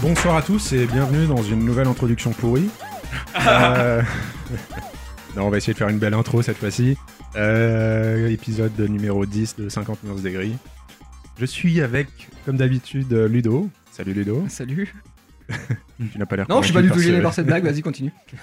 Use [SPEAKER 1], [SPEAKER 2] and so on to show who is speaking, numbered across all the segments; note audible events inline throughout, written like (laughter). [SPEAKER 1] Bonsoir à tous et bienvenue dans une nouvelle introduction pourrie. Euh, (laughs) non, on va essayer de faire une belle intro cette fois-ci. Euh, épisode numéro 10 de 50 nuances degrés. Je suis avec, comme d'habitude, Ludo. Salut Ludo.
[SPEAKER 2] (laughs) Salut.
[SPEAKER 1] Tu n'as pas l'air
[SPEAKER 2] Non, je suis pas du tout
[SPEAKER 1] convaincu
[SPEAKER 2] gêné
[SPEAKER 1] par
[SPEAKER 2] par cette blague, vas-y, continue.
[SPEAKER 1] ce-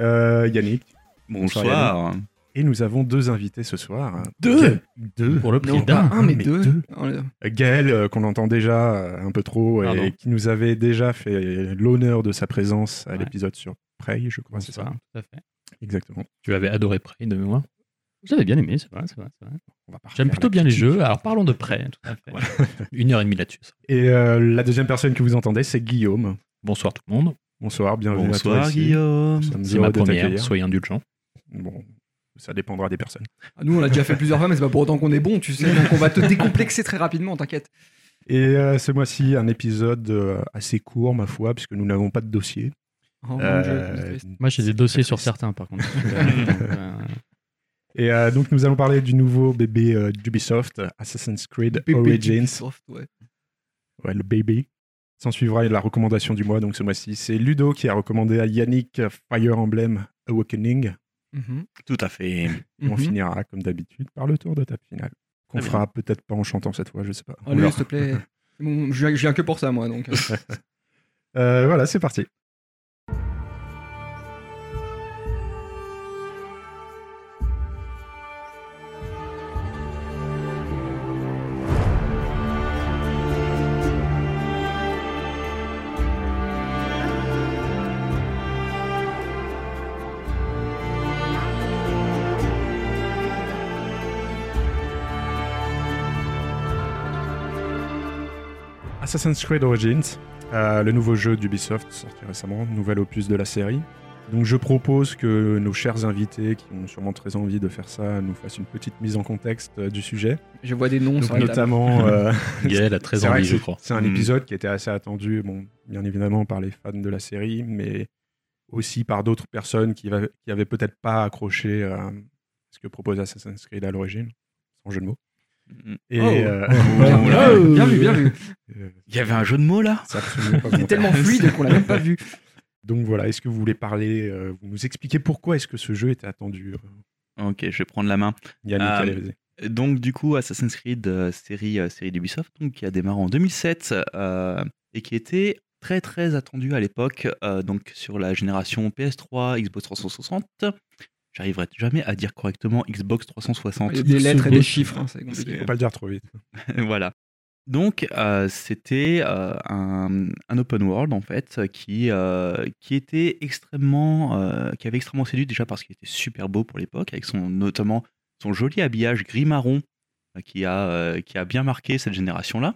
[SPEAKER 1] Euh, Yannick.
[SPEAKER 3] Bonsoir.
[SPEAKER 1] Et nous avons deux invités ce soir.
[SPEAKER 3] Deux
[SPEAKER 1] Deux.
[SPEAKER 4] Pour le prix
[SPEAKER 2] Non, pas
[SPEAKER 4] d'un.
[SPEAKER 2] un, mais deux. On le-
[SPEAKER 1] Gaël, euh, qu'on entend déjà euh, un peu trop et
[SPEAKER 3] Pardon.
[SPEAKER 1] qui nous avait déjà fait l'honneur de sa présence à
[SPEAKER 4] Ouais.
[SPEAKER 1] l'épisode sur Prey, je crois, c'est
[SPEAKER 4] C'est ça,
[SPEAKER 1] ça
[SPEAKER 4] tout à fait.
[SPEAKER 1] Exactement.
[SPEAKER 4] Tu avais adoré Prey de mémoire. J'avais bien aimé, c'est vrai, c'est vrai, c'est vrai.
[SPEAKER 1] On va partir
[SPEAKER 4] J'aime plutôt
[SPEAKER 1] là-dessus.
[SPEAKER 4] bien les jeux. Alors parlons de Prey, tout à fait. Une heure et demie là-dessus. ça.
[SPEAKER 1] Et euh, la deuxième personne que vous entendez, c'est Guillaume.
[SPEAKER 4] Bonsoir tout le monde.
[SPEAKER 1] Bonsoir, bienvenue à toi.
[SPEAKER 3] Bonsoir
[SPEAKER 1] ici.
[SPEAKER 3] Guillaume.
[SPEAKER 1] Nous sommes
[SPEAKER 4] C'est ma
[SPEAKER 1] heureux de
[SPEAKER 4] première,
[SPEAKER 1] t'accueillir.
[SPEAKER 4] soyez indulgents.
[SPEAKER 1] Bon, ça dépendra des personnes.
[SPEAKER 2] Ah, Nous, on l'a déjà fait plusieurs fois, mais c'est pas pour autant qu'on est bon, tu sais. Donc, on va te décomplexer très rapidement, t'inquiète.
[SPEAKER 1] Et euh, ce mois-ci, un épisode euh, assez court, ma foi, puisque nous n'avons pas de dossier.
[SPEAKER 2] Oh, mon
[SPEAKER 1] Euh,
[SPEAKER 2] Dieu, je suis
[SPEAKER 4] Moi j'ai des dossiers sur certains par (laughs) contre. euh,
[SPEAKER 1] et euh, donc, nous allons parler du nouveau bébé euh, d'Ubisoft, Assassin's Creed
[SPEAKER 2] triste.
[SPEAKER 1] Origins.
[SPEAKER 2] Soft, ouais.
[SPEAKER 1] Ouais, le baby. S'en suivra la recommandation du mois, donc ce mois-ci. C'est Ludo qui a recommandé à Yannick euh, Fire Emblem Awakening.
[SPEAKER 2] Mhm.
[SPEAKER 3] Tout à fait.
[SPEAKER 1] Et on
[SPEAKER 2] Mhm.
[SPEAKER 1] finira, comme d'habitude, par le tour de table finale. Qu'on
[SPEAKER 3] Très bien.
[SPEAKER 1] fera peut-être pas en chantant cette fois, je sais pas. On
[SPEAKER 2] Allez,
[SPEAKER 1] verra.
[SPEAKER 2] s'il te plaît. Bon, je viens- je viens que pour ça, moi, donc.
[SPEAKER 1] Euh, voilà, c'est parti. Assassin's Creed Origins, euh, le nouveau jeu d'Ubisoft sorti récemment, nouvel opus de la série. Donc je propose que nos chers invités, qui ont sûrement très envie de faire ça, nous fassent une petite mise en contexte euh, du sujet.
[SPEAKER 2] Je vois des noms
[SPEAKER 1] Donc,
[SPEAKER 2] sur la table.
[SPEAKER 1] notamment, euh,
[SPEAKER 4] Gaël a très
[SPEAKER 1] C'est vrai
[SPEAKER 4] envie,
[SPEAKER 1] que
[SPEAKER 4] je crois.
[SPEAKER 1] C'est un
[SPEAKER 3] Mm.
[SPEAKER 1] épisode qui était assez attendu, bon, bien évidemment par les fans de la série, mais aussi par d'autres personnes qui n'avaient peut-être pas accroché euh, ce que propose Assassin's Creed à l'origine, sans jeu de mots.
[SPEAKER 3] Mm.
[SPEAKER 1] Et
[SPEAKER 2] Oh.
[SPEAKER 4] (laughs)
[SPEAKER 1] euh,
[SPEAKER 2] Bien,
[SPEAKER 3] Oh
[SPEAKER 1] voilà.
[SPEAKER 3] là.
[SPEAKER 2] vu, bien vu, bien vu.
[SPEAKER 1] Euh,
[SPEAKER 3] Il y avait un jeu de mots là
[SPEAKER 1] c'est absolument
[SPEAKER 4] (laughs)
[SPEAKER 1] pas
[SPEAKER 2] C'est
[SPEAKER 1] volontaire.
[SPEAKER 2] tellement fluide qu'on l'a même pas vu.
[SPEAKER 1] Donc voilà, est-ce que vous voulez parler, euh, vous nous expliquer pourquoi est-ce que ce jeu était attendu euh,
[SPEAKER 3] Ok, je vais prendre la main.
[SPEAKER 1] Yannick,
[SPEAKER 3] Ah,
[SPEAKER 1] allez, vas-y.
[SPEAKER 3] Donc du coup, Assassin's Creed, euh, série, euh, série d'Ubisoft, donc, qui a démarré en 2007 euh, et qui était très très attendu à l'époque, euh, donc sur la génération PS3, Xbox 360. J'arriverai jamais à dire correctement Xbox 360.
[SPEAKER 2] Il y a des lettres et des chiffres, hein, c'est
[SPEAKER 1] Faut
[SPEAKER 2] compliqué.
[SPEAKER 1] pas le dire trop vite.
[SPEAKER 3] (laughs) voilà. Donc, euh, c'était euh, un, un open world, en fait, qui, euh, qui était extrêmement... euh, qui avait extrêmement séduit, déjà parce qu'il était super beau pour l'époque, avec son, notamment son joli habillage gris-marron, euh, qui, a, euh, qui a bien marqué cette génération-là.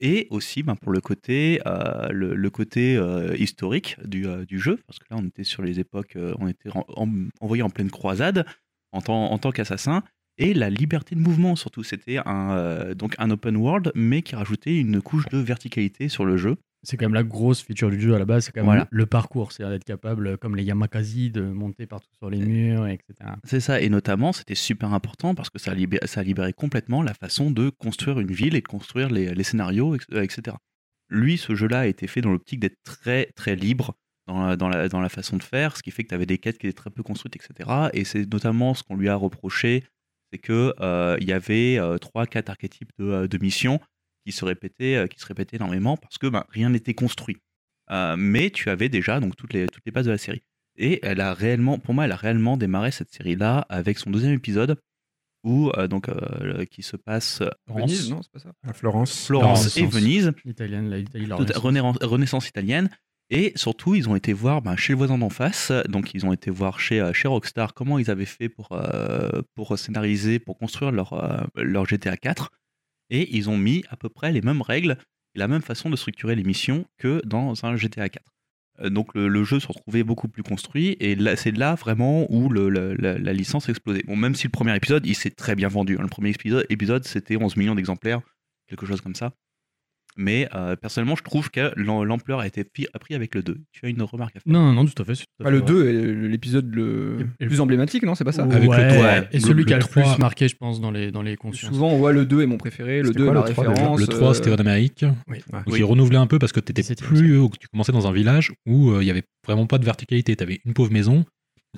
[SPEAKER 3] Et aussi, ben, pour le côté, euh, le, le côté euh, historique du, euh, du jeu, parce que là, on était sur les époques... euh, on était en- en- envoyé en pleine croisade en tant, en tant qu'assassin et la liberté de mouvement surtout. C'était un, euh, donc un open world, mais qui rajoutait une couche de verticalité sur le jeu.
[SPEAKER 4] C'est quand même la grosse feature du jeu à la base, c'est quand même
[SPEAKER 3] Voilà.
[SPEAKER 4] le parcours, c'est d'être capable, euh, comme les Yamakasi, de monter partout sur les murs, etc.
[SPEAKER 3] C'est ça, et notamment, c'était super important parce que ça, libé- ça libérait complètement la façon de construire une ville et de construire les, les scénarios, ex- euh, etc. Lui, ce jeu-là a été fait dans l'optique d'être très, très libre dans la, dans la- dans la façon de faire, ce qui fait que tu avais des quêtes qui étaient très peu construites, etc. Et c'est notamment ce qu'on lui a reproché, c'est que euh, il y avait euh, trois, quatre archétypes de, euh, de missions qui se répétaient, euh, qui se répétaient énormément parce que ben, rien n'était construit. Euh, mais tu avais déjà donc toutes les toutes les bases de la série. Et elle a réellement, pour moi, elle a réellement démarré cette série-là avec son deuxième épisode, où euh, donc euh, le- qui se passe euh,
[SPEAKER 2] Venise, non, c'est pas ça.
[SPEAKER 1] À Florence.
[SPEAKER 3] Florence
[SPEAKER 4] Florence.
[SPEAKER 3] et Venise,
[SPEAKER 4] L'italienne, la- l'Italie, la
[SPEAKER 3] toute
[SPEAKER 4] Renaissance.
[SPEAKER 3] renaissance. renaissance italienne. Et surtout, ils ont été voir ben, chez le voisin d'en face. Donc, ils ont été voir chez, euh, chez Rockstar comment ils avaient fait pour, euh, pour scénariser, pour construire leur, euh, leur GTA 4. Et ils ont mis à peu près les mêmes règles et la même façon de structurer les missions que dans un GTA 4. Euh, Donc, le, le jeu se retrouvait beaucoup plus construit. Et là, c'est là vraiment où le- le- la, la licence explosait. Bon, même si le premier épisode, il s'est très bien vendu. hein. Le premier épisode, épisode c'était 11 millions d'exemplaires, quelque chose comme ça. Mais euh, personnellement, je trouve que l'am- l'ampleur a été pris- appris avec le 2. Tu as une remarque à faire.
[SPEAKER 4] Non, non, non, tout à fait. c'est tout à
[SPEAKER 2] Bah,
[SPEAKER 4] fait
[SPEAKER 2] le
[SPEAKER 4] vrai.
[SPEAKER 2] 2 est l'épisode le
[SPEAKER 4] Et- et-
[SPEAKER 2] plus emblématique, non C'est pas ça
[SPEAKER 3] Avec le
[SPEAKER 4] Ouais,
[SPEAKER 3] trois,
[SPEAKER 4] Et
[SPEAKER 3] le-
[SPEAKER 4] celui
[SPEAKER 3] le
[SPEAKER 4] qui a le
[SPEAKER 5] trois.
[SPEAKER 4] plus marqué, je pense, dans les, dans les consciences.
[SPEAKER 2] Souvent, ouais, le 2 est mon préféré, le
[SPEAKER 1] C'était
[SPEAKER 2] 2 est
[SPEAKER 1] quoi,
[SPEAKER 2] ma
[SPEAKER 1] le 3, déjà
[SPEAKER 2] référence.
[SPEAKER 5] Le 3, c'était
[SPEAKER 2] euh,
[SPEAKER 5] en Amérique.
[SPEAKER 4] Oui.
[SPEAKER 5] Donc
[SPEAKER 3] Oui.
[SPEAKER 5] ils renouvelaient un peu parce que t'étais
[SPEAKER 4] 17e
[SPEAKER 5] plus. haut, que Tu commençais dans un village où euh, il y avait vraiment pas de verticalité. T'avais une pauvre maison. Donc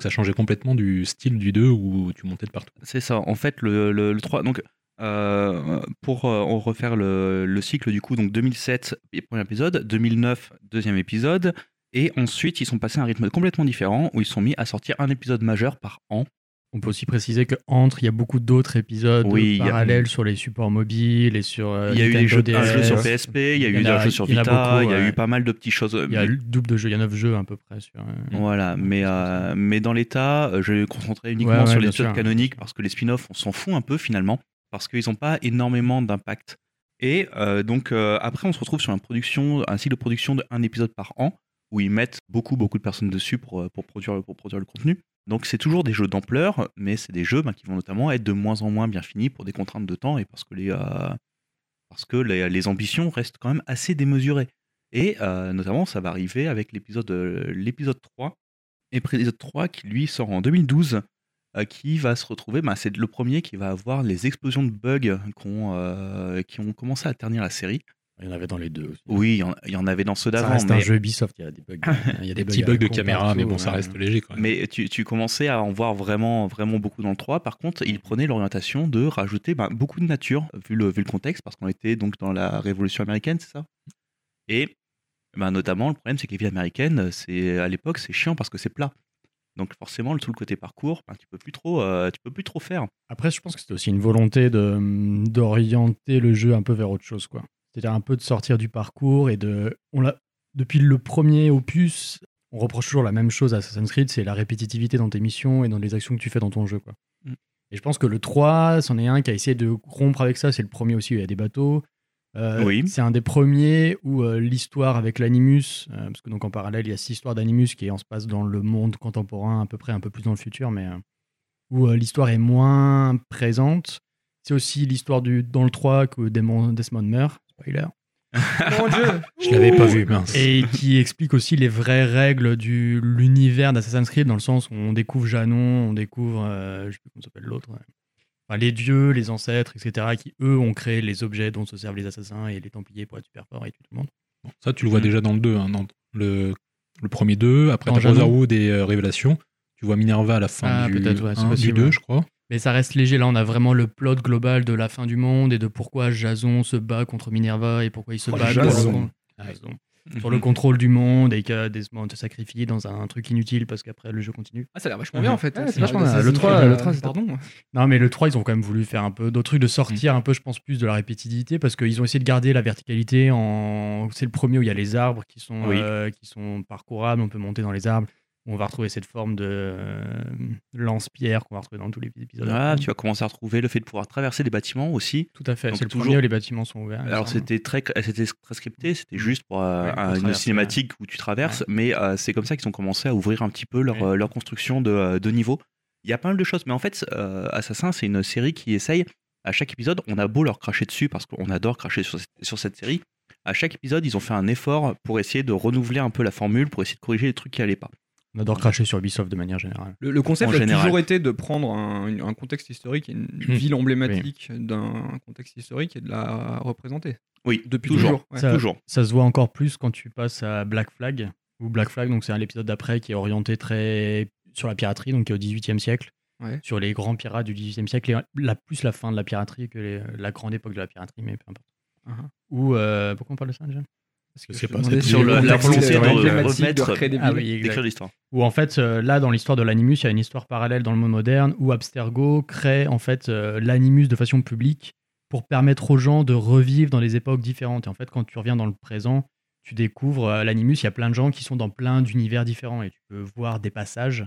[SPEAKER 5] ça changeait complètement du style du 2 où tu montais de partout.
[SPEAKER 3] C'est ça. En fait, le, le, 3. Donc, euh, pour euh, on refaire le, le cycle, du coup, donc 2007, et premier épisode, 2009, deuxième épisode. Et ensuite, ils sont passés à un rythme complètement différent où ils sont mis à sortir un épisode majeur par an.
[SPEAKER 4] On peut aussi préciser que entre, il y a beaucoup d'autres épisodes
[SPEAKER 3] Oui, il y a-
[SPEAKER 4] parallèles sur les supports mobiles et sur. euh,
[SPEAKER 3] il y a eu
[SPEAKER 4] Nintendo
[SPEAKER 3] les jeux, un
[SPEAKER 4] DS.
[SPEAKER 3] jeu sur PSP, il y a
[SPEAKER 4] Il y
[SPEAKER 3] eu
[SPEAKER 4] en a-
[SPEAKER 3] un jeu sur
[SPEAKER 4] il y en a
[SPEAKER 3] Vita, il
[SPEAKER 4] beaucoup,
[SPEAKER 3] y a
[SPEAKER 4] ouais.
[SPEAKER 3] eu pas mal de petites choses. euh,
[SPEAKER 4] Il y a le double de jeux, il y en a 9 jeux à peu près. Sur, euh,
[SPEAKER 3] Voilà, mais, euh, mais dans l'état, euh, je vais me concentrer uniquement
[SPEAKER 4] Ouais, ouais,
[SPEAKER 3] sur les
[SPEAKER 4] bien
[SPEAKER 3] épisodes
[SPEAKER 4] sûr.
[SPEAKER 3] canoniques parce que les spin-offs, on s'en fout un peu finalement, parce qu'ils n'ont pas énormément d'impact. Et euh, donc euh, après, on se retrouve sur une production, un cycle de production d'un épisode par an, où ils mettent beaucoup, beaucoup de personnes dessus pour, euh, pour, produire, pour produire le contenu. Donc c'est toujours des jeux d'ampleur, mais c'est des jeux ben, qui vont notamment être de moins en moins bien finis pour des contraintes de temps et parce que les, euh, parce que les, les ambitions restent quand même assez démesurées. Et euh, notamment, ça va arriver avec l'épisode euh, l'épisode 3, épisode 3 qui lui sort en 2012, euh, qui va se retrouver, ben, c'est le premier qui va avoir les explosions de bugs qu'ont, euh, qui ont commencé à ternir la série.
[SPEAKER 4] Il y en avait dans les deux aussi.
[SPEAKER 3] Oui, il y en- il y, en avait dans ceux
[SPEAKER 4] Ça
[SPEAKER 3] d'avant,
[SPEAKER 4] reste un
[SPEAKER 3] mais,
[SPEAKER 4] jeu Ubisoft, il y a des
[SPEAKER 3] (laughs)
[SPEAKER 4] bugs. Il y a
[SPEAKER 5] Des
[SPEAKER 4] des
[SPEAKER 5] petits
[SPEAKER 4] à
[SPEAKER 5] bugs de
[SPEAKER 4] con
[SPEAKER 5] caméra,
[SPEAKER 4] partout, euh.
[SPEAKER 5] mais bon, ça
[SPEAKER 4] ouais.
[SPEAKER 5] reste léger quand même.
[SPEAKER 3] mais tu, tu commençais à en voir vraiment, vraiment beaucoup dans le 3. Par contre, il prenait l'orientation de rajouter ben, beaucoup de nature, vu le, vu le contexte, parce qu'on était donc dans la Révolution américaine, c'est ça Et ben, notamment, le problème, c'est que les villes américaines, c'est, à l'époque, c'est chiant parce que c'est plat. Donc forcément, le- tout le côté parcours, ben, tu peux plus trop, euh, tu peux plus trop faire.
[SPEAKER 4] Après, je pense que c'était aussi une volonté de, d'orienter le jeu un peu vers autre chose, quoi. C'est-à-dire un peu de sortir du parcours et de. On l'a, depuis le premier opus, on reproche toujours la même chose à Assassin's Creed, c'est la répétitivité dans tes missions et dans les actions que tu fais dans ton jeu, quoi.
[SPEAKER 3] Mm.
[SPEAKER 4] Et je pense que le 3, c'en est un qui a essayé de rompre avec ça. C'est le premier aussi où il y a des bateaux. Euh,
[SPEAKER 3] Oui.
[SPEAKER 4] C'est un des premiers où euh, l'histoire avec l'Animus, euh, parce que donc en parallèle, il y a cette histoire d'Animus qui est- on se passe dans le monde contemporain, à peu près un peu plus dans le futur, mais euh, où euh, l'histoire est moins présente. C'est aussi l'histoire du dans le 3 que Desmond, Desmond meurt, spoiler,
[SPEAKER 2] Mon dieu
[SPEAKER 5] Je l'avais
[SPEAKER 3] oh,
[SPEAKER 5] pas vu, mince.
[SPEAKER 4] et qui explique aussi les vraies règles de l'univers d'Assassin's Creed, dans le sens où on découvre Janon, on découvre, euh, je sais plus comment s'appelle l'autre, ouais. Enfin, les dieux, les ancêtres, etc., qui eux ont créé les objets dont se servent les assassins et les templiers pour être super forts et tout le monde.
[SPEAKER 5] Bon, ça, tu le vois
[SPEAKER 3] Mhm.
[SPEAKER 5] déjà dans le 2. hein, dans le, le premier 2, après
[SPEAKER 4] Dans
[SPEAKER 5] t'as
[SPEAKER 4] Janon.
[SPEAKER 5] Brotherhood et euh, Révélation. Tu vois Minerva à la fin
[SPEAKER 4] Ah,
[SPEAKER 5] du,
[SPEAKER 4] peut-être, ouais, c'est
[SPEAKER 5] un, du
[SPEAKER 4] possible,
[SPEAKER 5] 2,
[SPEAKER 4] ouais.
[SPEAKER 5] je crois.
[SPEAKER 4] Mais ça reste léger. Là, on a vraiment le plot global de la fin du monde et de pourquoi Jason se bat contre Minerva et pourquoi il se
[SPEAKER 2] Oh,
[SPEAKER 4] bat
[SPEAKER 2] Jason.
[SPEAKER 4] pour le-
[SPEAKER 5] Ah,
[SPEAKER 4] Jason.
[SPEAKER 3] Mmh.
[SPEAKER 4] sur le contrôle du monde et que Desmond se sacrifie dans un truc inutile parce qu'après le jeu continue.
[SPEAKER 2] Ah, ça a l'air vachement bien en fait.
[SPEAKER 4] Ouais,
[SPEAKER 2] hein,
[SPEAKER 4] c'est
[SPEAKER 2] ces jeux
[SPEAKER 4] vachement bien. Le
[SPEAKER 2] d'Assassin's
[SPEAKER 4] 3,
[SPEAKER 2] Creed,
[SPEAKER 4] le
[SPEAKER 2] euh,
[SPEAKER 4] 3, c'était-
[SPEAKER 2] pardon.
[SPEAKER 4] Non, mais le 3, ils ont quand même voulu faire un peu d'autres trucs, de sortir
[SPEAKER 3] Mm.
[SPEAKER 4] un peu, je pense, plus de la répétitivité parce qu'ils ont essayé de garder la verticalité. En... C'est le premier où il y a les arbres qui sont,
[SPEAKER 3] Oui.
[SPEAKER 4] euh, qui sont parcourables, on peut monter dans les arbres. On va retrouver cette forme de euh, lance-pierre qu'on va retrouver dans tous les épisodes.
[SPEAKER 3] Voilà, Ah, tu vas commencer à retrouver le fait de pouvoir traverser des bâtiments aussi.
[SPEAKER 4] Tout à fait.
[SPEAKER 3] Donc
[SPEAKER 4] C'est le
[SPEAKER 3] toujours-
[SPEAKER 4] premier où les bâtiments sont ouverts. il me
[SPEAKER 3] Alors
[SPEAKER 4] semble.
[SPEAKER 3] c'était très, c'était très scripté, c'était juste pour euh,
[SPEAKER 4] Ouais, Mmh. pour
[SPEAKER 3] un- une
[SPEAKER 4] traverser,
[SPEAKER 3] cinématique où tu traverses, mais euh, c'est comme ça qu'ils ont commencé à ouvrir un petit peu leur,
[SPEAKER 4] Ouais.
[SPEAKER 3] euh, leur construction de, euh, de niveau. Il y a pas mal de choses, mais en fait, euh, Assassin, c'est une série qui essaye, à chaque épisode, on a beau leur cracher dessus, parce qu'on adore cracher sur, cette- sur cette série, à chaque épisode, ils ont fait un effort pour essayer de renouveler un peu la formule, pour essayer de corriger les trucs qui allaient pas.
[SPEAKER 4] On adore cracher sur Ubisoft de manière générale.
[SPEAKER 2] Le, le concept
[SPEAKER 3] En
[SPEAKER 2] a
[SPEAKER 3] général.
[SPEAKER 2] toujours été de prendre un, une- un contexte historique, et une ville emblématique d'un contexte historique et de la représenter.
[SPEAKER 3] Oui,
[SPEAKER 2] Depuis
[SPEAKER 3] toujours.
[SPEAKER 2] toujours. ouais.
[SPEAKER 4] Ça-
[SPEAKER 3] Toujours.
[SPEAKER 4] Ça se voit encore plus quand tu passes à Black Flag, ou Black Flag, donc c'est un épisode d'après qui est orienté très sur la piraterie, donc qui est au 18e siècle,
[SPEAKER 2] Ouais.
[SPEAKER 4] sur les grands pirates du 18e siècle, et la, plus la fin de la piraterie que les- la grande époque de la piraterie, mais peu importe.
[SPEAKER 2] Uh-huh.
[SPEAKER 4] Ou, euh, pourquoi on parle de ça déjà
[SPEAKER 2] Parce que
[SPEAKER 5] Je
[SPEAKER 2] je
[SPEAKER 5] sais
[SPEAKER 2] te
[SPEAKER 5] pas,
[SPEAKER 2] demandais
[SPEAKER 5] c'est
[SPEAKER 2] si
[SPEAKER 3] sur
[SPEAKER 2] le
[SPEAKER 3] la- la
[SPEAKER 2] contexte
[SPEAKER 3] volonté de
[SPEAKER 2] emblématique
[SPEAKER 3] remettre-
[SPEAKER 2] recréer des
[SPEAKER 4] Ah
[SPEAKER 2] villes.
[SPEAKER 4] oui, exact.
[SPEAKER 3] D'écrire l'histoire.
[SPEAKER 4] Où en fait, euh, là, dans l'histoire de l'Animus, il y a une histoire parallèle dans le monde moderne où Abstergo crée en fait euh, l'Animus de façon publique pour permettre aux gens de revivre dans des époques différentes. Et en fait, quand tu reviens dans le présent, tu découvres euh, l'Animus, il y a plein de gens qui sont dans plein d'univers différents et tu peux voir des passages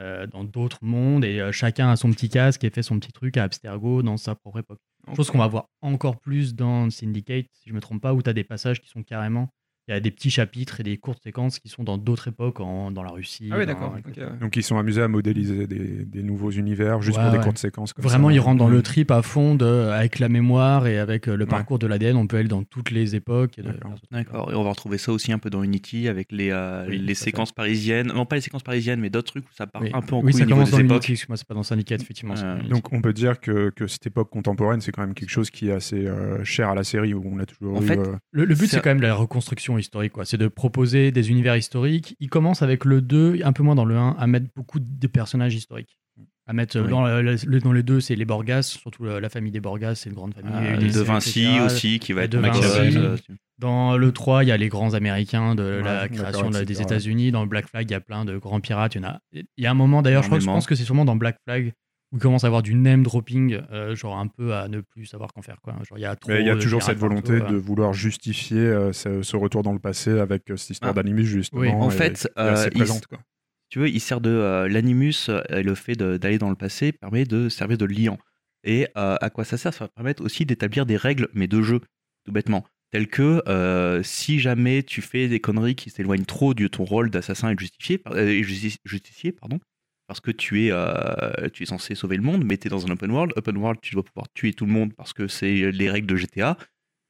[SPEAKER 4] euh, dans d'autres mondes et euh, chacun a son petit casque et fait son petit truc à Abstergo dans sa propre époque. Chose qu'on va voir encore plus dans Syndicate, si je me trompe pas, où tu as des passages qui sont carrément Il y a des petits chapitres et des courtes séquences qui sont dans d'autres époques, en- dans la Russie.
[SPEAKER 2] Ah oui,
[SPEAKER 4] dans-
[SPEAKER 2] d'accord.
[SPEAKER 4] etc.
[SPEAKER 2] ok, ouais.
[SPEAKER 1] Donc ils sont amusés à modéliser des, des nouveaux univers juste
[SPEAKER 4] Ouais,
[SPEAKER 1] pour
[SPEAKER 4] ouais.
[SPEAKER 1] des courtes séquences. Comme
[SPEAKER 4] Vraiment,
[SPEAKER 1] ça.
[SPEAKER 4] ils rentrent dans le
[SPEAKER 1] Mm.
[SPEAKER 4] trip à fond de, avec la mémoire et avec euh, le
[SPEAKER 1] Ouais.
[SPEAKER 4] parcours de l'ADN. On peut aller dans toutes les époques. et de-
[SPEAKER 1] D'accord.
[SPEAKER 3] D'accord. Et on va retrouver ça aussi un peu dans Unity avec les, euh,
[SPEAKER 4] Oui,
[SPEAKER 3] les
[SPEAKER 4] tout à fait.
[SPEAKER 3] séquences parisiennes. Non, pas les séquences parisiennes, mais d'autres trucs où ça part
[SPEAKER 4] Oui.
[SPEAKER 3] un peu en
[SPEAKER 4] oui,
[SPEAKER 3] couille
[SPEAKER 4] ça
[SPEAKER 3] au niveau
[SPEAKER 4] commence dans
[SPEAKER 3] des époques.
[SPEAKER 4] Unity. Moi, c'est pas dans Syndicate, effectivement. c'est
[SPEAKER 3] Euh,
[SPEAKER 4] dans Unity.
[SPEAKER 1] Donc on peut dire que, que cette époque contemporaine, c'est quand même quelque chose qui est assez euh, cher à la série, où on a toujours
[SPEAKER 3] En
[SPEAKER 1] eu,
[SPEAKER 3] fait,
[SPEAKER 1] euh,
[SPEAKER 4] Le, le but,
[SPEAKER 3] Ça-
[SPEAKER 4] c'est quand même la reconstruction historique. quoi. C'est de proposer des univers historiques. Il commence avec le 2, un peu moins dans le 1, à mettre beaucoup de personnages historiques. À mettre euh,
[SPEAKER 3] Oui.
[SPEAKER 4] dans, la- la- le- dans les deux, c'est les Borgas, surtout la, la famille des Borgas, c'est une grande famille.
[SPEAKER 1] Ah,
[SPEAKER 4] il y a eu
[SPEAKER 3] Euh,
[SPEAKER 4] des
[SPEAKER 3] de
[SPEAKER 4] séries,
[SPEAKER 3] Vinci
[SPEAKER 4] etc.
[SPEAKER 3] aussi, qui va
[SPEAKER 4] Et
[SPEAKER 3] être
[SPEAKER 4] de
[SPEAKER 3] Machiavel.
[SPEAKER 5] Vinci.
[SPEAKER 3] euh,
[SPEAKER 4] Dans le 3, il y a les grands américains de la
[SPEAKER 1] Ouais,
[SPEAKER 4] création
[SPEAKER 1] d'accord,
[SPEAKER 4] de la- des
[SPEAKER 1] etc., ouais.
[SPEAKER 4] États-Unis. Dans le Black Flag, il y a plein de grands pirates. Il y, en a... il y a un moment, d'ailleurs, je, crois que- je
[SPEAKER 3] Énormément.
[SPEAKER 4] pense que c'est sûrement dans Black Flag où il commence à avoir du name dropping, euh, genre un peu à ne plus savoir qu'en faire. Quoi. Genre, il y a, trop
[SPEAKER 1] mais il y a
[SPEAKER 4] de
[SPEAKER 1] toujours
[SPEAKER 4] pirates
[SPEAKER 1] cette
[SPEAKER 4] partout,
[SPEAKER 1] volonté
[SPEAKER 4] ouais.
[SPEAKER 1] de vouloir justifier euh, ce, ce retour dans le passé avec euh, cette histoire
[SPEAKER 3] Ah.
[SPEAKER 1] d'animus justement.
[SPEAKER 4] Oui.
[SPEAKER 3] En
[SPEAKER 1] et-
[SPEAKER 3] fait,
[SPEAKER 1] et assez
[SPEAKER 3] euh, il-
[SPEAKER 1] présente, quoi.
[SPEAKER 3] tu veux, il sert de euh, l'animus euh, et le fait de- d'aller dans le passé permet de servir de liant. Et euh, à quoi ça sert Ça va permettre aussi d'établir des règles, mais de jeu, tout bêtement. Telles que euh, si jamais tu fais des conneries qui s'éloignent trop de ton rôle d'assassin et de justifié, par- euh, et justi- justicier, pardon, parce que tu es, euh, tu es censé sauver le monde, mais tu es dans un open world. Open world, tu dois pouvoir tuer tout le monde parce que c'est euh, les règles de GTA.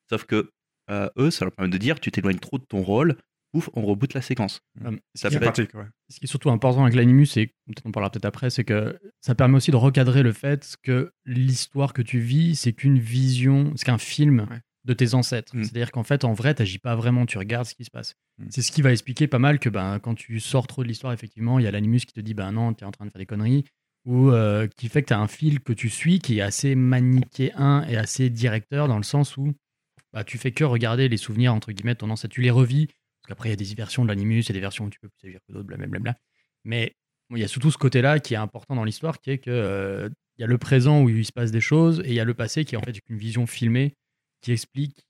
[SPEAKER 3] Sauf que euh, eux, ça leur permet de dire tu t'éloignes trop de ton rôle, ouf, on reboot la séquence.
[SPEAKER 4] Euh,
[SPEAKER 3] Ça
[SPEAKER 1] C'est
[SPEAKER 3] peut être-
[SPEAKER 1] pratique, ouais.
[SPEAKER 4] Ce qui est surtout important avec l'animus, et peut-être on parlera peut-être après, c'est que ça permet aussi de recadrer le fait que l'histoire que tu vis, c'est qu'une vision, c'est qu'un film
[SPEAKER 2] Ouais.
[SPEAKER 4] de tes ancêtres.
[SPEAKER 3] Mm.
[SPEAKER 4] C'est-à-dire qu'en fait, en vrai, t'agis pas vraiment, tu regardes ce qui se passe.
[SPEAKER 1] Mm.
[SPEAKER 4] C'est ce qui va expliquer pas mal que ben, quand tu sors trop de l'histoire, effectivement, il y a l'animus qui te dit ben non, t'es en train de faire des conneries, ou euh, qui fait que t'as un fil que tu suis qui est assez manichéen et assez directeur dans le sens où bah, tu fais que regarder les souvenirs entre guillemets de ton ancêtre, tu les revis. Parce qu'après, il y a des versions de l'animus, il y a des versions où tu peux plus agir que d'autres, blablabla. Mais bon, il y a surtout ce côté-là qui est important dans l'histoire, qui est que euh, il y a le présent où il se passe des choses et il y a le passé qui est en fait une vision filmée qui explique,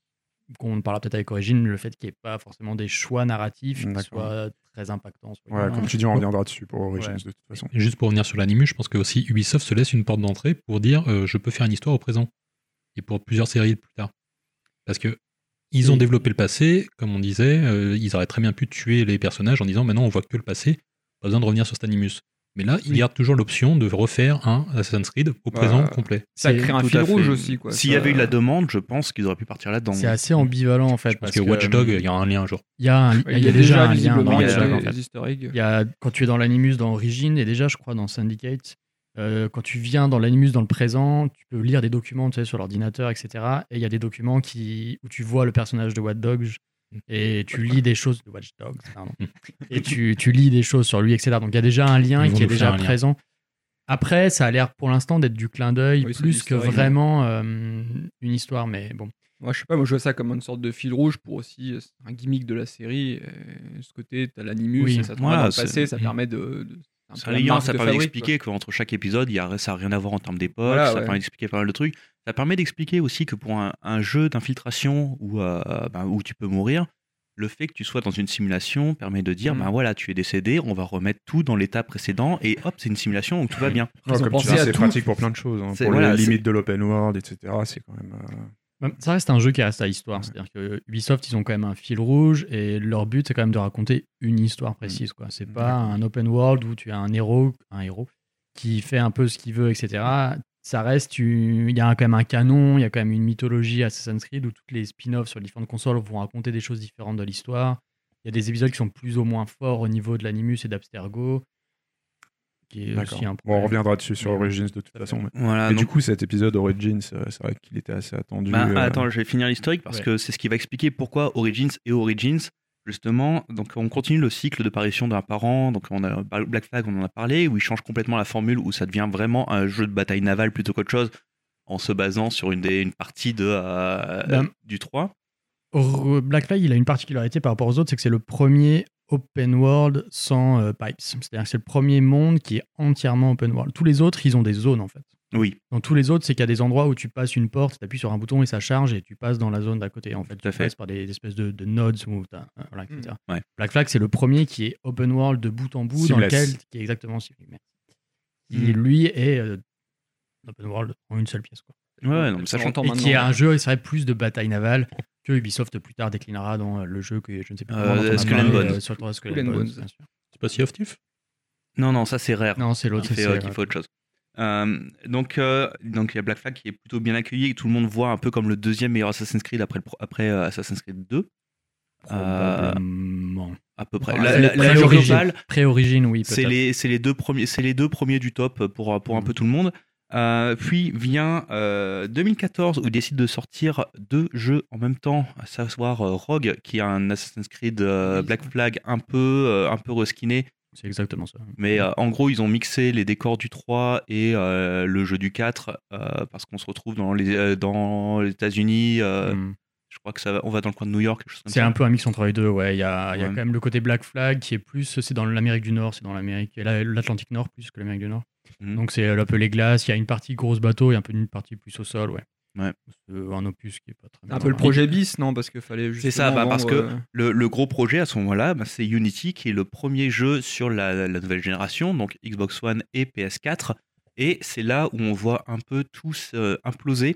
[SPEAKER 4] qu'on parlera peut-être avec Origine, le fait qu'il n'y ait pas forcément des choix narratifs qui
[SPEAKER 1] D'accord.
[SPEAKER 4] soient très impactants. sur les
[SPEAKER 1] Ouais,
[SPEAKER 4] gens.
[SPEAKER 1] Comme tu dis, on reviendra dessus pour Origins
[SPEAKER 4] Ouais.
[SPEAKER 1] de toute façon.
[SPEAKER 5] Et juste pour revenir sur l'animus, je pense que aussi Ubisoft se laisse une porte d'entrée pour dire euh, je peux faire une histoire au présent et pour plusieurs séries plus tard. Parce que ils ont
[SPEAKER 4] Oui.
[SPEAKER 5] développé le passé, comme on disait, euh, ils auraient très bien pu tuer les personnages en disant maintenant on voit que le passé, pas besoin de revenir sur cet animus. Mais là, ils
[SPEAKER 4] Oui.
[SPEAKER 5] gardent toujours l'option de refaire un Assassin's Creed au présent
[SPEAKER 2] Bah,
[SPEAKER 5] complet.
[SPEAKER 2] Ça
[SPEAKER 4] C'est-
[SPEAKER 2] crée un
[SPEAKER 3] Tout
[SPEAKER 2] fil
[SPEAKER 3] à fait.
[SPEAKER 2] rouge aussi. quoi.
[SPEAKER 3] S'il y
[SPEAKER 2] Ça-
[SPEAKER 3] avait eu de la demande, je pense qu'ils auraient pu partir là-dedans.
[SPEAKER 4] C'est assez ambivalent en fait. parce
[SPEAKER 5] Parce, que, Watch Dog,
[SPEAKER 4] euh,
[SPEAKER 5] il y a un lien un jour.
[SPEAKER 4] il y a, un-
[SPEAKER 2] Il y a
[SPEAKER 4] déjà
[SPEAKER 2] déjà
[SPEAKER 4] un lien dans
[SPEAKER 2] visiblement
[SPEAKER 3] il y a-
[SPEAKER 4] Watch Dog, en
[SPEAKER 2] des-
[SPEAKER 4] fait.
[SPEAKER 2] des easter eggs.
[SPEAKER 4] Il y a, quand tu es dans l'animus dans Origine et déjà, je crois, dans Syndicate, euh, quand tu viens dans l'animus dans le présent, tu peux lire des documents tu sais, sur l'ordinateur, etc. Et il y a des documents qui, où tu vois le personnage de Watch Dogs et tu lis des choses de Watch Dogs, pardon. et tu, tu lis des choses sur lui, etc. Donc il y a déjà un lien
[SPEAKER 5] Ils vont
[SPEAKER 4] qui est
[SPEAKER 5] nous faire
[SPEAKER 4] déjà
[SPEAKER 5] un lien.
[SPEAKER 4] présent. Après, ça a l'air pour l'instant d'être du clin d'œil
[SPEAKER 2] Oui, c'est
[SPEAKER 4] plus que
[SPEAKER 2] l'historique.
[SPEAKER 4] vraiment euh, une histoire, mais bon.
[SPEAKER 2] Moi, je sais pas, moi je vois ça comme une sorte de fil rouge pour aussi euh, c'est un gimmick de la série. euh, ce côté, t'as l'animus,
[SPEAKER 4] Oui.
[SPEAKER 2] et ça te
[SPEAKER 3] Voilà,
[SPEAKER 2] voilà, dans le
[SPEAKER 3] c'est- Mhm.
[SPEAKER 2] passé, ça
[SPEAKER 5] Mm.
[SPEAKER 2] permet de. de- un
[SPEAKER 3] C'est
[SPEAKER 2] peu
[SPEAKER 3] un
[SPEAKER 2] la
[SPEAKER 3] lien,
[SPEAKER 2] marque
[SPEAKER 3] ça
[SPEAKER 2] de
[SPEAKER 3] permet
[SPEAKER 2] fabrique,
[SPEAKER 3] d'expliquer qu'entre chaque épisode, il y a, ça n'a rien à voir en termes d'époque,
[SPEAKER 2] Voilà,
[SPEAKER 3] ça
[SPEAKER 2] ouais.
[SPEAKER 3] permet d'expliquer pas mal de trucs. Ça permet d'expliquer aussi que pour un, un jeu d'infiltration où, euh, ben, où tu peux mourir, le fait que tu sois dans une simulation permet de dire,
[SPEAKER 2] Mhm.
[SPEAKER 3] ben voilà, tu es décédé, on va remettre tout dans l'état précédent, et hop, c'est une simulation, donc tout va bien.
[SPEAKER 2] ils ont
[SPEAKER 1] comme tu
[SPEAKER 2] pensé
[SPEAKER 1] dis,
[SPEAKER 2] à
[SPEAKER 1] c'est
[SPEAKER 2] tout.
[SPEAKER 1] pratique pour plein de choses. hein.
[SPEAKER 3] C'est-
[SPEAKER 1] Pour
[SPEAKER 3] voilà,
[SPEAKER 1] les
[SPEAKER 3] c'est-
[SPEAKER 1] limites de l'open world, etc. C'est quand même. euh,
[SPEAKER 4] Bah, Ça reste un jeu qui reste à l'histoire. C'est-à-dire que Ubisoft, ils ont quand même un fil rouge et leur but, c'est quand même de raconter une histoire précise. quoi. C'est pas un open world où tu as un héros, un héros qui fait un peu ce qu'il veut, etc. Ça reste, une- il y a quand même un canon, il y a quand même une mythologie Assassin's Creed où toutes les spin-offs sur les différentes consoles vont raconter des choses différentes de l'histoire. Il y a des épisodes qui sont plus ou moins forts au niveau de l'animus et d'Abstergo. Qui est
[SPEAKER 1] D'accord.
[SPEAKER 4] aussi un
[SPEAKER 1] Bon, on
[SPEAKER 4] problème.
[SPEAKER 1] reviendra dessus sur
[SPEAKER 4] Mais, euh,
[SPEAKER 1] Origins de toute
[SPEAKER 4] tout à
[SPEAKER 1] façon.
[SPEAKER 4] fait.
[SPEAKER 1] mais-
[SPEAKER 3] Voilà,
[SPEAKER 1] Mais
[SPEAKER 3] donc-
[SPEAKER 1] du coup, cet épisode Origins, euh, c'est vrai qu'il était assez attendu.
[SPEAKER 3] Bah,
[SPEAKER 1] euh,
[SPEAKER 3] Attends, je vais finir l'historique parce
[SPEAKER 4] Ouais.
[SPEAKER 3] que c'est ce qui va expliquer pourquoi Origins et Origins, justement. Donc, on continue le cycle de parution d'un parent. Donc, on a Black Flag, on en a parlé, où il change complètement la formule, où ça devient vraiment un jeu de bataille navale plutôt qu'autre chose, en se basant sur une, des, une partie de, euh,
[SPEAKER 4] Ben.
[SPEAKER 3] du 3.
[SPEAKER 4] Re- Black Flag, il a une particularité par rapport aux autres, c'est que c'est le premier open world sans euh, pipes. C'est-à-dire que c'est le premier monde qui est entièrement open world. Tous les autres, ils ont des zones en fait.
[SPEAKER 3] Oui,
[SPEAKER 4] Dans tous les autres, c'est qu'il y a des endroits où tu passes une porte, tu appuies sur un bouton et ça charge et tu passes dans la zone d'à côté. En fait,
[SPEAKER 3] Tout à
[SPEAKER 4] tu
[SPEAKER 3] fait.
[SPEAKER 4] passes par des, des espèces de, de nodes où t'as- euh, voilà,
[SPEAKER 2] Mm.
[SPEAKER 4] etc.
[SPEAKER 3] Ouais.
[SPEAKER 4] Black Flag, c'est le premier qui est open world de bout en bout, dans
[SPEAKER 1] Seamless.
[SPEAKER 4] lequel qui est exactement ciblé. Merci.
[SPEAKER 2] Mm.
[SPEAKER 3] Hmm.
[SPEAKER 4] Qui, lui est euh, open world en une seule pièce. Quoi.
[SPEAKER 3] ouais, non, mais
[SPEAKER 2] Ça
[SPEAKER 3] ça
[SPEAKER 2] rentre
[SPEAKER 3] change.
[SPEAKER 2] en
[SPEAKER 4] Et qui est
[SPEAKER 2] maintenant.
[SPEAKER 4] un jeu, il serait plus de bataille navale que Ubisoft plus tard déclinera dans euh, le jeu que je ne sais plus
[SPEAKER 3] Euh,
[SPEAKER 4] comment dont on a
[SPEAKER 3] Skull and
[SPEAKER 4] parlé,
[SPEAKER 3] Bones.
[SPEAKER 4] euh, sur le Skull
[SPEAKER 2] Skull
[SPEAKER 4] and
[SPEAKER 2] and
[SPEAKER 4] Bones,
[SPEAKER 2] Bones.
[SPEAKER 4] bien sûr.
[SPEAKER 5] C'est pas si off Thief
[SPEAKER 3] Non, non, ça c'est rare.
[SPEAKER 4] Non, c'est l'autre.
[SPEAKER 3] qui fait,
[SPEAKER 4] c'est,
[SPEAKER 3] euh,
[SPEAKER 4] euh,
[SPEAKER 3] qui fait autre chose. Euh, donc, euh, donc il y a Black Flag qui est plutôt bien accueilli et que tout le monde voit un peu comme le deuxième meilleur Assassin's Creed après, le pro- après euh, Assassin's Creed Euh, 2,
[SPEAKER 4] euh, probablement.
[SPEAKER 3] à peu près.
[SPEAKER 4] Ah,
[SPEAKER 3] La- la-
[SPEAKER 4] c'est le
[SPEAKER 3] la- le
[SPEAKER 4] pré-origine.
[SPEAKER 3] global,
[SPEAKER 4] Pré-origine, oui,
[SPEAKER 3] Euh, c'est
[SPEAKER 4] peut-être.
[SPEAKER 3] les, c'est les deux premiers, c'est les deux premiers du top pour, pour un peu tout le monde. Euh, puis vient euh, 2014 où il décide de sortir deux jeux en même temps, à savoir euh, Rogue qui est un Assassin's Creed euh,
[SPEAKER 4] Oui,
[SPEAKER 3] Black Flag un peu euh, un peu reskiné,
[SPEAKER 4] C'est exactement ça.
[SPEAKER 3] mais euh, en gros, ils ont mixé les décors du 3 et euh, le jeu du 4 euh, parce qu'on se retrouve dans les, euh, dans les États-Unis. euh,
[SPEAKER 4] Mm.
[SPEAKER 3] Je crois que ça va- on va dans le coin de New York. quelque chose comme
[SPEAKER 4] C'est
[SPEAKER 3] ça.
[SPEAKER 4] un peu un mix entre les deux, ouais. Il y a, il y a
[SPEAKER 3] Ouais.
[SPEAKER 4] quand même le côté Black Flag qui est plus, c'est dans l'Amérique du Nord, c'est dans l'Amérique, la- l'Atlantique Nord plus que l'Amérique du Nord.
[SPEAKER 3] Mhm.
[SPEAKER 4] Donc c'est euh, un peu les glaces, il y a une partie grosse bateau et un peu une partie plus au sol, ouais.
[SPEAKER 3] Ouais.
[SPEAKER 4] C'est un opus qui est pas très
[SPEAKER 2] Un
[SPEAKER 4] bien.
[SPEAKER 2] peu le projet bis, non Parce qu'il fallait
[SPEAKER 3] C'est
[SPEAKER 2] justement.
[SPEAKER 3] ça, bah, parce
[SPEAKER 2] vendre,
[SPEAKER 3] que
[SPEAKER 2] euh,
[SPEAKER 3] le, le gros projet à ce moment-là, bah, c'est Unity qui est le premier jeu sur la, la nouvelle génération, donc Xbox One et PS4. Et c'est là où on voit un peu tous euh, imploser.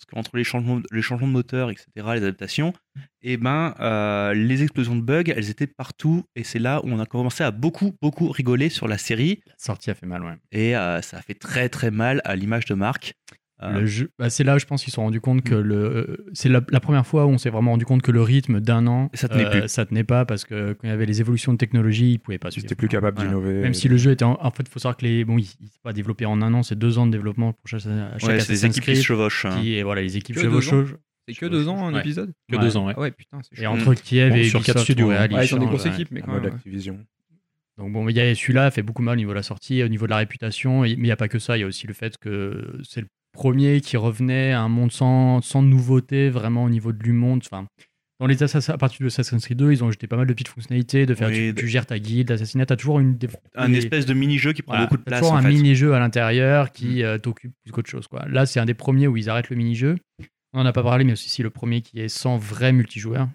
[SPEAKER 3] Parce qu'entre les changements, les changements de moteur, etc., les adaptations, et ben, euh, les explosions de bugs, elles étaient partout. Et c'est là où on a commencé à beaucoup, beaucoup rigoler sur la série.
[SPEAKER 4] La sortie a fait mal, ouais.
[SPEAKER 3] Et euh, ça a fait très, très mal à l'image de marque. Euh,
[SPEAKER 4] Le jeu- bah, c'est là, je pense, qu'ils se sont rendus compte que le. euh, C'est la, la première fois où on s'est vraiment rendu compte que le rythme d'un an, euh,
[SPEAKER 3] Ça tenait plus.
[SPEAKER 4] ça tenait pas parce que quand il y avait les évolutions de technologie, ils pouvaient pas suivre.
[SPEAKER 1] J'étais plus capable
[SPEAKER 4] Voilà.
[SPEAKER 1] d'innover. euh,
[SPEAKER 4] Même si le jeu était en, en fait, faut savoir que les bon, il, il s'est pas développé en un an, c'est deux ans de développement pour chaque, à chaque
[SPEAKER 3] ouais, c'est des
[SPEAKER 4] Assassin's
[SPEAKER 3] équipes qui se
[SPEAKER 4] Creed.
[SPEAKER 3] chevauchent. hein.
[SPEAKER 4] qui- et voilà, les équipes
[SPEAKER 2] Que deux
[SPEAKER 4] chevauchent.
[SPEAKER 2] C'est que deux ans un
[SPEAKER 4] Ouais.
[SPEAKER 2] épisode
[SPEAKER 5] Que
[SPEAKER 4] Ouais.
[SPEAKER 5] deux ans, ouais.
[SPEAKER 2] Ah ouais, putain, c'est
[SPEAKER 4] Et
[SPEAKER 2] chaud.
[SPEAKER 4] entre Kiev
[SPEAKER 5] Bon,
[SPEAKER 4] et
[SPEAKER 5] sur
[SPEAKER 4] Ubisoft,
[SPEAKER 5] quatre studios,
[SPEAKER 4] Montréal,
[SPEAKER 5] hein.
[SPEAKER 2] Ouais, ils ont des
[SPEAKER 4] changent,
[SPEAKER 2] grosses
[SPEAKER 4] ouais.
[SPEAKER 2] équipes, mais
[SPEAKER 1] en
[SPEAKER 2] quand
[SPEAKER 1] mode
[SPEAKER 2] même.
[SPEAKER 1] Activision.
[SPEAKER 4] Donc bon, mais il y a celui-là fait beaucoup mal au niveau de la sortie, au niveau de la réputation, et- mais il n'y a pas que ça, il y a aussi le fait que c'est le premier qui revenait à un monde sans, sans nouveauté vraiment au niveau de l'humonde. Enfin, dans les Assassins, à partir de Assassin's Creed 2, ils ont jeté pas mal de petites fonctionnalités, de faire
[SPEAKER 3] Oui,
[SPEAKER 4] tu,
[SPEAKER 3] de-
[SPEAKER 4] tu gères ta guide, l'assassinat, t'as toujours une des-
[SPEAKER 3] Un
[SPEAKER 4] des-
[SPEAKER 3] espèce de mini-jeu qui prend
[SPEAKER 4] voilà,
[SPEAKER 3] beaucoup de
[SPEAKER 4] t'as
[SPEAKER 3] place.
[SPEAKER 4] toujours
[SPEAKER 3] en
[SPEAKER 4] un
[SPEAKER 3] fait. Mm.
[SPEAKER 4] mini-jeu à l'intérieur qui euh, t'occupe plus qu'autre chose. Quoi. Là, c'est un des premiers où ils arrêtent le mini-jeu. On n'en a pas parlé, mais aussi si le premier qui est sans vrai multijoueur.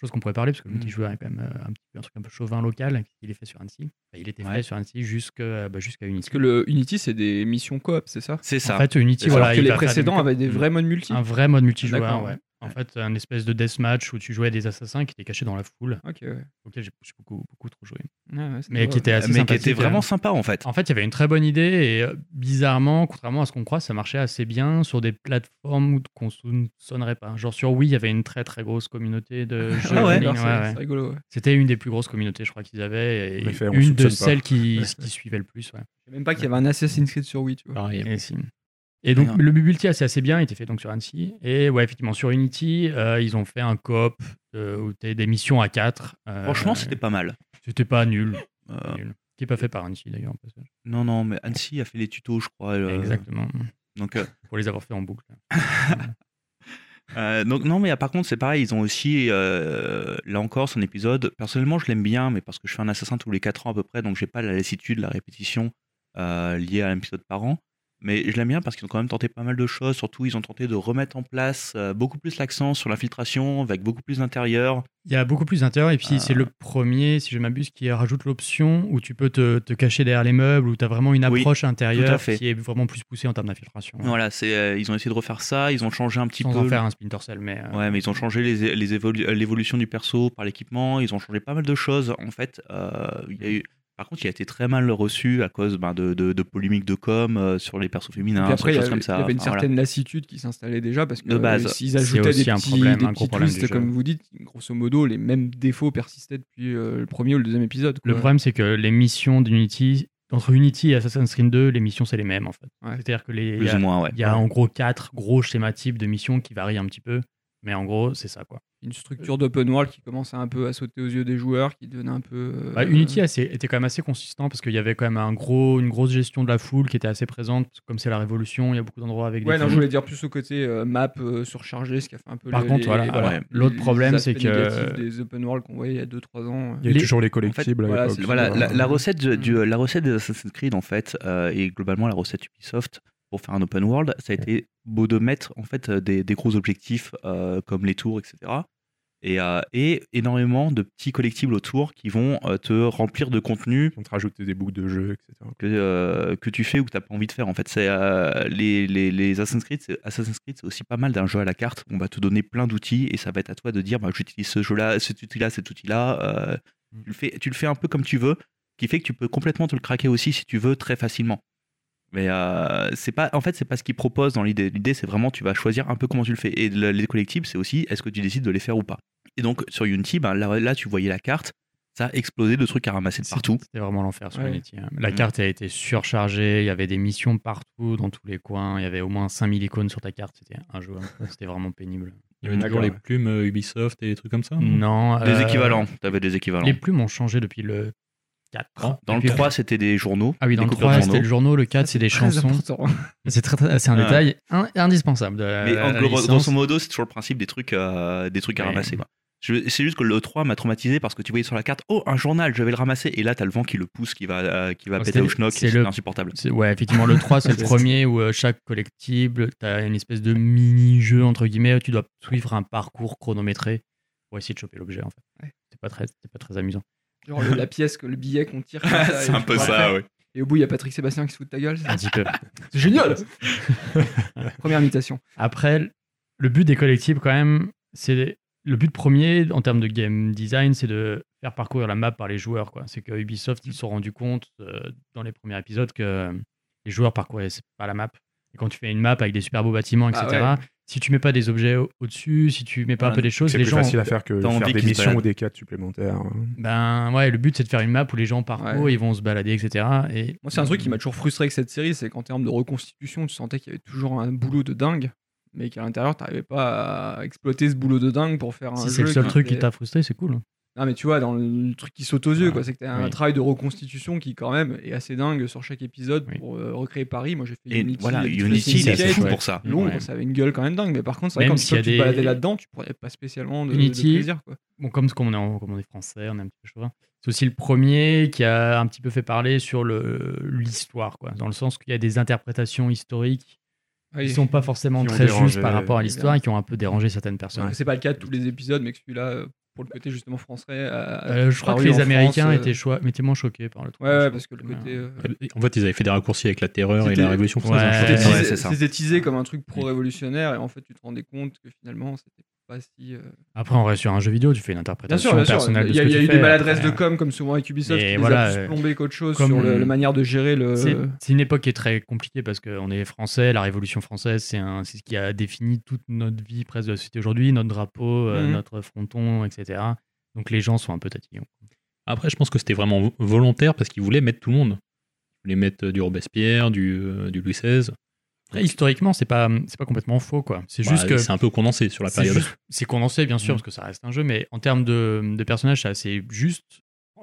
[SPEAKER 4] Chose qu'on pourrait parler, parce que le
[SPEAKER 3] Mm.
[SPEAKER 4] multijoueur est quand même euh, un, petit peu un truc un peu chauvin local. Il est fait sur Annecy. Enfin, il était
[SPEAKER 3] Ouais.
[SPEAKER 4] fait sur Annecy jusqu'à bah, jusqu'à Unity.
[SPEAKER 2] Parce que le Unity, c'est des missions coop, c'est ça
[SPEAKER 3] C'est ça.
[SPEAKER 4] En fait, Unity,
[SPEAKER 3] Et
[SPEAKER 4] voilà.
[SPEAKER 2] Alors
[SPEAKER 4] il
[SPEAKER 2] que les
[SPEAKER 4] va faire
[SPEAKER 2] précédents
[SPEAKER 4] du-
[SPEAKER 2] avaient des vrais modes multi.
[SPEAKER 4] Un vrai mode multijoueur,
[SPEAKER 2] D'accord,
[SPEAKER 4] ouais.
[SPEAKER 2] ouais.
[SPEAKER 4] En fait, un espèce de deathmatch où tu jouais à des assassins qui étaient cachés dans la foule,
[SPEAKER 2] Ok, ouais. Ah
[SPEAKER 4] auquel j'ai j'ai beaucoup, beaucoup trop joué.
[SPEAKER 2] Ouais, ouais, c'est
[SPEAKER 4] Mais
[SPEAKER 2] drôle.
[SPEAKER 4] qui était assez
[SPEAKER 3] mais qui était
[SPEAKER 4] sympathique,
[SPEAKER 3] vraiment Ah, sympa euh, en fait.
[SPEAKER 4] En fait, il y avait une très bonne idée et euh, bizarrement, contrairement à ce qu'on croit, ça marchait assez bien sur des plateformes où qu'on sou- ne sonnerait pas. Genre sur Wii, il y avait une très très grosse communauté de jeux.
[SPEAKER 3] Ah ouais,
[SPEAKER 4] en ligne,
[SPEAKER 2] alors,
[SPEAKER 4] ouais,
[SPEAKER 2] c'est
[SPEAKER 4] ouais.
[SPEAKER 2] c'est rigolo. ouais.
[SPEAKER 4] C'était une des plus grosses communautés, je crois qu'ils avaient, et
[SPEAKER 1] En effet, on
[SPEAKER 4] une
[SPEAKER 1] soupçonne
[SPEAKER 4] de
[SPEAKER 1] pas.
[SPEAKER 4] celles qui, qui suivait le plus. ouais.
[SPEAKER 2] Je sais même pas qu'il y avait un Assassin's Creed sur Wii, tu vois.
[SPEAKER 5] Pareil.
[SPEAKER 4] Et, si. Et donc
[SPEAKER 3] Ah.
[SPEAKER 4] le multi c'est assez bien, il était fait donc sur Annecy. Et ouais, effectivement sur Unity, euh, ils ont fait un coop euh, où t'as des missions à 4
[SPEAKER 3] Franchement, c'était pas mal.
[SPEAKER 4] c'était pas nul,
[SPEAKER 3] Euh,
[SPEAKER 4] nul. Qui est pas fait par Annecy d'ailleurs. en passage.
[SPEAKER 3] non, non, mais Annecy a fait les tutos, je crois. euh,
[SPEAKER 4] Exactement.
[SPEAKER 3] Donc, euh,
[SPEAKER 4] Pour les avoir fait en boucle.
[SPEAKER 3] euh, donc, non, mais ah, par contre, c'est pareil. Ils ont aussi, euh, là encore, son épisode. Personnellement, je l'aime bien, mais parce que je fais un assassin tous les 4 ans à peu près, donc j'ai pas la lassitude, la répétition euh, liée à un épisode par an. Mais je l'aime bien parce qu'ils ont quand même tenté pas mal de choses. Surtout, ils ont tenté de remettre en place euh, beaucoup plus l'accent sur l'infiltration, avec beaucoup plus d'intérieur.
[SPEAKER 4] Il y a beaucoup plus d'intérêt. Et puis,
[SPEAKER 3] Ah.
[SPEAKER 4] c'est le premier, si je m'abuse, qui rajoute l'option où tu peux te, te cacher derrière les meubles, où tu as vraiment une
[SPEAKER 3] Oui,
[SPEAKER 4] approche
[SPEAKER 3] tout à
[SPEAKER 4] intérieure
[SPEAKER 3] fait.
[SPEAKER 4] qui est vraiment plus poussée en termes d'infiltration.
[SPEAKER 3] Voilà, c'est, euh, ils ont essayé de refaire ça. Ils ont changé un petit
[SPEAKER 4] Sans
[SPEAKER 3] peu.
[SPEAKER 4] en faire un Splinter Cell, mais euh,
[SPEAKER 3] Ah. Ouais, mais ils ont changé les, les évolu- euh, l'évolution du perso par l'équipement, ils ont changé pas mal de choses. En fait, euh, il y a eu... par contre, il a été très mal reçu à cause ben, de, de, de polémiques de com euh, sur les persos féminins,
[SPEAKER 2] Puis après,
[SPEAKER 3] sur des
[SPEAKER 2] il y,
[SPEAKER 3] choses
[SPEAKER 2] avait-
[SPEAKER 3] comme ça.
[SPEAKER 2] il y avait une
[SPEAKER 3] Enfin, voilà.
[SPEAKER 2] certaine lassitude qui s'installait déjà parce que
[SPEAKER 3] De base.
[SPEAKER 2] euh, s'ils
[SPEAKER 4] C'est
[SPEAKER 2] ajoutaient des
[SPEAKER 4] aussi un
[SPEAKER 2] petits,
[SPEAKER 4] problème,
[SPEAKER 2] des
[SPEAKER 4] un gros
[SPEAKER 2] petits
[SPEAKER 4] problème
[SPEAKER 2] twists,
[SPEAKER 4] du jeu.
[SPEAKER 2] comme vous dites, grosso modo, les mêmes défauts persistaient depuis euh, le premier ou le deuxième épisode.
[SPEAKER 4] le
[SPEAKER 2] quoi.
[SPEAKER 4] problème, c'est que les missions d'Unity, entre Unity et Assassin's Creed 2, les missions, c'est les mêmes en fait.
[SPEAKER 2] Ouais.
[SPEAKER 4] C'est-à-dire que les. il y
[SPEAKER 3] Plus
[SPEAKER 4] a-
[SPEAKER 3] ou moins, ouais.
[SPEAKER 4] Il y a en gros quatre gros schématypes de missions qui varient un petit peu, mais en gros, c'est ça quoi.
[SPEAKER 2] une structure d'open world qui commence à un peu à sauter aux yeux des joueurs, qui devenait un peu. euh,
[SPEAKER 4] Bah, Unity assez- était quand même assez consistant parce qu'il y avait quand même un gros, une grosse gestion de la foule qui était assez présente. parce que Comme c'est la révolution, il y a beaucoup d'endroits avec des.
[SPEAKER 2] Ouais, non,
[SPEAKER 4] foules.
[SPEAKER 2] je voulais dire plus au côté euh, map euh, surchargé, ce qui a fait un peu
[SPEAKER 4] Par
[SPEAKER 2] les-
[SPEAKER 4] contre,
[SPEAKER 2] les-
[SPEAKER 4] voilà,
[SPEAKER 2] les-
[SPEAKER 4] alors,
[SPEAKER 3] ouais.
[SPEAKER 4] l'autre
[SPEAKER 2] les
[SPEAKER 4] problème,
[SPEAKER 2] aspects
[SPEAKER 4] c'est
[SPEAKER 2] négatifs
[SPEAKER 4] que
[SPEAKER 2] des open world qu'on voyait il y a 2-3 ans. euh.
[SPEAKER 1] Il y a
[SPEAKER 4] Les-
[SPEAKER 1] toujours les collectibles
[SPEAKER 2] voilà,
[SPEAKER 1] à
[SPEAKER 2] c'est-
[SPEAKER 1] l'époque.
[SPEAKER 3] Voilà, la, la recette de-
[SPEAKER 2] Mm.
[SPEAKER 3] du, la recette des Assassin's Creed, en fait, euh, et globalement la recette Ubisoft pour faire un open world, ça a été beau de mettre en fait euh, des, des gros objectifs euh, comme les tours, etc. Et, euh, et énormément de petits collectibles autour qui vont euh, te remplir de contenu
[SPEAKER 1] On te rajoute des boucles de jeu, etc.
[SPEAKER 3] que, euh, que tu fais ou que tu n'as pas envie de faire. En fait, c'est euh, les, les, les Assassin's Creed, c'est- Assassin's Creed, c'est aussi pas mal d'un jeu à la carte. On va te donner plein d'outils et ça va être à toi de dire bah, j'utilise ce jeu-là, cet outil-là, cet outil-là. euh, tu, le fais, tu le fais un peu comme tu veux, ce qui fait que tu peux complètement te le craquer aussi si tu veux très facilement. Mais euh, c'est pas, en fait, c'est pas ce qu'ils proposent dans l'idée. L'idée, c'est vraiment tu vas choisir un peu comment tu le fais. Et le- les collectibles, c'est aussi est-ce que tu décides de les faire ou pas. Et donc sur Unity, bah, là, là, tu voyais la carte, ça a explosé de trucs à ramasser de
[SPEAKER 4] C'est-
[SPEAKER 3] partout.
[SPEAKER 4] C'était vraiment l'enfer sur
[SPEAKER 2] Ouais.
[SPEAKER 4] Unity. hein. La
[SPEAKER 3] Mm.
[SPEAKER 4] carte a été surchargée, il y avait des missions partout, dans tous les coins, il y avait au moins 5000 icônes sur ta carte, c'était injouable. C'était vraiment pénible.
[SPEAKER 5] Il y avait toujours
[SPEAKER 1] D'accord,
[SPEAKER 5] les
[SPEAKER 1] ouais.
[SPEAKER 5] plumes euh, Ubisoft et des trucs comme ça. non
[SPEAKER 4] Non.
[SPEAKER 3] Des
[SPEAKER 4] euh,
[SPEAKER 3] équivalents, t'avais des équivalents.
[SPEAKER 4] Les plumes ont changé depuis le 4.
[SPEAKER 3] Dans le 3, c'était des journaux.
[SPEAKER 4] Ah oui, dans
[SPEAKER 3] des
[SPEAKER 4] le
[SPEAKER 3] coupures de
[SPEAKER 4] 3, c'était le
[SPEAKER 3] journaux.
[SPEAKER 4] journaux, le 4, c'est des
[SPEAKER 2] (laughs) Très
[SPEAKER 4] chansons.
[SPEAKER 2] important.
[SPEAKER 4] C'est très, très- c'est un
[SPEAKER 3] Ouais.
[SPEAKER 4] détail in- indispensable. De la-
[SPEAKER 3] Mais
[SPEAKER 4] la-
[SPEAKER 3] en
[SPEAKER 4] euh, la
[SPEAKER 3] gros,
[SPEAKER 4] licence.
[SPEAKER 3] grosso modo, c'est toujours le principe des trucs, euh, des trucs à
[SPEAKER 4] Ouais.
[SPEAKER 3] ramasser. quoi. Je- C'est juste que le 3 m'a traumatisé parce que tu voyais sur la carte, oh, un journal, je vais le ramasser. Et là, t'as le vent qui le pousse, qui va, euh, qui va
[SPEAKER 4] Ah,
[SPEAKER 3] péter
[SPEAKER 4] c'était-
[SPEAKER 3] au schnock,
[SPEAKER 4] c'est
[SPEAKER 3] et c'est
[SPEAKER 4] le- (laughs)
[SPEAKER 3] insupportable.
[SPEAKER 4] C'est- Ouais, effectivement, le 3, c'est le premier où euh, chaque collectible, tu as une espèce de mini-jeu, entre guillemets, où tu dois suivre un parcours chronométré pour essayer de choper l'objet, en fait.
[SPEAKER 2] Ouais.
[SPEAKER 4] C'est pas très, c'est pas très amusant.
[SPEAKER 2] Genre
[SPEAKER 4] (laughs)
[SPEAKER 2] le- la pièce, que le billet
[SPEAKER 3] (laughs)
[SPEAKER 2] qu'on tire. comme ça,
[SPEAKER 3] c'est
[SPEAKER 2] et
[SPEAKER 3] un
[SPEAKER 2] tu
[SPEAKER 3] peu
[SPEAKER 2] vois
[SPEAKER 3] ça,
[SPEAKER 2] après.
[SPEAKER 3] ouais.
[SPEAKER 2] Et au bout, il y a Patrick Sébastien qui se fout de ta gueule. ça.
[SPEAKER 4] Un petit peu. (laughs)
[SPEAKER 2] C'est génial Première imitation.
[SPEAKER 4] Après, le but des collectibles, quand même, c'est le but premier en termes de game design, c'est de faire parcourir la map par les joueurs. quoi. C'est que Ubisoft, ils se sont rendus compte euh, dans les premiers épisodes que les joueurs parcouraient pas la map. Et quand tu fais une map avec des super beaux bâtiments, etc.,
[SPEAKER 2] Ah
[SPEAKER 4] si tu mets pas des objets au- au-dessus, si tu mets pas un
[SPEAKER 3] Voilà,
[SPEAKER 4] peu des choses,
[SPEAKER 1] C'est
[SPEAKER 4] les
[SPEAKER 1] plus
[SPEAKER 4] gens.
[SPEAKER 1] facile à faire que
[SPEAKER 3] t'as envie
[SPEAKER 1] faire des
[SPEAKER 3] qu'ils se
[SPEAKER 1] missions
[SPEAKER 3] baladent.
[SPEAKER 1] ou des quêtes supplémentaires. hein.
[SPEAKER 4] Ben ouais, le but c'est de faire une map où les gens parcourent,
[SPEAKER 2] Ouais.
[SPEAKER 4] ils vont se balader, etc. Et
[SPEAKER 2] Moi, c'est un truc qui m'a
[SPEAKER 4] Euh,
[SPEAKER 2] toujours frustré avec cette série, c'est qu'en termes de reconstitution, tu sentais qu'il y avait toujours un boulot de dingue, mais qu'à l'intérieur, t'arrivais pas à exploiter ce boulot de dingue pour faire un
[SPEAKER 4] si
[SPEAKER 2] jeu.
[SPEAKER 4] c'est le seul
[SPEAKER 2] qui
[SPEAKER 4] truc qui
[SPEAKER 2] était-
[SPEAKER 4] t'a frustré, c'est cool.
[SPEAKER 2] Non, mais tu vois, dans le truc qui saute aux yeux,
[SPEAKER 4] Voilà.
[SPEAKER 2] quoi, c'est que t'as un
[SPEAKER 4] Oui.
[SPEAKER 2] travail de reconstitution qui, quand même, est assez dingue sur chaque épisode
[SPEAKER 4] Oui.
[SPEAKER 2] pour euh, recréer Paris. Moi, j'ai fait
[SPEAKER 3] Et
[SPEAKER 2] Unity,
[SPEAKER 3] voilà,
[SPEAKER 2] j'ai fait
[SPEAKER 3] Unity,
[SPEAKER 4] c'est
[SPEAKER 3] c'est
[SPEAKER 2] Syndicate,
[SPEAKER 4] assez
[SPEAKER 3] fou
[SPEAKER 4] ouais.
[SPEAKER 3] pour ça.
[SPEAKER 2] Londres,
[SPEAKER 4] Ouais.
[SPEAKER 2] ça avait une gueule quand même dingue, mais par contre, c'est vrai
[SPEAKER 4] Même
[SPEAKER 2] qu'en
[SPEAKER 4] s'il y a
[SPEAKER 2] tu te
[SPEAKER 4] des-
[SPEAKER 2] baladais là-dedans, tu prenais pas spécialement de, de
[SPEAKER 4] Unity-
[SPEAKER 2] plaisir. Quoi.
[SPEAKER 4] bon, comme, ce qu'on est en- comme on est français, on est un petit peu chauvin. C'est aussi le premier qui a un petit peu fait parler sur le- l'histoire, quoi. Dans le sens qu'il y a des interprétations historiques
[SPEAKER 2] Ah,
[SPEAKER 4] qui
[SPEAKER 2] il-
[SPEAKER 4] sont pas forcément
[SPEAKER 1] Qui ont
[SPEAKER 4] très justes
[SPEAKER 1] dérangé,
[SPEAKER 4] par rapport
[SPEAKER 2] évidemment.
[SPEAKER 4] à l'histoire et qui ont un peu dérangé certaines personnes.
[SPEAKER 2] C'est pas le cas de tous les épisodes, mais que celui-là, euh, pour le côté justement français. a- a
[SPEAKER 4] Euh, je crois que
[SPEAKER 2] paru en
[SPEAKER 4] les
[SPEAKER 2] France,
[SPEAKER 4] Américains
[SPEAKER 2] euh,
[SPEAKER 4] étaient, choi- étaient moins choqués par le truc.
[SPEAKER 2] Ouais, ouais,
[SPEAKER 4] je
[SPEAKER 2] parce que le
[SPEAKER 4] pense.
[SPEAKER 2] côté. euh,
[SPEAKER 5] En fait, ils avaient fait des raccourcis avec la terreur et
[SPEAKER 2] C'était-
[SPEAKER 5] la révolution française.
[SPEAKER 4] Ouais.
[SPEAKER 5] hein, je crois.
[SPEAKER 2] C'était
[SPEAKER 3] ouais,
[SPEAKER 2] teasé-
[SPEAKER 3] c'est ça.
[SPEAKER 2] c'était teasé comme un truc pro-révolutionnaire, et en fait, tu te rendais compte que finalement, c'était pas si. euh,
[SPEAKER 4] Après, on reste sur un jeu vidéo, tu fais une
[SPEAKER 2] Bien
[SPEAKER 4] interprétation
[SPEAKER 2] sûr, bien sûr.
[SPEAKER 4] personnelle
[SPEAKER 2] Il y a,
[SPEAKER 4] de
[SPEAKER 2] il
[SPEAKER 4] ce
[SPEAKER 2] y a
[SPEAKER 4] que
[SPEAKER 2] eu
[SPEAKER 4] tu
[SPEAKER 2] des
[SPEAKER 4] fais.
[SPEAKER 2] maladresses de
[SPEAKER 4] Après,
[SPEAKER 2] com, comme souvent avec Ubisoft,
[SPEAKER 4] Mais
[SPEAKER 2] qui
[SPEAKER 4] voilà,
[SPEAKER 2] les a
[SPEAKER 4] euh,
[SPEAKER 2] plus plombés qu'autre chose
[SPEAKER 4] comme-
[SPEAKER 2] sur le- la manière de gérer le.
[SPEAKER 4] C'est
[SPEAKER 5] Euh,
[SPEAKER 4] c'est une époque qui est très compliquée parce qu'on est français, la Révolution française, c'est un- c'est ce qui a défini toute notre vie presque de la société aujourd'hui, notre drapeau, euh,
[SPEAKER 2] Mhm.
[SPEAKER 4] notre fronton, etc. Donc les gens sont un peu tatillons.
[SPEAKER 5] Après, je pense que c'était vraiment vo- volontaire parce qu'ils voulaient mettre tout le monde. Ils voulaient mettre euh, du Robespierre, du, euh, du Louis XVI.
[SPEAKER 4] Après, historiquement, c'est pas, c'est pas complètement faux, quoi. C'est
[SPEAKER 5] Bah,
[SPEAKER 4] juste que.
[SPEAKER 5] C'est un peu condensé sur la
[SPEAKER 4] C'est
[SPEAKER 5] période.
[SPEAKER 4] juste- c'est condensé, bien sûr,
[SPEAKER 5] Mhm.
[SPEAKER 4] parce que ça reste un jeu, mais en termes de, de personnages, c'est assez juste.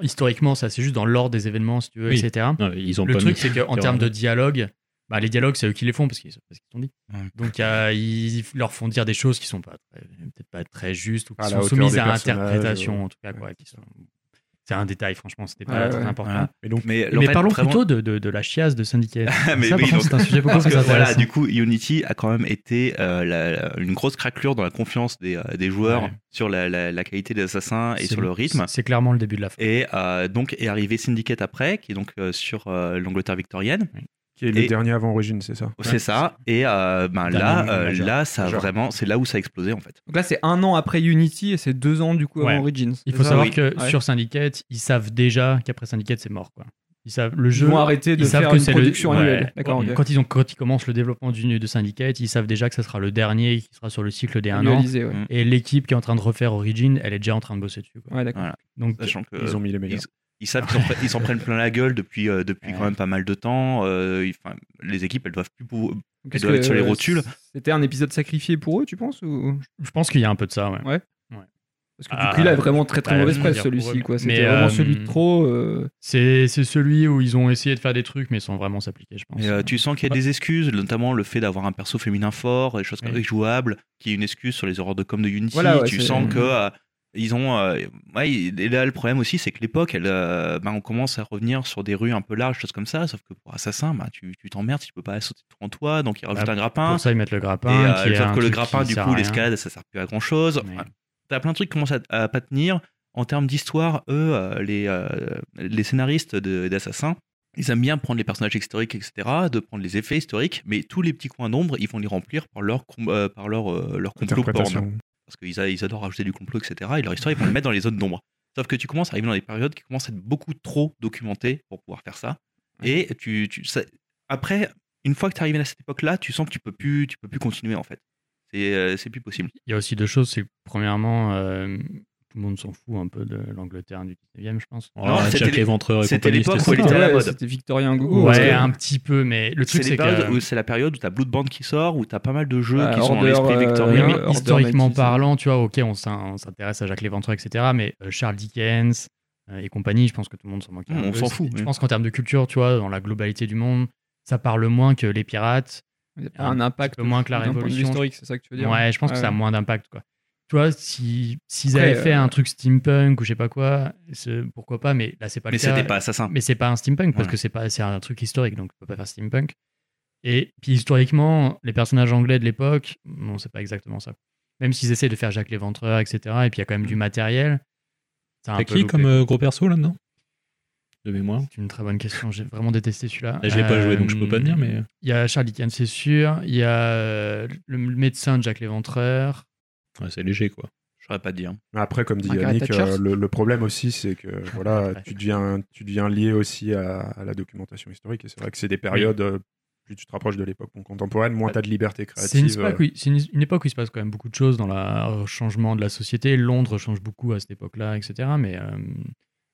[SPEAKER 4] Historiquement, c'est assez juste dans l'ordre des événements, si tu veux,
[SPEAKER 5] Oui.
[SPEAKER 4] etc.
[SPEAKER 5] (laughs) Non, ils ont
[SPEAKER 4] Le
[SPEAKER 5] pas
[SPEAKER 4] truc,
[SPEAKER 5] mis-
[SPEAKER 4] c'est qu'en
[SPEAKER 5] Terror.
[SPEAKER 4] termes de dialogue, bah, les dialogues, c'est eux qui les font parce qu'ils parce qu'ils sont dit.
[SPEAKER 3] Ouais.
[SPEAKER 4] Donc, euh, ils leur font dire des choses qui sont pas très- peut-être pas très justes ou
[SPEAKER 1] À
[SPEAKER 4] qui
[SPEAKER 1] la
[SPEAKER 4] sont
[SPEAKER 1] hauteur
[SPEAKER 4] soumises
[SPEAKER 1] des
[SPEAKER 4] à
[SPEAKER 1] personnages,
[SPEAKER 4] interprétation,
[SPEAKER 1] ouais.
[SPEAKER 4] en tout cas. quoi,
[SPEAKER 1] Ouais,
[SPEAKER 4] qui sont- C'est un détail, franchement, c'était
[SPEAKER 2] Ouais,
[SPEAKER 4] pas très
[SPEAKER 2] ouais.
[SPEAKER 4] important.
[SPEAKER 3] Voilà.
[SPEAKER 1] Mais donc,
[SPEAKER 3] Mais, en
[SPEAKER 4] Mais
[SPEAKER 3] fait,
[SPEAKER 4] parlons
[SPEAKER 3] vraiment-
[SPEAKER 4] plutôt de, de- de la chiasse de Syndicate.
[SPEAKER 3] (laughs) Mais
[SPEAKER 4] Ça, par
[SPEAKER 3] oui,
[SPEAKER 4] contre,
[SPEAKER 3] donc-
[SPEAKER 4] c'est un sujet beaucoup
[SPEAKER 3] Parce
[SPEAKER 4] plus
[SPEAKER 3] que voilà,
[SPEAKER 4] intéressant.
[SPEAKER 3] du coup, Unity a quand même été euh, la- la- une grosse craquelure dans la confiance des, euh, des joueurs
[SPEAKER 4] Ouais.
[SPEAKER 3] sur la, la- la qualité des assassins et
[SPEAKER 4] C'est-
[SPEAKER 3] sur le rythme.
[SPEAKER 4] C'est clairement le début de la fin.
[SPEAKER 3] Et euh, donc est arrivé Syndicate après, qui est donc euh, sur euh, l'Angleterre victorienne.
[SPEAKER 1] qui est le
[SPEAKER 3] et-
[SPEAKER 1] dernier avant Origin, c'est ça
[SPEAKER 3] C'est ça. Et euh, ben,
[SPEAKER 4] Dernier
[SPEAKER 3] là,
[SPEAKER 4] majeur.
[SPEAKER 3] euh, là, ça a
[SPEAKER 1] Majeur.
[SPEAKER 3] vraiment, c'est là où ça a explosé en fait.
[SPEAKER 2] Donc là, c'est un an après Unity et c'est deux ans du coup
[SPEAKER 4] Ouais.
[SPEAKER 2] avant Origins.
[SPEAKER 4] Il
[SPEAKER 2] c'est
[SPEAKER 4] faut
[SPEAKER 2] ça
[SPEAKER 4] savoir
[SPEAKER 3] oui.
[SPEAKER 4] que
[SPEAKER 2] Ouais.
[SPEAKER 4] sur Syndicate, ils savent déjà qu'après Syndicate, c'est mort. Quoi. Ils savent, le
[SPEAKER 2] Ils
[SPEAKER 4] jeu,
[SPEAKER 2] vont arrêter de
[SPEAKER 4] ils savent
[SPEAKER 2] faire
[SPEAKER 4] que
[SPEAKER 2] une
[SPEAKER 4] c'est le-
[SPEAKER 2] production
[SPEAKER 4] ouais.
[SPEAKER 2] annuelle. D'accord, ok.
[SPEAKER 4] Quand ils, ont, quand ils commencent le développement du, de Syndicate, ils savent déjà que ça sera le dernier qui sera sur le cycle des 1 an.
[SPEAKER 2] Annualisé, ouais.
[SPEAKER 4] Et l'équipe qui est en train de refaire Origin, elle est déjà en train de bosser dessus. quoi.
[SPEAKER 2] Ouais, d'accord.
[SPEAKER 4] Donc,
[SPEAKER 3] Sachant que
[SPEAKER 1] Ils ont mis les meilleurs.
[SPEAKER 3] Euh, ils savent qu'ils s'en pre- ils s'en prennent plein la gueule depuis, euh, depuis quand même pas mal de temps. Euh, ils- enfin, les équipes, elles doivent plus pou-
[SPEAKER 2] Donc,
[SPEAKER 3] Ils
[SPEAKER 2] est-ce
[SPEAKER 3] doivent
[SPEAKER 2] que,
[SPEAKER 3] être sur les
[SPEAKER 2] euh,
[SPEAKER 3] rotules.
[SPEAKER 2] C'était un épisode sacrifié pour eux, tu penses ou...
[SPEAKER 4] je pense qu'il y a un peu de ça. ouais.
[SPEAKER 2] Ouais. Parce que du
[SPEAKER 4] Ah,
[SPEAKER 2] coup, il a vraiment très très
[SPEAKER 4] bah,
[SPEAKER 2] mauvaise
[SPEAKER 4] je
[SPEAKER 2] presse
[SPEAKER 4] veux dire pour eux,
[SPEAKER 2] celui-ci. quoi.
[SPEAKER 4] mais-
[SPEAKER 2] C'était
[SPEAKER 4] mais,
[SPEAKER 2] vraiment
[SPEAKER 4] euh,
[SPEAKER 2] celui de trop. euh,
[SPEAKER 4] C'est c'est celui où ils ont essayé de faire des trucs, mais sans vraiment s'appliquer, je pense.
[SPEAKER 3] Mais, euh, tu sens qu'il y a des excuses, notamment le fait d'avoir un perso féminin fort, des choses comme
[SPEAKER 4] Oui.
[SPEAKER 3] jouables, qui est une excuse sur les horreurs de com de Unity.
[SPEAKER 2] Voilà, ouais,
[SPEAKER 3] tu
[SPEAKER 2] c'est-
[SPEAKER 4] mmh.
[SPEAKER 3] sens
[SPEAKER 2] Mhm.
[SPEAKER 3] que euh, ils ont. euh, ouais, et là, le problème aussi, c'est que l'époque, elle, euh, bah, on commence à revenir sur des rues un peu larges, choses comme ça. Sauf que pour Assassin, bah, tu tu t'emmerdes, tu peux pas sauter tout en toi, donc ils rajoutent
[SPEAKER 4] Bah,
[SPEAKER 3] un grappin.
[SPEAKER 4] Pour ça, ils mettent le grappin.
[SPEAKER 3] Et, euh,
[SPEAKER 4] qui est
[SPEAKER 3] sauf
[SPEAKER 4] un
[SPEAKER 3] que le
[SPEAKER 4] truc
[SPEAKER 3] grappin,
[SPEAKER 4] qui
[SPEAKER 3] du
[SPEAKER 4] sert
[SPEAKER 3] coup,
[SPEAKER 4] à rien.
[SPEAKER 3] l'escalade, ça sert plus à grand chose.
[SPEAKER 4] Mais-
[SPEAKER 3] t'as plein de trucs qui commencent à, à pas tenir. En termes d'histoire, eux, euh, les, euh, les scénaristes de- d'Assassins, ils aiment bien prendre les personnages historiques, etc., de prendre les effets historiques, mais tous les petits coins d'ombre, ils vont les remplir par leur, com- euh, par leur, euh, leur complot porn
[SPEAKER 1] Interprétation.
[SPEAKER 3] parce qu'ils a- ils adorent rajouter du complot, etc. Et leur histoire, ils vont la mettre dans les zones d'ombre. Sauf que tu commences à arriver dans des périodes qui commencent à être beaucoup trop documentées pour pouvoir faire ça. Et tu, tu- ça- après, une fois que tu es arrivé à cette époque-là, tu sens que tu peux plus, tu peux plus continuer en fait. C'est euh, c'est plus possible.
[SPEAKER 4] Il y a aussi deux choses. C'est que, premièrement, euh, tout le monde s'en fout un peu de l'Angleterre du 19e, je pense.
[SPEAKER 5] Voilà,
[SPEAKER 3] c'était
[SPEAKER 5] Jack
[SPEAKER 3] les-
[SPEAKER 5] l'éventreur Oh, et
[SPEAKER 3] c'était
[SPEAKER 5] compagnie,
[SPEAKER 3] l'époque
[SPEAKER 5] c'était
[SPEAKER 3] où il
[SPEAKER 5] sympa.
[SPEAKER 3] était à la
[SPEAKER 2] Ouais,
[SPEAKER 3] mode.
[SPEAKER 2] C'était Victorien Gogo.
[SPEAKER 4] Ouais, un petit peu, mais le
[SPEAKER 3] C'est
[SPEAKER 4] truc,
[SPEAKER 3] les
[SPEAKER 4] c'est
[SPEAKER 3] périodes
[SPEAKER 4] que.
[SPEAKER 3] où- c'est la période où tu as Bloodborne qui sort, où tu as pas mal de jeux
[SPEAKER 2] Bah,
[SPEAKER 3] qui sont dans
[SPEAKER 2] Order,
[SPEAKER 3] l'esprit
[SPEAKER 2] euh,
[SPEAKER 4] Oui,
[SPEAKER 3] victorien.
[SPEAKER 4] mais
[SPEAKER 2] Order
[SPEAKER 4] historiquement
[SPEAKER 2] 96.
[SPEAKER 4] parlant, tu vois, ok, on s'in- on s'intéresse à Jacques Léventreur, etc. Mais euh, Charles Dickens euh, et compagnie, je pense que tout le monde s'en moque. un
[SPEAKER 3] Mmh, on
[SPEAKER 4] peu.
[SPEAKER 3] s'en
[SPEAKER 4] C'est-
[SPEAKER 3] fout,
[SPEAKER 4] Je
[SPEAKER 3] oui.
[SPEAKER 4] pense qu'en termes de culture, tu vois, dans la globalité du monde, ça parle moins que les pirates.
[SPEAKER 2] Il y a pas un impact
[SPEAKER 4] peu moins que la
[SPEAKER 2] d'un point de vue
[SPEAKER 4] Révolution.
[SPEAKER 2] historique, c'est ça que tu veux dire.
[SPEAKER 4] Ouais, je pense que
[SPEAKER 2] Ouais,
[SPEAKER 4] ça a
[SPEAKER 2] ouais.
[SPEAKER 4] moins d'impact, quoi. Tu vois, si s'ils
[SPEAKER 2] Après,
[SPEAKER 4] avaient fait
[SPEAKER 2] euh,
[SPEAKER 4] un truc steampunk ou je sais pas quoi, c'est- pourquoi pas, mais là, c'est pas
[SPEAKER 3] Mais
[SPEAKER 4] le cas.
[SPEAKER 3] c'était pas assassin.
[SPEAKER 4] Mais c'est pas un steampunk parce
[SPEAKER 3] Voilà.
[SPEAKER 4] que c'est pas c'est un truc historique donc tu peux pas faire steampunk. Et puis historiquement, les personnages anglais de l'époque, bon, c'est pas exactement ça. Même s'ils essaient de faire Jacques l'Éventreur, etc. Et puis il y a quand même du matériel. C'est un
[SPEAKER 5] T'as
[SPEAKER 4] peu
[SPEAKER 5] qui
[SPEAKER 4] loupé.
[SPEAKER 5] comme euh, gros perso là-dedans De mémoire.
[SPEAKER 4] C'est une très bonne question. J'ai vraiment détesté celui-là.
[SPEAKER 5] Et je l'ai pas
[SPEAKER 4] Euh,
[SPEAKER 5] joué donc je peux pas te dire, mais.
[SPEAKER 4] Il y a Charles Dickens, c'est sûr. Il y a euh, le médecin de Jacques l'Éventreur.
[SPEAKER 5] Ouais, c'est léger quoi.
[SPEAKER 3] Je saurais pas hein. te dire.
[SPEAKER 1] Mais Après, comme dit
[SPEAKER 2] Margaret
[SPEAKER 1] Yannick,
[SPEAKER 2] Thatcher.
[SPEAKER 1] euh, le, le problème aussi, c'est que voilà,
[SPEAKER 4] Ouais.
[SPEAKER 1] tu deviens, tu deviens lié aussi à, à la documentation historique. Et c'est vrai que c'est des périodes, euh, plus tu te rapproches de l'époque contemporaine, moins
[SPEAKER 4] Ouais.
[SPEAKER 1] tu as de liberté créative. euh,
[SPEAKER 4] C'est une, époque où il- c'est une- une époque où il se passe quand même beaucoup de choses dans la- le changement de la société. Londres change beaucoup à cette époque-là, etc. Mais, euh,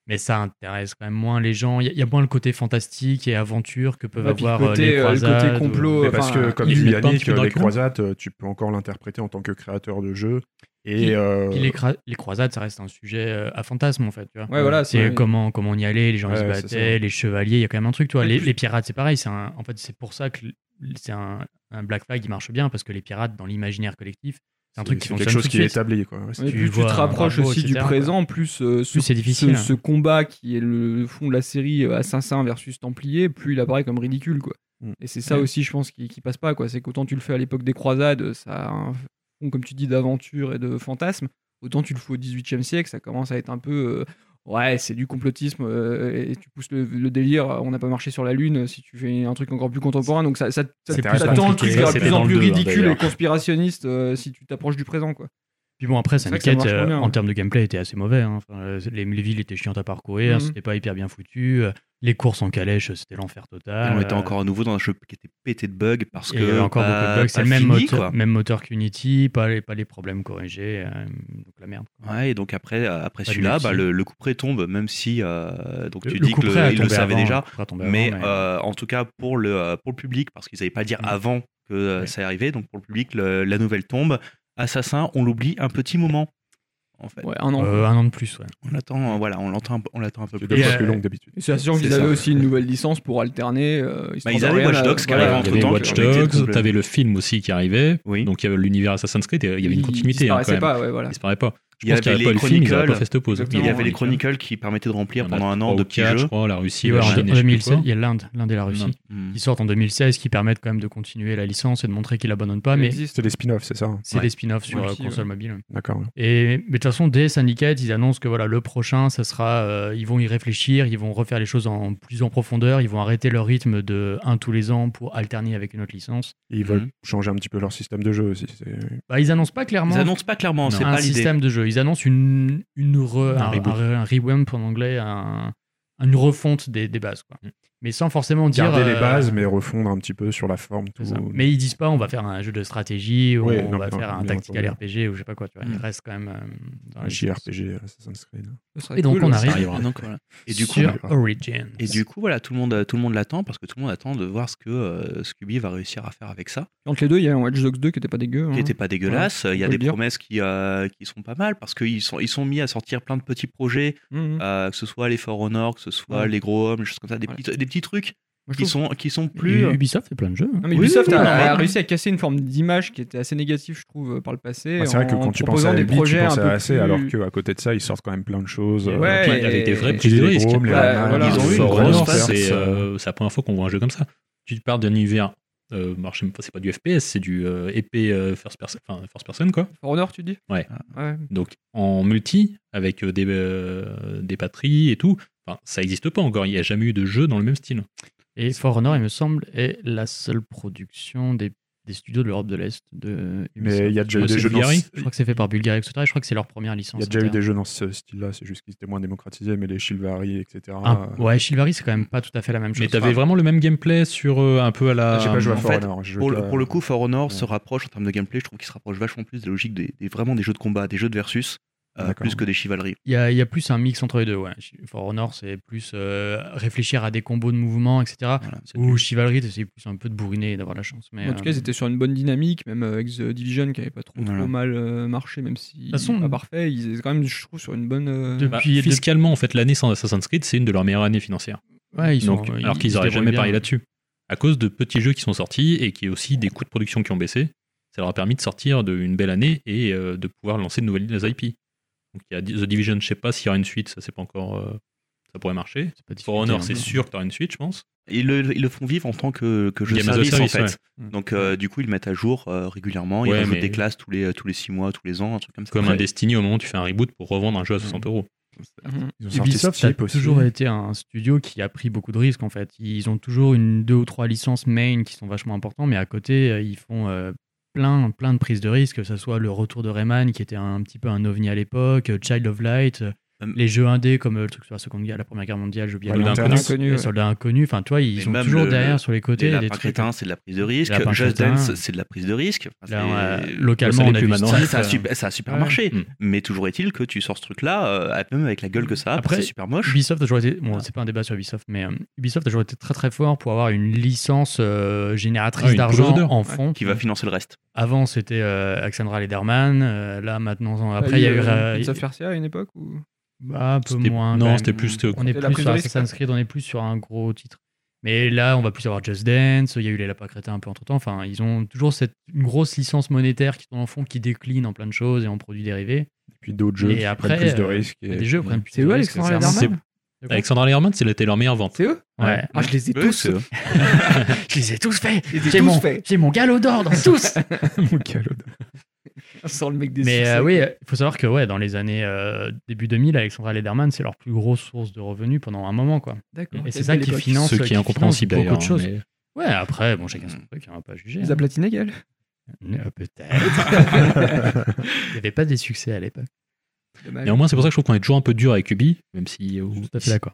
[SPEAKER 4] mais ça intéresse quand même moins les gens. Il y, a- il y a moins le côté fantastique et aventure que peuvent
[SPEAKER 2] Ouais, puis le
[SPEAKER 4] avoir euh,
[SPEAKER 2] côté,
[SPEAKER 4] les
[SPEAKER 2] euh, le côté
[SPEAKER 4] croisades.
[SPEAKER 2] complot,
[SPEAKER 4] ou-
[SPEAKER 1] Mais parce
[SPEAKER 2] Enfin,
[SPEAKER 1] que, comme
[SPEAKER 5] ils
[SPEAKER 1] dit
[SPEAKER 5] mettent pas un
[SPEAKER 1] Yannick,
[SPEAKER 5] petit peu dans
[SPEAKER 1] les
[SPEAKER 5] le cul, non
[SPEAKER 1] croisades, euh, tu peux encore l'interpréter en tant que créateur de jeu. Et,
[SPEAKER 4] Puis-
[SPEAKER 1] euh,
[SPEAKER 4] Puis les, cra- les croisades, ça reste un sujet euh, à fantasme, en fait. Tu vois.
[SPEAKER 2] Ouais, voilà,
[SPEAKER 4] C'est
[SPEAKER 2] c'est-
[SPEAKER 4] comment, comment on y allait, les gens
[SPEAKER 1] Ouais,
[SPEAKER 4] ils se
[SPEAKER 1] ouais, c'est
[SPEAKER 4] battaient,
[SPEAKER 1] ça.
[SPEAKER 4] les chevaliers, il y a quand même un truc. Tu vois.
[SPEAKER 2] Ouais,
[SPEAKER 4] Les,
[SPEAKER 2] puis-
[SPEAKER 4] les pirates, c'est pareil. c'est un- en fait, c'est pour ça que l- c'est un, un Black Flag qui marche bien, parce que les pirates, dans l'imaginaire collectif, c'est un truc qui
[SPEAKER 1] c'est
[SPEAKER 4] fonctionne
[SPEAKER 1] quelque chose
[SPEAKER 4] tout de
[SPEAKER 1] qui est
[SPEAKER 4] suite.
[SPEAKER 1] établi. Quoi. Ouais, c'est-
[SPEAKER 2] Mais
[SPEAKER 4] tu
[SPEAKER 2] plus tu
[SPEAKER 4] vois
[SPEAKER 2] te
[SPEAKER 4] un
[SPEAKER 2] rapproches
[SPEAKER 4] drapeau,
[SPEAKER 2] aussi du
[SPEAKER 4] etc., quoi.
[SPEAKER 2] présent, plus, euh, ce,
[SPEAKER 4] Plus c'est difficile,
[SPEAKER 2] ce, ce combat qui est le fond de la série euh, assassin versus templier, plus il apparaît comme ridicule. Quoi.
[SPEAKER 1] Mm.
[SPEAKER 2] Et c'est ça aussi, je pense, qui, qui passe pas. quoi. C'est qu'autant tu le fais à l'époque des croisades, ça a un fond, comme tu dis, d'aventure et de fantasme, autant tu le fais au 18e siècle, ça commence à être un peu. euh, Ouais, c'est du complotisme euh, et tu pousses le, le délire. euh, On n'a pas marché sur la lune. Si tu fais un truc encore plus contemporain, donc ça, ça, ça,
[SPEAKER 1] C'est
[SPEAKER 2] ça
[SPEAKER 1] plus
[SPEAKER 2] tend le truc
[SPEAKER 4] compliqué,
[SPEAKER 2] vers
[SPEAKER 4] ça,
[SPEAKER 2] de
[SPEAKER 4] c'est
[SPEAKER 2] plus en
[SPEAKER 5] dans
[SPEAKER 2] plus
[SPEAKER 5] le deux, hein,
[SPEAKER 2] ridicule et
[SPEAKER 5] d'ailleurs.
[SPEAKER 2] conspirationniste euh, si tu t'approches du présent. quoi.
[SPEAKER 4] Puis bon, après,
[SPEAKER 2] C'est vrai
[SPEAKER 4] Syndicate,
[SPEAKER 2] que ça marche
[SPEAKER 4] euh,
[SPEAKER 2] moins bien,
[SPEAKER 4] en
[SPEAKER 2] ouais.
[SPEAKER 4] termes de gameplay, était assez mauvais. hein. Enfin, euh, les, les villes étaient chiantes à parcourir,
[SPEAKER 2] Mhm.
[SPEAKER 4] c'était pas hyper bien foutu. euh, Les courses en calèche, euh, c'était l'enfer total.
[SPEAKER 3] on était
[SPEAKER 4] euh,
[SPEAKER 3] encore à nouveau dans un jeu qui était pété de bugs parce
[SPEAKER 4] et
[SPEAKER 3] que.
[SPEAKER 4] il y avait encore
[SPEAKER 3] pas-
[SPEAKER 4] beaucoup de bugs. C'est
[SPEAKER 3] pas
[SPEAKER 4] le même,
[SPEAKER 3] fini, quoi.
[SPEAKER 4] moteur, même moteur qu'Unity, pas les, pas les problèmes corrigés. euh, donc la merde. quoi.
[SPEAKER 3] Ouais, et donc après, euh, après
[SPEAKER 4] Pas de
[SPEAKER 3] celui-là,
[SPEAKER 4] Nexi.
[SPEAKER 3] bah, le, le coup près tombe, même si euh, donc tu
[SPEAKER 4] le
[SPEAKER 3] dis
[SPEAKER 4] coup
[SPEAKER 3] que
[SPEAKER 4] près a
[SPEAKER 3] le, il le
[SPEAKER 4] tombé
[SPEAKER 3] savait
[SPEAKER 4] avant,
[SPEAKER 3] déjà,
[SPEAKER 4] le coup près a tombé avant,
[SPEAKER 3] mais euh, en tout cas pour le, euh, pour le public, parce qu'ils savaient pas dire
[SPEAKER 4] Mm.
[SPEAKER 3] avant que euh,
[SPEAKER 4] Ouais.
[SPEAKER 3] ça arrivait, donc pour le public, le- la nouvelle tombe. Assassin, on l'oublie un petit moment. En fait,
[SPEAKER 2] Ouais, un an.
[SPEAKER 4] Euh, un an de plus, ouais.
[SPEAKER 3] on attend, euh, voilà, on l'entend, un peu- on l'attend un peu
[SPEAKER 1] C'est
[SPEAKER 3] plus.
[SPEAKER 1] deux
[SPEAKER 4] Et,
[SPEAKER 1] fois
[SPEAKER 4] euh,
[SPEAKER 1] plus long que d'habitude.
[SPEAKER 2] Et c'est sûr
[SPEAKER 3] C'est
[SPEAKER 2] qu'ils
[SPEAKER 3] ça.
[SPEAKER 2] avaient aussi une nouvelle licence pour alterner. euh, histoire
[SPEAKER 3] Bah, ils
[SPEAKER 2] de
[SPEAKER 3] avaient
[SPEAKER 2] rien,
[SPEAKER 3] Watch
[SPEAKER 2] euh,
[SPEAKER 3] Dogs qui
[SPEAKER 2] voilà.
[SPEAKER 3] arrivait
[SPEAKER 5] Il y avait
[SPEAKER 3] entre-temps,
[SPEAKER 5] Watch
[SPEAKER 3] qui avait été le
[SPEAKER 5] Dogs,
[SPEAKER 3] problème.
[SPEAKER 5] t'avais le film aussi qui arrivait.
[SPEAKER 3] Oui.
[SPEAKER 5] Donc il y avait l'univers Assassin's Creed, et il y avait une
[SPEAKER 2] Ils-
[SPEAKER 5] continuité
[SPEAKER 2] Ils
[SPEAKER 5] hein,
[SPEAKER 2] disparaissaient
[SPEAKER 5] quand même.
[SPEAKER 2] pas, ouais, voilà.
[SPEAKER 5] Il se paraît pas. Je
[SPEAKER 3] Il y
[SPEAKER 5] pense qu'il n'y
[SPEAKER 3] avait
[SPEAKER 5] avait pas
[SPEAKER 3] les
[SPEAKER 5] le film, ils auraient pas
[SPEAKER 3] Chronicles.
[SPEAKER 5] fait cette pause.
[SPEAKER 2] Exactement.
[SPEAKER 3] Il y avait les
[SPEAKER 5] Chronicles.
[SPEAKER 3] Chronicles qui permettaient de
[SPEAKER 5] Il y
[SPEAKER 3] remplir
[SPEAKER 5] en a
[SPEAKER 3] pendant un
[SPEAKER 5] trois
[SPEAKER 3] an
[SPEAKER 5] ou
[SPEAKER 3] de petits
[SPEAKER 5] quatre,
[SPEAKER 3] jeux.
[SPEAKER 5] je crois, la Russie,
[SPEAKER 4] Puis ouais,
[SPEAKER 5] la
[SPEAKER 4] en,
[SPEAKER 5] Chine,
[SPEAKER 4] en
[SPEAKER 5] et je sais plus
[SPEAKER 4] 2007,
[SPEAKER 5] quoi.
[SPEAKER 4] il y a l'Inde, l'Inde et la Russie,
[SPEAKER 3] Mm.
[SPEAKER 2] Hmm.
[SPEAKER 4] qui sortent en 2016, qui permettent quand même de continuer la licence et de montrer qu'ils abandonnent
[SPEAKER 2] Il
[SPEAKER 4] pas. Ah, Mais
[SPEAKER 2] existe.
[SPEAKER 1] C'est des spin-offs, c'est ça
[SPEAKER 4] c'est des spin-offs sur
[SPEAKER 2] Multi,
[SPEAKER 4] euh, console mobile.
[SPEAKER 1] D'accord. ouais.
[SPEAKER 4] Et, mais de toute façon, dès Syndicate, ils annoncent que voilà, le prochain, ça sera, euh, ils vont y réfléchir, ils vont refaire les choses en plus en profondeur, ils vont arrêter leur rythme de un tous les ans pour alterner avec une autre licence.
[SPEAKER 1] Et Ils veulent
[SPEAKER 3] Mhm.
[SPEAKER 1] changer un petit peu leur système de jeu aussi. c'est-
[SPEAKER 4] Bah, ils annoncent pas
[SPEAKER 3] Ils
[SPEAKER 4] clairement
[SPEAKER 3] annoncent pas clairement, c'est
[SPEAKER 4] un
[SPEAKER 3] pas l'idée.
[SPEAKER 4] système de jeu, ils annoncent une, une re-
[SPEAKER 5] Un
[SPEAKER 4] un,
[SPEAKER 5] reboot.
[SPEAKER 4] un- un revamp en anglais, un- une refonte des, des bases, quoi.
[SPEAKER 5] Mm.
[SPEAKER 4] mais sans forcément dire.
[SPEAKER 1] Garder
[SPEAKER 4] euh,
[SPEAKER 1] les bases, mais refondre un petit peu sur la forme.
[SPEAKER 4] c'est
[SPEAKER 1] tout.
[SPEAKER 4] ça. Mais ils disent pas on va faire un jeu de stratégie ou
[SPEAKER 1] Oui,
[SPEAKER 4] on
[SPEAKER 1] non,
[SPEAKER 4] va
[SPEAKER 1] bien-
[SPEAKER 4] faire un
[SPEAKER 1] bien
[SPEAKER 4] tactical
[SPEAKER 1] entendu.
[SPEAKER 4] RPG ou je sais pas quoi. Tu vois. Ils
[SPEAKER 3] Mm.
[SPEAKER 4] restent quand même euh, dans
[SPEAKER 1] Un
[SPEAKER 4] la licence.
[SPEAKER 1] JRPG Assassin's Creed.
[SPEAKER 2] Ce serait
[SPEAKER 4] Et donc
[SPEAKER 2] cool, hein.
[SPEAKER 4] on
[SPEAKER 2] ouais.
[SPEAKER 4] arrive
[SPEAKER 5] arrivera.
[SPEAKER 3] Et donc, voilà. Et du coup,
[SPEAKER 4] sur
[SPEAKER 1] coup-
[SPEAKER 4] Origins.
[SPEAKER 3] Et du coup, voilà, tout le monde, tout le monde l'attend parce que tout le monde attend de voir ce que euh, Scooby va réussir à faire avec ça,
[SPEAKER 2] Entre les deux, il y a un Watch Dogs 2 qui était pas dégueu. hein.
[SPEAKER 3] qui n'était pas dégueulasse. Il y a
[SPEAKER 2] on peut
[SPEAKER 3] des
[SPEAKER 2] le dire.
[SPEAKER 3] promesses qui, euh, qui sont pas mal parce qu'ils sont, ils sont mis à sortir plein de petits projets,
[SPEAKER 2] Mhm. Moi,
[SPEAKER 3] euh, que ce soit les For Honor, que ce soit
[SPEAKER 2] Ouais.
[SPEAKER 3] les Gros Hommes, des choses comme ça, des,
[SPEAKER 2] Voilà.
[SPEAKER 3] petits, des petits trucs
[SPEAKER 2] je
[SPEAKER 3] qui
[SPEAKER 2] trouve-
[SPEAKER 3] sont, qui sont plus. euh,
[SPEAKER 4] Plus Ubisoft fait plein de jeux. hein.
[SPEAKER 2] Non, mais
[SPEAKER 3] Oui,
[SPEAKER 2] Ubisoft
[SPEAKER 3] oui,
[SPEAKER 2] a,
[SPEAKER 3] non, mais-
[SPEAKER 2] a réussi à casser une forme d'image qui était assez négative, je trouve, euh, par le passé.
[SPEAKER 1] Bah, c'est vrai que
[SPEAKER 2] en
[SPEAKER 1] quand tu penses
[SPEAKER 2] proposant
[SPEAKER 1] à
[SPEAKER 2] des
[SPEAKER 1] Ubi, tu
[SPEAKER 2] projets
[SPEAKER 1] penses
[SPEAKER 2] un peu
[SPEAKER 1] à assez,
[SPEAKER 2] plus-
[SPEAKER 1] alors qu'à côté de ça, ils sortent quand même plein de choses.
[SPEAKER 5] Et
[SPEAKER 1] euh,
[SPEAKER 2] Ouais,
[SPEAKER 5] puis, avec des vrais
[SPEAKER 2] et-
[SPEAKER 5] prises de
[SPEAKER 1] les
[SPEAKER 5] risque.
[SPEAKER 1] Gromes, les
[SPEAKER 2] Bah,
[SPEAKER 1] Ramas,
[SPEAKER 2] voilà.
[SPEAKER 1] les
[SPEAKER 3] Ils ont eu une
[SPEAKER 1] Forts
[SPEAKER 5] For
[SPEAKER 3] grosse
[SPEAKER 5] Honor,
[SPEAKER 1] Hunters,
[SPEAKER 3] phase,
[SPEAKER 5] c'est
[SPEAKER 1] euh,
[SPEAKER 5] euh, c'est la première fois qu'on voit un jeu comme ça. Tu pars d'un univers euh, alors, je sais même pas, c'est pas du FPS, c'est du euh, épée euh, first, person, enfin, first person, quoi.
[SPEAKER 2] For Honor, tu dis
[SPEAKER 5] Ouais.
[SPEAKER 2] Ouais.
[SPEAKER 5] Donc en multi, avec euh, des, euh, des batteries et tout, enfin, ça n'existe pas encore. Il n'y a jamais eu de jeu dans le même style.
[SPEAKER 4] Et For Honor, il me semble, est la seule production des, des studios de l'Europe de l'Est. De
[SPEAKER 1] Mais il y a déjà eu
[SPEAKER 5] C'est
[SPEAKER 1] des jeux dans
[SPEAKER 5] Bulgarie
[SPEAKER 1] ce-
[SPEAKER 4] Je crois que c'est fait par Bulgarie, etc. Et je crois que c'est leur première
[SPEAKER 1] il
[SPEAKER 4] licence.
[SPEAKER 1] y a déjà eu
[SPEAKER 4] interne.
[SPEAKER 1] des jeux dans ce style-là, c'est juste qu'ils étaient moins démocratisés, mais les Chilvari, etc.
[SPEAKER 4] Ah,
[SPEAKER 1] euh,
[SPEAKER 4] ouais, Chilvari, c'est quand même pas tout à fait la même chose.
[SPEAKER 5] Mais t'avais vraiment le même gameplay sur euh, un peu à la.
[SPEAKER 1] J'ai pas joué à
[SPEAKER 5] en
[SPEAKER 1] For
[SPEAKER 5] fait,
[SPEAKER 1] Honor. j'ai joué
[SPEAKER 3] Pour
[SPEAKER 1] qu'à-
[SPEAKER 3] le, pour le coup, For Honor
[SPEAKER 1] ouais.
[SPEAKER 3] se rapproche en termes de gameplay, je trouve qu'il se rapproche vachement plus des logiques des, des- vraiment des jeux de combat, des jeux de versus, euh,
[SPEAKER 1] D'accord.
[SPEAKER 3] plus que des chevaleries.
[SPEAKER 4] Il y, a, il y a plus un mix entre les deux. Ouais. For Honor, c'est plus euh, réfléchir à des combos de mouvements, etc.
[SPEAKER 3] Voilà, c'est
[SPEAKER 4] Ou
[SPEAKER 3] du-
[SPEAKER 4] Chivalry, c'est plus un peu de bourriner et d'avoir la chance. Mais,
[SPEAKER 2] En tout cas,
[SPEAKER 4] euh,
[SPEAKER 2] ils étaient sur une bonne dynamique, même avec The Division qui avait pas trop,
[SPEAKER 3] Voilà.
[SPEAKER 2] trop mal euh, marché, même si
[SPEAKER 4] toute façon,
[SPEAKER 2] pas parfait, ils étaient quand même, je trouve, sur une bonne. euh,
[SPEAKER 4] De-
[SPEAKER 5] bah,
[SPEAKER 4] Puis-
[SPEAKER 5] fiscalement, en fait, l'année sans Assassin's Creed, c'est une de leurs meilleures années financières.
[SPEAKER 4] ouais, ils sont-
[SPEAKER 5] Donc,
[SPEAKER 4] ils-
[SPEAKER 5] alors
[SPEAKER 4] ils
[SPEAKER 5] qu'ils
[SPEAKER 4] se
[SPEAKER 5] n'auraient
[SPEAKER 4] débrouillent
[SPEAKER 5] jamais
[SPEAKER 4] bien.
[SPEAKER 5] parlé là-dessus. À cause de petits jeux qui sont sortis et qui est aussi des coûts de production qui ont baissé, ça leur a permis de sortir d'une belle année et euh, de pouvoir lancer de nouvelles IP. Donc il y a The Division, je sais pas s'il y aura une suite, ça c'est pas encore. euh, ça pourrait marcher.
[SPEAKER 4] C'est pas
[SPEAKER 5] For
[SPEAKER 4] discuté,
[SPEAKER 5] Honor,
[SPEAKER 4] hein.
[SPEAKER 5] c'est sûr que tu une suite, je pense.
[SPEAKER 3] Ils le, ils le font vivre en tant que, que jeu
[SPEAKER 5] Game as a
[SPEAKER 3] service,
[SPEAKER 5] service,
[SPEAKER 3] en fait. Donc euh, du coup, ils le mettent à jour euh, régulièrement, ils
[SPEAKER 5] Ouais,
[SPEAKER 3] rajoutent
[SPEAKER 5] mais-
[SPEAKER 3] des classes tous les, tous les 6 mois, tous les ans, un truc comme ça.
[SPEAKER 5] Comme un
[SPEAKER 3] Ouais.
[SPEAKER 5] Destiny, au moment où tu fais un reboot pour revendre un jeu à
[SPEAKER 4] Mm.
[SPEAKER 5] 60 euros.
[SPEAKER 2] Mhm.
[SPEAKER 1] Ils ont sorti
[SPEAKER 4] Ubisoft ça a
[SPEAKER 1] Steep aussi.
[SPEAKER 4] toujours été un studio qui a pris beaucoup de risques en fait. Ils ont toujours une deux ou trois licences main qui sont vachement importantes, mais à côté euh, ils font euh, plein plein de prises de risques, que ce soit le retour de Rayman qui était un petit peu un ovni à l'époque, euh, Child of Light, euh,
[SPEAKER 3] Hum.
[SPEAKER 4] les jeux indés comme euh, le truc sur la seconde guerre, la première guerre mondiale, je bien
[SPEAKER 1] Ouais,
[SPEAKER 5] Soldat
[SPEAKER 1] l'internet.
[SPEAKER 2] inconnu.
[SPEAKER 4] les soldats inconnus. Enfin, toi, ils
[SPEAKER 3] Mais
[SPEAKER 4] ont
[SPEAKER 3] même
[SPEAKER 4] toujours
[SPEAKER 3] le-
[SPEAKER 4] derrière sur les côtés
[SPEAKER 3] Les
[SPEAKER 4] des
[SPEAKER 3] lapins
[SPEAKER 4] trucs.
[SPEAKER 5] hein.
[SPEAKER 3] crétins, c'est de la prise de risque.
[SPEAKER 4] lapins
[SPEAKER 3] Just
[SPEAKER 4] crétins.
[SPEAKER 3] Dance, c'est de la prise de risque. Enfin,
[SPEAKER 4] Là,
[SPEAKER 3] c'est-
[SPEAKER 4] ouais, euh, localement,
[SPEAKER 5] ça l'est
[SPEAKER 4] on a
[SPEAKER 5] plus
[SPEAKER 4] vu
[SPEAKER 5] maintenant.
[SPEAKER 4] ça.
[SPEAKER 5] Ouais,
[SPEAKER 3] ça, ça a
[SPEAKER 5] ça-
[SPEAKER 3] super, ça a super
[SPEAKER 4] Ouais.
[SPEAKER 3] marché.
[SPEAKER 5] Mm.
[SPEAKER 3] Mais toujours est-il que tu sors ce truc-là, euh, même avec la gueule que ça a,
[SPEAKER 4] Après,
[SPEAKER 3] c'est super moche.
[SPEAKER 4] Ubisoft a toujours été, bon, c'est pas un débat sur Ubisoft, mais euh, Ubisoft a toujours été très très fort pour avoir une licence euh,
[SPEAKER 5] Ah,
[SPEAKER 4] génératrice
[SPEAKER 5] une
[SPEAKER 4] d'argent
[SPEAKER 5] couleuse d'or.
[SPEAKER 4] en
[SPEAKER 2] Ouais.
[SPEAKER 4] fond.
[SPEAKER 3] Qui va financer le reste.
[SPEAKER 4] Avant, c'était euh, Alexandra Lederman. euh, là, maintenant,
[SPEAKER 2] T'as
[SPEAKER 4] après, il y a eu.
[SPEAKER 2] euh,
[SPEAKER 4] euh,
[SPEAKER 2] Prince of Persia à une époque ou...
[SPEAKER 4] bah, un peu
[SPEAKER 5] C'était-
[SPEAKER 4] moins.
[SPEAKER 5] non,
[SPEAKER 4] quand même.
[SPEAKER 5] c'était plus que-
[SPEAKER 4] On est
[SPEAKER 2] C'était la
[SPEAKER 4] plus
[SPEAKER 2] prise
[SPEAKER 4] sur
[SPEAKER 2] de risque.
[SPEAKER 4] Assassin's Creed, on est plus sur un gros titre. Mais là, on va plus avoir Just Dance. Il y a eu les Lapins Crétins un peu entre temps. Enfin, ils ont toujours cette une grosse licence monétaire qui tourne en fond, qui décline en plein de choses et en produits dérivés.
[SPEAKER 1] Et puis d'autres jeux
[SPEAKER 4] Et
[SPEAKER 1] qui
[SPEAKER 4] après,
[SPEAKER 1] prennent plus de
[SPEAKER 4] euh,
[SPEAKER 1] risques.
[SPEAKER 4] Mais
[SPEAKER 1] et-
[SPEAKER 4] des jeux prennent plus.
[SPEAKER 2] C'est
[SPEAKER 4] de
[SPEAKER 2] eux,
[SPEAKER 4] risques,
[SPEAKER 2] Alexandra
[SPEAKER 4] clairement.
[SPEAKER 2] Lederman
[SPEAKER 4] C'est-
[SPEAKER 5] Alexandra Lerman, c'était leur meilleure vente.
[SPEAKER 2] C'est eux
[SPEAKER 4] Ouais.
[SPEAKER 2] Ah, je les ai tous.
[SPEAKER 3] Ouais,
[SPEAKER 4] Je les ai tous faits.
[SPEAKER 2] Je les ai
[SPEAKER 4] J'ai
[SPEAKER 2] tous
[SPEAKER 4] mon,
[SPEAKER 2] faits.
[SPEAKER 4] j'ai mon galop d'or dans tous.
[SPEAKER 1] Mon (laughs) calode.
[SPEAKER 2] (laughs) Sans le mec des
[SPEAKER 4] Mais
[SPEAKER 2] succès.
[SPEAKER 4] euh, oui, il faut savoir que ouais, dans les années euh, début 2000, Alexandra Lederman, c'est leur plus grosse source de revenus pendant un moment. quoi.
[SPEAKER 2] D'accord.
[SPEAKER 4] Et c'est ça qui finance,
[SPEAKER 5] Ce qui est
[SPEAKER 4] finance
[SPEAKER 5] incompréhensible
[SPEAKER 4] beaucoup
[SPEAKER 5] d'ailleurs. hein,
[SPEAKER 4] de choses.
[SPEAKER 5] mais-
[SPEAKER 4] Ouais, après, bon, chacun son truc, on va pas juger.
[SPEAKER 2] Ils a
[SPEAKER 4] hein.
[SPEAKER 2] platiné, Gaël
[SPEAKER 4] Euh, Peut-être. Il n'y avait pas des succès à l'époque.
[SPEAKER 2] Dommage.
[SPEAKER 5] Néanmoins, c'est pour ça que je trouve qu'on est toujours un peu dur avec Ubi, même si euh,
[SPEAKER 4] Je suis tout à fait d'accord.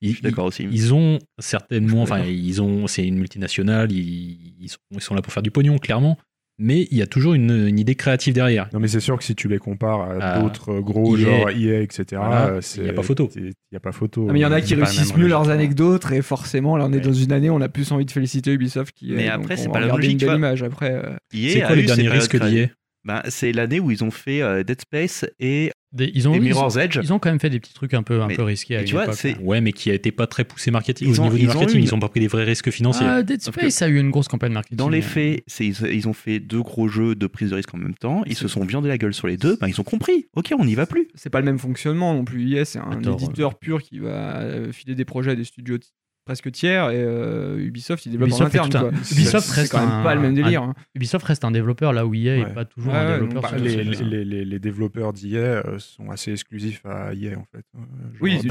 [SPEAKER 5] ils-
[SPEAKER 3] Je suis d'accord aussi.
[SPEAKER 5] ils- ils ont certainement, enfin, ils ont, c'est une multinationale, ils, ils sont, ils sont là pour faire du pognon, clairement. Mais il y a toujours une, une idée créative derrière.
[SPEAKER 1] Non, mais c'est sûr que si tu les compares à
[SPEAKER 4] Bah,
[SPEAKER 5] Ah,
[SPEAKER 1] d'autres gros,
[SPEAKER 4] E
[SPEAKER 5] EA,
[SPEAKER 1] genre E EA, etc.,
[SPEAKER 5] voilà,
[SPEAKER 1] euh, c'est-
[SPEAKER 5] y a pas photo.
[SPEAKER 1] Il n'y a pas photo.
[SPEAKER 2] Ah, mais il y en a
[SPEAKER 1] euh,
[SPEAKER 2] qui
[SPEAKER 4] pas la
[SPEAKER 2] réussissent
[SPEAKER 4] même
[SPEAKER 2] mieux leurs
[SPEAKER 4] logique,
[SPEAKER 2] années
[SPEAKER 4] ouais.
[SPEAKER 2] que d'autres, et forcément, là, on est
[SPEAKER 5] Ouais.
[SPEAKER 2] dans une année, on a plus envie de féliciter Ubisoft qui.
[SPEAKER 3] Mais
[SPEAKER 2] euh,
[SPEAKER 3] après,
[SPEAKER 2] donc
[SPEAKER 3] c'est
[SPEAKER 2] on
[SPEAKER 3] pas la
[SPEAKER 2] regarde
[SPEAKER 3] logique,
[SPEAKER 2] une
[SPEAKER 3] tu vois.
[SPEAKER 2] belle image après. euh,
[SPEAKER 3] EA
[SPEAKER 5] C'est
[SPEAKER 3] a
[SPEAKER 5] quoi les
[SPEAKER 3] eu ses
[SPEAKER 5] derniers
[SPEAKER 3] périodes
[SPEAKER 5] risques
[SPEAKER 3] crades.
[SPEAKER 5] d'IA
[SPEAKER 3] Ben, C'est l'année où ils ont fait euh, Dead Space et,
[SPEAKER 4] Des- ils, ont,
[SPEAKER 3] et
[SPEAKER 4] ils, ont,
[SPEAKER 3] Mirror's Edge.
[SPEAKER 4] ils ont quand même fait des petits trucs un peu, un
[SPEAKER 3] Mais-
[SPEAKER 4] peu risqués à
[SPEAKER 3] mais
[SPEAKER 4] une
[SPEAKER 3] tu vois,
[SPEAKER 4] époque,
[SPEAKER 3] c'est-
[SPEAKER 4] hein.
[SPEAKER 5] Ouais, mais qui a été pas très poussé marketing.
[SPEAKER 3] Ils
[SPEAKER 5] Au
[SPEAKER 3] ont-
[SPEAKER 5] niveau du
[SPEAKER 3] ils ont
[SPEAKER 5] marketing,
[SPEAKER 3] eu une-
[SPEAKER 5] ils ont pas pris des vrais risques financiers.
[SPEAKER 4] Ah, Dead
[SPEAKER 3] Sauf
[SPEAKER 4] Space a eu une grosse campagne marketing.
[SPEAKER 3] Dans les
[SPEAKER 4] euh,
[SPEAKER 3] faits, c'est- ils, ils ont fait deux gros jeux de prise de risque en même temps. Ils se sont viandés la gueule sur les deux. Ben, ils ont compris. Ok, on n'y va plus.
[SPEAKER 2] C'est pas le même fonctionnement non plus. IS, c'est un
[SPEAKER 4] Attends,
[SPEAKER 2] éditeur pur qui va euh, filer des projets à des studios ti- presque tiers, et euh, Ubisoft, il développe
[SPEAKER 4] Ubisoft
[SPEAKER 2] en
[SPEAKER 4] fait
[SPEAKER 2] interne.
[SPEAKER 4] tout
[SPEAKER 2] (laughs)
[SPEAKER 4] un-
[SPEAKER 2] quoi.
[SPEAKER 4] Ubisoft
[SPEAKER 2] C'est
[SPEAKER 4] reste
[SPEAKER 2] quand même
[SPEAKER 4] un-
[SPEAKER 2] pas le même délire. hein.
[SPEAKER 4] Ubisoft reste un développeur là où EA est
[SPEAKER 1] Ouais.
[SPEAKER 4] pas toujours
[SPEAKER 2] Ouais,
[SPEAKER 4] un
[SPEAKER 2] ouais,
[SPEAKER 4] développeur.
[SPEAKER 2] non,
[SPEAKER 1] bah,
[SPEAKER 4] sur
[SPEAKER 2] bah,
[SPEAKER 4] ce
[SPEAKER 1] les,
[SPEAKER 4] sujet-là.
[SPEAKER 1] les- les- les développeurs d'IA euh, sont assez exclusifs à IA en fait. Euh, genre
[SPEAKER 2] Oui,
[SPEAKER 1] DICE,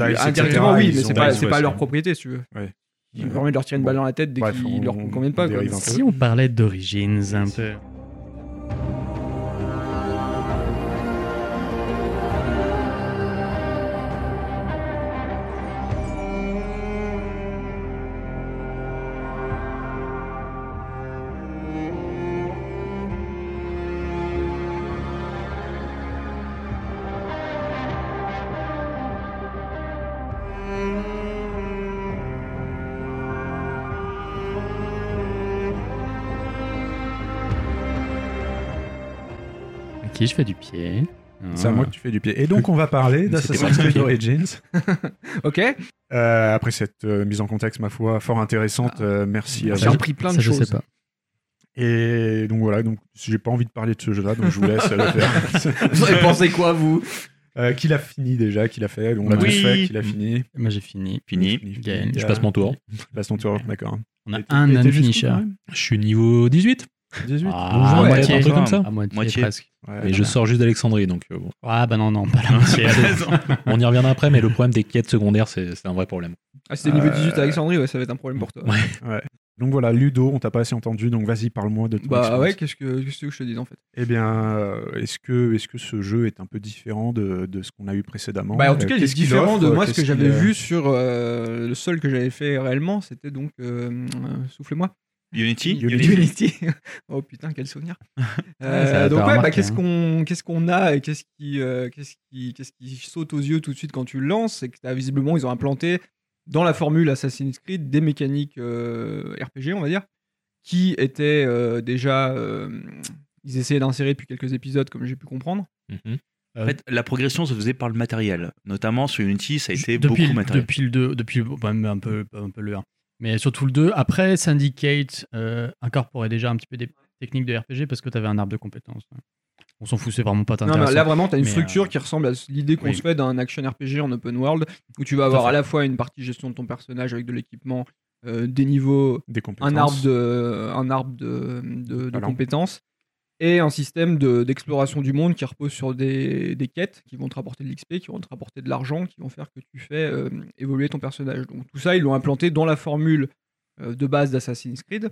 [SPEAKER 1] etc.,
[SPEAKER 2] indirectement, oui,
[SPEAKER 1] ils
[SPEAKER 2] mais
[SPEAKER 1] ont-
[SPEAKER 2] c'est pas,
[SPEAKER 1] DICE,
[SPEAKER 2] c'est
[SPEAKER 1] ouais,
[SPEAKER 2] pas
[SPEAKER 1] c'est-
[SPEAKER 2] leur propriété, si tu veux.
[SPEAKER 1] Ouais.
[SPEAKER 2] Qui
[SPEAKER 1] Ouais.
[SPEAKER 2] permet de leur tirer une
[SPEAKER 1] Bon.
[SPEAKER 2] balle dans la tête dès
[SPEAKER 1] Bref,
[SPEAKER 2] qu'ils
[SPEAKER 1] on-
[SPEAKER 2] leur
[SPEAKER 1] on
[SPEAKER 2] conviennent pas. quoi.
[SPEAKER 1] dérive un peu.
[SPEAKER 4] Si on parlait d'Origins un peu. Ok, je fais du pied. hein.
[SPEAKER 1] C'est à moi que tu fais du pied. Et donc on va parler d'Assassin's Creed Origins.
[SPEAKER 2] Ok, (laughs)
[SPEAKER 1] Euh, après cette euh, mise en contexte, ma foi, fort intéressante.
[SPEAKER 4] Ah.
[SPEAKER 1] euh, merci à
[SPEAKER 2] j'ai
[SPEAKER 4] je-
[SPEAKER 2] appris plein de
[SPEAKER 4] Ça, je
[SPEAKER 2] choses.
[SPEAKER 4] sais pas.
[SPEAKER 1] Et donc voilà, donc j'ai pas envie de parler de ce jeu-là, donc je vous laisse le
[SPEAKER 5] (laughs)
[SPEAKER 1] faire.
[SPEAKER 2] Vous avez pensé quoi, vous
[SPEAKER 1] (laughs) Euh, qui l'a fini déjà, qui l'a fait, on l'a
[SPEAKER 5] Oui.
[SPEAKER 1] tous fait, qui l'a fini.
[SPEAKER 4] Moi, Eh ben, j'ai fini.
[SPEAKER 3] Fini.
[SPEAKER 1] Fini, fini.
[SPEAKER 4] Gaël.
[SPEAKER 5] Je passe mon tour.
[SPEAKER 1] Passe ton tour, d'accord.
[SPEAKER 4] On a
[SPEAKER 1] Et-
[SPEAKER 4] un
[SPEAKER 1] et t'es jusqu'où,
[SPEAKER 4] unfinisher.
[SPEAKER 1] quand même
[SPEAKER 5] Je suis niveau 18.
[SPEAKER 1] 18
[SPEAKER 4] Ah,
[SPEAKER 5] Ou
[SPEAKER 4] à
[SPEAKER 5] genre,
[SPEAKER 4] moitié.
[SPEAKER 5] un truc comme ça.
[SPEAKER 3] Ah,
[SPEAKER 4] À moitié,
[SPEAKER 3] Moitié.
[SPEAKER 4] presque.
[SPEAKER 1] Ouais,
[SPEAKER 5] Et je sors juste d'Alexandrie, donc
[SPEAKER 3] (laughs)
[SPEAKER 5] euh, bon.
[SPEAKER 4] Ah bah non, non, pas la
[SPEAKER 5] (laughs)
[SPEAKER 4] moitié.
[SPEAKER 5] on y reviendra après, mais le problème des quêtes secondaires, c'est c'est un vrai problème.
[SPEAKER 2] Ah, c'était niveau
[SPEAKER 1] Euh,
[SPEAKER 2] 18 à Alexandrie, ouais, ça va être un problème pour toi.
[SPEAKER 5] Ouais.
[SPEAKER 1] Donc voilà, Ludo, on t'a pas assez entendu, donc vas-y, parle-moi de ton
[SPEAKER 2] Bah
[SPEAKER 1] expérience.
[SPEAKER 2] ouais, qu'est-ce que, qu'est-ce que je te dis en fait
[SPEAKER 1] Eh bien, euh, est-ce que, est que ce jeu est un peu différent de, de ce qu'on a eu précédemment
[SPEAKER 2] Bah, en tout
[SPEAKER 1] Euh,
[SPEAKER 2] cas, il est
[SPEAKER 1] qu'est-ce qu'il
[SPEAKER 2] différent
[SPEAKER 1] offre
[SPEAKER 2] de moi ce
[SPEAKER 1] Qu'est-ce
[SPEAKER 2] que j'avais
[SPEAKER 1] qu'il, euh,
[SPEAKER 2] vu sur euh, le seul que j'avais fait réellement, c'était donc euh, euh, soufflez-moi.
[SPEAKER 3] Unity
[SPEAKER 1] Unity.
[SPEAKER 2] (laughs) oh putain, quel souvenir.
[SPEAKER 4] (laughs) Ouais, ça,
[SPEAKER 2] Euh,
[SPEAKER 4] t'as
[SPEAKER 2] donc ouais, bah,
[SPEAKER 4] remarqué,
[SPEAKER 2] qu'est-ce
[SPEAKER 4] hein.
[SPEAKER 2] qu'on qu'est-ce qu'on a et qu'est-ce qui euh, qu'est-ce qui qu'est-ce qui saute aux yeux tout de suite quand tu le lances, c'est que t'as- visiblement ils ont implanté dans la formule Assassin's Creed des mécaniques euh, RPG, on va dire, qui étaient euh, déjà euh, ils essayaient d'insérer depuis quelques épisodes comme j'ai pu comprendre.
[SPEAKER 5] Mhm.
[SPEAKER 3] En fait, la progression se faisait par le matériel. Notamment sur Unity, ça a été
[SPEAKER 4] depuis,
[SPEAKER 3] beaucoup
[SPEAKER 4] le-
[SPEAKER 3] de matériel.
[SPEAKER 4] Depuis le 2, depuis le- bah, même un, peu, un peu le 1. Mais surtout le 2. Après, Syndicate euh, incorporait déjà un petit peu des techniques de RPG parce que tu avais un arbre de compétences. On s'en fout, c'est vraiment pas
[SPEAKER 2] Non,
[SPEAKER 4] intéressant.
[SPEAKER 2] mais là vraiment, tu as une
[SPEAKER 4] Mais,
[SPEAKER 2] structure
[SPEAKER 4] euh,
[SPEAKER 2] qui ressemble à l'idée qu'on
[SPEAKER 4] oui.
[SPEAKER 2] se fait d'un action RPG en open world où tu vas
[SPEAKER 4] à
[SPEAKER 2] avoir à,
[SPEAKER 4] fait.
[SPEAKER 2] la fois une partie gestion de ton personnage avec de l'équipement, euh, des niveaux,
[SPEAKER 1] des compétences.
[SPEAKER 2] un arbre de, un arbre de, de- de
[SPEAKER 1] Talent.
[SPEAKER 2] compétences et un système de- d'exploration du monde qui repose sur des, des quêtes qui vont te rapporter de l'XP, qui vont te rapporter de l'argent, qui vont faire que tu fais euh, évoluer ton personnage. Donc tout ça, ils l'ont implanté dans la formule euh, de base d'Assassin's Creed.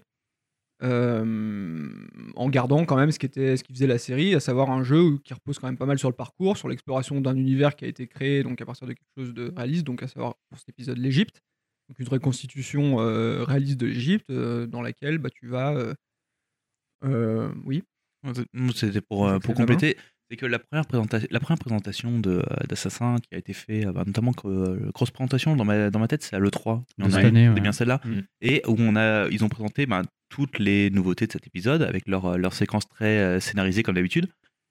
[SPEAKER 2] euh, en gardant quand même ce qui, était, ce qui faisait la série, à savoir un jeu qui repose quand même pas mal sur le parcours, sur l'exploration d'un univers qui a été créé donc à partir de quelque chose de réaliste, donc à savoir pour cet épisode l'Égypte, donc une reconstitution euh, réaliste de l'Égypte euh, dans laquelle bah, tu vas euh, euh, oui
[SPEAKER 3] C'était pour, euh,
[SPEAKER 2] C'est
[SPEAKER 3] pour
[SPEAKER 2] la main.
[SPEAKER 3] compléter. C'est que la première, présenta- la première présentation de, euh, d'Assassin qui a été faite, notamment que, euh, grosse présentation dans ma, dans ma tête, c'est à l'E3. Il y en
[SPEAKER 4] De
[SPEAKER 3] a
[SPEAKER 4] cette
[SPEAKER 3] une,
[SPEAKER 4] année,
[SPEAKER 3] c'est
[SPEAKER 4] ouais.
[SPEAKER 3] bien celle-là.
[SPEAKER 5] Mm.
[SPEAKER 3] Et où on a, ils ont présenté ben, toutes les nouveautés de cet épisode avec leur, euh, leur séquence très euh, scénarisée comme d'habitude.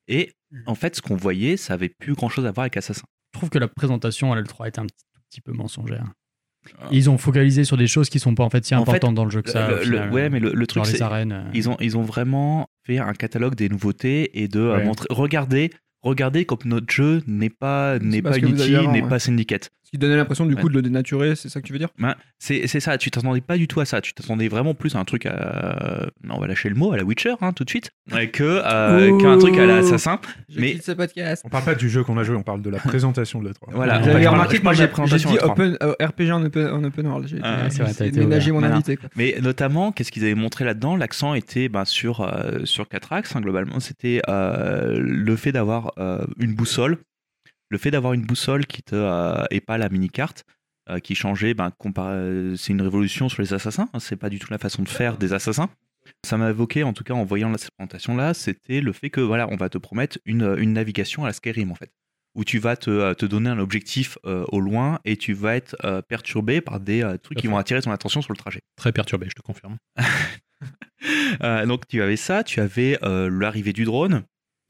[SPEAKER 3] Et
[SPEAKER 4] Mm.
[SPEAKER 3] en fait, ce qu'on voyait, ça avait plus grand-chose à voir avec Assassin.
[SPEAKER 4] Je trouve que la présentation à l'L3 était un petit, tout petit peu mensongère.
[SPEAKER 3] Ah.
[SPEAKER 4] Ils ont focalisé sur des choses qui sont pas en fait si
[SPEAKER 3] En fait,
[SPEAKER 4] importantes dans le jeu que ça.
[SPEAKER 3] Le-
[SPEAKER 4] au
[SPEAKER 3] le-
[SPEAKER 4] final.
[SPEAKER 3] ouais, mais le, le truc,
[SPEAKER 4] Genre
[SPEAKER 3] c'est
[SPEAKER 4] les arènes. euh,
[SPEAKER 3] ils ont, ils ont vraiment fait un catalogue des nouveautés et de euh,
[SPEAKER 4] Ouais.
[SPEAKER 3] montrer. Regardez, regardez comme notre jeu n'est pas, n'est
[SPEAKER 2] pas
[SPEAKER 3] pas
[SPEAKER 2] ce que vous
[SPEAKER 3] Unity,
[SPEAKER 2] aviez avant,
[SPEAKER 3] n'est
[SPEAKER 2] ouais.
[SPEAKER 3] pas Syndicate.
[SPEAKER 2] ce qui donnait l'impression du coup
[SPEAKER 3] Ouais.
[SPEAKER 2] de le dénaturer c'est ça que tu veux dire
[SPEAKER 3] Ben, c'est c'est ça, tu t'attendais pas du tout à ça. Tu t'attendais vraiment plus à un truc à. Non, on va lâcher le mot, à la Witcher, hein, tout de suite, euh, que, euh,
[SPEAKER 2] Ouh.
[SPEAKER 3] qu'un truc à l'assassin.
[SPEAKER 2] je
[SPEAKER 3] Mais-
[SPEAKER 2] quitte ce podcast
[SPEAKER 1] On parle pas du jeu qu'on a joué, on parle de
[SPEAKER 2] (laughs)
[SPEAKER 1] la présentation de l'E3.
[SPEAKER 3] Voilà.
[SPEAKER 1] Ouais.
[SPEAKER 3] Ouais.
[SPEAKER 2] j'avais
[SPEAKER 3] je parle-
[SPEAKER 2] remarqué
[SPEAKER 3] je
[SPEAKER 2] que moi
[SPEAKER 3] parle de
[SPEAKER 2] j'ai
[SPEAKER 3] la présentation
[SPEAKER 2] j'ai dit
[SPEAKER 3] à trois.
[SPEAKER 2] open, euh, RPG en open, en open world j'ai
[SPEAKER 3] Ah,
[SPEAKER 2] j'ai-
[SPEAKER 4] c'est vrai,
[SPEAKER 2] j'ai
[SPEAKER 4] t'as été
[SPEAKER 2] ménagé
[SPEAKER 4] ouvert.
[SPEAKER 2] mon
[SPEAKER 3] Voilà.
[SPEAKER 2] invité quoi.
[SPEAKER 3] Mais notamment, qu'est-ce qu'ils avaient montré là-dedans L'accent était ben, sur, euh, sur quatre axes, hein, globalement. C'était euh, le fait d'avoir euh, une boussole, le fait d'avoir une boussole qui te, euh, et pas la mini-carte, euh, qui changeait, ben, compar- euh, c'est une révolution sur les assassins, hein, c'est pas du tout la façon de faire des assassins. Ça m'a évoqué, en tout cas en voyant la- cette présentation-là, c'était le fait que, voilà, on va te promettre une, euh, une navigation à la Skyrim, en fait. Où tu vas te, euh, te donner un objectif euh, au loin et tu vas être euh, perturbé par des euh, trucs qui
[SPEAKER 5] Tout à
[SPEAKER 3] vont attirer ton attention sur le trajet.
[SPEAKER 5] Très perturbé, je te confirme.
[SPEAKER 3] Euh, donc tu avais ça, tu avais euh, l'arrivée du drone,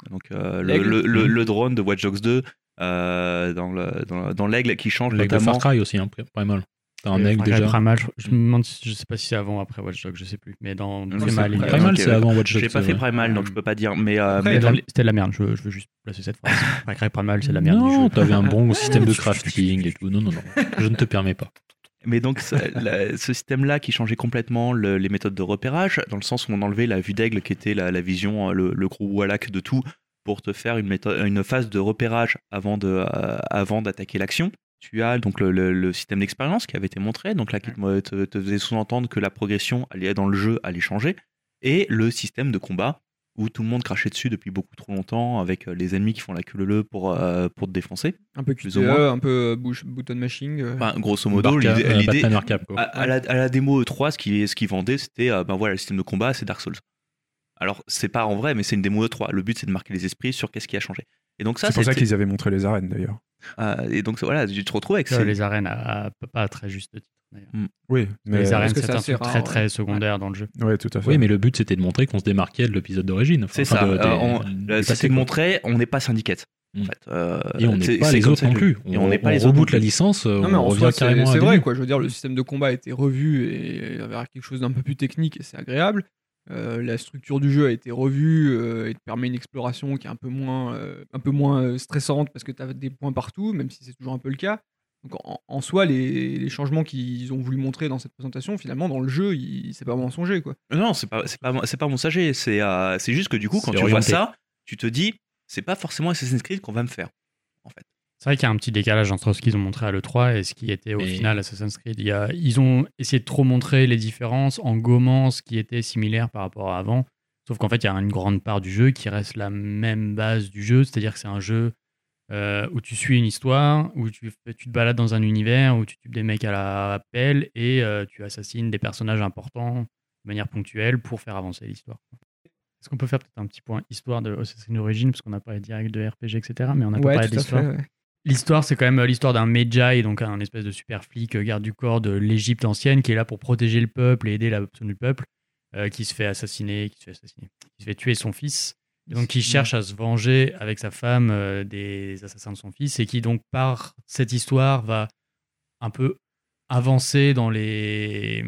[SPEAKER 3] donc euh, le,
[SPEAKER 2] L'aigle.
[SPEAKER 3] le- le- le drone de Watch Dogs 2 euh, dans le- dans le- dans l'aigle qui change
[SPEAKER 5] Avec de
[SPEAKER 3] notamment.
[SPEAKER 5] Far Cry aussi, hein, pr- pas mal. T'as un
[SPEAKER 4] le
[SPEAKER 5] aigle
[SPEAKER 4] Far Cry
[SPEAKER 5] déjà.
[SPEAKER 4] Primal, je, je me demande, si- je sais pas si c'est avant ou après Watch Dogs, je sais plus. Mais dans
[SPEAKER 3] Non,
[SPEAKER 4] Primal,
[SPEAKER 2] Mm. c'est
[SPEAKER 4] il y a-
[SPEAKER 5] Pas mal,
[SPEAKER 3] Ok,
[SPEAKER 5] c'est
[SPEAKER 3] ouais.
[SPEAKER 5] avant Watch Dogs. euh,
[SPEAKER 3] J'ai pas
[SPEAKER 5] c'est
[SPEAKER 3] fait
[SPEAKER 5] vrai.
[SPEAKER 3] Primal donc je peux pas dire, mais, euh,
[SPEAKER 2] Après,
[SPEAKER 3] mais
[SPEAKER 4] Mais
[SPEAKER 3] dans
[SPEAKER 4] dans-
[SPEAKER 3] les-
[SPEAKER 4] C'était de la merde, je, je veux juste placer cette
[SPEAKER 2] (laughs)
[SPEAKER 4] phrase. Far Cry Primal, c'est de la merde.
[SPEAKER 5] Non,
[SPEAKER 4] du jeu.
[SPEAKER 5] t'avais un bon système de crafting et tout. Non, non, non. Je ne te permets pas.
[SPEAKER 3] mais donc ce, la- ce système-là qui changeait complètement le- les méthodes de repérage, dans le sens où on enlevait la vue d'aigle qui était la, la vision, euh, le, le gros wallach de tout, pour te faire une, méthode, une phase de repérage avant de, euh, avant d'attaquer l'action. Tu as donc le, le- le système d'expérience qui avait été montré, donc là qui te, te- te faisait sous-entendre que la progression allait dans le jeu allait changer, et le système de combat où tout le monde crachait dessus depuis beaucoup trop longtemps avec euh, les ennemis qui font la queue leu pour, euh, pour te défoncer.
[SPEAKER 2] un peu
[SPEAKER 3] Plus ou
[SPEAKER 2] QTE
[SPEAKER 3] moins.
[SPEAKER 2] un peu euh, bouche- button mashing euh.
[SPEAKER 3] Enfin, grosso modo,
[SPEAKER 5] Barca-
[SPEAKER 3] l'idée-
[SPEAKER 5] euh,
[SPEAKER 3] l'idée,
[SPEAKER 5] Batman Arkham, quoi.
[SPEAKER 3] à, à la, à la démo E3, ce qui, ce qui vendait, c'était euh, ben voilà, le système de combat, c'est Dark Souls. Alors, c'est pas en vrai, mais c'est une démo E3. Le but, c'est de marquer les esprits sur qu'est-ce qui a changé. Et donc, ça,
[SPEAKER 1] C'est pour ça
[SPEAKER 3] c'était-
[SPEAKER 1] qu'ils avaient montré les arènes d'ailleurs.
[SPEAKER 3] euh, Et donc, ça, voilà, tu te retrouves avec
[SPEAKER 4] Euh,
[SPEAKER 3] ces-
[SPEAKER 4] les arènes, à, à- pas à très juste titre. d'ailleurs.
[SPEAKER 1] Oui, mais
[SPEAKER 5] euh,
[SPEAKER 4] les arènes,
[SPEAKER 2] parce que
[SPEAKER 4] c'est
[SPEAKER 2] c'est
[SPEAKER 4] un
[SPEAKER 2] assez
[SPEAKER 4] truc
[SPEAKER 2] rare,
[SPEAKER 4] très
[SPEAKER 2] ouais.
[SPEAKER 4] très secondaire dans le jeu.
[SPEAKER 1] ouais, tout à fait.
[SPEAKER 5] Oui, mais le but c'était de montrer qu'on se démarquait de l'épisode d'origine. Enfin,
[SPEAKER 3] C'est ça.
[SPEAKER 5] enfin,
[SPEAKER 3] Euh,
[SPEAKER 5] de- des-
[SPEAKER 3] on-
[SPEAKER 5] des
[SPEAKER 3] euh,
[SPEAKER 5] passés,
[SPEAKER 3] C'était de
[SPEAKER 5] quoi.
[SPEAKER 3] montrer, on n'est pas syndicate. en
[SPEAKER 5] Mm.
[SPEAKER 3] fait. Euh,
[SPEAKER 5] Et on n'est
[SPEAKER 3] c'est-
[SPEAKER 5] pas
[SPEAKER 3] c'est
[SPEAKER 5] les
[SPEAKER 3] comme
[SPEAKER 5] autres
[SPEAKER 3] ça
[SPEAKER 5] non
[SPEAKER 3] que je-
[SPEAKER 5] plus.
[SPEAKER 3] Et on n'est pas les autres.
[SPEAKER 5] reboot
[SPEAKER 3] non
[SPEAKER 5] la
[SPEAKER 3] plus.
[SPEAKER 5] licence,
[SPEAKER 2] Non, mais
[SPEAKER 5] on
[SPEAKER 2] en
[SPEAKER 5] revient
[SPEAKER 2] soi,
[SPEAKER 5] carrément
[SPEAKER 2] c'est
[SPEAKER 5] à
[SPEAKER 2] c'est
[SPEAKER 5] la
[SPEAKER 2] vrai,
[SPEAKER 5] démo.
[SPEAKER 2] quoi. Je veux dire, le système de combat a été revu et vers quelque chose d'un peu plus technique et c'est agréable. Euh, la structure du jeu a été revue euh, et te permet une exploration qui est un peu moins, euh, un peu moins euh, stressante parce que tu as des points partout, même si c'est toujours un peu le cas. Donc en, en soi, les, les changements qu'ils ont voulu montrer dans cette présentation, finalement, dans le jeu, il- c'est pas mensonger. Quoi.
[SPEAKER 3] Non, c'est pas, c'est pas, c'est pas messager. C'est, euh, c'est juste que du coup, quand
[SPEAKER 5] C'est
[SPEAKER 3] tu vois
[SPEAKER 5] orienté.
[SPEAKER 3] ça, tu te dis, c'est pas forcément Assassin's Creed qu'on va me faire.
[SPEAKER 4] C'est vrai qu'il y a un petit décalage entre ce qu'ils ont montré à l'E3 et ce qui était au
[SPEAKER 5] Mais-
[SPEAKER 4] final Assassin's Creed. Il y a- ils ont essayé de trop montrer les différences en gommant ce qui était similaire par rapport à avant. Sauf qu'en fait, il y a une grande part du jeu qui reste la même base du jeu. C'est-à-dire que c'est un jeu euh, où tu suis une histoire, où tu, fais- tu te balades dans un univers, où tu tues des mecs à la pelle et euh, tu assassines des personnages importants de manière ponctuelle pour faire avancer l'histoire. Est-ce qu'on peut faire peut-être un petit point histoire de Assassin's Origins, parce qu'on a parlé direct de RPG, etc., mais on n'a pas
[SPEAKER 2] Ouais,
[SPEAKER 4] parlé
[SPEAKER 2] tout à fait.
[SPEAKER 4] d'histoire.
[SPEAKER 2] ouais.
[SPEAKER 4] L'histoire, c'est quand même euh, l'histoire d'un Magi, donc un espèce de super flic, euh, garde du corps de l'Égypte ancienne, qui est là pour protéger le peuple et aider la population du peuple, euh, qui se fait assassiner, qui se fait assassiner, qui se fait tuer son fils, et donc qui cherche à se venger avec sa femme euh, des assassins de son fils, et qui donc par cette histoire va un peu avancer dans les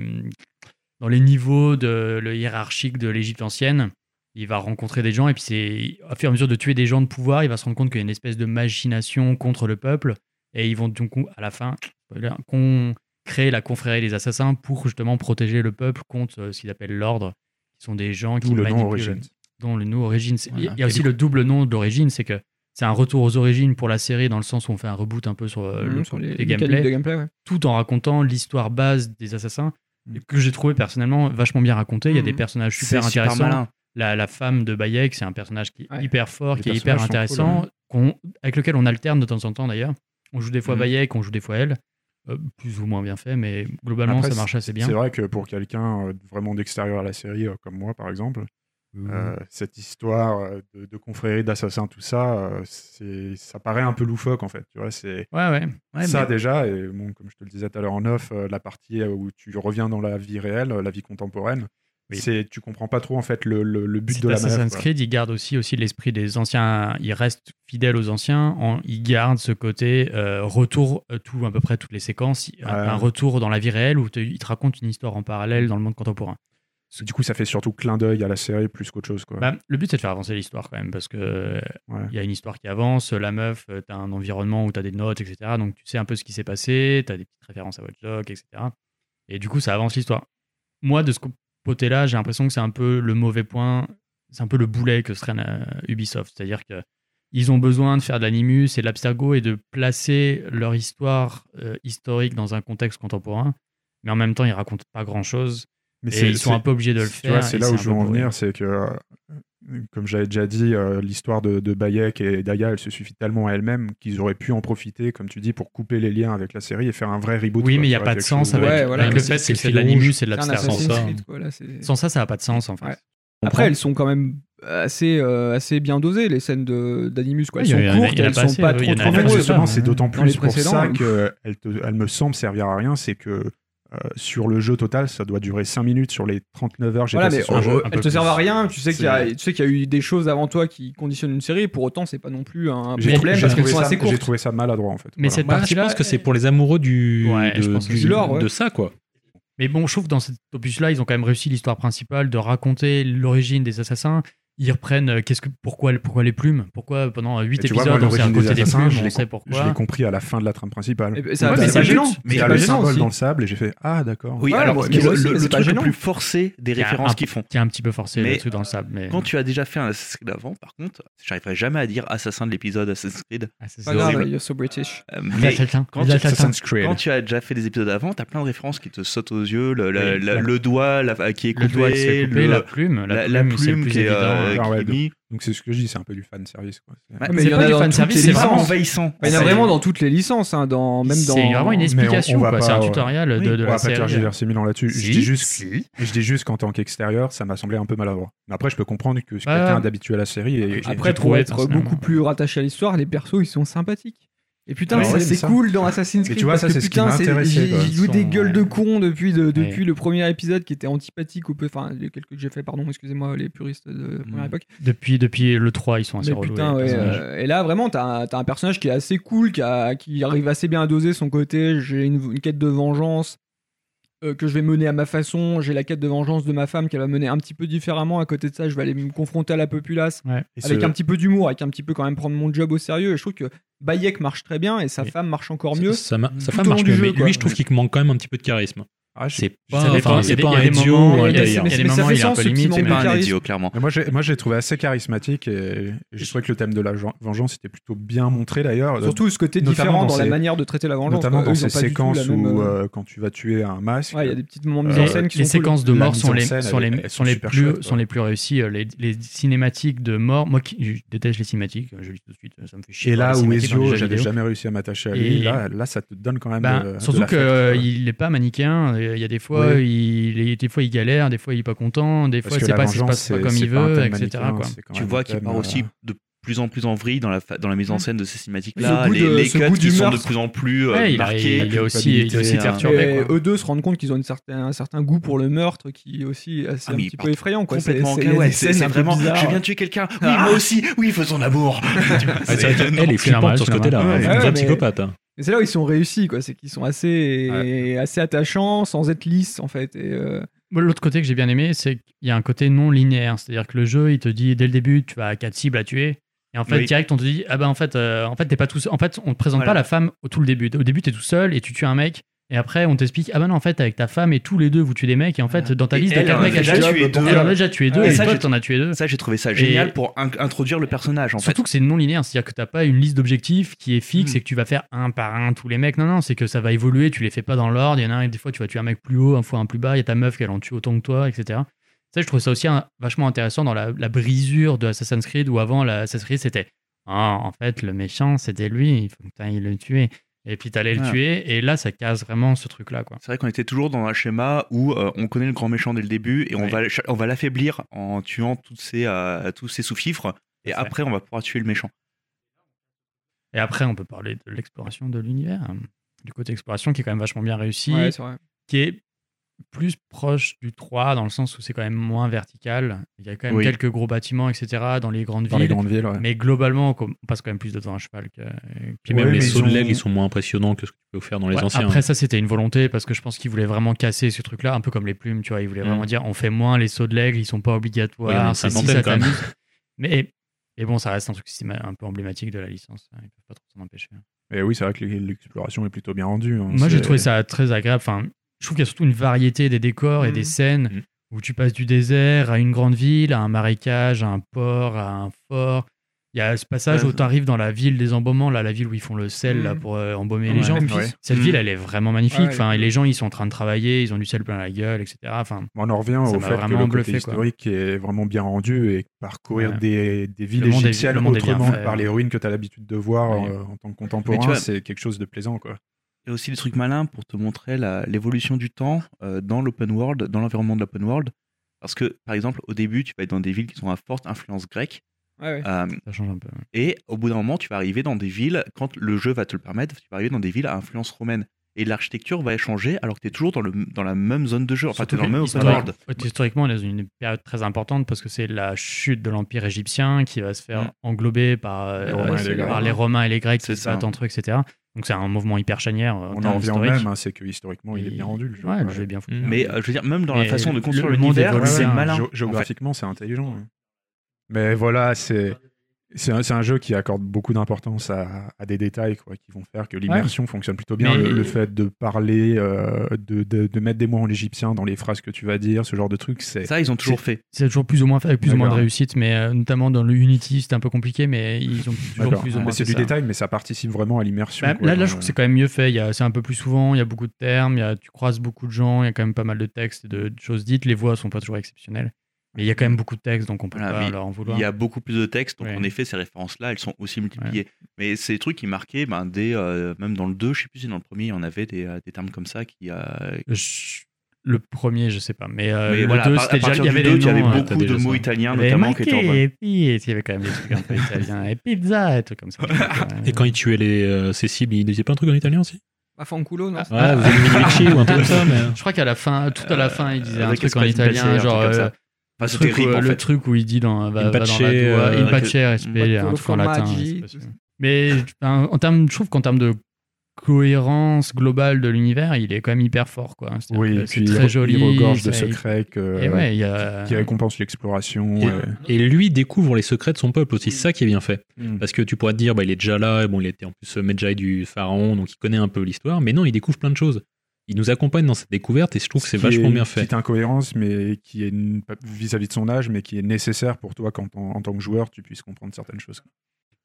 [SPEAKER 4] dans les niveaux de le hiérarchique de l'Égypte ancienne. Il va rencontrer des gens et puis c'est à fur et à mesure de tuer des gens de pouvoir, il va se rendre compte qu'il y a une espèce de machination contre le peuple et ils vont donc à la fin spoiler, con- créer la confrérie des assassins pour justement protéger le peuple contre euh, ce qu'ils appellent l'ordre, qui sont des gens qui
[SPEAKER 1] D'où le nom
[SPEAKER 4] manipulent-
[SPEAKER 1] Origins.
[SPEAKER 4] dont le nom Origins. Il y-
[SPEAKER 5] Voilà.
[SPEAKER 4] Il y a
[SPEAKER 5] Et
[SPEAKER 4] aussi
[SPEAKER 5] du
[SPEAKER 4] le double nom d'origine, c'est que c'est un retour aux origines pour la série dans le sens où on fait un reboot un peu sur euh, le
[SPEAKER 2] Mmh, sur les,
[SPEAKER 4] côté
[SPEAKER 2] les mécaniques
[SPEAKER 4] gameplay,
[SPEAKER 2] de gameplay. ouais.
[SPEAKER 4] tout en racontant l'histoire base des assassins
[SPEAKER 2] Mm.
[SPEAKER 4] que j'ai trouvé personnellement vachement bien raconté. Il y a
[SPEAKER 2] Mm.
[SPEAKER 4] des personnages super
[SPEAKER 3] c'est
[SPEAKER 4] intéressants.
[SPEAKER 3] malin.
[SPEAKER 4] la, la femme de Bayek, c'est un personnage qui est
[SPEAKER 2] Ouais.
[SPEAKER 4] hyper fort,
[SPEAKER 1] Les
[SPEAKER 4] qui est hyper
[SPEAKER 1] personnages sont cool, hein.
[SPEAKER 4] intéressant, qu'on- avec lequel on alterne de temps en temps d'ailleurs. On joue des fois
[SPEAKER 1] Mm-hmm.
[SPEAKER 3] Mm.
[SPEAKER 4] Bayek, on joue des fois elle. Euh, plus ou moins bien fait, mais globalement
[SPEAKER 1] Après,
[SPEAKER 4] ça marche assez bien.
[SPEAKER 1] C'est vrai que pour quelqu'un euh, vraiment d'extérieur à la série, euh, comme moi par exemple, euh, cette histoire euh, de, de confrérie, d'assassins, tout ça, euh, c'est- ça paraît un peu loufoque en fait. Tu vois, c'est
[SPEAKER 4] Ouais, ouais.
[SPEAKER 3] Ouais,
[SPEAKER 1] ça
[SPEAKER 3] mais-
[SPEAKER 1] déjà, et bon, comme je te le disais tout à l'heure en off, euh, la partie euh, où tu reviens dans la vie réelle, euh, la vie contemporaine,
[SPEAKER 4] Oui.
[SPEAKER 1] c'est tu comprends pas trop en fait le, le- le but
[SPEAKER 4] C'est
[SPEAKER 1] de la
[SPEAKER 4] Assassin's
[SPEAKER 1] manœuvre. quoi.
[SPEAKER 4] Creed, il garde aussi, aussi l'esprit des anciens. Il reste fidèle aux anciens. En, il garde ce côté euh, retour, euh, tout à peu près toutes les séquences, un,
[SPEAKER 1] Ouais.
[SPEAKER 4] un retour dans la vie réelle où te- il te raconte une histoire en parallèle dans le monde contemporain.
[SPEAKER 1] Du coup, ça fait surtout clin d'œil à la série plus qu'autre chose. Quoi.
[SPEAKER 4] Bah, le but, c'est de faire avancer l'histoire quand même, parce que euh, il
[SPEAKER 1] Ouais.
[SPEAKER 4] y a une histoire qui avance. La meuf, tu as un environnement où tu as des notes, etc. Donc tu sais un peu ce qui s'est passé, tu as des petites références à Watch Dogs, etc. Et du coup, ça avance l'histoire. Moi, de ce côté-là, j'ai l'impression que c'est un peu le mauvais point, c'est un peu le boulet que se traîne euh, Ubisoft. C'est-à-dire que ils ont besoin de faire de l'animus et de l'abstergo et de placer leur histoire euh, historique dans un contexte contemporain. Mais en même temps, ils racontent pas grand-chose.
[SPEAKER 1] Mais
[SPEAKER 4] Et ils sont un peu obligés de le
[SPEAKER 1] Tu vois,
[SPEAKER 4] faire.
[SPEAKER 1] c'est
[SPEAKER 4] et
[SPEAKER 1] là où
[SPEAKER 4] un
[SPEAKER 1] je
[SPEAKER 4] peu
[SPEAKER 1] veux en
[SPEAKER 4] pourri.
[SPEAKER 1] venir, c'est que, euh, comme j'avais déjà dit, euh, l'histoire de, de Bayek et Daya, elle se suffit tellement à elle-même qu'ils auraient pu en profiter, comme tu dis, pour couper les liens avec la série et faire un vrai reboot.
[SPEAKER 4] Oui,
[SPEAKER 1] quoi,
[SPEAKER 4] mais il n'y a
[SPEAKER 1] faire
[SPEAKER 4] pas de
[SPEAKER 1] quelque
[SPEAKER 4] sens
[SPEAKER 1] chose-
[SPEAKER 4] avec,
[SPEAKER 2] Ouais, voilà.
[SPEAKER 4] avec
[SPEAKER 5] Mais
[SPEAKER 4] le
[SPEAKER 5] c'est-
[SPEAKER 4] fait
[SPEAKER 5] c'est
[SPEAKER 4] que c'est
[SPEAKER 5] le
[SPEAKER 4] de
[SPEAKER 5] fil
[SPEAKER 4] l'animus
[SPEAKER 5] rouge.
[SPEAKER 4] et de
[SPEAKER 2] C'est un
[SPEAKER 4] l'abstergo.
[SPEAKER 5] Assassin's
[SPEAKER 4] Sans ça-
[SPEAKER 5] Creed.
[SPEAKER 2] Creed, quoi, là, c'est-
[SPEAKER 4] Sans ça, ça n'a pas de sens en fait.
[SPEAKER 2] Ouais.
[SPEAKER 3] on
[SPEAKER 2] Après,
[SPEAKER 3] prend-
[SPEAKER 2] elles sont quand même assez, euh, assez bien dosées, les scènes de- d'Animus. quoi. Elles
[SPEAKER 4] Oui, Ah, il y en
[SPEAKER 2] sont
[SPEAKER 4] a-
[SPEAKER 2] courtes,
[SPEAKER 4] il y en a
[SPEAKER 2] elles
[SPEAKER 4] pas
[SPEAKER 2] sont
[SPEAKER 4] assez,
[SPEAKER 2] pas
[SPEAKER 4] oui,
[SPEAKER 2] trop
[SPEAKER 4] il y en a
[SPEAKER 2] trop
[SPEAKER 4] pas
[SPEAKER 1] En fait,
[SPEAKER 4] Ouais,
[SPEAKER 2] nombreuses.
[SPEAKER 1] justement,
[SPEAKER 4] ouais.
[SPEAKER 1] c'est d'autant
[SPEAKER 2] Dans
[SPEAKER 1] plus
[SPEAKER 2] les
[SPEAKER 1] pour ça
[SPEAKER 2] précédents, hein.
[SPEAKER 1] qu'elle elle me semble servir à rien, c'est que euh, sur le jeu total, ça doit durer 5 minutes sur les 39 heures que j'ai
[SPEAKER 2] Voilà,
[SPEAKER 1] passées
[SPEAKER 2] mais
[SPEAKER 1] sur le jeu.
[SPEAKER 4] un peu
[SPEAKER 2] elles te
[SPEAKER 4] plus.
[SPEAKER 2] servent à rien. Tu sais qu'il y, a-
[SPEAKER 1] C'est-
[SPEAKER 2] tu sais qu'il y a eu des choses avant toi qui conditionnent une série. Pour autant, c'est pas non plus un
[SPEAKER 1] J'ai
[SPEAKER 2] problème
[SPEAKER 1] j'ai
[SPEAKER 2] parce qu'elles
[SPEAKER 1] trouvé
[SPEAKER 2] sont
[SPEAKER 1] ça-
[SPEAKER 2] assez
[SPEAKER 1] J'ai
[SPEAKER 2] courtes.
[SPEAKER 1] trouvé ça maladroit en fait.
[SPEAKER 4] Mais
[SPEAKER 1] Voilà.
[SPEAKER 4] cette
[SPEAKER 5] Bah, je
[SPEAKER 4] partie-là,
[SPEAKER 5] pense que c'est pour les amoureux du,
[SPEAKER 4] Ouais,
[SPEAKER 5] de,
[SPEAKER 4] je pense
[SPEAKER 5] du-
[SPEAKER 4] aussi.
[SPEAKER 2] Du lore, ouais.
[SPEAKER 5] de ça, quoi.
[SPEAKER 4] Mais bon, je trouve que dans cet opus-là, ils ont quand même réussi l'histoire principale de raconter l'origine des assassins. Ils reprennent euh, qu'est-ce que pourquoi pourquoi les plumes Pourquoi pendant 8
[SPEAKER 1] Et tu vois,
[SPEAKER 4] épisodes
[SPEAKER 1] moi,
[SPEAKER 4] on sait un
[SPEAKER 1] l'origine des
[SPEAKER 4] côté des,
[SPEAKER 1] assassins, je
[SPEAKER 4] plumes, on
[SPEAKER 1] l'ai
[SPEAKER 4] sait
[SPEAKER 1] Je l'ai
[SPEAKER 4] pourquoi.
[SPEAKER 1] compris à la fin de la trame principale.
[SPEAKER 2] Et- et
[SPEAKER 1] Ouais,
[SPEAKER 2] ça- Mais
[SPEAKER 1] c'est
[SPEAKER 2] c'est pas
[SPEAKER 1] juste,
[SPEAKER 2] gênant.
[SPEAKER 3] mais
[SPEAKER 2] c'est
[SPEAKER 1] T'as
[SPEAKER 2] pas
[SPEAKER 1] le
[SPEAKER 2] gênant
[SPEAKER 1] symbole
[SPEAKER 2] aussi.
[SPEAKER 1] dans le sable et j'ai fait Ah, d'accord.
[SPEAKER 3] Oui,
[SPEAKER 2] Ouais,
[SPEAKER 3] alors
[SPEAKER 2] moi-
[SPEAKER 3] le,
[SPEAKER 2] moi aussi,
[SPEAKER 3] le-
[SPEAKER 2] mais
[SPEAKER 3] le
[SPEAKER 2] c'est pas
[SPEAKER 3] truc le
[SPEAKER 2] gênant.
[SPEAKER 3] plus forcé des
[SPEAKER 4] Qui est un-
[SPEAKER 3] références
[SPEAKER 4] un-
[SPEAKER 3] qu'ils font.
[SPEAKER 4] Qui est un petit peu forcé
[SPEAKER 3] Mais-
[SPEAKER 4] le truc dans le sable. Mais
[SPEAKER 3] Quand tu as déjà fait un Assassin's Creed avant, par contre, j'arriverai jamais à dire assassin de l'épisode Assassin's Creed.
[SPEAKER 4] Ah, c'est-
[SPEAKER 2] Pas
[SPEAKER 4] c'est
[SPEAKER 2] grave,
[SPEAKER 4] horrible.
[SPEAKER 2] you're so British.
[SPEAKER 3] Euh,
[SPEAKER 4] Les
[SPEAKER 3] Mais
[SPEAKER 4] assassins,
[SPEAKER 3] quand
[SPEAKER 4] les
[SPEAKER 3] tu-
[SPEAKER 4] assassins.
[SPEAKER 1] Creed.
[SPEAKER 3] quand tu as déjà fait des épisodes avant, t'as plein de références qui te sautent aux yeux, le, le-
[SPEAKER 4] Oui,
[SPEAKER 3] la-
[SPEAKER 4] la-
[SPEAKER 3] le doigt la- euh, qui est coupé,
[SPEAKER 4] le doigt qui se fait couper,
[SPEAKER 3] le-
[SPEAKER 4] la plume, la,
[SPEAKER 3] la- la
[SPEAKER 4] plume, c'est le
[SPEAKER 3] plume
[SPEAKER 4] plus
[SPEAKER 3] qui est,
[SPEAKER 4] évident. hein.
[SPEAKER 3] euh,
[SPEAKER 1] Ah ouais,
[SPEAKER 3] qui est mis.
[SPEAKER 1] Donc c'est ce que je dis, c'est un peu du fan service. Quoi. C'est-
[SPEAKER 3] Bah,
[SPEAKER 2] Ouais, mais
[SPEAKER 4] c'est
[SPEAKER 2] il y en
[SPEAKER 4] pas
[SPEAKER 2] a
[SPEAKER 4] du
[SPEAKER 2] dans toutes
[SPEAKER 4] fanservice,
[SPEAKER 2] les
[SPEAKER 4] c'est
[SPEAKER 3] C'est vraiment
[SPEAKER 2] licences.
[SPEAKER 3] envahissant.
[SPEAKER 2] Il y en a
[SPEAKER 3] C'est-
[SPEAKER 2] vraiment dans toutes les licences, hein, dans, même dans.
[SPEAKER 4] C'est vraiment
[SPEAKER 1] Mais on- on
[SPEAKER 4] une explication,
[SPEAKER 1] va
[SPEAKER 4] quoi.
[SPEAKER 1] pas,
[SPEAKER 4] C'est un
[SPEAKER 1] ouais.
[SPEAKER 4] tutoriel
[SPEAKER 1] Oui,
[SPEAKER 4] de, de
[SPEAKER 1] on
[SPEAKER 4] la
[SPEAKER 1] va pas
[SPEAKER 4] série.
[SPEAKER 1] tergiverser mille ans là-dessus.
[SPEAKER 4] Si,
[SPEAKER 1] je dis juste,
[SPEAKER 4] si.
[SPEAKER 1] je dis juste qu'en tant qu'extérieur, ça m'a semblé un peu maladroit. Mais après, je peux comprendre que
[SPEAKER 4] Ouais.
[SPEAKER 1] quelqu'un d'habitué à la série et
[SPEAKER 4] J'ai-
[SPEAKER 2] Après,
[SPEAKER 4] j'ai
[SPEAKER 2] pour
[SPEAKER 4] trouvé,
[SPEAKER 2] être
[SPEAKER 4] personnellement.
[SPEAKER 2] beaucoup plus rattaché à l'histoire, les persos ils sont sympathiques. Et putain,
[SPEAKER 1] Ouais,
[SPEAKER 2] ça,
[SPEAKER 1] Bah ouais, mais
[SPEAKER 2] c'est
[SPEAKER 1] ça-
[SPEAKER 2] cool dans Assassin's
[SPEAKER 1] Mais
[SPEAKER 2] Creed.
[SPEAKER 1] tu vois,
[SPEAKER 2] parce
[SPEAKER 1] ça,
[SPEAKER 2] que
[SPEAKER 1] c'est ce qui
[SPEAKER 2] putain,
[SPEAKER 1] m'a
[SPEAKER 2] c'est-
[SPEAKER 1] intéressé,
[SPEAKER 2] j'ai-
[SPEAKER 1] quoi.
[SPEAKER 2] J'ai joué
[SPEAKER 4] Ils
[SPEAKER 2] des
[SPEAKER 4] sont-
[SPEAKER 2] gueules de cons depuis, de- depuis
[SPEAKER 4] Ouais.
[SPEAKER 2] le premier épisode qui était antipathique, ou peu, enfin, quelques que j'ai fait, pardon, excusez-moi, les puristes de la première
[SPEAKER 3] Mm.
[SPEAKER 2] époque.
[SPEAKER 4] Depuis, depuis le 3, ils sont assez
[SPEAKER 2] Mais
[SPEAKER 4] rejoués,
[SPEAKER 2] putain,
[SPEAKER 4] les
[SPEAKER 2] ouais,
[SPEAKER 4] personnages.
[SPEAKER 2] euh, et là, vraiment, t'as un, t'as un personnage qui est assez cool, qui, a- qui arrive assez bien à doser son côté. J'ai une, une quête de vengeance. euh, que je vais mener à ma façon. J'ai la quête de vengeance de ma femme qu'elle va mener un petit peu différemment. À côté de ça, je vais aller me confronter à la populace
[SPEAKER 1] Et
[SPEAKER 2] avec
[SPEAKER 1] ce-
[SPEAKER 2] un petit peu d'humour, avec un petit peu quand même prendre mon job au sérieux. Et je trouve que Bayek marche très bien et sa
[SPEAKER 5] Oui.
[SPEAKER 2] femme marche encore
[SPEAKER 5] Ça-
[SPEAKER 2] mieux.
[SPEAKER 5] Ça, ma- sa
[SPEAKER 2] Tout
[SPEAKER 5] femme
[SPEAKER 2] au long
[SPEAKER 5] marche
[SPEAKER 2] du
[SPEAKER 5] mieux,
[SPEAKER 2] jeu,
[SPEAKER 5] mais
[SPEAKER 2] quoi.
[SPEAKER 5] lui, je trouve qu'il manque quand même un petit peu de charisme.
[SPEAKER 6] Ah, je-
[SPEAKER 5] C'est
[SPEAKER 6] ça
[SPEAKER 5] pas,
[SPEAKER 6] dépend, il
[SPEAKER 5] enfin,
[SPEAKER 6] y a
[SPEAKER 5] c'est
[SPEAKER 6] des-
[SPEAKER 5] pas
[SPEAKER 6] il y a
[SPEAKER 5] un
[SPEAKER 6] des
[SPEAKER 5] Ezio
[SPEAKER 6] moments,
[SPEAKER 5] ou un
[SPEAKER 2] il y a des-
[SPEAKER 5] Altaïr.
[SPEAKER 2] mais-
[SPEAKER 4] Il y a des
[SPEAKER 2] mais ça
[SPEAKER 4] moments,
[SPEAKER 2] fait
[SPEAKER 4] il est un
[SPEAKER 2] sens,
[SPEAKER 4] peu
[SPEAKER 2] ce petit
[SPEAKER 4] limite,
[SPEAKER 2] manque
[SPEAKER 3] C'est
[SPEAKER 2] de
[SPEAKER 3] pas un
[SPEAKER 2] charisme.
[SPEAKER 3] Ezio, clairement.
[SPEAKER 1] Mais Moi, j'ai- moi, je l'ai trouvé assez charismatique et je trouvais que le thème de la gen- vengeance était plutôt bien montré d'ailleurs.
[SPEAKER 2] Surtout ce côté
[SPEAKER 1] Notamment
[SPEAKER 2] différent
[SPEAKER 1] dans
[SPEAKER 2] dans, la
[SPEAKER 1] ces-
[SPEAKER 2] manière de traiter la vengeance.
[SPEAKER 1] Notamment
[SPEAKER 2] quoi.
[SPEAKER 1] dans
[SPEAKER 2] Eux, ils ont
[SPEAKER 1] ces
[SPEAKER 2] pas du tout la
[SPEAKER 1] séquences
[SPEAKER 2] même,
[SPEAKER 1] où
[SPEAKER 2] euh,
[SPEAKER 1] euh, quand tu vas tuer un masque,
[SPEAKER 2] ouais, il y a des petits moments de mise
[SPEAKER 1] Euh,
[SPEAKER 2] en
[SPEAKER 4] Les,
[SPEAKER 2] scène qui
[SPEAKER 4] les
[SPEAKER 2] sont cool.
[SPEAKER 4] séquences de
[SPEAKER 1] La
[SPEAKER 4] mort
[SPEAKER 1] mise
[SPEAKER 4] sont
[SPEAKER 1] en
[SPEAKER 4] les,
[SPEAKER 1] scène,
[SPEAKER 4] sont les,
[SPEAKER 1] elles- elles
[SPEAKER 4] sont
[SPEAKER 1] sont
[SPEAKER 4] les
[SPEAKER 1] super
[SPEAKER 4] plus,
[SPEAKER 1] chouettes,
[SPEAKER 4] sont
[SPEAKER 1] quoi.
[SPEAKER 4] les plus réussies. euh, Les, les cinématiques de mort, moi qui je déteste les cinématiques, je le dis tout de suite, ça me fait
[SPEAKER 1] et
[SPEAKER 4] chier. de voir
[SPEAKER 1] là
[SPEAKER 4] les
[SPEAKER 1] où
[SPEAKER 4] cinématiques dans les
[SPEAKER 1] Ezio,
[SPEAKER 4] jeux
[SPEAKER 1] j'avais
[SPEAKER 4] vidéo.
[SPEAKER 1] jamais réussi à m'attacher à lui,
[SPEAKER 4] Et-
[SPEAKER 1] là, là, ça te donne quand même.
[SPEAKER 4] Ben,
[SPEAKER 1] de- de
[SPEAKER 4] surtout
[SPEAKER 1] l'affect, quoi.
[SPEAKER 4] qu'il n'est pas manichéen, euh, il y a des fois,
[SPEAKER 1] Oui.
[SPEAKER 4] il, est- des fois il galère, des fois il est pas content, des
[SPEAKER 1] Parce
[SPEAKER 4] fois
[SPEAKER 1] que
[SPEAKER 4] c'est
[SPEAKER 1] la
[SPEAKER 4] pas, c'est pas,
[SPEAKER 1] vengeance,
[SPEAKER 4] c'est pas
[SPEAKER 1] c'est-
[SPEAKER 4] comme
[SPEAKER 1] c'est
[SPEAKER 4] il
[SPEAKER 1] pas un
[SPEAKER 4] veut,
[SPEAKER 1] thème
[SPEAKER 4] etc.
[SPEAKER 1] manichéen,
[SPEAKER 4] quoi.
[SPEAKER 1] c'est quand
[SPEAKER 3] Tu
[SPEAKER 1] même un
[SPEAKER 3] vois qu'il
[SPEAKER 1] thème,
[SPEAKER 3] part
[SPEAKER 1] euh,
[SPEAKER 3] aussi de plus en plus en vrille dans la, fa- dans la
[SPEAKER 2] Mm.
[SPEAKER 3] mise en scène de ces
[SPEAKER 2] Ce
[SPEAKER 3] cinématiques-là,
[SPEAKER 2] goût
[SPEAKER 3] les,
[SPEAKER 2] de-
[SPEAKER 3] les
[SPEAKER 2] ce
[SPEAKER 3] cuts
[SPEAKER 2] goût
[SPEAKER 3] qui
[SPEAKER 2] du
[SPEAKER 3] sont de
[SPEAKER 2] meurtre.
[SPEAKER 3] plus en plus euh,
[SPEAKER 4] Ouais, il, a-
[SPEAKER 3] marqués.
[SPEAKER 4] il est aussi, il est aussi
[SPEAKER 3] hein.
[SPEAKER 4] perturbé.
[SPEAKER 2] Et
[SPEAKER 4] quoi.
[SPEAKER 2] eux deux se rendent compte qu'ils ont une certaine, un certain goût pour le meurtre qui est aussi assez
[SPEAKER 3] Ah,
[SPEAKER 2] un
[SPEAKER 3] mais
[SPEAKER 2] petit
[SPEAKER 3] ils
[SPEAKER 2] peu effrayant. Quoi.
[SPEAKER 3] Complètement en
[SPEAKER 2] il y a des
[SPEAKER 3] cacahuète.
[SPEAKER 2] scènes
[SPEAKER 3] C'est c'est
[SPEAKER 2] un peu
[SPEAKER 3] vraiment.
[SPEAKER 2] bizarres.
[SPEAKER 3] Je viens de tuer quelqu'un. Oui, moi aussi. Oui, faisons l'amour. Tu (laughs) vois,
[SPEAKER 5] Ah, c'est vrai
[SPEAKER 3] c'est-
[SPEAKER 5] qu'elle est
[SPEAKER 4] C'est normal,
[SPEAKER 5] flippante sur ce
[SPEAKER 4] c'est
[SPEAKER 5] côté-là.
[SPEAKER 1] normal.
[SPEAKER 5] hein. C'est
[SPEAKER 2] Ouais,
[SPEAKER 5] un vrai
[SPEAKER 2] mais-
[SPEAKER 5] psychopathe. hein.
[SPEAKER 2] Et c'est là où ils sont réussis, quoi. C'est qu'ils sont assez, assez attachants, sans être lisses, en fait. Et, euh,
[SPEAKER 4] Moi, L'autre côté que j'ai bien aimé, c'est qu'il y a un côté non linéaire. C'est-à-dire que le jeu, il te dit dès le début, tu as quatre cibles à tuer. Et en fait,
[SPEAKER 3] Oui.
[SPEAKER 4] direct, on te dit, ah ben en fait, euh, en fait, t'es pas tout seul. En fait, on te présente
[SPEAKER 3] Voilà.
[SPEAKER 4] pas la femme au tout le début. Au début, t'es tout seul et tu tues un mec. Et après, on t'explique, ah ben non, en fait, avec ta femme et tous les deux, vous tuez des mecs. Et en fait, dans ta
[SPEAKER 3] Ah. Et
[SPEAKER 4] liste, t'as
[SPEAKER 3] elle,
[SPEAKER 4] quatre
[SPEAKER 3] elle
[SPEAKER 4] mecs à
[SPEAKER 3] a
[SPEAKER 4] tuer.
[SPEAKER 3] déjà tué deux.
[SPEAKER 4] Elle en a déjà tué deux.
[SPEAKER 3] Et
[SPEAKER 4] Et,
[SPEAKER 3] ça,
[SPEAKER 4] toi,
[SPEAKER 3] j'ai-
[SPEAKER 4] t'en as tué deux.
[SPEAKER 3] Ça, j'ai trouvé ça
[SPEAKER 4] Et-
[SPEAKER 3] génial pour in- introduire le personnage en fait.
[SPEAKER 4] Surtout que c'est non linéaire, c'est-à-dire que t'as pas une liste d'objectifs qui est fixe
[SPEAKER 3] Mm.
[SPEAKER 4] et que tu vas faire un par un tous les mecs. Non, non, c'est que ça va évoluer, tu les fais pas dans l'ordre. Il y en a un, des fois tu vas tuer un mec plus haut, un fois un plus bas, il y a ta meuf qu'elle en tue autant que toi, etc. Ça, je trouve ça aussi un- vachement intéressant dans la, la brisure de Assassin's Creed où avant, la- Assassin's Creed c'était Ah, en fait, le méchant c'était lui, il faut que t'ailles le tuer. Et puis t'allais le
[SPEAKER 3] Ouais.
[SPEAKER 4] tuer, et là ça casse vraiment ce truc-là, quoi.
[SPEAKER 3] C'est vrai qu'on était toujours dans un schéma où euh, on connaît le grand méchant dès le début et on
[SPEAKER 4] Ouais.
[SPEAKER 3] va, on va l'affaiblir en tuant toutes ses, euh, tous ses sous-fifres et
[SPEAKER 4] C'est
[SPEAKER 3] après on va pouvoir tuer le méchant.
[SPEAKER 4] Et après, on peut parler de l'exploration de l'univers, hein. du côté exploration qui est quand même vachement bien réussi.
[SPEAKER 2] ouais, c'est vrai.
[SPEAKER 4] qui est plus proche du 3 dans le sens où c'est quand même moins vertical. Il y a quand même
[SPEAKER 3] Oui.
[SPEAKER 4] quelques gros bâtiments, etc. dans les grandes
[SPEAKER 1] dans les
[SPEAKER 4] villes.
[SPEAKER 1] grandes villes. ouais.
[SPEAKER 4] Mais globalement, on on passe quand même plus de temps à cheval que.
[SPEAKER 5] Puis
[SPEAKER 1] Ouais,
[SPEAKER 5] même
[SPEAKER 1] mais
[SPEAKER 5] les sauts
[SPEAKER 1] ils
[SPEAKER 5] de l'aile,
[SPEAKER 1] ont-
[SPEAKER 5] ils sont moins impressionnants que ce que tu peux faire dans les
[SPEAKER 4] Ouais,
[SPEAKER 5] anciens.
[SPEAKER 4] après ça, c'était une volonté parce que je pense qu'ils voulaient vraiment casser ce truc-là, un peu comme les plumes, tu vois. Ils voulaient
[SPEAKER 5] Mm.
[SPEAKER 4] vraiment dire on fait moins les sauts de l'aigle, ils sont pas
[SPEAKER 5] Ouais, il y en a
[SPEAKER 4] obligatoires.
[SPEAKER 5] une
[SPEAKER 4] c'est si
[SPEAKER 5] cinquantaine,
[SPEAKER 4] ça
[SPEAKER 5] quand même.
[SPEAKER 4] t'amuse. Mais mais bon, ça reste un truc systéma- un peu emblématique de la licence. hein. Ils peuvent pas trop s'en empêcher.
[SPEAKER 1] Et oui, c'est vrai que l'exploration est plutôt bien rendue. hein.
[SPEAKER 4] Moi, j'ai
[SPEAKER 1] C'est-
[SPEAKER 4] trouvé ça très agréable. Enfin, je trouve qu'il y a surtout une variété des décors et
[SPEAKER 2] Mhm.
[SPEAKER 4] des scènes
[SPEAKER 5] Mhm.
[SPEAKER 4] où tu passes du désert à une grande ville, à un marécage, à un port, à un fort. Il y a ce passage
[SPEAKER 3] Ouais.
[SPEAKER 4] où tu arrives dans la ville des embaumements, là, la ville où ils font le sel là,
[SPEAKER 2] Mhm.
[SPEAKER 4] pour euh, embaumer
[SPEAKER 1] Ouais,
[SPEAKER 4] les gens.
[SPEAKER 1] ouais.
[SPEAKER 4] Cette
[SPEAKER 3] Mhm.
[SPEAKER 4] ville, elle est vraiment magnifique.
[SPEAKER 2] Ouais,
[SPEAKER 4] enfin,
[SPEAKER 2] elle est
[SPEAKER 4] et
[SPEAKER 2] cool.
[SPEAKER 4] les gens, ils sont en train de travailler, ils ont du sel plein la gueule, etc. Enfin,
[SPEAKER 1] On en revient
[SPEAKER 4] Ça
[SPEAKER 1] au
[SPEAKER 4] m'a
[SPEAKER 1] fait que
[SPEAKER 4] vraiment
[SPEAKER 1] le côté
[SPEAKER 4] bluffé, quoi.
[SPEAKER 1] historique est vraiment bien rendu et parcourir
[SPEAKER 4] Ouais.
[SPEAKER 1] des, des villes
[SPEAKER 4] Le monde est-
[SPEAKER 1] égyptiennes
[SPEAKER 4] le monde est bien
[SPEAKER 1] autrement
[SPEAKER 4] fait, hein.
[SPEAKER 1] que par
[SPEAKER 4] ouais.
[SPEAKER 1] les ruines que tu as l'habitude de voir
[SPEAKER 4] Ouais.
[SPEAKER 1] euh, en tant que
[SPEAKER 3] Mais
[SPEAKER 1] contemporain,
[SPEAKER 3] tu vois-
[SPEAKER 1] c'est quelque chose de plaisant. Quoi.
[SPEAKER 3] Et aussi des trucs malins pour te montrer la- l'évolution du temps euh, dans l'open world, dans l'environnement de l'open world. Parce que par exemple, au début, tu vas être dans des villes qui sont à forte influence grecque.
[SPEAKER 2] Ouais, ouais.
[SPEAKER 3] euh,
[SPEAKER 4] ça change un peu. ouais.
[SPEAKER 3] Et au bout d'un moment, tu vas arriver dans des villes, quand le jeu va te le permettre, tu vas arriver dans des villes à influence romaine. Et l'architecture va échanger alors que tu es toujours dans, le, dans la même zone de jeu. Enfin, tu
[SPEAKER 4] Surtout
[SPEAKER 3] es dans le
[SPEAKER 4] que
[SPEAKER 3] même open
[SPEAKER 4] historique-
[SPEAKER 3] world.
[SPEAKER 4] ouais, Historiquement, on est dans une période très importante parce que c'est la chute de l'Empire égyptien qui va se faire
[SPEAKER 3] Mm.
[SPEAKER 4] englober par, euh,
[SPEAKER 1] Les Romains et les
[SPEAKER 4] par
[SPEAKER 1] Grecs.
[SPEAKER 4] les Romains et les Grecs
[SPEAKER 3] C'est
[SPEAKER 4] qui se
[SPEAKER 3] ça.
[SPEAKER 4] battent entre eux, etc. Donc c'est un mouvement hyper chanière. euh, en
[SPEAKER 1] On en
[SPEAKER 4] termes
[SPEAKER 1] revient au
[SPEAKER 4] historiques.
[SPEAKER 1] même, hein, c'est que historiquement, il est
[SPEAKER 4] Et-
[SPEAKER 1] bien rendu. Le jeu,
[SPEAKER 4] Ouais, le
[SPEAKER 1] quoi.
[SPEAKER 4] jeu est bien foutu.
[SPEAKER 5] Mm.
[SPEAKER 3] Mais euh, je veux dire, même dans
[SPEAKER 4] Mais
[SPEAKER 3] la façon de
[SPEAKER 4] le-
[SPEAKER 3] construire
[SPEAKER 4] le monde
[SPEAKER 3] l'univers,
[SPEAKER 4] évolue hein.
[SPEAKER 3] c'est
[SPEAKER 4] bien.
[SPEAKER 3] malin.
[SPEAKER 1] Gé- géographiquement, c'est intelligent. ouais. Mais voilà, c'est. C'est un, c'est un jeu qui accorde beaucoup d'importance à, à des détails quoi, qui vont faire que l'immersion fonctionne plutôt bien.
[SPEAKER 4] Mais-
[SPEAKER 1] Le, le fait de parler, euh, de, de- de mettre des mots en égyptien dans les phrases que tu vas dire, ce genre de truc, c'est.
[SPEAKER 3] Ça, ils ont toujours fait.
[SPEAKER 4] C'est toujours plus ou moins fait avec plus ou moins de
[SPEAKER 1] D'accord.
[SPEAKER 4] réussite, mais euh, notamment dans le Unity, c'était un peu compliqué, mais ils ont toujours
[SPEAKER 1] D'accord.
[SPEAKER 4] plus ou
[SPEAKER 1] Mais
[SPEAKER 4] moins
[SPEAKER 1] C'est du
[SPEAKER 4] fait ça.
[SPEAKER 1] détail, mais ça participe vraiment à l'immersion.
[SPEAKER 4] Bah,
[SPEAKER 1] quoi, euh.
[SPEAKER 4] là, là,
[SPEAKER 1] dans
[SPEAKER 4] je trouve
[SPEAKER 1] le-
[SPEAKER 4] que c'est quand même mieux fait. Il y a- C'est un peu plus souvent, il y a beaucoup de termes, il y a, tu croises beaucoup de gens, il y a quand même pas mal de textes et de, de choses dites. Les voix sont pas toujours exceptionnelles, mais il y a
[SPEAKER 1] Mm.
[SPEAKER 4] quand même beaucoup de textes, donc on peut
[SPEAKER 3] Voilà,
[SPEAKER 4] pas
[SPEAKER 3] mais
[SPEAKER 4] leur en vouloir.
[SPEAKER 3] Il y a beaucoup plus de textes, donc
[SPEAKER 4] Ouais.
[SPEAKER 3] en effet, ces références-là, elles sont aussi multipliées. Mais c'est des trucs qui marquaient, ben, des, euh, même dans le 2, je sais plus si dans le premier, on avait des, euh, des termes comme ça qui. euh,
[SPEAKER 4] Je- Le premier, je sais pas, mais, euh,
[SPEAKER 3] mais
[SPEAKER 4] le
[SPEAKER 3] voilà,
[SPEAKER 4] deux,
[SPEAKER 3] à par- à
[SPEAKER 4] c'était déjà.
[SPEAKER 3] partir
[SPEAKER 4] Il y avait
[SPEAKER 3] du
[SPEAKER 4] des
[SPEAKER 3] 2, tu avais
[SPEAKER 4] noms, euh, t'as
[SPEAKER 3] beaucoup de
[SPEAKER 4] déjà
[SPEAKER 3] mots
[SPEAKER 4] ça.
[SPEAKER 3] italiens,
[SPEAKER 4] Il y avait
[SPEAKER 3] notamment, qui étaient en
[SPEAKER 4] Mickey
[SPEAKER 3] bas.
[SPEAKER 4] et Pete, il y avait quand même des trucs un peu italiens, et pizza et tout comme ça.
[SPEAKER 5] Et quand il tuait les, euh, ses cibles, il disait pas un truc en italien aussi
[SPEAKER 2] Ah, Fanculo, non
[SPEAKER 5] Ouais, vous avez mis Michi ou un truc comme ça, mais.
[SPEAKER 4] Je crois qu'à la fin, tout à la fin, il disait un
[SPEAKER 3] Avec
[SPEAKER 4] truc en
[SPEAKER 3] Espace Impatié, un
[SPEAKER 4] italien,
[SPEAKER 3] truc
[SPEAKER 4] genre
[SPEAKER 3] comme ça.
[SPEAKER 4] euh,
[SPEAKER 3] Enfin,
[SPEAKER 4] le
[SPEAKER 3] c'était
[SPEAKER 4] truc où-
[SPEAKER 3] rip, en
[SPEAKER 4] le
[SPEAKER 3] fait.
[SPEAKER 4] truc où il dit dans va- va dans la
[SPEAKER 5] Impace,
[SPEAKER 4] doua,
[SPEAKER 5] euh,
[SPEAKER 4] Impace, respect,
[SPEAKER 2] Impace,
[SPEAKER 4] un truc en
[SPEAKER 2] formaggi,
[SPEAKER 4] latin. je sais pas
[SPEAKER 2] tout
[SPEAKER 4] si-
[SPEAKER 2] ça.
[SPEAKER 4] Mais enfin, en termes, je trouve qu'en termes de cohérence globale de l'univers, il est quand même hyper fort. quoi. C'est-à-dire
[SPEAKER 1] Oui,
[SPEAKER 4] que
[SPEAKER 1] et
[SPEAKER 4] c'est
[SPEAKER 1] puis
[SPEAKER 4] très
[SPEAKER 1] il-
[SPEAKER 4] joli.
[SPEAKER 1] Il regorge de
[SPEAKER 4] ça-
[SPEAKER 1] secrets que-
[SPEAKER 4] Et ouais, il y a-
[SPEAKER 1] qui récompensent l'exploration.
[SPEAKER 5] Et,
[SPEAKER 1] euh,
[SPEAKER 5] et lui découvre les secrets de son peuple aussi, c'est ça qui est bien fait.
[SPEAKER 1] Mm.
[SPEAKER 5] Parce que tu pourrais te dire, bah, il est déjà là, et bon, il était en plus Medjai du pharaon, donc il connaît un peu l'histoire, mais non, il découvre plein de choses. Il nous accompagne dans cette découverte et je trouve que c'est
[SPEAKER 1] Ce qui
[SPEAKER 5] vachement
[SPEAKER 1] est
[SPEAKER 5] bien
[SPEAKER 1] Une
[SPEAKER 5] fait.
[SPEAKER 1] petite incohérence, mais qui est n- pas- vis-à-vis de son âge, mais qui est nécessaire pour toi quand en, en tant que joueur tu puisses comprendre certaines choses.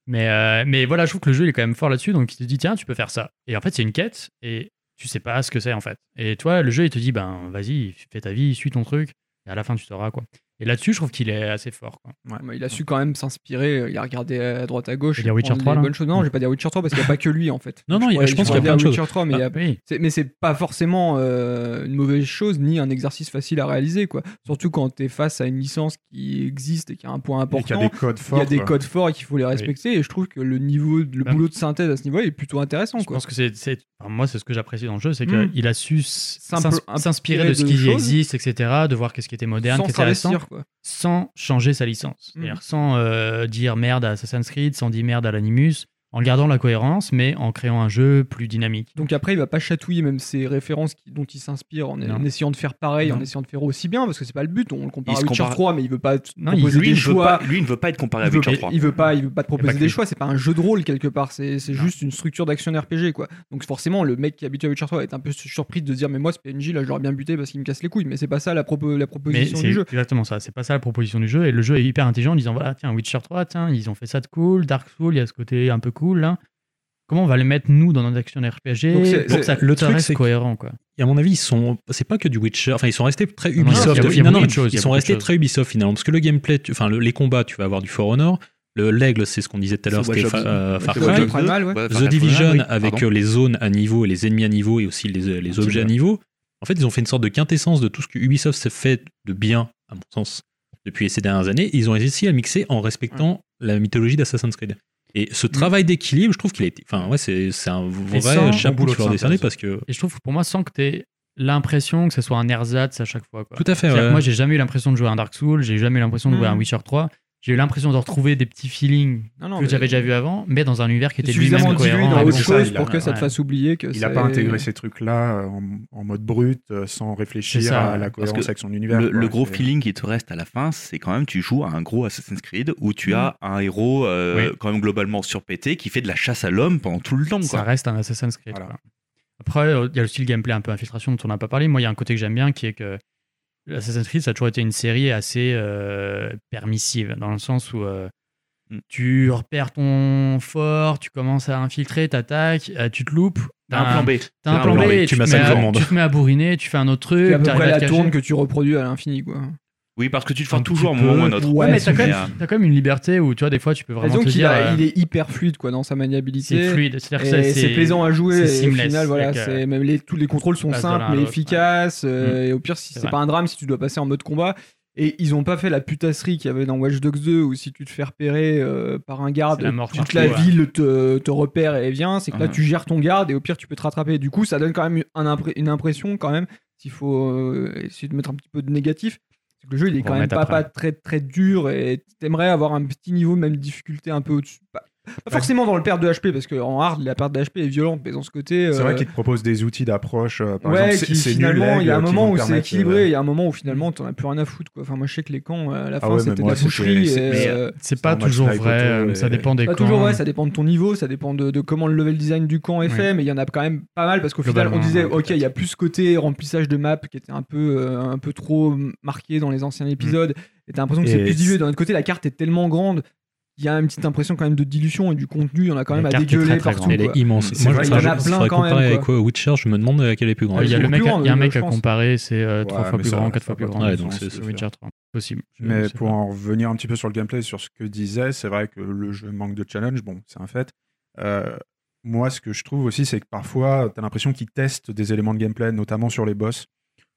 [SPEAKER 4] Mais, euh, mais voilà, je trouve que le jeu il est quand même fort là-dessus, donc il te dit tiens, tu peux faire ça. Et en fait, c'est une quête et tu sais pas ce que c'est en fait. Et toi, le jeu il te dit ben vas-y, fais ta vie, suis ton truc, et à la fin tu sauras quoi. Et là-dessus, je trouve qu'il est assez fort. Quoi.
[SPEAKER 2] Ah, Mais il a su quand même s'inspirer, euh, il a regardé à droite à gauche.
[SPEAKER 4] Je vais dire Witcher
[SPEAKER 2] prendre
[SPEAKER 4] 3,
[SPEAKER 2] les
[SPEAKER 4] là.
[SPEAKER 2] bonnes choses. Non, je vais pas dire Witcher 3 parce qu'il n'y a pas que lui en fait.
[SPEAKER 5] (laughs) Non, non, il y a-
[SPEAKER 2] pourrais-
[SPEAKER 5] je pense qu'il y
[SPEAKER 2] pourrais
[SPEAKER 5] a plein
[SPEAKER 2] dire
[SPEAKER 5] de choses. Ah.
[SPEAKER 2] Witcher 3, mais il y a-
[SPEAKER 4] oui.
[SPEAKER 2] c'est- mais c'est pas forcément euh, une mauvaise chose ni un exercice facile à réaliser quoi. Surtout quand tu es face à une licence qui existe et qui a un point
[SPEAKER 1] Et qu'il y a
[SPEAKER 2] important.
[SPEAKER 1] des codes
[SPEAKER 2] Il
[SPEAKER 1] forts.
[SPEAKER 2] y a des
[SPEAKER 1] quoi.
[SPEAKER 2] codes forts et qu'il faut les respecter et je trouve que le niveau, le
[SPEAKER 4] Même-
[SPEAKER 2] boulot de synthèse à ce niveau est plutôt intéressant
[SPEAKER 4] Je
[SPEAKER 2] quoi.
[SPEAKER 4] pense que c'est, c'est- enfin, moi c'est ce que j'apprécie dans le jeu, c'est
[SPEAKER 2] Mm.
[SPEAKER 4] qu'il a su s-
[SPEAKER 2] Simple-
[SPEAKER 4] s'ins-
[SPEAKER 2] inspirer
[SPEAKER 4] s'inspirer de ce
[SPEAKER 2] de
[SPEAKER 4] qui
[SPEAKER 2] choses.
[SPEAKER 4] existe, etc., de voir qu'est-ce qui était moderne,
[SPEAKER 2] Sans
[SPEAKER 4] qui était récent,
[SPEAKER 2] s'investir quoi.
[SPEAKER 4] sans changer sa licence,
[SPEAKER 2] Mm.
[SPEAKER 4] C'est-à-dire sans euh, dire merde à Assassin's Creed, sans dire merde à l'Animus, en gardant la cohérence, mais en créant un jeu plus dynamique.
[SPEAKER 2] Donc après, il va pas chatouiller même ces références qui- dont il s'inspire en,
[SPEAKER 4] Non.
[SPEAKER 2] en essayant de faire pareil, en
[SPEAKER 4] Non.
[SPEAKER 2] essayant de faire aussi bien, parce que c'est pas le but. On le compare
[SPEAKER 3] Il
[SPEAKER 2] à
[SPEAKER 3] se
[SPEAKER 2] Witcher
[SPEAKER 3] compare-
[SPEAKER 2] 3, mais il veut pas te
[SPEAKER 4] Non,
[SPEAKER 2] proposer
[SPEAKER 3] Lui,
[SPEAKER 2] des
[SPEAKER 3] il ne veut
[SPEAKER 2] choix.
[SPEAKER 3] pas- lui, il ne veut pas être comparé à
[SPEAKER 2] il, veut,
[SPEAKER 3] Witcher
[SPEAKER 2] il-
[SPEAKER 3] 3.
[SPEAKER 2] il veut pas, il veut pas te
[SPEAKER 4] pas
[SPEAKER 2] proposer
[SPEAKER 4] que
[SPEAKER 2] des
[SPEAKER 4] lui.
[SPEAKER 2] choix. C'est pas un jeu de rôle quelque part. C'est c'est
[SPEAKER 4] Non.
[SPEAKER 2] juste une structure d'action RPG quoi. Donc forcément, le mec qui est habitué à Witcher 3 va être un peu surpris de se dire mais moi ce PNJ là, je l'aurais bien buté parce qu'il me casse les couilles. Mais c'est pas ça la, propo- la
[SPEAKER 4] Mais
[SPEAKER 2] proposition
[SPEAKER 4] c'est
[SPEAKER 2] du jeu.
[SPEAKER 4] exactement ça, c'est pas ça la proposition du jeu. Et le jeu est hyper intelligent en disant voilà, tiens, Witcher 3, tiens, ils ont fait ça de cool, Dark Souls, il y a ce côté un peu cool là. Comment on va le mettre nous dans notre action RPG
[SPEAKER 2] Donc, c'est-
[SPEAKER 4] pour
[SPEAKER 2] c'est-
[SPEAKER 4] que ça,
[SPEAKER 5] le
[SPEAKER 4] ça
[SPEAKER 5] truc,
[SPEAKER 4] reste
[SPEAKER 5] c'est que-
[SPEAKER 4] cohérent quoi.
[SPEAKER 5] Et à mon avis, ils sont, c'est pas que du Witcher. Enfin, ils sont restés très
[SPEAKER 4] Non, non, il y a-
[SPEAKER 5] Ubisoft.
[SPEAKER 4] il y a
[SPEAKER 5] finalement.
[SPEAKER 4] beaucoup de choses, il y
[SPEAKER 5] Ils
[SPEAKER 4] a
[SPEAKER 5] sont
[SPEAKER 4] beaucoup de
[SPEAKER 5] restés
[SPEAKER 4] choses.
[SPEAKER 5] très Ubisoft finalement, parce que le gameplay, tu- enfin, le- les combats, tu vas avoir du For Honor. Le l'aigle, c'est ce qu'on disait tout à l'heure,
[SPEAKER 3] C'est
[SPEAKER 5] c'était
[SPEAKER 3] Watch Dogs.
[SPEAKER 5] euh, Far
[SPEAKER 2] C'est Watch
[SPEAKER 5] Cry.
[SPEAKER 2] Dogs. Primal, ouais.
[SPEAKER 3] Far Cry
[SPEAKER 5] The
[SPEAKER 3] Primal,
[SPEAKER 5] Division
[SPEAKER 3] oui.
[SPEAKER 5] avec
[SPEAKER 3] Pardon.
[SPEAKER 5] euh, les zones à niveau et les ennemis à niveau et aussi les, euh, les
[SPEAKER 3] petit
[SPEAKER 5] objets à
[SPEAKER 3] peu.
[SPEAKER 5] niveau. En fait, ils ont fait une sorte de quintessence de tout ce que Ubisoft s'est fait de bien, à mon sens, depuis ces dernières années. Et ils ont réussi à mixer en respectant la mythologie d'Assassin's Creed. Et ce travail d'équilibre, je trouve qu'il a été. Enfin, ouais, c'est c'est un vrai
[SPEAKER 4] sans-
[SPEAKER 5] chapeau
[SPEAKER 1] boulot
[SPEAKER 5] qu'il
[SPEAKER 1] de
[SPEAKER 5] faut leur décerner
[SPEAKER 1] synthèse.
[SPEAKER 5] parce que.
[SPEAKER 4] Et je trouve que pour moi, sans que tu aies l'impression que ce soit un ersatz à chaque fois. Quoi.
[SPEAKER 5] Tout à fait,
[SPEAKER 4] C'est-à-dire que
[SPEAKER 5] ouais.
[SPEAKER 4] Moi, j'ai jamais eu l'impression de jouer à un Dark Souls, j'ai jamais eu l'impression de jouer à un
[SPEAKER 2] Mhm.
[SPEAKER 4] Witcher 3. J'ai eu l'impression de retrouver des petits feelings
[SPEAKER 2] Non, non,
[SPEAKER 4] que
[SPEAKER 2] mais-
[SPEAKER 4] j'avais déjà vu avant, mais dans un univers
[SPEAKER 2] c'est
[SPEAKER 4] qui était
[SPEAKER 2] suffisamment
[SPEAKER 4] lui-même
[SPEAKER 2] dilué
[SPEAKER 4] cohérent.
[SPEAKER 2] dans
[SPEAKER 5] Ah,
[SPEAKER 4] avec
[SPEAKER 2] autre
[SPEAKER 4] son-
[SPEAKER 1] ça,
[SPEAKER 2] chose
[SPEAKER 1] il a-
[SPEAKER 2] pour que ça te
[SPEAKER 4] ouais.
[SPEAKER 2] fasse oublier que
[SPEAKER 1] Il n'a
[SPEAKER 2] c'est-
[SPEAKER 1] pas intégré ces trucs-là euh, en, en mode brut, euh, sans réfléchir
[SPEAKER 4] C'est ça,
[SPEAKER 1] à la
[SPEAKER 3] parce
[SPEAKER 1] cohérence
[SPEAKER 3] que
[SPEAKER 1] avec son univers.
[SPEAKER 3] Le,
[SPEAKER 1] quoi.
[SPEAKER 3] le gros
[SPEAKER 1] C'est-
[SPEAKER 3] feeling qui te reste à la fin, c'est quand même tu joues à un gros Assassin's Creed où tu as un héros euh,
[SPEAKER 4] Oui.
[SPEAKER 3] quand même globalement surpété qui fait de la chasse à l'homme pendant tout le temps.
[SPEAKER 4] ça
[SPEAKER 3] Quoi.
[SPEAKER 4] reste un Assassin's Creed.
[SPEAKER 1] Voilà.
[SPEAKER 4] quoi. Après, euh, il y a le style gameplay un peu infiltration dont on n'a pas parlé. Moi, il y a un côté que j'aime bien qui est que Assassin's Creed, ça a toujours été une série assez euh, permissive, dans le sens où euh,
[SPEAKER 3] Mm.
[SPEAKER 4] tu repères ton fort, tu commences à infiltrer, t'attaques, euh, tu te loupes.
[SPEAKER 3] T'as un plan B.
[SPEAKER 4] T'as un
[SPEAKER 3] T'as
[SPEAKER 4] plan B, Ah tu, te
[SPEAKER 5] tu
[SPEAKER 4] mets
[SPEAKER 5] massacres
[SPEAKER 4] à,
[SPEAKER 5] le monde.
[SPEAKER 4] tu te mets à bourriner, tu fais un autre truc,
[SPEAKER 2] C'est à peu
[SPEAKER 4] t'arrives
[SPEAKER 2] près
[SPEAKER 4] à te
[SPEAKER 2] la
[SPEAKER 4] cacher.
[SPEAKER 2] tourne que tu reproduis à l'infini quoi.
[SPEAKER 3] Oui, parce que tu le feras
[SPEAKER 4] Un
[SPEAKER 3] toujours à un
[SPEAKER 4] petit
[SPEAKER 3] moment
[SPEAKER 4] peu.
[SPEAKER 3] ou à un autre.
[SPEAKER 4] Ouais, mais t'as
[SPEAKER 2] c'est
[SPEAKER 4] quand,
[SPEAKER 3] mais, euh,
[SPEAKER 4] même, t'as quand même une liberté où tu vois des fois tu peux
[SPEAKER 2] Et
[SPEAKER 4] vraiment
[SPEAKER 2] donc
[SPEAKER 4] te
[SPEAKER 2] il,
[SPEAKER 4] dire
[SPEAKER 2] a-
[SPEAKER 4] euh,
[SPEAKER 2] il est hyper fluide quoi dans sa maniabilité.
[SPEAKER 4] c'est fluide, c'est-à-dire que
[SPEAKER 2] Et
[SPEAKER 4] c'est-
[SPEAKER 2] c'est plaisant à jouer.
[SPEAKER 4] c'est
[SPEAKER 2] et au
[SPEAKER 4] seamless,
[SPEAKER 2] final, voilà,
[SPEAKER 4] c'est-à-dire que-
[SPEAKER 2] c'est même les, tous les contrôles
[SPEAKER 4] Tu
[SPEAKER 2] sont
[SPEAKER 4] passes de l'un
[SPEAKER 2] simples
[SPEAKER 4] à
[SPEAKER 2] mais
[SPEAKER 4] l'autre,
[SPEAKER 2] efficaces. euh, Et au pire, si
[SPEAKER 4] Mm. C'est
[SPEAKER 2] c'est
[SPEAKER 4] vrai.
[SPEAKER 2] pas un drame, si tu dois passer en mode combat. Et ils ont pas fait la putasserie qu'il y avait dans Watch Dogs 2 où si tu te fais repérer euh, par un garde,
[SPEAKER 4] C'est la mort
[SPEAKER 2] toute
[SPEAKER 4] partout,
[SPEAKER 2] la
[SPEAKER 4] ouais.
[SPEAKER 2] ville te, te repère et vient. C'est que là,
[SPEAKER 3] Mhm.
[SPEAKER 2] tu gères ton garde et au pire, tu peux te rattraper. Du coup, ça donne quand même un impré- une impression quand même. S'il faut euh, essayer de mettre un petit peu de négatif, c'est que le jeu il est
[SPEAKER 4] On
[SPEAKER 2] quand même
[SPEAKER 4] remettre
[SPEAKER 2] pas,
[SPEAKER 4] après.
[SPEAKER 2] pas très très dur et t'aimerais avoir un petit niveau même difficulté un peu au-dessus. bah, Pas, pas forcément dans le perte de HP parce que en hard la perte de HP est violente mais dans ce côté.
[SPEAKER 1] C'est vrai
[SPEAKER 2] euh,
[SPEAKER 1] qu'il te propose des outils d'approche. euh, par
[SPEAKER 2] ouais,
[SPEAKER 1] exemple, c'est-
[SPEAKER 2] qui,
[SPEAKER 1] c'est nul,
[SPEAKER 2] finalement, il y a un
[SPEAKER 1] l'aigle, qui
[SPEAKER 2] moment
[SPEAKER 1] vont
[SPEAKER 2] où
[SPEAKER 1] te
[SPEAKER 2] c'est
[SPEAKER 1] permettre,
[SPEAKER 2] équilibré,
[SPEAKER 1] euh,
[SPEAKER 2] il y a un moment où finalement t'en as plus rien à foutre quoi. Enfin moi je sais que les camps euh, à la
[SPEAKER 1] Ah
[SPEAKER 2] fin
[SPEAKER 1] ouais, mais
[SPEAKER 2] c'était de
[SPEAKER 1] moi,
[SPEAKER 2] la
[SPEAKER 1] c'était-
[SPEAKER 2] boucherie.
[SPEAKER 1] c'est-
[SPEAKER 2] et,
[SPEAKER 1] mais,
[SPEAKER 2] euh,
[SPEAKER 4] c'est
[SPEAKER 1] en
[SPEAKER 4] pas
[SPEAKER 1] match
[SPEAKER 4] toujours
[SPEAKER 1] type
[SPEAKER 4] vrai,
[SPEAKER 1] auto,
[SPEAKER 4] euh,
[SPEAKER 1] et-
[SPEAKER 4] ça dépend des
[SPEAKER 2] pas
[SPEAKER 4] camps.
[SPEAKER 2] toujours ouais, ça dépend de ton niveau, ça dépend de, de comment le level design du camp est
[SPEAKER 4] Oui.
[SPEAKER 2] fait, mais il y en a quand même pas mal parce qu'au final on
[SPEAKER 4] Globalement,
[SPEAKER 2] disait
[SPEAKER 4] ouais,
[SPEAKER 2] ok il y a
[SPEAKER 4] peut-être.
[SPEAKER 2] plus ce côté remplissage de map qui était un peu euh, un peu trop marqué dans les anciens épisodes. Et t'as l'impression que c'est
[SPEAKER 1] Mm. Et
[SPEAKER 2] plus
[SPEAKER 1] c'est-
[SPEAKER 2] dilué. D'un autre côté la carte est tellement grande, il y a une petite impression quand même de dilution et du contenu, il y en a quand
[SPEAKER 4] La
[SPEAKER 2] même à
[SPEAKER 4] carte est très,
[SPEAKER 2] dégueuler
[SPEAKER 4] très grande.
[SPEAKER 2] partout.
[SPEAKER 5] Elle
[SPEAKER 2] quoi.
[SPEAKER 5] est immense.
[SPEAKER 1] C'est
[SPEAKER 5] Moi,
[SPEAKER 1] vrai,
[SPEAKER 5] je
[SPEAKER 1] il y en a
[SPEAKER 5] je- je
[SPEAKER 2] plein
[SPEAKER 5] serais
[SPEAKER 2] quand
[SPEAKER 5] comparé
[SPEAKER 2] même,
[SPEAKER 5] à quoi, Witcher, je me demande laquelle est plus grande.
[SPEAKER 4] Ah, Il y a
[SPEAKER 2] Ils
[SPEAKER 4] le
[SPEAKER 2] sont
[SPEAKER 4] mec,
[SPEAKER 2] plus grands,
[SPEAKER 4] il y a un
[SPEAKER 2] mais
[SPEAKER 4] mec
[SPEAKER 2] je
[SPEAKER 4] à
[SPEAKER 2] pense.
[SPEAKER 4] comparer, c'est euh, trois
[SPEAKER 1] Ouais,
[SPEAKER 4] fois
[SPEAKER 1] mais
[SPEAKER 4] plus
[SPEAKER 1] ça
[SPEAKER 4] grand,
[SPEAKER 1] reste
[SPEAKER 4] quatre fois
[SPEAKER 1] pas
[SPEAKER 4] plus
[SPEAKER 1] trop
[SPEAKER 4] grand.
[SPEAKER 5] Ouais, donc
[SPEAKER 4] c'est
[SPEAKER 5] c'est-
[SPEAKER 4] Witcher 3. Possible. Je- je
[SPEAKER 1] Mais
[SPEAKER 4] sais
[SPEAKER 1] pour
[SPEAKER 4] pas.
[SPEAKER 1] en revenir un petit peu sur le gameplay, sur ce que disait, c'est vrai que le jeu manque de challenge, bon, c'est un fait. Euh, moi, ce que je trouve aussi, c'est que parfois, t'as l'impression qu'ils testent des éléments de gameplay, notamment sur les boss,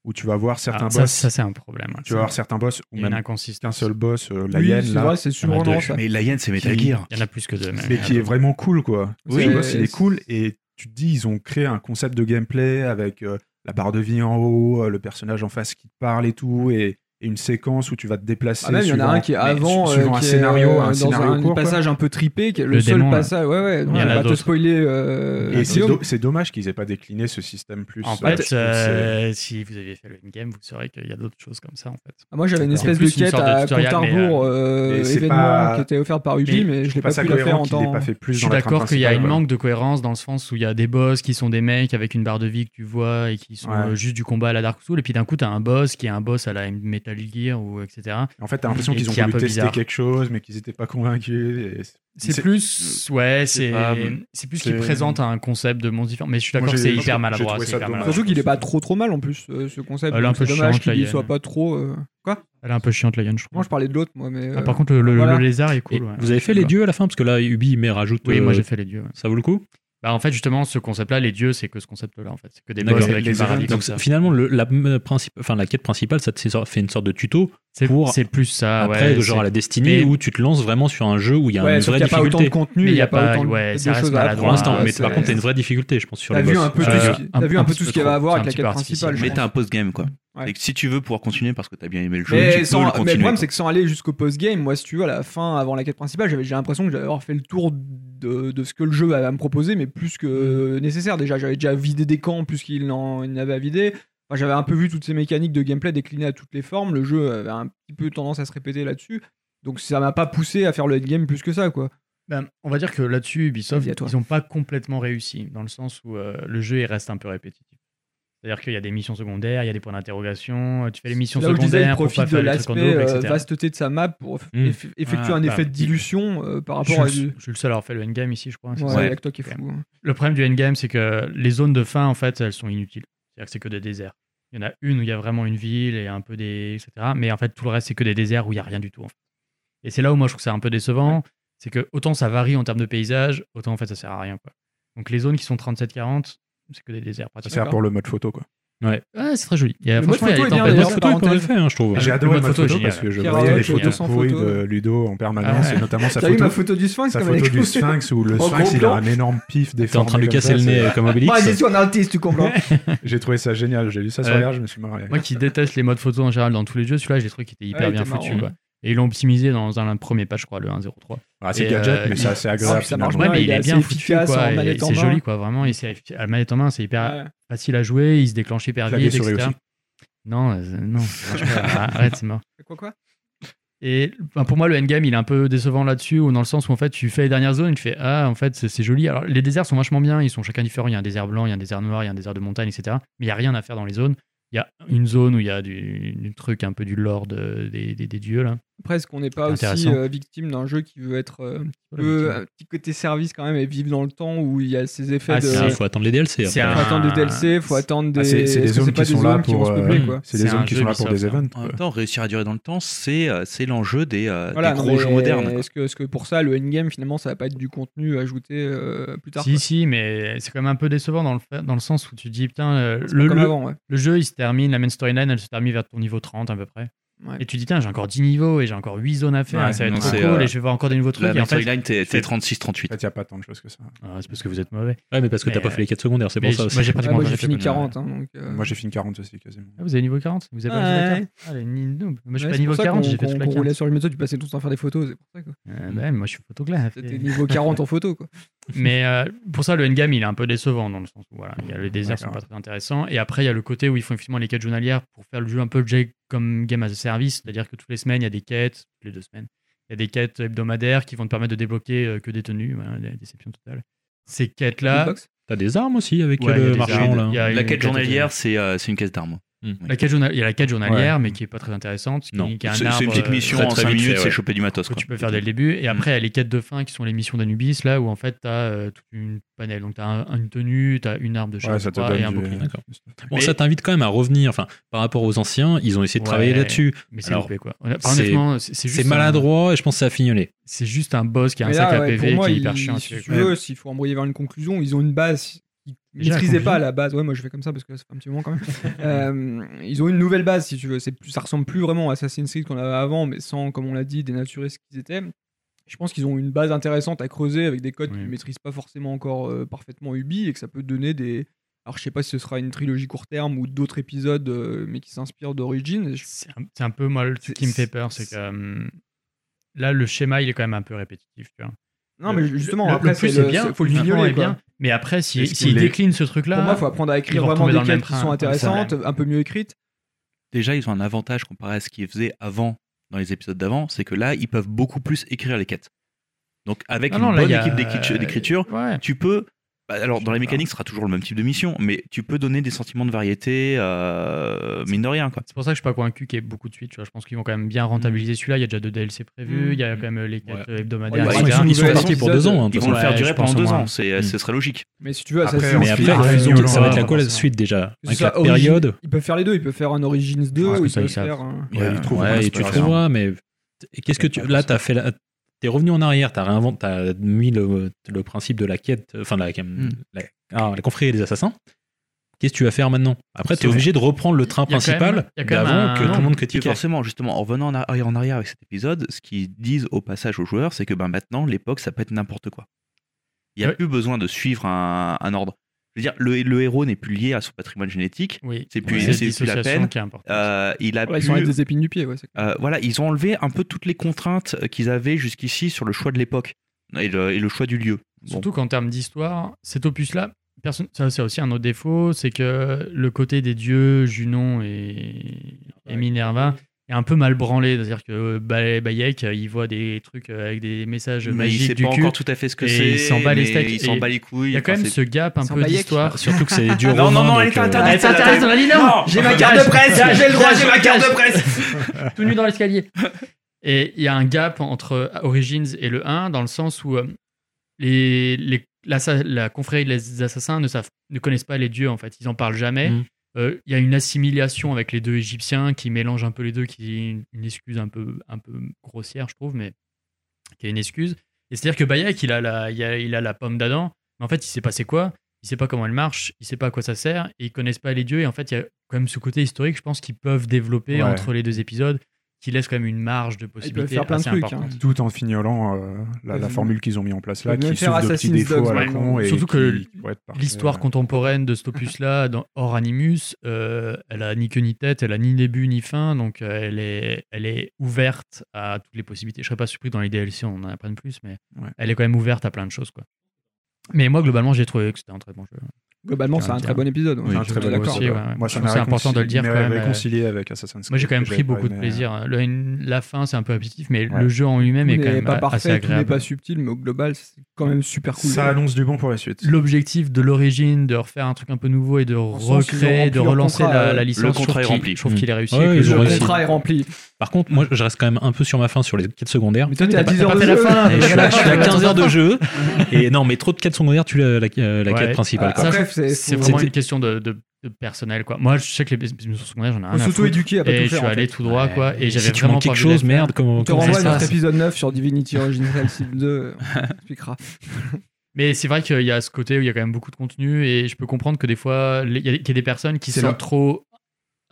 [SPEAKER 1] où tu vas voir certains
[SPEAKER 4] Ah, ça,
[SPEAKER 1] boss,
[SPEAKER 4] ça, c'est un problème. hein.
[SPEAKER 1] tu vas voir certains boss, ou
[SPEAKER 4] Il y a
[SPEAKER 1] même
[SPEAKER 4] une
[SPEAKER 1] qu'un
[SPEAKER 4] inconsistance.
[SPEAKER 1] seul boss, euh, la
[SPEAKER 2] Oui,
[SPEAKER 1] hyène,
[SPEAKER 2] c'est
[SPEAKER 1] là,
[SPEAKER 2] vrai, c'est
[SPEAKER 4] Ah,
[SPEAKER 2] souvent
[SPEAKER 4] bah,
[SPEAKER 2] non,
[SPEAKER 4] de-
[SPEAKER 2] ça.
[SPEAKER 3] mais la hyène, c'est Metal
[SPEAKER 4] Qui-
[SPEAKER 3] Gear.
[SPEAKER 4] Il y en a plus que deux.
[SPEAKER 1] mais qui est vraiment cool, quoi.
[SPEAKER 2] Oui,
[SPEAKER 1] Ce boss, il
[SPEAKER 2] c'est-
[SPEAKER 1] est cool, et tu te dis, ils ont créé un concept de gameplay avec euh, la barre de vie en haut, euh, le personnage en face qui te parle et tout, et, et une séquence où tu vas te déplacer.
[SPEAKER 2] Ah, même, il y en a
[SPEAKER 1] suivant-
[SPEAKER 2] un qui est
[SPEAKER 1] mais
[SPEAKER 2] avant. euh,
[SPEAKER 1] suivant un
[SPEAKER 2] qui est,
[SPEAKER 1] scénario,
[SPEAKER 2] euh,
[SPEAKER 1] un
[SPEAKER 2] dans
[SPEAKER 1] scénario
[SPEAKER 2] un
[SPEAKER 1] court, quoi.
[SPEAKER 2] passage un peu trippé. qui est Le,
[SPEAKER 4] Le
[SPEAKER 2] seul
[SPEAKER 4] démon, là.
[SPEAKER 2] passage. Ouais, ouais. non,
[SPEAKER 5] Il y
[SPEAKER 2] je
[SPEAKER 5] en
[SPEAKER 2] vais
[SPEAKER 5] a
[SPEAKER 2] pas te
[SPEAKER 5] d'autres.
[SPEAKER 2] spoiler. euh,
[SPEAKER 1] Et c'est,
[SPEAKER 2] Guillaume.
[SPEAKER 1] do- c'est dommage qu'ils aient pas décliné ce système plus. euh,
[SPEAKER 4] En fait,
[SPEAKER 1] plus, euh,
[SPEAKER 4] euh, si vous aviez fait le endgame, vous saurez qu'il y a d'autres choses comme ça en fait.
[SPEAKER 2] Ah, Moi, j'avais une
[SPEAKER 1] D'accord.
[SPEAKER 2] espèce
[SPEAKER 4] C'est
[SPEAKER 2] de
[SPEAKER 4] plus une
[SPEAKER 2] quête
[SPEAKER 4] sorte de
[SPEAKER 2] à compte
[SPEAKER 4] tutoriel,
[SPEAKER 2] à
[SPEAKER 4] mais, euh,
[SPEAKER 2] rebours euh,
[SPEAKER 1] mais c'est
[SPEAKER 2] événement
[SPEAKER 1] pas-
[SPEAKER 2] qui était offert par Ubi, mais, je l'ai
[SPEAKER 1] trouve
[SPEAKER 2] pas
[SPEAKER 1] ça
[SPEAKER 2] pu la faire
[SPEAKER 1] cohérent
[SPEAKER 2] en
[SPEAKER 1] qu'il l'ait
[SPEAKER 2] temps.
[SPEAKER 1] pas fait plus
[SPEAKER 4] Je
[SPEAKER 1] dans
[SPEAKER 4] suis
[SPEAKER 1] la trame
[SPEAKER 4] d'accord qu'il y a
[SPEAKER 1] principale,
[SPEAKER 4] une
[SPEAKER 1] voilà.
[SPEAKER 4] manque de cohérence dans le sens où il y a des boss qui sont des mecs avec une barre de vie que tu vois et qui sont
[SPEAKER 1] Ouais.
[SPEAKER 4] euh, juste du combat à la Dark Souls et puis d'un coup t'as un boss qui est un boss à la Metal Gear ou etc.
[SPEAKER 1] En fait, t'as l'impression
[SPEAKER 4] Et
[SPEAKER 1] qu'ils ont
[SPEAKER 4] qui est un
[SPEAKER 1] voulu
[SPEAKER 4] peu
[SPEAKER 1] tester
[SPEAKER 4] bizarre.
[SPEAKER 1] quelque chose, mais qu'ils étaient pas convaincus. et c'est-
[SPEAKER 4] C'est
[SPEAKER 1] C'est-
[SPEAKER 4] plus ouais
[SPEAKER 3] c'est
[SPEAKER 4] c'est
[SPEAKER 3] pas-
[SPEAKER 4] c'est plus qu'il
[SPEAKER 1] c'est-
[SPEAKER 4] présente un concept de monde différent mais je suis
[SPEAKER 1] Moi,
[SPEAKER 4] d'accord que
[SPEAKER 1] j'ai-
[SPEAKER 4] c'est
[SPEAKER 1] j'ai-
[SPEAKER 4] hyper
[SPEAKER 1] j'ai
[SPEAKER 4] maladroit.
[SPEAKER 1] trouvé
[SPEAKER 4] c'est
[SPEAKER 1] ça
[SPEAKER 4] hyper
[SPEAKER 1] dommage.
[SPEAKER 4] maladroit.
[SPEAKER 2] Surtout qu'il est pas trop trop mal en plus, euh, ce concept.
[SPEAKER 4] Elle est un
[SPEAKER 2] donc
[SPEAKER 4] peu
[SPEAKER 2] c'est dommage
[SPEAKER 4] chiante, la
[SPEAKER 2] qu'il y
[SPEAKER 4] hyène.
[SPEAKER 2] soit pas trop. euh, Quoi
[SPEAKER 4] Elle est un peu chiante la Yonne, je trouve.
[SPEAKER 2] Moi, je parlais de l'autre, moi, mais.
[SPEAKER 4] Ah,
[SPEAKER 2] euh,
[SPEAKER 4] par contre le, le-
[SPEAKER 2] voilà.
[SPEAKER 4] le lézard est
[SPEAKER 5] Et
[SPEAKER 4] cool. ouais.
[SPEAKER 5] vous avez fait les dieux à la fin Parce que là, Ubi, mais rajoute.
[SPEAKER 4] Oui
[SPEAKER 5] euh,
[SPEAKER 4] moi j'ai fait les dieux. ouais.
[SPEAKER 5] Ça vaut le coup
[SPEAKER 4] Bah en fait justement ce concept là les dieux c'est que ce concept là en fait c'est que des
[SPEAKER 5] D'accord.
[SPEAKER 4] boss avec
[SPEAKER 1] Les
[SPEAKER 4] une barre à vie
[SPEAKER 1] events,
[SPEAKER 4] comme
[SPEAKER 5] Donc
[SPEAKER 4] ça.
[SPEAKER 5] finalement, le- la, euh, principe- enfin, la quête principale, ça te fait sor- fait une sorte de tuto
[SPEAKER 4] C'est
[SPEAKER 5] pour-
[SPEAKER 4] c'est plus ça.
[SPEAKER 5] après,
[SPEAKER 4] Ah ouais,
[SPEAKER 5] genre
[SPEAKER 4] c'est-
[SPEAKER 5] à la destinée,
[SPEAKER 4] mais-
[SPEAKER 5] où tu te lances vraiment sur un jeu où il y a
[SPEAKER 2] Ouais,
[SPEAKER 5] une
[SPEAKER 2] sauf
[SPEAKER 5] vraie
[SPEAKER 2] qu'il n'y a pas autant
[SPEAKER 5] difficulté.
[SPEAKER 2] de contenu,
[SPEAKER 4] Mais
[SPEAKER 2] il
[SPEAKER 4] y
[SPEAKER 2] n'y
[SPEAKER 4] a
[SPEAKER 2] a pas
[SPEAKER 4] pas-
[SPEAKER 2] autant de-
[SPEAKER 4] ouais,
[SPEAKER 2] de
[SPEAKER 4] ça reste
[SPEAKER 2] choses à
[SPEAKER 4] maladroit,
[SPEAKER 5] Pour
[SPEAKER 2] apprendre,
[SPEAKER 5] l'instant,
[SPEAKER 2] quoi,
[SPEAKER 5] mais
[SPEAKER 2] c'est-
[SPEAKER 5] par contre, t'as une vraie difficulté, je pense, sur
[SPEAKER 2] T'as
[SPEAKER 5] les
[SPEAKER 2] vu
[SPEAKER 5] boss.
[SPEAKER 2] un peu tout
[SPEAKER 5] Euh,
[SPEAKER 2] ce qui-
[SPEAKER 4] un-
[SPEAKER 2] t'as vu
[SPEAKER 4] un
[SPEAKER 2] un peu
[SPEAKER 4] petit
[SPEAKER 2] tout ce
[SPEAKER 4] peu
[SPEAKER 2] qui va
[SPEAKER 4] trop,
[SPEAKER 2] avoir
[SPEAKER 4] c'est
[SPEAKER 2] avec
[SPEAKER 4] un
[SPEAKER 2] la
[SPEAKER 4] petit
[SPEAKER 2] quête
[SPEAKER 4] peu artificiel.
[SPEAKER 2] principale. je
[SPEAKER 4] Mais
[SPEAKER 3] Mais
[SPEAKER 2] pense.
[SPEAKER 3] t'as un post-game, quoi.
[SPEAKER 2] Ouais.
[SPEAKER 3] Et que si tu veux pouvoir continuer parce que t'as bien aimé le jeu, tu
[SPEAKER 2] Mais,
[SPEAKER 3] peux
[SPEAKER 2] sans-
[SPEAKER 3] le
[SPEAKER 2] mais
[SPEAKER 3] continuer.
[SPEAKER 2] le problème, c'est que sans aller jusqu'au post-game, moi, si tu veux, à la fin, avant la quête principale, j'avais j'ai l'impression que j'avais avoir fait le tour de, de ce que le jeu avait à me proposer, mais plus
[SPEAKER 3] Mm.
[SPEAKER 2] que nécessaire. Déjà, j'avais déjà vidé des camps plus qu'il n'en il n'avait à vider. Enfin, j'avais un peu vu toutes ces mécaniques de gameplay déclinées à toutes les formes. Le jeu avait un petit peu tendance à se répéter là-dessus. Donc, ça m'a pas poussé à faire le endgame plus que ça, quoi.
[SPEAKER 4] Ben, on va dire que là-dessus, Ubisoft,
[SPEAKER 2] Vas-y, à toi.
[SPEAKER 4] ils n'ont pas complètement réussi, dans le sens où euh, le jeu il reste un peu répétitif. C'est-à-dire qu'il y a des missions secondaires, il y a des points d'interrogation, euh, tu fais les missions
[SPEAKER 2] Là où je disais, il
[SPEAKER 4] secondaires pour
[SPEAKER 2] profite
[SPEAKER 4] pas
[SPEAKER 2] de
[SPEAKER 4] faire les trucs en
[SPEAKER 2] l'aspect
[SPEAKER 4] double,
[SPEAKER 2] euh,
[SPEAKER 4] etc.
[SPEAKER 2] vasteté de sa map pour eff-
[SPEAKER 5] Mm.
[SPEAKER 2] eff- effectuer
[SPEAKER 4] Ah,
[SPEAKER 2] un
[SPEAKER 4] bah.
[SPEAKER 2] effet de dilution euh, par
[SPEAKER 4] je,
[SPEAKER 2] rapport à
[SPEAKER 4] suis,
[SPEAKER 2] du.
[SPEAKER 4] le- je suis le seul à avoir fait le endgame ici, je crois. c'est
[SPEAKER 2] Ouais,
[SPEAKER 4] ça.
[SPEAKER 2] avec toi qui est fou. hein.
[SPEAKER 4] Le problème du endgame, c'est que les zones de fin, en fait, elles sont inutiles. C'est-à-dire que c'est que des déserts. Il y en a une où il y a vraiment une ville et un peu des. etc. Mais en fait, tout le reste, c'est que des déserts où il n'y a rien du tout. en fait. Et c'est là où moi, je trouve ça un peu décevant. C'est que autant ça varie en termes de paysage, autant en fait, ça sert à rien. Quoi. Donc les zones qui sont 37-40, c'est que des déserts
[SPEAKER 1] Ça
[SPEAKER 4] pratiquement.
[SPEAKER 1] sert pour le mode photo, quoi.
[SPEAKER 4] Ouais, c'est très joli. Il y a,
[SPEAKER 2] Le mode
[SPEAKER 4] franchement, il y a
[SPEAKER 2] photo est
[SPEAKER 4] des
[SPEAKER 2] bien,
[SPEAKER 4] tempêtes.
[SPEAKER 5] Le mode
[SPEAKER 2] D'ailleurs,
[SPEAKER 5] photo est pas mal
[SPEAKER 2] parenthèse.
[SPEAKER 5] fait, hein, je trouve.
[SPEAKER 1] Ah, J'ai
[SPEAKER 4] le
[SPEAKER 1] adoré le
[SPEAKER 4] mode
[SPEAKER 1] mode photo,
[SPEAKER 4] photo est
[SPEAKER 1] parce que je
[SPEAKER 2] génial.
[SPEAKER 1] voyais les
[SPEAKER 2] Pierre
[SPEAKER 1] photos
[SPEAKER 2] Roche,
[SPEAKER 1] pourries
[SPEAKER 2] photo.
[SPEAKER 1] de Ludo en permanence,
[SPEAKER 4] Ah ouais.
[SPEAKER 1] et notamment sa
[SPEAKER 2] T'as eu
[SPEAKER 1] photo,
[SPEAKER 2] ma photo du sphinx
[SPEAKER 1] sa
[SPEAKER 2] comme Oh,
[SPEAKER 1] photo
[SPEAKER 2] elle est
[SPEAKER 1] du sphinx où le
[SPEAKER 2] En
[SPEAKER 1] sphinx
[SPEAKER 2] gros
[SPEAKER 1] il a
[SPEAKER 2] plan.
[SPEAKER 1] un énorme pif
[SPEAKER 5] T'es en
[SPEAKER 1] déformé.
[SPEAKER 5] train de lui
[SPEAKER 1] comme
[SPEAKER 5] casser
[SPEAKER 1] ça,
[SPEAKER 5] le
[SPEAKER 1] c'est- Ah,
[SPEAKER 5] nez euh, comme Obélix.
[SPEAKER 2] Moi, (laughs) je suis Bah, un artiste, tu comprends.
[SPEAKER 1] J'ai trouvé ça génial, j'ai lu ça sur
[SPEAKER 4] Euh,
[SPEAKER 1] l'air, je me suis marré.
[SPEAKER 4] Moi qui déteste les modes photo en général dans tous les jeux, celui-là, j'ai trouvé qu'il était hyper
[SPEAKER 2] Ouais, il
[SPEAKER 4] bien
[SPEAKER 2] était
[SPEAKER 4] foutu.
[SPEAKER 2] marrant.
[SPEAKER 4] quoi. Et ils l'ont optimisé dans un premier pas, je crois, le 1.03.
[SPEAKER 1] Ah, c'est
[SPEAKER 4] et,
[SPEAKER 1] gadget,
[SPEAKER 4] euh,
[SPEAKER 1] mais
[SPEAKER 4] il-
[SPEAKER 1] c'est assez
[SPEAKER 2] Ah,
[SPEAKER 1] agréable.
[SPEAKER 2] puis ça marche
[SPEAKER 1] finalement.
[SPEAKER 2] Ouais,
[SPEAKER 4] Ouais, mais il,
[SPEAKER 2] il est
[SPEAKER 4] est
[SPEAKER 2] assez
[SPEAKER 4] bien foutu,
[SPEAKER 2] efficace en
[SPEAKER 4] quoi. et-
[SPEAKER 2] manette
[SPEAKER 4] et
[SPEAKER 2] en
[SPEAKER 4] C'est
[SPEAKER 2] main.
[SPEAKER 4] joli, quoi, vraiment. Et c'est efficace. La manette en main, c'est hyper
[SPEAKER 2] Ouais.
[SPEAKER 4] facile à jouer. Il se déclenche hyper
[SPEAKER 1] Clavier
[SPEAKER 4] vite,
[SPEAKER 1] souris
[SPEAKER 4] etc.
[SPEAKER 1] aussi.
[SPEAKER 4] Non, euh, non, ça marche pas. (laughs) arrête, c'est mort.
[SPEAKER 2] Quoi, quoi
[SPEAKER 4] Et ben, pour moi, le endgame, il est un peu décevant là-dessus, ou dans le sens où en fait, tu fais les dernières zones, tu fais ah, en fait, c'est c'est joli. Alors, les déserts sont vachement bien, ils sont chacun différents. Il y a un désert blanc, il y a un désert noir, il y a un désert de montagne, etc. Mais il y a rien à faire dans les zones. Il y a une zone où il y a du, du truc un peu du lore de- des, des- des dieux là.
[SPEAKER 2] Après, est-ce qu'on n'est pas aussi
[SPEAKER 4] Intéressant.
[SPEAKER 2] euh, victime d'un jeu qui veut être euh, un petit peu- un petit côté service quand même et vivre dans le temps où il y a ces effets
[SPEAKER 4] Ah,
[SPEAKER 2] de.
[SPEAKER 4] c'est
[SPEAKER 5] Il
[SPEAKER 4] un-
[SPEAKER 2] Faut
[SPEAKER 5] faut attendre les DLC.
[SPEAKER 4] C'est
[SPEAKER 5] après.
[SPEAKER 4] un-
[SPEAKER 2] attendre des DLC, faut attendre des.
[SPEAKER 1] Ah, c'est- c'est des
[SPEAKER 2] est-ce que
[SPEAKER 1] zones
[SPEAKER 2] pas
[SPEAKER 1] qui sont là
[SPEAKER 2] zones qui vont
[SPEAKER 1] pour,
[SPEAKER 2] se
[SPEAKER 1] euh,
[SPEAKER 2] peupler, quoi.
[SPEAKER 1] C'est des
[SPEAKER 4] C'est un
[SPEAKER 1] zones qui
[SPEAKER 4] jeu
[SPEAKER 1] sont là pour des
[SPEAKER 4] Ubisoft, hein.
[SPEAKER 1] events.
[SPEAKER 3] En
[SPEAKER 1] quoi.
[SPEAKER 3] même temps, réussir à durer dans le temps, c'est euh, c'est l'enjeu des, euh, des
[SPEAKER 2] Voilà,
[SPEAKER 3] gros
[SPEAKER 2] mais
[SPEAKER 3] jeux modernes. quoi.
[SPEAKER 2] Est-ce que, est-ce que pour ça, le endgame, finalement, ça va pas être du contenu ajouté euh, plus tard
[SPEAKER 4] Si,
[SPEAKER 2] quoi.
[SPEAKER 4] si, mais c'est quand même un peu décevant dans le, fait- dans le sens où tu te dis putain, euh,
[SPEAKER 2] C'est
[SPEAKER 4] le,
[SPEAKER 2] pas comme
[SPEAKER 4] le-
[SPEAKER 2] avant, ouais.
[SPEAKER 4] le jeu il se termine, la main storyline elle se termine vers ton niveau 30 à peu près.
[SPEAKER 2] Ouais.
[SPEAKER 4] Et tu te dis tiens, j'ai encore 10 niveaux et j'ai encore 8 zones à faire,
[SPEAKER 1] Ouais,
[SPEAKER 4] ça va être
[SPEAKER 3] donc
[SPEAKER 4] trop
[SPEAKER 3] c'est,
[SPEAKER 4] cool
[SPEAKER 3] euh,
[SPEAKER 4] et je vais voir encore des nouveaux trucs.
[SPEAKER 3] La
[SPEAKER 4] et en
[SPEAKER 3] main
[SPEAKER 4] fait,
[SPEAKER 3] storyline, t'es
[SPEAKER 4] fais-
[SPEAKER 3] t'es 36-38.
[SPEAKER 1] En fait, il n'y a pas tant de choses que ça.
[SPEAKER 4] Ah, c'est parce que vous êtes mauvais.
[SPEAKER 5] Ouais, mais parce que
[SPEAKER 4] Mais,
[SPEAKER 5] t'as pas fait les quêtes secondaires, c'est
[SPEAKER 4] mais
[SPEAKER 5] pour ça
[SPEAKER 4] j-
[SPEAKER 5] aussi.
[SPEAKER 4] moi, j'ai
[SPEAKER 2] Ah,
[SPEAKER 4] pratiquement
[SPEAKER 2] moi,
[SPEAKER 4] pas
[SPEAKER 2] j'ai
[SPEAKER 4] fait
[SPEAKER 2] fini
[SPEAKER 4] comme-
[SPEAKER 2] 40. hein, donc, euh,
[SPEAKER 1] Moi, j'ai fini 40 aussi, quasiment.
[SPEAKER 4] Ah, vous avez niveau 40 Vous avez
[SPEAKER 2] Ouais.
[SPEAKER 4] pas niveau 40 Ah, les ni- noob. Moi, je suis
[SPEAKER 2] ouais,
[SPEAKER 4] pas
[SPEAKER 2] c'est
[SPEAKER 4] niveau
[SPEAKER 2] pour ça
[SPEAKER 4] 40,
[SPEAKER 2] qu'on-
[SPEAKER 4] j'ai fait
[SPEAKER 2] qu'on-
[SPEAKER 4] toute la
[SPEAKER 2] qu'on roulait
[SPEAKER 4] carte.
[SPEAKER 2] sur le méthode, tu passais ton temps à faire des photos, c'est pour ça. Quoi.
[SPEAKER 4] Euh, bah, moi, je suis photographe.
[SPEAKER 2] C'était niveau 40 en photo, quoi.
[SPEAKER 4] Mais euh, pour ça, le endgame, il est un peu décevant dans le sens où voilà, il y a les déserts sont
[SPEAKER 1] D'accord.
[SPEAKER 4] pas très intéressants. Et après, il y a le côté où ils font effectivement les quêtes journalières pour faire le jeu un peu Jake comme game as a service. C'est-à-dire que toutes les semaines, il y a des quêtes, toutes les deux semaines, il y a des quêtes hebdomadaires qui vont te permettre de débloquer euh, que des tenues. Voilà, la déception totale. Ces quêtes-là.
[SPEAKER 2] Lootbox.
[SPEAKER 5] T'as des armes aussi avec
[SPEAKER 4] Ouais, il y a
[SPEAKER 5] le
[SPEAKER 4] des
[SPEAKER 5] marchand
[SPEAKER 4] armes,
[SPEAKER 5] là.
[SPEAKER 4] il y a
[SPEAKER 3] La
[SPEAKER 4] une
[SPEAKER 3] quête journalière, c'est euh, c'est une caisse d'armes.
[SPEAKER 4] La quête journa- Il y a la quête journalière, mais qui est pas très intéressante. qui-
[SPEAKER 5] Non.
[SPEAKER 4] qui est un
[SPEAKER 3] C'est c'est une
[SPEAKER 4] arbre,
[SPEAKER 3] petite
[SPEAKER 4] euh,
[SPEAKER 3] mission
[SPEAKER 5] très,
[SPEAKER 3] en
[SPEAKER 5] très
[SPEAKER 3] 5
[SPEAKER 5] vite fait,
[SPEAKER 3] minutes, c'est
[SPEAKER 5] ouais.
[SPEAKER 3] choper du matos.
[SPEAKER 4] que
[SPEAKER 3] quoi.
[SPEAKER 4] tu peux faire dès le début. Et après, il y a les quêtes de fin qui sont les missions d'Anubis, là où en fait, tu as toute une panel. Donc, tu as une tenue, tu as une arme de chaque
[SPEAKER 1] Ouais, ça te
[SPEAKER 4] droit et un
[SPEAKER 1] donne
[SPEAKER 4] bouclier.
[SPEAKER 1] du...
[SPEAKER 5] D'accord. Bon,
[SPEAKER 4] Mais-
[SPEAKER 5] ça t'invite quand même à revenir. Enfin, par rapport aux anciens, ils ont essayé de travailler
[SPEAKER 4] Ouais.
[SPEAKER 5] là-dessus.
[SPEAKER 4] Mais c'est
[SPEAKER 5] Alors,
[SPEAKER 4] loupé, quoi. Enfin,
[SPEAKER 5] c'est-
[SPEAKER 4] honnêtement, c'est c'est juste.
[SPEAKER 5] C'est
[SPEAKER 4] un-
[SPEAKER 5] maladroit et je pense que ça a fignolé.
[SPEAKER 4] C'est juste un boss qui a un
[SPEAKER 2] Mais
[SPEAKER 4] sac
[SPEAKER 2] là,
[SPEAKER 4] à
[SPEAKER 2] ouais,
[SPEAKER 4] PV
[SPEAKER 2] pour moi,
[SPEAKER 4] qui est
[SPEAKER 2] ils-
[SPEAKER 4] hyper chiant. à tuer,
[SPEAKER 2] Si tu
[SPEAKER 4] quoi.
[SPEAKER 2] veux, s'il faut embrouiller vers une conclusion, ils ont une base qu'ils
[SPEAKER 4] Déjà, la
[SPEAKER 2] maîtrisaient pas à
[SPEAKER 4] conclusion
[SPEAKER 2] la base. Ouais, moi je fais comme ça parce que ça fait un petit
[SPEAKER 4] (laughs)
[SPEAKER 2] moment quand même. Euh, ils ont une nouvelle base, si tu veux. C'est plus, ça ressemble plus vraiment à Assassin's Creed qu'on avait avant, mais sans, comme on l'a dit, dénaturer ce qu'ils étaient. Je pense qu'ils ont une base intéressante à creuser avec des codes
[SPEAKER 4] Oui.
[SPEAKER 2] qu'ils maîtrisent pas forcément encore euh, parfaitement Ubi et que ça peut donner des, Alors, je sais pas si ce sera une trilogie court terme ou d'autres épisodes, euh, mais qui s'inspirent d'Origin. Je-
[SPEAKER 4] C'est un, c'est un peu moi le truc qui me fait peur, c'est que euh, là le schéma il est quand même un peu répétitif. Tu vois.
[SPEAKER 2] Non,
[SPEAKER 4] Le-
[SPEAKER 2] mais justement,
[SPEAKER 4] le- le
[SPEAKER 2] après,
[SPEAKER 4] plus,
[SPEAKER 2] c'est le-
[SPEAKER 4] bien,
[SPEAKER 2] c'est- faut le
[SPEAKER 4] le plan
[SPEAKER 2] vignoler.
[SPEAKER 4] est
[SPEAKER 2] quoi.
[SPEAKER 4] bien, mais après s'il
[SPEAKER 1] Est-ce
[SPEAKER 4] si, s'il
[SPEAKER 1] qu'il est-
[SPEAKER 4] décline ce truc là,
[SPEAKER 2] Pour moi, faut apprendre à écrire
[SPEAKER 4] vont
[SPEAKER 2] vraiment
[SPEAKER 4] retomber
[SPEAKER 2] des
[SPEAKER 4] dans le même
[SPEAKER 2] quêtes qui sont
[SPEAKER 4] train, comme ça.
[SPEAKER 2] intéressantes, un peu mieux écrites.
[SPEAKER 3] Déjà, ils ont un avantage comparé à ce qu'ils faisaient avant, dans les épisodes d'avant, c'est que là, ils peuvent beaucoup plus écrire les quêtes. Donc, avec
[SPEAKER 4] Ah Non,
[SPEAKER 3] une
[SPEAKER 4] non, là,
[SPEAKER 3] bonne
[SPEAKER 4] il y a- euh,
[SPEAKER 3] équipe d'écrit- d'écriture,
[SPEAKER 4] ouais.
[SPEAKER 3] tu peux. bah, alors, dans les mécaniques, ce sera toujours le même type de mission, mais tu peux donner des sentiments de variété, euh, mine de rien, quoi.
[SPEAKER 4] C'est pour ça que je suis pas convaincu qu'il y ait beaucoup de suites. tu vois. Je pense qu'ils vont quand même bien rentabiliser celui-là. Il y a déjà deux DLC prévus,
[SPEAKER 2] Mm.
[SPEAKER 4] il y a quand même les quêtes hebdomadaires.
[SPEAKER 2] Ouais,
[SPEAKER 3] bah,
[SPEAKER 4] etc.
[SPEAKER 5] ils sont, ils sont
[SPEAKER 2] nouvel
[SPEAKER 5] partis pour deux
[SPEAKER 2] épisode.
[SPEAKER 5] ans. hein, de
[SPEAKER 3] Ils
[SPEAKER 5] toute
[SPEAKER 3] vont le
[SPEAKER 5] façon.
[SPEAKER 3] faire
[SPEAKER 4] Ouais,
[SPEAKER 3] durer
[SPEAKER 4] je pense
[SPEAKER 3] pendant
[SPEAKER 4] au
[SPEAKER 3] deux
[SPEAKER 4] moins. Hmm.
[SPEAKER 3] ans, c'est-
[SPEAKER 5] Mm.
[SPEAKER 3] ce serait logique.
[SPEAKER 2] Mais si tu veux,
[SPEAKER 1] Après,
[SPEAKER 2] ça, c'est-
[SPEAKER 5] Mais
[SPEAKER 1] Ensuite,
[SPEAKER 5] après,
[SPEAKER 1] après,
[SPEAKER 5] ils ont-
[SPEAKER 1] ils
[SPEAKER 5] ça va
[SPEAKER 1] ont-
[SPEAKER 5] être la
[SPEAKER 4] ils
[SPEAKER 5] quoi la
[SPEAKER 4] ont-
[SPEAKER 5] suite déjà
[SPEAKER 2] Que ce
[SPEAKER 5] Avec
[SPEAKER 2] soit
[SPEAKER 5] la
[SPEAKER 2] Origin-
[SPEAKER 5] période
[SPEAKER 2] Ils peuvent faire les deux. Ils peuvent faire un Origins 2
[SPEAKER 4] pense
[SPEAKER 2] ou
[SPEAKER 4] que
[SPEAKER 2] ils
[SPEAKER 4] ça, ils
[SPEAKER 2] peuvent
[SPEAKER 4] savent.
[SPEAKER 2] faire. un-
[SPEAKER 1] Ouais, ils trouvent,
[SPEAKER 5] Ouais,
[SPEAKER 1] hein,
[SPEAKER 5] et
[SPEAKER 1] c'est
[SPEAKER 5] tu
[SPEAKER 1] pas grave.
[SPEAKER 5] trouveras, mais et qu'est-ce que tu là t'as fait la- t'es revenu en arrière, t'as réinventé, t'as mis le, le principe de la quête, enfin la, la, ah, la confrérie des assassins. Qu'est-ce que tu vas faire maintenant Après, t'es
[SPEAKER 4] vrai.
[SPEAKER 5] obligé de reprendre le train
[SPEAKER 4] Il y a quand même-
[SPEAKER 5] principal
[SPEAKER 4] il y a quand même
[SPEAKER 5] d'avant
[SPEAKER 4] un-
[SPEAKER 5] que tout
[SPEAKER 4] non,
[SPEAKER 5] le monde
[SPEAKER 3] Et
[SPEAKER 5] critiquait.
[SPEAKER 3] forcément, justement, en revenant en arrière, en arrière avec cet épisode, ce qu'ils disent au passage aux joueurs, c'est que ben, maintenant, l'époque, ça peut être n'importe quoi. Il n'y a
[SPEAKER 4] Ouais.
[SPEAKER 3] plus besoin de suivre un, un ordre. Je veux dire, le, le héros n'est plus lié à son patrimoine génétique.
[SPEAKER 4] Oui.
[SPEAKER 3] C'est plus-
[SPEAKER 4] cette
[SPEAKER 3] c'est plus la
[SPEAKER 4] dissociation
[SPEAKER 3] peine.
[SPEAKER 4] qui est importante.
[SPEAKER 3] Euh, il a
[SPEAKER 2] Ouais, Ils
[SPEAKER 3] plus-
[SPEAKER 2] sont avec des épines du pied. ouais, c'est-
[SPEAKER 3] euh, voilà, ils ont enlevé un peu toutes les contraintes euh, qu'ils avaient jusqu'ici sur le choix de l'époque et le, et le choix du lieu. Bon.
[SPEAKER 4] Surtout qu'en termes d'histoire, cet opus-là, personne... ça c'est aussi un autre défaut, c'est que le côté des dieux Junon et, et Minerva est un peu mal branlé. C'est-à-dire que euh, Ba- Bayek, il voit des trucs euh, avec des messages
[SPEAKER 3] mais il
[SPEAKER 4] magiques
[SPEAKER 3] sait
[SPEAKER 4] du
[SPEAKER 3] pas
[SPEAKER 4] cul.
[SPEAKER 3] encore tout à fait ce que
[SPEAKER 4] et
[SPEAKER 3] c'est.
[SPEAKER 4] il s'en bat les
[SPEAKER 3] mais
[SPEAKER 4] steaks.
[SPEAKER 3] Il s'en
[SPEAKER 4] Et
[SPEAKER 3] bat les couilles.
[SPEAKER 4] Il y a quand
[SPEAKER 3] Enfin,
[SPEAKER 4] même
[SPEAKER 3] c'est-
[SPEAKER 4] ce gap un
[SPEAKER 2] Sans
[SPEAKER 4] peu
[SPEAKER 2] Bayek.
[SPEAKER 4] d'histoire.
[SPEAKER 5] Surtout que
[SPEAKER 4] (laughs)
[SPEAKER 5] c'est du
[SPEAKER 3] Non,
[SPEAKER 5] roman.
[SPEAKER 3] non, non, elle
[SPEAKER 5] donc,
[SPEAKER 3] est
[SPEAKER 5] euh,
[SPEAKER 3] interdite.
[SPEAKER 4] ça t'intéresse dans la ligne, non J'ai ma carte de presse, j'ai le droit, j'ai ma carte de presse (laughs) Tout nu dans l'escalier. Et il y a un gap entre euh, Origins et le 1 dans le sens où euh, les, les- la, sa- la confrérie des assassins ne, savent, ne connaissent pas les dieux en fait, ils en parlent jamais.
[SPEAKER 5] Mm.
[SPEAKER 4] Euh, Il y a une assimilation avec les deux égyptiens qui mélange un peu les deux, qui est une excuse un peu, un peu grossière, je trouve, mais qui est une excuse. Et c'est-à-dire que Bayek, il a la, il a, il a la pomme d'Adam, mais en fait, il sait pas c'est quoi, il sait pas comment elle marche, il sait pas à quoi ça sert, et ils connaissent pas les dieux, et en fait, il y a quand même ce côté historique, je pense, qu'ils peuvent développer
[SPEAKER 1] Ouais.
[SPEAKER 4] entre les deux épisodes, qui laisse quand même une marge de possibilité
[SPEAKER 2] Ah, faire plein de
[SPEAKER 4] assez
[SPEAKER 2] trucs, hein.
[SPEAKER 4] importante.
[SPEAKER 1] Tout en fignolant euh, la, la
[SPEAKER 2] Ils-
[SPEAKER 1] formule qu'ils ont mis en place
[SPEAKER 2] ils
[SPEAKER 1] là,
[SPEAKER 2] veulent
[SPEAKER 1] qui
[SPEAKER 2] faire
[SPEAKER 1] souffre de petits
[SPEAKER 2] Assassin's
[SPEAKER 1] défauts à la
[SPEAKER 2] Dogs,
[SPEAKER 1] con.
[SPEAKER 2] ouais.
[SPEAKER 1] et
[SPEAKER 4] Surtout que
[SPEAKER 1] qui pourraient être parfaits,
[SPEAKER 4] L'histoire
[SPEAKER 1] ouais.
[SPEAKER 4] contemporaine de cet
[SPEAKER 2] (laughs)
[SPEAKER 4] opus-là, dans hors Animus, euh, elle a ni queue ni tête, elle a ni début ni fin, donc euh, elle, est, elle est ouverte à toutes les possibilités. Je serais pas surpris que dans les DLC, on en apprenne plus, mais
[SPEAKER 1] Ouais.
[SPEAKER 4] elle est quand même ouverte à plein de choses. Quoi. Mais moi, globalement, j'ai trouvé que c'était un très bon jeu.
[SPEAKER 2] Globalement, c'est un très bon épisode. ouais,
[SPEAKER 1] C'est un
[SPEAKER 2] je
[SPEAKER 1] très
[SPEAKER 2] suis
[SPEAKER 1] bon
[SPEAKER 2] d'accord.
[SPEAKER 1] épisode,
[SPEAKER 4] ouais, ouais.
[SPEAKER 1] Moi,
[SPEAKER 4] Je
[SPEAKER 1] ça
[SPEAKER 4] trouve
[SPEAKER 1] m'a
[SPEAKER 4] c'est important de le
[SPEAKER 1] réconcilié-
[SPEAKER 4] dire
[SPEAKER 1] m'a
[SPEAKER 4] quand même,
[SPEAKER 1] réconcilié avec Assassin's Creed.
[SPEAKER 4] Moi, j'ai quand même
[SPEAKER 1] que
[SPEAKER 4] pris
[SPEAKER 1] j'avais
[SPEAKER 4] beaucoup
[SPEAKER 1] pas
[SPEAKER 4] de
[SPEAKER 1] aimé,
[SPEAKER 4] plaisir. Le- une- la fin, c'est un peu répétitif, mais
[SPEAKER 1] Ouais.
[SPEAKER 4] le jeu en lui-même est
[SPEAKER 2] hein. Tout
[SPEAKER 4] quand
[SPEAKER 2] n'est
[SPEAKER 4] même
[SPEAKER 2] pas
[SPEAKER 4] a- assez
[SPEAKER 2] parfait, tout n'est
[SPEAKER 4] agréable.
[SPEAKER 2] pas subtil, mais au global, c'est quand même super cool.
[SPEAKER 1] Ça annonce du bon pour la suite.
[SPEAKER 4] L'objectif de l'origine, de refaire un truc un peu nouveau et de
[SPEAKER 2] sens, ils ont
[SPEAKER 4] recréer,
[SPEAKER 2] rempli
[SPEAKER 4] de
[SPEAKER 2] leur
[SPEAKER 4] relancer
[SPEAKER 2] contrat,
[SPEAKER 4] la,
[SPEAKER 2] euh, Mmh.
[SPEAKER 4] la licence, je trouve
[SPEAKER 3] contrat est
[SPEAKER 4] qu'il-
[SPEAKER 3] rempli.
[SPEAKER 4] Je trouve qu'il est réussi.
[SPEAKER 5] Ouais,
[SPEAKER 4] et que le
[SPEAKER 5] ils ont
[SPEAKER 4] jeu-
[SPEAKER 2] le
[SPEAKER 5] réussi.
[SPEAKER 2] contrat est rempli.
[SPEAKER 5] Par contre, moi, je reste quand même un peu sur ma fin sur les quêtes secondaires.
[SPEAKER 2] Mais toi, t'es
[SPEAKER 4] T'as
[SPEAKER 2] à
[SPEAKER 4] pas-
[SPEAKER 2] 10
[SPEAKER 4] t'as
[SPEAKER 2] heures
[SPEAKER 4] pas
[SPEAKER 2] de
[SPEAKER 4] fait la
[SPEAKER 2] jeu.
[SPEAKER 4] fin,
[SPEAKER 5] Et je suis à- je suis à
[SPEAKER 4] Attends,
[SPEAKER 5] 15 heures de
[SPEAKER 4] attends.
[SPEAKER 5] jeu. Et non, mes trop de quêtes secondaires, tu la, la, euh, la
[SPEAKER 4] Ouais.
[SPEAKER 5] quête principale.
[SPEAKER 2] Ah,
[SPEAKER 5] quoi.
[SPEAKER 4] Ça,
[SPEAKER 2] Après,
[SPEAKER 4] je-
[SPEAKER 2] c'est-
[SPEAKER 4] c'est vraiment
[SPEAKER 5] c'est-
[SPEAKER 4] une question de, de- de personnel. Quoi. Moi, je sais que les missions secondaires, j'en
[SPEAKER 2] On
[SPEAKER 4] ai rien à foutre.
[SPEAKER 2] s'auto-éduquer à pas
[SPEAKER 4] Et
[SPEAKER 2] tout
[SPEAKER 4] je
[SPEAKER 2] faire.
[SPEAKER 4] suis
[SPEAKER 2] en
[SPEAKER 4] allé
[SPEAKER 2] fait.
[SPEAKER 4] tout droit, quoi. Et j'avais
[SPEAKER 5] si tu
[SPEAKER 4] vraiment
[SPEAKER 5] manques quelque
[SPEAKER 4] pas envie de le
[SPEAKER 5] chose,
[SPEAKER 4] faire.
[SPEAKER 5] merde, comment
[SPEAKER 2] On te
[SPEAKER 5] comment
[SPEAKER 2] renvoie à
[SPEAKER 5] ça se
[SPEAKER 2] notre
[SPEAKER 5] passe
[SPEAKER 2] épisode 9 sur Divinity Original Sin 2. On expliquera.
[SPEAKER 4] Mais c'est vrai qu'il y a ce côté où il y a quand même beaucoup de contenu et je peux comprendre que des fois, les- il y a, qu'il y a des personnes qui
[SPEAKER 1] C'est
[SPEAKER 4] sont
[SPEAKER 1] leur-
[SPEAKER 4] trop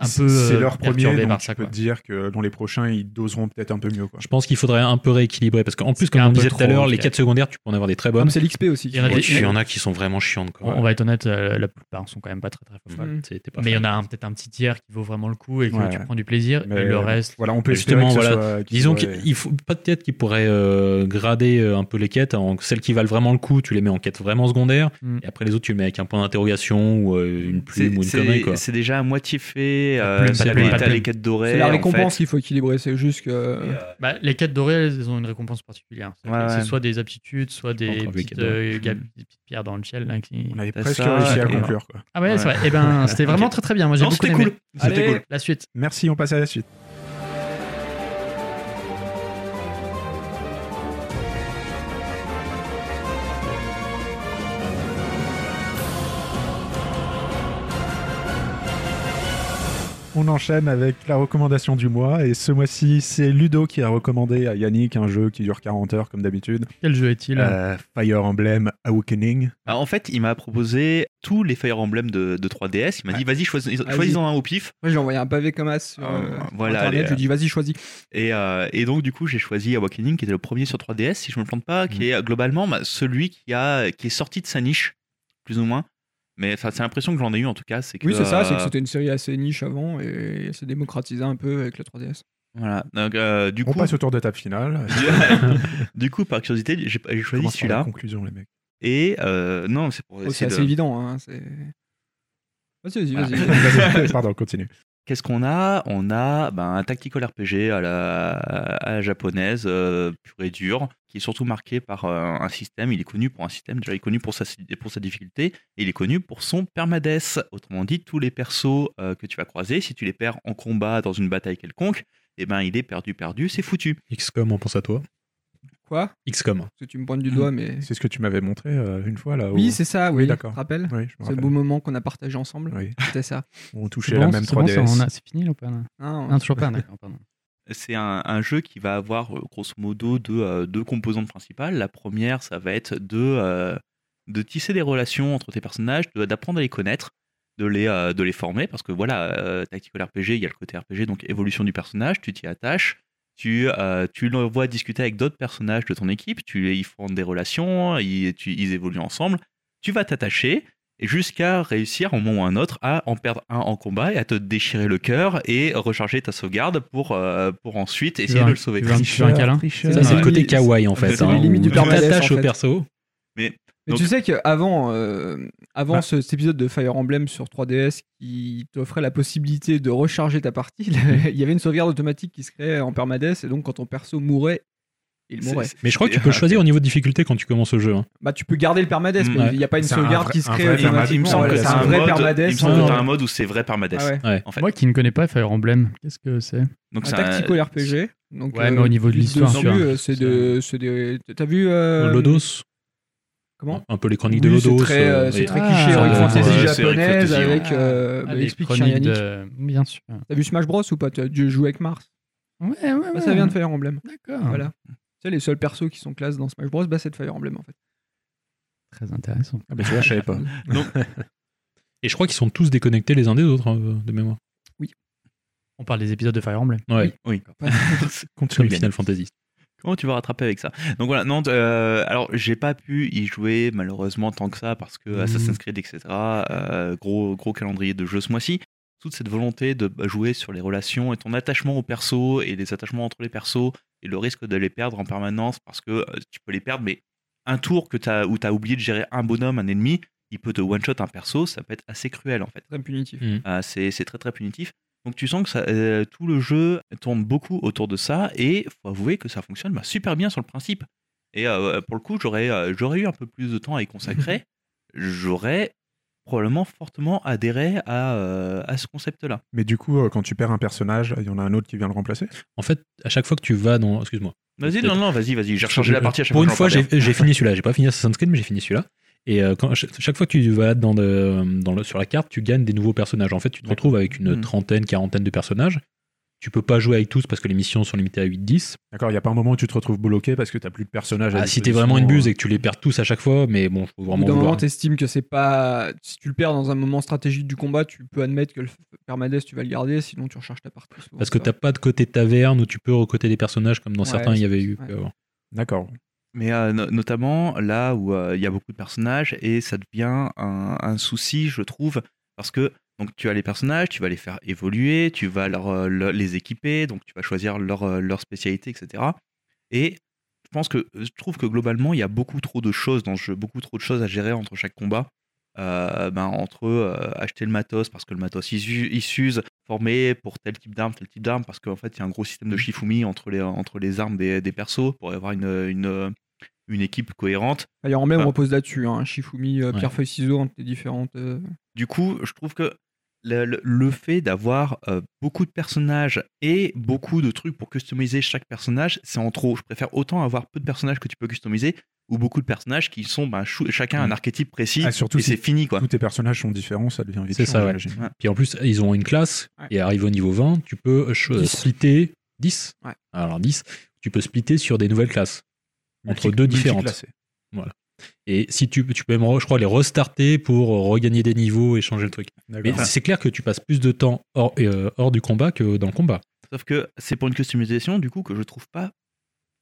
[SPEAKER 4] un
[SPEAKER 1] C'est-
[SPEAKER 4] peu
[SPEAKER 1] C'est
[SPEAKER 4] euh,
[SPEAKER 1] leur premier,
[SPEAKER 4] perturbées
[SPEAKER 1] donc
[SPEAKER 4] par
[SPEAKER 1] je
[SPEAKER 4] ça.
[SPEAKER 1] peux
[SPEAKER 4] Quoi.
[SPEAKER 1] te dire que dans les prochains, ils doseront peut-être un peu mieux. quoi.
[SPEAKER 5] Je pense qu'il faudrait un peu rééquilibrer parce qu'en plus,
[SPEAKER 4] C'est
[SPEAKER 5] comme
[SPEAKER 4] un
[SPEAKER 5] on
[SPEAKER 4] peu
[SPEAKER 5] disait tout à
[SPEAKER 4] trop,
[SPEAKER 5] l'heure,
[SPEAKER 4] ok.
[SPEAKER 5] les quêtes secondaires, tu peux en avoir des très bonnes.
[SPEAKER 2] Comme c'est l'XP aussi.
[SPEAKER 4] Il y en a
[SPEAKER 5] Et
[SPEAKER 4] des-
[SPEAKER 5] puis, Il y en a qui sont vraiment chiantes.
[SPEAKER 4] On-
[SPEAKER 5] Quoi.
[SPEAKER 4] On va être honnête, euh, la plupart sont quand même pas très très fortes.
[SPEAKER 2] Mm.
[SPEAKER 5] C'était pas
[SPEAKER 4] Mais il y
[SPEAKER 5] fait.
[SPEAKER 4] en a un- peut-être un petit tiers qui vaut vraiment le coup et que
[SPEAKER 1] Ouais,
[SPEAKER 4] tu
[SPEAKER 1] ouais.
[SPEAKER 4] prends du plaisir.
[SPEAKER 1] Mais
[SPEAKER 4] et le reste,
[SPEAKER 1] Voilà, on peut
[SPEAKER 5] Justement,
[SPEAKER 1] espérer que ce
[SPEAKER 5] voilà.
[SPEAKER 1] soit- qu'il
[SPEAKER 5] Disons
[SPEAKER 1] soit-
[SPEAKER 5] qu'il faut peut-être qu'ils pourraient euh, grader euh, un peu les quêtes. En, celles qui valent vraiment le coup, tu les mets en quête vraiment secondaire.
[SPEAKER 4] Mm.
[SPEAKER 5] Et après les autres, tu les mets avec un point d'interrogation ou euh, une plume ou une connerie. Quoi.
[SPEAKER 3] C'est c'est déjà à moitié fait.
[SPEAKER 4] Pas de
[SPEAKER 3] euh,
[SPEAKER 4] plume,
[SPEAKER 3] T'as
[SPEAKER 5] pas de plume,
[SPEAKER 3] les-
[SPEAKER 5] pas
[SPEAKER 4] de
[SPEAKER 3] t'as les
[SPEAKER 4] plume.
[SPEAKER 3] quêtes dorées.
[SPEAKER 2] C'est la
[SPEAKER 3] en fait. euh,
[SPEAKER 2] récompense qu'il faut équilibrer. C'est juste que.
[SPEAKER 4] bah, les quêtes dorées, elles ont une récompense particulière. C'est
[SPEAKER 3] Ouais,
[SPEAKER 4] c'est
[SPEAKER 3] ouais.
[SPEAKER 4] soit des aptitudes, soit des
[SPEAKER 5] Encore vu les
[SPEAKER 4] petites,
[SPEAKER 5] quêtes dorées.
[SPEAKER 4] euh, gap- des petites pierres dans le ciel. là, qui-
[SPEAKER 1] On avait
[SPEAKER 3] T'as
[SPEAKER 1] presque
[SPEAKER 3] ça,
[SPEAKER 1] réussi à
[SPEAKER 4] et-
[SPEAKER 1] conclure. quoi.
[SPEAKER 4] Ah ouais, c'est vrai. Eh ben, c'était vraiment très très bien. Moi, j'ai
[SPEAKER 3] Non,
[SPEAKER 4] beaucoup
[SPEAKER 3] c'était
[SPEAKER 4] aimé.
[SPEAKER 3] cool. C'était
[SPEAKER 2] Allez.
[SPEAKER 3] cool.
[SPEAKER 4] La suite.
[SPEAKER 1] Merci, on passe à la suite. On enchaîne avec la recommandation du mois et ce mois-ci, c'est Ludo qui a recommandé à Yannick un jeu qui dure 40 heures comme d'habitude,
[SPEAKER 4] Quel jeu est-il
[SPEAKER 1] Euh, Fire Emblem Awakening.
[SPEAKER 3] Ah, en fait, il m'a proposé tous les Fire Emblem de, de 3DS. Il m'a dit, vas-y, choisis- choisis-en
[SPEAKER 2] Vas-y.
[SPEAKER 3] un au pif.
[SPEAKER 2] Moi, j'ai envoyé un pavé comme as sur
[SPEAKER 3] Euh,
[SPEAKER 2] euh,
[SPEAKER 3] voilà,
[SPEAKER 2] Internet.
[SPEAKER 3] allez,
[SPEAKER 2] Je lui ai dit, vas-y, choisis.
[SPEAKER 3] Et, euh, et donc, du coup, j'ai choisi Awakening, qui était le premier sur 3DS,
[SPEAKER 2] Mhm.
[SPEAKER 3] euh, si je me plante pas, qui est globalement bah, celui qui, a, qui est sorti de sa niche, plus ou moins. Mais ça, c'est l'impression que j'en ai eu en tout cas. C'est que,
[SPEAKER 2] Oui, c'est ça, c'est
[SPEAKER 3] euh,
[SPEAKER 2] que c'était une série assez niche avant et elle s'est démocratisée un peu avec la 3DS.
[SPEAKER 3] Voilà. Donc, euh, du,
[SPEAKER 1] On
[SPEAKER 3] coup,
[SPEAKER 1] passe au tour de table finale.
[SPEAKER 3] (laughs) du coup, par curiosité, j'ai j'ai
[SPEAKER 1] Commence
[SPEAKER 3] choisi
[SPEAKER 1] par la
[SPEAKER 3] celui-là.
[SPEAKER 1] Conclusion, les mecs.
[SPEAKER 3] Et euh, non, c'est pour
[SPEAKER 2] Oh, c'est
[SPEAKER 3] essayer de-
[SPEAKER 2] assez évident. Hein, c'est... Vas-y, vas-y,
[SPEAKER 3] Voilà.
[SPEAKER 2] vas-y.
[SPEAKER 1] Vas-y, (laughs) Pardon, continue.
[SPEAKER 3] Qu'est-ce qu'on a On a ben, un tactical RPG à la, à la japonaise, euh, pur et dur, qui est surtout marqué par euh, un système. Il est connu pour un système, déjà, il est connu pour sa, pour sa difficulté, et il est connu pour son permadeath. Autrement dit, tous les persos euh, que tu vas croiser, si tu les perds en combat dans une bataille quelconque, eh ben, il est perdu, perdu, c'est foutu.
[SPEAKER 5] XCOM, on pense à toi.
[SPEAKER 2] Quoi
[SPEAKER 5] XCOM.
[SPEAKER 2] Parce que tu me pointes du
[SPEAKER 3] Mm.
[SPEAKER 2] doigt, mais.
[SPEAKER 1] C'est ce que tu m'avais montré euh, une fois là.
[SPEAKER 2] Oui,
[SPEAKER 1] au-
[SPEAKER 2] c'est ça, oui,
[SPEAKER 1] d'accord.
[SPEAKER 2] d'accord. Rappelle
[SPEAKER 1] Oui, je me
[SPEAKER 2] C'est le
[SPEAKER 1] rappelle.
[SPEAKER 2] beau moment qu'on a partagé ensemble.
[SPEAKER 1] Oui.
[SPEAKER 2] C'était ça.
[SPEAKER 1] On touchait
[SPEAKER 4] C'est
[SPEAKER 1] la
[SPEAKER 4] bon,
[SPEAKER 1] même
[SPEAKER 4] c'est bon,
[SPEAKER 1] 3DS.
[SPEAKER 4] ça, on a- c'est fini là ou pas là
[SPEAKER 2] Hein, (laughs)
[SPEAKER 4] Ah, toujours pas, d'accord, pardon.
[SPEAKER 3] c'est un, un jeu qui va avoir euh, grosso modo deux, euh, deux composantes principales. La première, ça va être de, euh, de tisser des relations entre tes personnages, de- d'apprendre à les connaître, de les, euh, de les former, parce que voilà, euh, Tactical RPG, il y a le côté RPG, donc évolution du personnage, tu t'y attaches, tu, euh, tu le vois discuter avec d'autres personnages de ton équipe, tu, les- ils forment des relations, ils, tu- ils évoluent ensemble, tu vas t'attacher, et jusqu'à réussir, au moment ou un autre, à en perdre un en combat et à te déchirer le cœur et recharger ta sauvegarde pour, euh, pour ensuite
[SPEAKER 4] Tu
[SPEAKER 3] essayer
[SPEAKER 4] veux
[SPEAKER 3] de
[SPEAKER 4] un-
[SPEAKER 3] le sauver.
[SPEAKER 4] tu veux un- tu veux un câlin
[SPEAKER 2] Ça,
[SPEAKER 5] Ça, c'est le
[SPEAKER 2] Ouais.
[SPEAKER 5] côté
[SPEAKER 2] C'est-
[SPEAKER 5] kawaii en fait.
[SPEAKER 2] c'est
[SPEAKER 5] hein,
[SPEAKER 2] les limites
[SPEAKER 5] où
[SPEAKER 2] du
[SPEAKER 5] tu
[SPEAKER 2] permadeath,
[SPEAKER 5] t'attaches
[SPEAKER 2] en
[SPEAKER 5] au
[SPEAKER 2] fait.
[SPEAKER 5] perso.
[SPEAKER 2] Mais tu
[SPEAKER 3] Donc-
[SPEAKER 2] sais qu'avant euh, avant
[SPEAKER 1] Bah.
[SPEAKER 2] ce- cet épisode de Fire Emblem sur 3DS qui t'offrait la possibilité de recharger ta partie, (laughs) il y avait une sauvegarde automatique qui se créait en permadeath et donc quand ton perso mourait, il mourait.
[SPEAKER 3] C'est- c'est-
[SPEAKER 5] Mais je crois que tu peux (laughs) le choisir au niveau de difficulté quand tu commences le jeu. hein.
[SPEAKER 2] Bah tu peux garder le permadeath,
[SPEAKER 5] Mm,
[SPEAKER 2] mais
[SPEAKER 5] ouais.
[SPEAKER 2] il n'y a pas une
[SPEAKER 1] C'est un
[SPEAKER 2] sauvegarde
[SPEAKER 1] vrai-
[SPEAKER 2] qui se
[SPEAKER 1] un
[SPEAKER 2] crée
[SPEAKER 1] vrai
[SPEAKER 2] automatiquement.
[SPEAKER 1] permadeath.
[SPEAKER 3] Il me semble
[SPEAKER 2] Ouais,
[SPEAKER 3] que
[SPEAKER 1] c'est
[SPEAKER 2] c'est
[SPEAKER 1] un
[SPEAKER 2] un vrai
[SPEAKER 3] mode-
[SPEAKER 2] permadeath.
[SPEAKER 3] Il me semble que
[SPEAKER 2] hein.
[SPEAKER 3] t'as un mode où c'est vrai permadeath.
[SPEAKER 2] Ah ouais.
[SPEAKER 3] En fait.
[SPEAKER 4] Moi qui ne connais pas Fire Emblem, qu'est-ce que c'est
[SPEAKER 3] Donc euh,
[SPEAKER 2] un
[SPEAKER 3] c'est (laughs)
[SPEAKER 2] tactical RPG. Donc,
[SPEAKER 4] Ouais, mais au niveau de
[SPEAKER 2] plus
[SPEAKER 4] l'histoire,
[SPEAKER 2] dessus,
[SPEAKER 4] tu vois.
[SPEAKER 2] euh, c'est de, c'est des- T'as vu euh,
[SPEAKER 5] Lodos.
[SPEAKER 2] Comment
[SPEAKER 5] Un peu les chroniques de
[SPEAKER 2] Oui,
[SPEAKER 5] Lodos.
[SPEAKER 2] C'est très, euh,
[SPEAKER 5] euh,
[SPEAKER 2] c'est
[SPEAKER 5] et-
[SPEAKER 2] très
[SPEAKER 4] Ah,
[SPEAKER 2] cliché,
[SPEAKER 5] ça
[SPEAKER 2] Heroic
[SPEAKER 5] doit-
[SPEAKER 2] Fantasy
[SPEAKER 5] ouais, c'est
[SPEAKER 2] japonaise
[SPEAKER 3] Heroic Fantasy,
[SPEAKER 2] avec
[SPEAKER 4] ouais.
[SPEAKER 2] euh,
[SPEAKER 4] Ah,
[SPEAKER 2] bah,
[SPEAKER 4] les
[SPEAKER 2] explique
[SPEAKER 4] chroniques
[SPEAKER 2] Yannick.
[SPEAKER 4] de- Bien sûr.
[SPEAKER 2] T'as vu Smash Bros ou pas Tu as dû jouer avec Mars.
[SPEAKER 4] Ouais, ouais, ouais.
[SPEAKER 2] Bah, ça vient de Fire Emblem.
[SPEAKER 5] Ah.
[SPEAKER 4] D'accord.
[SPEAKER 2] Voilà. Tu sais, les seuls persos qui sont classe dans Smash Bros, bah, c'est de Fire Emblem en fait.
[SPEAKER 4] Très intéressant.
[SPEAKER 1] Ah, mais tu vois, je savais pas.
[SPEAKER 5] Et je crois qu'ils sont tous déconnectés les uns des autres, hein, de mémoire.
[SPEAKER 4] On parle des épisodes de Fire Emblem.
[SPEAKER 5] Ouais,
[SPEAKER 3] Oui.
[SPEAKER 5] comme
[SPEAKER 3] bien.
[SPEAKER 5] Final Fantasy.
[SPEAKER 3] Comment tu vas rattraper avec ça Donc voilà, non, euh, alors j'ai pas pu y jouer malheureusement tant que ça parce
[SPEAKER 2] Mmh.
[SPEAKER 3] que
[SPEAKER 5] Mhm.
[SPEAKER 3] Assassin's Creed, etc. euh, gros, gros calendrier de jeu ce mois-ci. Toute cette volonté de bah, jouer sur les relations et ton attachement aux perso et les attachements entre les persos et le risque de les perdre en permanence parce que euh, tu peux les perdre, mais un tour que as, où tu as oublié de gérer un bonhomme, un ennemi, il peut te one-shot un perso, ça peut être assez cruel en fait.
[SPEAKER 2] Très punitif.
[SPEAKER 5] Mm.
[SPEAKER 3] Euh, c'est c'est très très punitif. Donc tu sens que ça, euh, tout le jeu tourne beaucoup autour de ça et faut avouer que ça fonctionne bah, super bien sur le principe. Et euh, pour le coup, j'aurais euh, j'aurais eu un peu plus de temps à y (laughs) consacrer. j'aurais probablement fortement adhéré à, euh, à ce concept-là.
[SPEAKER 1] Mais du coup, euh, quand tu perds un personnage, il y en a un autre qui vient le remplacer.
[SPEAKER 5] En fait, à chaque fois que tu vas dans. Excuse-moi.
[SPEAKER 3] Vas-y,
[SPEAKER 5] Peut-être.
[SPEAKER 3] non, non, vas-y, vas-y, j'ai rechargé la partie à chaque
[SPEAKER 5] Pour une
[SPEAKER 3] fois.
[SPEAKER 5] fois,
[SPEAKER 3] que j'en
[SPEAKER 5] j'ai j'ai fini celui-là. J'ai pas fini Assassin's Creed, mais j'ai fini celui-là. Et euh, quand, chaque chaque fois que tu vas dans de- dans le- sur la carte, tu gagnes des nouveaux personnages. En fait, tu te retrouves avec une
[SPEAKER 3] Mhm.
[SPEAKER 5] trentaine, quarantaine de personnages. Tu peux pas jouer avec tous parce que les missions sont limitées à 8-10.
[SPEAKER 1] D'accord, il n'y a pas un moment où tu te retrouves bloqué parce que tu plus de personnage.
[SPEAKER 5] Ah, si t'es vraiment une
[SPEAKER 3] euh,
[SPEAKER 5] buse et que tu les perds tous à chaque fois, mais bon, faut
[SPEAKER 2] Au
[SPEAKER 5] vraiment
[SPEAKER 2] bout d'un moment,
[SPEAKER 5] vouloir.
[SPEAKER 2] t'estimes que c'est pas. Si tu le perds dans un moment stratégique du combat, tu peux admettre que le f- permadeath, tu vas le garder, sinon tu recharges ta partie. souvent,
[SPEAKER 5] Parce que
[SPEAKER 2] ça.
[SPEAKER 5] t'as pas de côté taverne où tu peux recoter des personnages comme dans
[SPEAKER 2] Ouais,
[SPEAKER 5] certains il y avait eu. euh,
[SPEAKER 2] ouais.
[SPEAKER 5] pu avoir.
[SPEAKER 1] D'accord.
[SPEAKER 3] Mais euh, no- notamment là où euh, il y a beaucoup de personnages et ça devient un, un souci, je trouve, parce que donc tu as les personnages, tu vas les faire évoluer, tu vas leur, euh, le- les équiper, donc tu vas choisir leur, euh, leur spécialité, etc. Et je pense que euh, je trouve que globalement il y a beaucoup trop de choses dans ce jeu, beaucoup trop de choses à gérer entre chaque combat. Euh, ben, entre euh, acheter le matos parce que le matos il s'use- il s'use, former pour tel type d'arme, tel type d'arme, parce qu'en fait il y a un gros système de Shifumi entre les, entre les armes des, des persos pour avoir une, euh, une, une équipe cohérente.
[SPEAKER 2] Fire Emblem
[SPEAKER 3] Enfin.
[SPEAKER 2] repose là-dessus, hein. Shifumi, euh,
[SPEAKER 5] Ah. Ouais.
[SPEAKER 2] pierre feuille ciseaux entre les différentes. euh,
[SPEAKER 3] Du coup, je trouve que le, le- le fait d'avoir euh, beaucoup de personnages et beaucoup de trucs pour customiser chaque personnage, c'est en trop. Je préfère autant avoir peu de personnages que tu peux customiser ou beaucoup de personnages qui sont ben, chou- chacun un archétype précis
[SPEAKER 1] Ah, surtout
[SPEAKER 3] et
[SPEAKER 1] si-
[SPEAKER 3] c'est fini quoi.
[SPEAKER 1] Tous tes personnages sont différents, ça devient vite.
[SPEAKER 5] C'est
[SPEAKER 1] chiant,
[SPEAKER 5] ça, ouais.
[SPEAKER 1] j'imagine.
[SPEAKER 3] Ouais.
[SPEAKER 5] Puis en plus, ils ont une classe
[SPEAKER 2] Ouais.
[SPEAKER 5] et arrivent au niveau 20, tu peux euh, cho- euh,
[SPEAKER 2] Dix.
[SPEAKER 5] splitter 10.
[SPEAKER 2] Ouais.
[SPEAKER 5] Alors 10, tu peux splitter sur des nouvelles classes entre
[SPEAKER 1] Multi-
[SPEAKER 5] deux différentes.
[SPEAKER 1] multiclassé.
[SPEAKER 5] Et si tu, tu peux même, re- je crois, les restarter pour euh, regagner des niveaux et changer le truc. Mais
[SPEAKER 1] D'accord.
[SPEAKER 5] c'est clair que tu passes plus de temps hors, euh, hors du combat que dans le combat.
[SPEAKER 3] Sauf que c'est pour une customisation, du coup, que je trouve pas bah,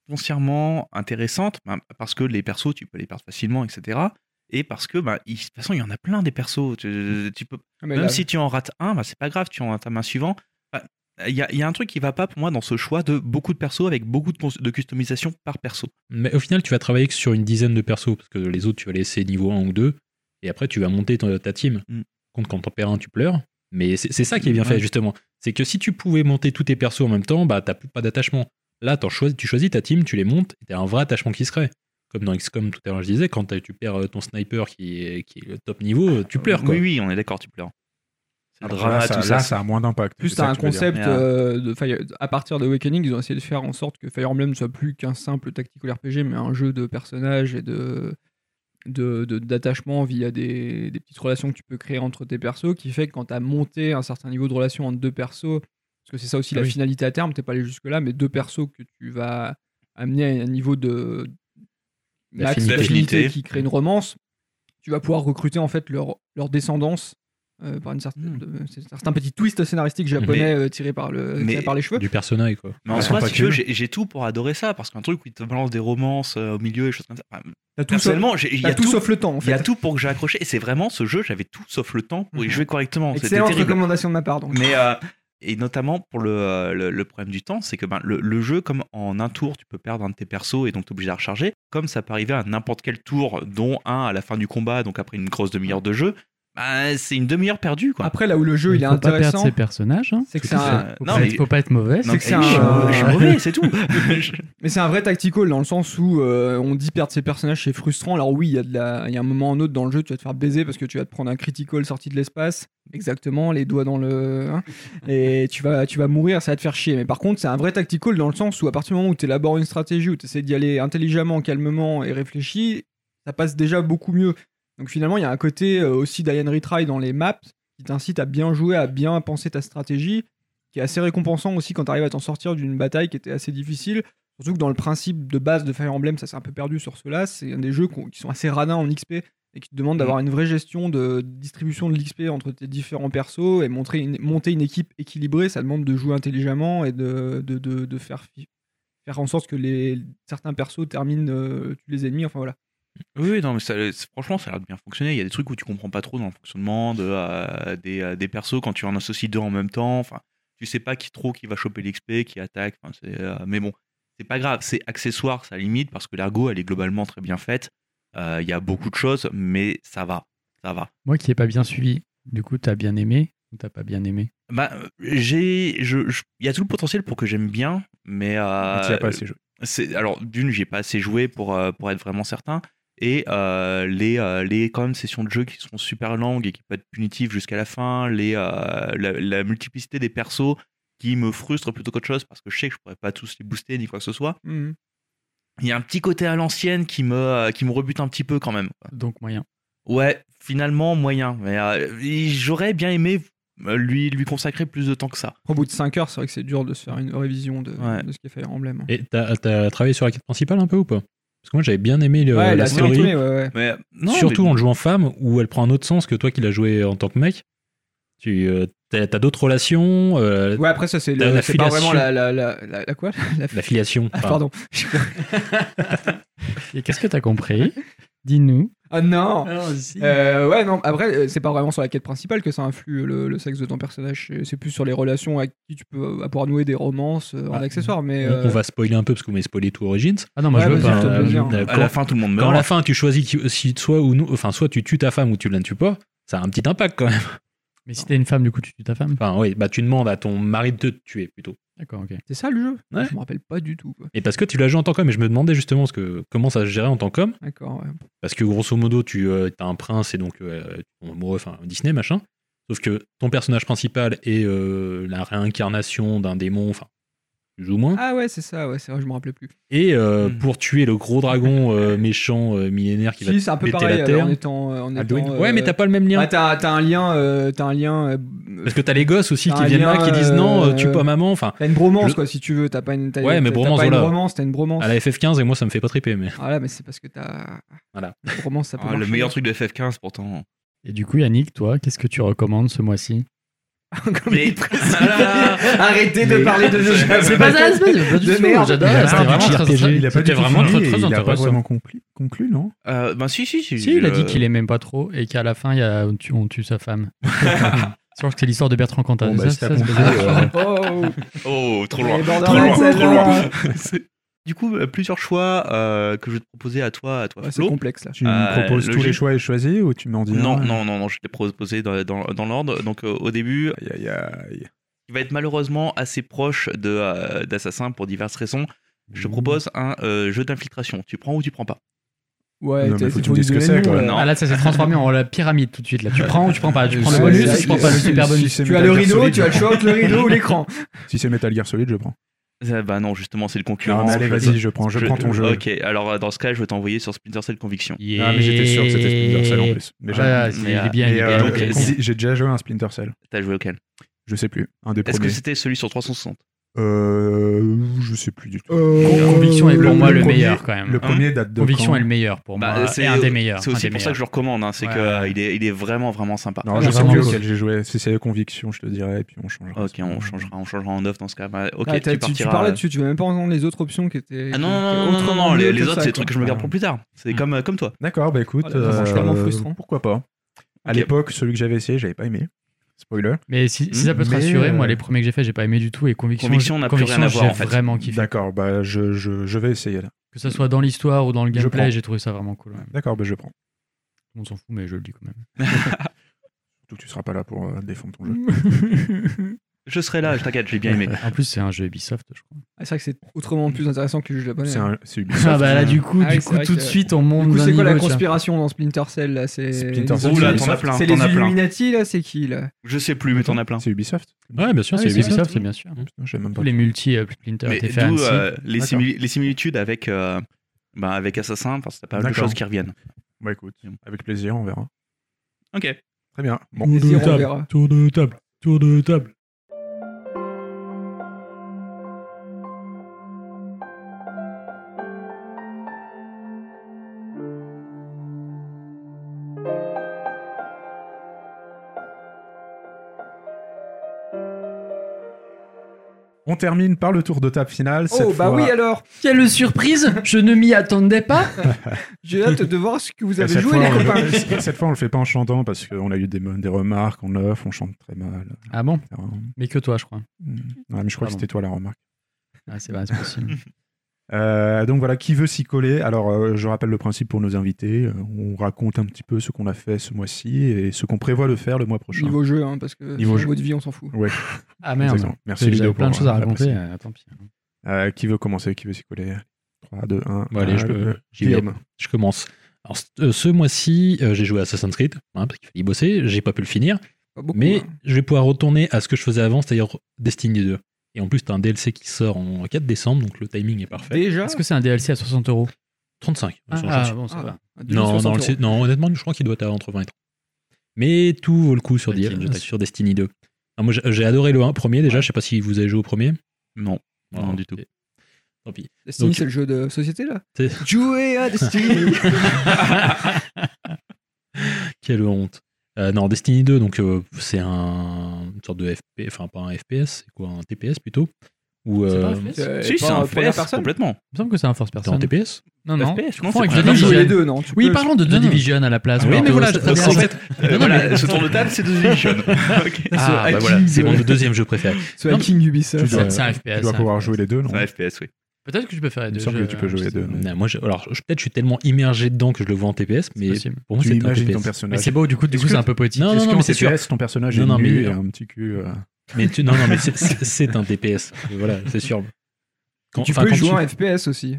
[SPEAKER 3] foncièrement intéressante, ben, parce que les persos, tu peux les perdre facilement, etc. et parce que bah, il- de toute façon il y en a plein des persos. Tu, tu peux,
[SPEAKER 2] Ah, Mais
[SPEAKER 3] même
[SPEAKER 2] là-
[SPEAKER 3] si tu en rates un, bah, c'est pas grave, tu en rates un suivant. Bah, Il y, a, il y a un truc qui va pas pour moi dans ce choix de beaucoup de persos avec beaucoup de, cons- de customisation par perso.
[SPEAKER 5] Mais au final, tu vas travailler que sur une dizaine de persos, parce que les autres, tu vas laisser niveau 1 ou 2, et après, tu vas monter ton- ta team.
[SPEAKER 3] Mm.
[SPEAKER 5] Compte quand t'en perds un, tu pleures. Mais c'est c'est ça qui est bien fait,
[SPEAKER 3] Ouais.
[SPEAKER 5] justement. C'est que si tu pouvais monter tous tes persos en même temps, bah, t'as plus pas d'attachement. Là, t'en choisis, tu choisis ta team, tu les montes, et t'as un vrai attachement qui se crée. Comme dans XCOM tout à l'heure, je disais, quand t'as- tu perds euh, ton sniper qui est, qui est le top niveau, euh, tu pleures, quoi.
[SPEAKER 3] Oui, oui, on est d'accord, tu pleures. C'est un
[SPEAKER 1] Alors
[SPEAKER 3] drama,
[SPEAKER 1] là, ça,
[SPEAKER 3] tout ça.
[SPEAKER 1] là, ça a moins d'impact.
[SPEAKER 2] Plus
[SPEAKER 1] c'est
[SPEAKER 2] t'as
[SPEAKER 1] ça
[SPEAKER 2] un
[SPEAKER 1] que tu veux dire.
[SPEAKER 2] concept
[SPEAKER 3] dire.
[SPEAKER 2] euh, de Fire- à partir de Awakening, ils ont essayé de faire en sorte que Fire Emblem ne soit plus qu'un simple tactical RPG, mais un jeu de personnages et de de- de- d'attachement via des, des petites relations que tu peux créer entre tes persos, qui fait que quand t'as monté un certain niveau de relation entre deux persos, parce que c'est ça aussi la
[SPEAKER 5] Oui.
[SPEAKER 2] finalité à terme, t'es pas allé jusque là, mais deux persos que tu vas amener à un niveau de max
[SPEAKER 5] D'affinité.
[SPEAKER 2] d'affinité qui crée une romance, tu vas pouvoir recruter en fait leur, leur descendance euh, par une certaine,
[SPEAKER 3] Mm.
[SPEAKER 2] de- c'est un certain petit twist scénaristique japonais euh, tiré par le
[SPEAKER 3] mais-
[SPEAKER 2] tiré par les cheveux.
[SPEAKER 5] Du personnage, quoi.
[SPEAKER 3] Mais en
[SPEAKER 1] Elles
[SPEAKER 3] soi,
[SPEAKER 1] sont pas
[SPEAKER 3] si tu veux,
[SPEAKER 1] qu'une.
[SPEAKER 3] j'ai j'ai tout pour adorer ça, parce qu'un truc où ils te balancent des romances euh, au milieu et choses comme ça. Enfin,
[SPEAKER 2] T'as tout, sauf,
[SPEAKER 3] personnellement, j'ai- il y
[SPEAKER 1] bah,
[SPEAKER 2] t'as
[SPEAKER 3] a
[SPEAKER 2] tout
[SPEAKER 3] tout
[SPEAKER 2] sauf le temps en
[SPEAKER 3] Il y
[SPEAKER 2] fait.
[SPEAKER 3] a tout pour que j'ai accroché. Et c'est vraiment ce jeu, j'avais tout sauf le temps pour y
[SPEAKER 2] Mhm.
[SPEAKER 3] jouer correctement. C'était
[SPEAKER 2] Excellente
[SPEAKER 3] terrible.
[SPEAKER 2] recommandation de ma part donc.
[SPEAKER 3] Mais, euh, et notamment pour le, euh, le, le problème du temps, c'est que ben, le, le jeu, comme en un tour, tu peux perdre un de tes persos et donc t'es obligé de la recharger, comme ça peut arriver à n'importe quel tour, dont un à la fin du combat, donc après une grosse demi-heure de jeu, ben, c'est une demi-heure perdue. Quoi.
[SPEAKER 2] Après là où le jeu il, est
[SPEAKER 4] faut pas perdre
[SPEAKER 2] intéressant,
[SPEAKER 4] ses personnages. hein.
[SPEAKER 2] c'est que c'est
[SPEAKER 5] Tout à
[SPEAKER 2] un,
[SPEAKER 3] Euh,
[SPEAKER 4] Faut
[SPEAKER 3] non,
[SPEAKER 4] pas-
[SPEAKER 3] mais-
[SPEAKER 4] faut pas être mauvais.
[SPEAKER 3] Non,
[SPEAKER 2] c'est que c'est
[SPEAKER 3] mais je,
[SPEAKER 2] un- euh,
[SPEAKER 3] je suis mauvais, c'est tout.
[SPEAKER 2] (laughs)
[SPEAKER 3] Je-
[SPEAKER 2] mais c'est un vrai tactical dans le sens où euh, on dit perdre ses personnages c'est frustrant. Alors oui, il y a de la, il y a un moment en autre dans le jeu tu vas te faire baiser parce que tu vas te prendre un critical sorti de l'espace. Exactement, les doigts dans le. hein, et tu vas, tu vas mourir, ça va te faire chier. Mais par contre, c'est un vrai tactical dans le sens où, à partir du moment où tu élabores une stratégie, où tu essaies d'y aller intelligemment, calmement et réfléchi, ça passe déjà beaucoup mieux. Donc finalement, il y a un côté euh, aussi d'Ian Retry dans les maps qui t'incite à bien jouer, à bien penser ta stratégie, qui est assez récompensant aussi quand tu arrives à t'en sortir d'une bataille qui était assez difficile. Surtout que dans le principe de base de Fire Emblem, ça s'est un peu perdu sur cela. C'est un des jeux qu'on- qui sont assez radins en XP et qui te demande
[SPEAKER 5] Mm.
[SPEAKER 2] d'avoir une vraie gestion de distribution de l'XP entre tes différents persos et montrer une- monter une équipe équilibrée, ça demande de jouer intelligemment et de, de, de- de faire, fi- faire en sorte que les, certains persos terminent euh, tous les ennemis. Enfin voilà.
[SPEAKER 3] Oui, non, mais ça, c'est- franchement, ça a l'air de bien fonctionner. Il y a des trucs où tu comprends pas trop dans le fonctionnement de, euh, des, euh, des persos quand tu en associes deux en même temps. Enfin, tu sais pas qui trop qui va choper l'XP, qui attaque. Enfin, c'est, euh, mais bon, c'est pas grave. C'est accessoire, ça limite, parce que l'ergo, elle est globalement très bien faite. Euh, Il y a beaucoup de choses, mais ça va. Ça va.
[SPEAKER 4] Moi qui ai pas bien suivi. Du coup, t'as bien aimé ou t'as pas bien aimé
[SPEAKER 3] Bah, euh, j'ai, je, je- il y a tout le potentiel pour que j'aime bien, mais. euh,
[SPEAKER 1] Mais tu y as pas assez joué.
[SPEAKER 3] c'est- alors d'une j'ai pas assez joué pour euh, pour être vraiment certain et euh, les euh, les quand même sessions de jeu qui sont super longues et qui peuvent être punitives jusqu'à la fin les euh, la, la multiplicité des persos qui me frustrent plutôt qu'autre chose parce que je sais que je pourrais pas tous les booster ni quoi que ce soit
[SPEAKER 2] Mhm.
[SPEAKER 3] il y a un petit côté à l'ancienne qui me euh, qui me rebute un petit peu quand même
[SPEAKER 4] Donc moyen.
[SPEAKER 3] ouais finalement moyen mais euh, j'aurais bien aimé euh, lui lui consacrer plus de temps que ça
[SPEAKER 2] Au bout de 5 heures, c'est vrai que c'est dur de se faire une révision de,
[SPEAKER 3] Ouais.
[SPEAKER 2] de ce qu'est Fire Emblem.
[SPEAKER 5] Et t'as t'as travaillé sur la quête principale un peu ou pas Parce que moi, j'avais bien aimé le-
[SPEAKER 2] ouais,
[SPEAKER 5] euh, la
[SPEAKER 2] la
[SPEAKER 5] story.
[SPEAKER 2] série, ouais, ouais.
[SPEAKER 3] mais non
[SPEAKER 5] Surtout
[SPEAKER 3] mais-
[SPEAKER 5] en le jouant femme, où elle prend un autre sens que toi qui l'as joué en tant que mec. Tu euh, t'as t'as d'autres relations, euh,
[SPEAKER 2] Ouais, après ça, c'est
[SPEAKER 5] T'as
[SPEAKER 2] le-
[SPEAKER 5] la
[SPEAKER 2] c'est pas vraiment
[SPEAKER 5] filiation.
[SPEAKER 2] la, la, la, la- la quoi (laughs) la,
[SPEAKER 5] la filiation.
[SPEAKER 2] Ah,
[SPEAKER 5] enfin,
[SPEAKER 2] pardon. (laughs)
[SPEAKER 4] Et qu'est-ce que
[SPEAKER 2] (laughs)
[SPEAKER 4] t'as compris Dis-nous.
[SPEAKER 2] Ah non
[SPEAKER 4] Euh,
[SPEAKER 2] Euh, ouais, non, après, euh, c'est pas vraiment sur la quête principale que ça influe le, le sexe de ton personnage. C'est- C'est plus sur les relations à qui tu peux à pouvoir nouer des romances euh, en
[SPEAKER 5] Ah,
[SPEAKER 2] accessoire. Mais,
[SPEAKER 5] on,
[SPEAKER 2] euh,
[SPEAKER 5] on va spoiler un peu parce que vous m'avez spoilé tout Origins.
[SPEAKER 4] Ah non, moi je
[SPEAKER 2] Ouais,
[SPEAKER 4] veux
[SPEAKER 2] vas-y,
[SPEAKER 4] pas.
[SPEAKER 2] je te
[SPEAKER 5] euh,
[SPEAKER 2] plaisir. hein.
[SPEAKER 5] euh,
[SPEAKER 3] à
[SPEAKER 5] quand-
[SPEAKER 3] la fin tout le monde
[SPEAKER 5] quand
[SPEAKER 3] meurt
[SPEAKER 5] à la fin tu choisis qui- si soit ou non, enfin soit tu tues ta femme ou tu la tues pas, ça a un petit impact quand même. (laughs)
[SPEAKER 4] Mais si t'es une femme, du coup, tu tues ta femme.
[SPEAKER 5] Enfin oui, bah tu demandes à ton mari de te tuer plutôt.
[SPEAKER 4] D'accord, ok.
[SPEAKER 2] C'est ça le jeu
[SPEAKER 5] Ouais.
[SPEAKER 2] Je me rappelle pas du tout. quoi.
[SPEAKER 5] Et parce que tu l'as joué en tant qu'homme, et je me demandais justement ce que, comment ça se gérait en tant qu'homme.
[SPEAKER 2] D'accord, ouais.
[SPEAKER 5] Parce que grosso modo, tu as un prince et donc euh, ton amoureux, enfin Disney, machin. Sauf que ton personnage principal est euh, la réincarnation d'un démon, enfin, plus ou moins.
[SPEAKER 2] Ah ouais, c'est ça, ouais, c'est vrai, je me rappelais plus.
[SPEAKER 5] Et euh,
[SPEAKER 3] Hmm.
[SPEAKER 5] pour tuer le gros dragon euh, méchant euh, millénaire qui va
[SPEAKER 2] Si, c'est un peu
[SPEAKER 5] péter
[SPEAKER 2] pareil
[SPEAKER 5] la
[SPEAKER 2] euh,
[SPEAKER 5] terre.
[SPEAKER 2] en étant. euh, en étant,
[SPEAKER 5] Alduin.
[SPEAKER 2] euh,
[SPEAKER 5] Ouais, mais t'as pas le même lien.
[SPEAKER 2] bah, t'as t'as un lien. euh, t'as un lien. euh,
[SPEAKER 5] parce que t'as les gosses aussi
[SPEAKER 2] t'as
[SPEAKER 5] qui
[SPEAKER 2] un
[SPEAKER 5] viennent
[SPEAKER 2] lien,
[SPEAKER 5] là, qui disent non,
[SPEAKER 2] euh,
[SPEAKER 5] euh, tue pas maman. Enfin,
[SPEAKER 2] T'as une bromance,
[SPEAKER 5] Je-
[SPEAKER 2] quoi, si tu veux. T'as pas une. t'as-
[SPEAKER 5] Ouais, mais
[SPEAKER 2] t'as-
[SPEAKER 5] bromance,
[SPEAKER 2] T'as pas
[SPEAKER 5] voilà.
[SPEAKER 2] une bromance, t'as une bromance.
[SPEAKER 5] à la FF15, et moi, ça me fait pas triper, mais.
[SPEAKER 2] Ah là, mais c'est parce que t'as.
[SPEAKER 5] Voilà.
[SPEAKER 2] La bromance, ça peut
[SPEAKER 3] Ah, le
[SPEAKER 2] (laughs) marcher.
[SPEAKER 5] (laughs)
[SPEAKER 3] meilleur truc de FF15 pourtant (laughs)
[SPEAKER 4] Et du coup, Yannick, toi, qu'est-ce que tu recommandes ce mois-ci
[SPEAKER 2] Comme il
[SPEAKER 3] Mais-
[SPEAKER 2] dit.
[SPEAKER 3] Ah là là.
[SPEAKER 2] Arrêtez de
[SPEAKER 1] Mais-
[SPEAKER 2] parler de jeux
[SPEAKER 4] C'est pas ça, c'est pas
[SPEAKER 2] De
[SPEAKER 4] du tout.
[SPEAKER 2] merde.
[SPEAKER 4] J'adore.
[SPEAKER 2] Il a
[SPEAKER 4] c'était
[SPEAKER 2] pas
[SPEAKER 4] vraiment
[SPEAKER 2] dit
[SPEAKER 4] très-
[SPEAKER 1] RPG, il a pas
[SPEAKER 5] C'était
[SPEAKER 1] du tout
[SPEAKER 5] vraiment
[SPEAKER 1] fini
[SPEAKER 5] très, très
[SPEAKER 1] et il a pas
[SPEAKER 5] intéressant.
[SPEAKER 1] vraiment compli- conclu, non
[SPEAKER 3] Euh, ben si, si, si.
[SPEAKER 4] Si, il a
[SPEAKER 3] je-
[SPEAKER 4] dit qu'il aimait pas trop et qu'à la fin, il y a- on, tue, on tue
[SPEAKER 1] (laughs)
[SPEAKER 4] sa femme. Je crois que c'est l'histoire de Bertrand Cantat.
[SPEAKER 1] Bon,
[SPEAKER 4] c'est
[SPEAKER 1] bah,
[SPEAKER 4] ça,
[SPEAKER 1] si
[SPEAKER 4] ça,
[SPEAKER 1] t'as
[SPEAKER 4] c'est
[SPEAKER 1] compris,
[SPEAKER 4] basé-
[SPEAKER 1] euh,
[SPEAKER 2] Oh,
[SPEAKER 3] Oh, trop loin.
[SPEAKER 2] les borderlines,
[SPEAKER 3] Trop loin, trop
[SPEAKER 2] celle-là.
[SPEAKER 3] loin. (laughs) C'est- Du coup, euh, plusieurs choix euh, que je vais te proposer à toi, à toi,
[SPEAKER 2] Ouais, C'est
[SPEAKER 3] Flo.
[SPEAKER 2] complexe là.
[SPEAKER 1] Tu
[SPEAKER 3] Euh,
[SPEAKER 1] me proposes
[SPEAKER 3] le
[SPEAKER 1] tous
[SPEAKER 3] jeu-
[SPEAKER 1] les choix et choisis ou tu m'en dis
[SPEAKER 3] Non,
[SPEAKER 1] un
[SPEAKER 3] non, non, non, je te les proposer dans, dans, dans l'ordre. Donc, euh, au début,
[SPEAKER 1] Aïe, aïe, aïe.
[SPEAKER 3] il va être malheureusement assez proche de, euh, d'Assassin pour diverses raisons. Je te
[SPEAKER 1] Mmh.
[SPEAKER 3] propose un euh, jeu d'infiltration. Tu prends ou tu prends pas
[SPEAKER 2] Ouais,
[SPEAKER 1] Non,
[SPEAKER 2] t'as-
[SPEAKER 1] mais faut
[SPEAKER 2] c'est
[SPEAKER 1] que tu me dises ce que
[SPEAKER 2] donner
[SPEAKER 1] c'est,
[SPEAKER 2] le nom,
[SPEAKER 1] quoi.
[SPEAKER 2] là.
[SPEAKER 3] Non.
[SPEAKER 4] Ah là, ça s'est transformé en la pyramide tout de suite. Là, tu prends ou tu prends pas. Tu prends le
[SPEAKER 1] C'est-
[SPEAKER 2] hein,
[SPEAKER 4] bonus,
[SPEAKER 1] c'est-
[SPEAKER 4] tu prends pas le
[SPEAKER 1] c'est-
[SPEAKER 4] super
[SPEAKER 1] c'est-
[SPEAKER 4] bonus.
[SPEAKER 1] c'est
[SPEAKER 2] Tu as
[SPEAKER 1] Metal
[SPEAKER 2] le
[SPEAKER 1] Gear
[SPEAKER 2] rideau,
[SPEAKER 1] Solid,
[SPEAKER 2] tu as le
[SPEAKER 1] je prends.
[SPEAKER 2] choix entre le rideau ou l'écran.
[SPEAKER 1] Si c'est Metal Gear Solid, je prends.
[SPEAKER 3] Ah, Bah non, justement, c'est le concurrent.
[SPEAKER 1] Non, mais allez,
[SPEAKER 3] Je-
[SPEAKER 1] vas-y, je prends, je
[SPEAKER 3] je-
[SPEAKER 1] prends ton jeu.
[SPEAKER 3] Ok, alors euh, dans ce cas, je vais t'envoyer sur Splinter Cell Conviction.
[SPEAKER 1] Ah, mais j'étais sûr que c'était Splinter Cell en plus. Mais j'avoue.
[SPEAKER 4] Voilà, c'est- il est bien, il
[SPEAKER 1] Et,
[SPEAKER 4] est
[SPEAKER 1] euh,
[SPEAKER 4] bien,
[SPEAKER 3] donc,
[SPEAKER 4] il est
[SPEAKER 3] euh,
[SPEAKER 4] bien.
[SPEAKER 1] convi- J'ai déjà joué à un Splinter Cell.
[SPEAKER 3] T'as joué auquel
[SPEAKER 1] Je sais plus. Un des
[SPEAKER 3] Est-ce que
[SPEAKER 1] premiers.
[SPEAKER 3] c'était celui sur 360
[SPEAKER 1] Euh, je sais plus du tout.
[SPEAKER 4] Euh, Conviction est pour
[SPEAKER 1] le-
[SPEAKER 4] moi
[SPEAKER 1] le
[SPEAKER 4] le
[SPEAKER 1] premier-
[SPEAKER 4] meilleur quand même. hein.
[SPEAKER 1] Le premier date de.
[SPEAKER 4] Conviction
[SPEAKER 1] quand
[SPEAKER 4] est le meilleur pour
[SPEAKER 3] Bah,
[SPEAKER 4] moi. C'est un des meilleurs.
[SPEAKER 3] C'est
[SPEAKER 4] un
[SPEAKER 3] aussi
[SPEAKER 4] des
[SPEAKER 3] pour ça que je le recommande. hein, c'est
[SPEAKER 4] Ouais,
[SPEAKER 3] que
[SPEAKER 4] ouais.
[SPEAKER 3] euh, il, est, il est vraiment, vraiment sympa.
[SPEAKER 1] Non,
[SPEAKER 4] Ah,
[SPEAKER 1] je sais
[SPEAKER 4] vraiment
[SPEAKER 1] plus
[SPEAKER 4] cool.
[SPEAKER 1] auquel j'ai joué. Si c'est Conviction, je te dirais, et puis on changera.
[SPEAKER 3] Ok, on changera, on changera en neuf dans ce cas. Bah, ok,
[SPEAKER 2] Ah,
[SPEAKER 3] tu
[SPEAKER 2] t'as- tu, tu
[SPEAKER 3] partiras.
[SPEAKER 2] parlais dessus, tu veux même pas entendre les autres options qui étaient.
[SPEAKER 3] Ah non,
[SPEAKER 2] qui
[SPEAKER 3] non,
[SPEAKER 2] étaient
[SPEAKER 3] non, non, non,
[SPEAKER 2] autrement
[SPEAKER 3] non, les,
[SPEAKER 2] mieux
[SPEAKER 3] les
[SPEAKER 2] que
[SPEAKER 3] autres,
[SPEAKER 2] ça,
[SPEAKER 3] c'est des trucs que je me garde
[SPEAKER 1] Ah.
[SPEAKER 3] pour plus tard. C'est
[SPEAKER 4] Hmm.
[SPEAKER 3] comme, euh, comme toi.
[SPEAKER 1] D'accord, bah écoute,
[SPEAKER 2] Oh là là, c'est vraiment frustrant.
[SPEAKER 1] pourquoi pas. À
[SPEAKER 3] Ok.
[SPEAKER 1] l'époque, celui que j'avais essayé, j'avais pas aimé. Spoiler.
[SPEAKER 4] Mais si, si
[SPEAKER 1] Hmm.
[SPEAKER 4] ça peut te
[SPEAKER 1] Mais,
[SPEAKER 4] rassurer, moi,
[SPEAKER 1] euh,
[SPEAKER 4] les premiers que j'ai fait, j'ai pas aimé du tout. Et Conviction,
[SPEAKER 3] Conviction n'a plus
[SPEAKER 4] Conviction,
[SPEAKER 3] rien à voir,
[SPEAKER 4] j'ai
[SPEAKER 3] en fait.
[SPEAKER 4] vraiment kiffé.
[SPEAKER 1] D'accord, bah je, je, je vais essayer là.
[SPEAKER 4] Que ça soit dans l'histoire ou dans
[SPEAKER 1] Je
[SPEAKER 4] le
[SPEAKER 1] prends.
[SPEAKER 4] gameplay, j'ai trouvé ça vraiment cool. ouais.
[SPEAKER 1] D'accord, bah je prends.
[SPEAKER 4] On s'en fout, mais je le dis quand même.
[SPEAKER 1] Surtout que tu seras pas là pour euh, défendre
[SPEAKER 2] Mmh.
[SPEAKER 1] ton jeu.
[SPEAKER 3] Je serai là, je t'inquiète, j'ai bien aimé.
[SPEAKER 4] En plus, c'est un jeu Ubisoft, je crois.
[SPEAKER 2] Ah, c'est vrai que c'est autrement plus intéressant que le jeu japonais.
[SPEAKER 1] C'est un-
[SPEAKER 2] (laughs)
[SPEAKER 1] c'est Ubisoft.
[SPEAKER 4] Ah bah là, du coup,
[SPEAKER 2] Ah oui,
[SPEAKER 4] du
[SPEAKER 2] c'est
[SPEAKER 4] coup
[SPEAKER 2] vrai
[SPEAKER 4] tout de
[SPEAKER 2] que-
[SPEAKER 4] suite, on monte
[SPEAKER 2] Du coup,
[SPEAKER 4] d'un
[SPEAKER 2] c'est quoi la
[SPEAKER 4] niveau, ça.
[SPEAKER 2] conspiration dans Splinter Cell là C'est
[SPEAKER 1] Splinter
[SPEAKER 2] les
[SPEAKER 1] Cell.
[SPEAKER 3] Oula,
[SPEAKER 2] Illuminati
[SPEAKER 3] t'en as plein.
[SPEAKER 2] C'est
[SPEAKER 3] t'en
[SPEAKER 2] les
[SPEAKER 3] as plein.
[SPEAKER 2] Illuminati là, c'est qui là
[SPEAKER 3] (laughs) Je sais plus, mais t'en as plein.
[SPEAKER 1] C'est Ubisoft
[SPEAKER 5] Ouais, bien sûr,
[SPEAKER 4] Ah
[SPEAKER 5] c'est
[SPEAKER 4] oui, c'est
[SPEAKER 5] Ubisoft.
[SPEAKER 4] Ubisoft, c'est bien sûr.
[SPEAKER 1] Putain, J'aime même pas.
[SPEAKER 4] Tous les multi euh, Splinter,
[SPEAKER 3] Mais
[SPEAKER 4] t'es fait à
[SPEAKER 3] d'où
[SPEAKER 4] Annecy.
[SPEAKER 3] euh, les,
[SPEAKER 1] D'accord.
[SPEAKER 3] simili- les similitudes avec, euh, bah, avec Assassin, parce que t'as pas mal de
[SPEAKER 1] D'accord.
[SPEAKER 3] choses qui reviennent.
[SPEAKER 1] Bah écoute,
[SPEAKER 2] Mmh.
[SPEAKER 1] avec plaisir, on verra.
[SPEAKER 3] Ok.
[SPEAKER 1] Très bien. Bon.
[SPEAKER 2] Tour de Plaisir, on table, verra.
[SPEAKER 5] tour de table, tour de table.
[SPEAKER 1] On termine par le tour de table final.
[SPEAKER 2] Oh bah oui alors
[SPEAKER 4] Quelle surprise Je ne m'y attendais pas
[SPEAKER 2] J'ai hâte de voir ce que vous
[SPEAKER 1] Et
[SPEAKER 2] avez
[SPEAKER 1] cette,
[SPEAKER 2] joué
[SPEAKER 1] fois,
[SPEAKER 2] les
[SPEAKER 1] on le-
[SPEAKER 2] copains
[SPEAKER 1] (laughs) cette fois, on le fait pas en chantant parce qu'on a eu des, des remarques en off, on chante très mal.
[SPEAKER 4] Ah bon
[SPEAKER 1] etc.
[SPEAKER 4] Mais que toi, je crois.
[SPEAKER 1] Ouais, mais je crois que
[SPEAKER 4] Pardon.
[SPEAKER 1] c'était toi la remarque.
[SPEAKER 4] Ah, c'est pas c'est possible.
[SPEAKER 1] Euh, donc voilà, qui veut s'y coller Alors, euh, je rappelle le principe pour nos invités. Euh, On raconte un petit peu ce qu'on a fait ce mois-ci et ce qu'on prévoit de faire le mois prochain.
[SPEAKER 2] Niveau jeu, hein, parce que
[SPEAKER 1] Niveau
[SPEAKER 2] niveau,
[SPEAKER 1] jeu.
[SPEAKER 2] niveau de vie, on s'en fout.
[SPEAKER 1] Ouais,
[SPEAKER 4] Ah merde.
[SPEAKER 1] exactement. Merci
[SPEAKER 4] J'avais
[SPEAKER 1] Ludo.
[SPEAKER 4] plein de
[SPEAKER 1] pour,
[SPEAKER 4] choses
[SPEAKER 1] euh,
[SPEAKER 4] à
[SPEAKER 1] la
[SPEAKER 2] hein.
[SPEAKER 4] raconter.
[SPEAKER 1] précision.
[SPEAKER 4] euh, tant pis.
[SPEAKER 1] Euh, qui veut commencer Qui veut s'y coller 3, 2, 1.
[SPEAKER 5] Bon, allez, je
[SPEAKER 1] euh,
[SPEAKER 5] peux- j'y vais. Je commence. Alors, c- euh, ce mois-ci, euh, j'ai joué à Assassin's Creed, hein, parce qu'il fallait y bosser, j'ai pas pu le finir,
[SPEAKER 2] Pas beaucoup,
[SPEAKER 5] mais
[SPEAKER 2] hein.
[SPEAKER 5] je vais pouvoir retourner à ce que je faisais avant, c'est-à-dire Destiny 2. Et en plus, t'as un DLC qui sort en 4 décembre, donc le timing est parfait.
[SPEAKER 2] Déjà
[SPEAKER 4] Est-ce que c'est un DLC à 60 euros
[SPEAKER 5] 35. euh, sur
[SPEAKER 4] Ah
[SPEAKER 5] Steam.
[SPEAKER 4] bon, ça va.
[SPEAKER 5] non, non, le site- non, honnêtement, je crois qu'il doit être à entre 20 et 30. Mais tout vaut le coup sur,
[SPEAKER 4] Ok,
[SPEAKER 5] DL-
[SPEAKER 4] je tape.
[SPEAKER 5] sur Destiny 2. Non, moi, j'ai- j'ai adoré le un- premier déjà, je sais pas si vous avez joué au premier.
[SPEAKER 3] Non. Non,
[SPEAKER 5] Voilà,
[SPEAKER 3] du tout.
[SPEAKER 5] ok. Tant pis.
[SPEAKER 2] Destiny,
[SPEAKER 5] Donc-
[SPEAKER 2] c'est le jeu de société là
[SPEAKER 5] C'est-
[SPEAKER 2] Jouer à Destiny
[SPEAKER 5] Quelle honte. Euh, non, Destiny 2, donc euh, c'est un, une sorte de FP, enfin pas un FPS, c'est quoi, un TPS plutôt Ou
[SPEAKER 4] C'est pas un
[SPEAKER 5] euh,
[SPEAKER 4] FPS
[SPEAKER 2] Euh,
[SPEAKER 3] Si,
[SPEAKER 2] pas
[SPEAKER 3] c'est
[SPEAKER 2] en
[SPEAKER 3] un
[SPEAKER 2] première
[SPEAKER 3] FPS,
[SPEAKER 2] personne.
[SPEAKER 3] complètement.
[SPEAKER 4] Il me semble que c'est un force
[SPEAKER 5] t'es
[SPEAKER 4] personne.
[SPEAKER 5] en TPS
[SPEAKER 4] non, non.
[SPEAKER 3] FPS,
[SPEAKER 4] Tu
[SPEAKER 3] non,
[SPEAKER 4] confonds
[SPEAKER 3] c'est
[SPEAKER 4] avec
[SPEAKER 3] pas
[SPEAKER 4] The
[SPEAKER 2] Tu peux jouer les
[SPEAKER 4] Division.
[SPEAKER 2] deux, non Tu
[SPEAKER 4] Oui,
[SPEAKER 2] peux-
[SPEAKER 4] parlons de The
[SPEAKER 5] Non, non.
[SPEAKER 4] Division à la place.
[SPEAKER 5] Ah oui,
[SPEAKER 4] plutôt,
[SPEAKER 5] mais voilà,
[SPEAKER 4] c'est
[SPEAKER 5] je-
[SPEAKER 4] très bien.
[SPEAKER 5] en fait,
[SPEAKER 3] Euh,
[SPEAKER 5] non,
[SPEAKER 3] voilà,
[SPEAKER 4] (laughs)
[SPEAKER 5] mais-
[SPEAKER 3] ce tour de table, c'est deux éditions. Ok.
[SPEAKER 5] Ah,
[SPEAKER 4] Ce
[SPEAKER 5] bah voilà, c'est
[SPEAKER 4] hacking,
[SPEAKER 5] mon
[SPEAKER 4] euh,
[SPEAKER 5] deuxième jeu préféré.
[SPEAKER 2] Ce
[SPEAKER 5] Non,
[SPEAKER 2] hacking Ubisoft.
[SPEAKER 5] tu dois-
[SPEAKER 4] C'est c'est un
[SPEAKER 1] Tu
[SPEAKER 4] FPS.
[SPEAKER 1] dois
[SPEAKER 4] c'est un
[SPEAKER 1] pouvoir
[SPEAKER 4] FPS.
[SPEAKER 1] jouer les deux, non
[SPEAKER 3] (laughs) C'est un FPS, oui.
[SPEAKER 4] Peut-être que je peux faire les
[SPEAKER 1] Il me
[SPEAKER 4] deux.
[SPEAKER 1] semble que
[SPEAKER 4] je-
[SPEAKER 1] tu peux jouer les deux. mais
[SPEAKER 5] Non, moi, je- alors je- peut-être je suis tellement immergé dedans que je le vois en TPS,
[SPEAKER 4] C'est
[SPEAKER 5] mais
[SPEAKER 4] possible.
[SPEAKER 5] pour moi
[SPEAKER 1] Tu
[SPEAKER 5] c'est un
[SPEAKER 1] imagines ton
[SPEAKER 5] TPS.
[SPEAKER 4] Mais
[SPEAKER 1] personnage.
[SPEAKER 4] c'est beau, du coup, du
[SPEAKER 5] Est-ce
[SPEAKER 4] coup,
[SPEAKER 5] que-
[SPEAKER 4] c'est un peu poétique.
[SPEAKER 5] Non, non,
[SPEAKER 1] Est-ce que
[SPEAKER 5] non,
[SPEAKER 1] en
[SPEAKER 5] mais c'est sûr.
[SPEAKER 1] TPS, ton personnage
[SPEAKER 5] Non,
[SPEAKER 1] est
[SPEAKER 5] non,
[SPEAKER 1] nu
[SPEAKER 5] mais-
[SPEAKER 1] et un petit cul. euh,
[SPEAKER 5] Mais tu- non, non, mais c'est- c'est c'est un TPS. Voilà, c'est sûr. Quand-
[SPEAKER 2] Tu
[SPEAKER 5] enfin,
[SPEAKER 2] peux
[SPEAKER 5] quand
[SPEAKER 2] jouer en FPS aussi.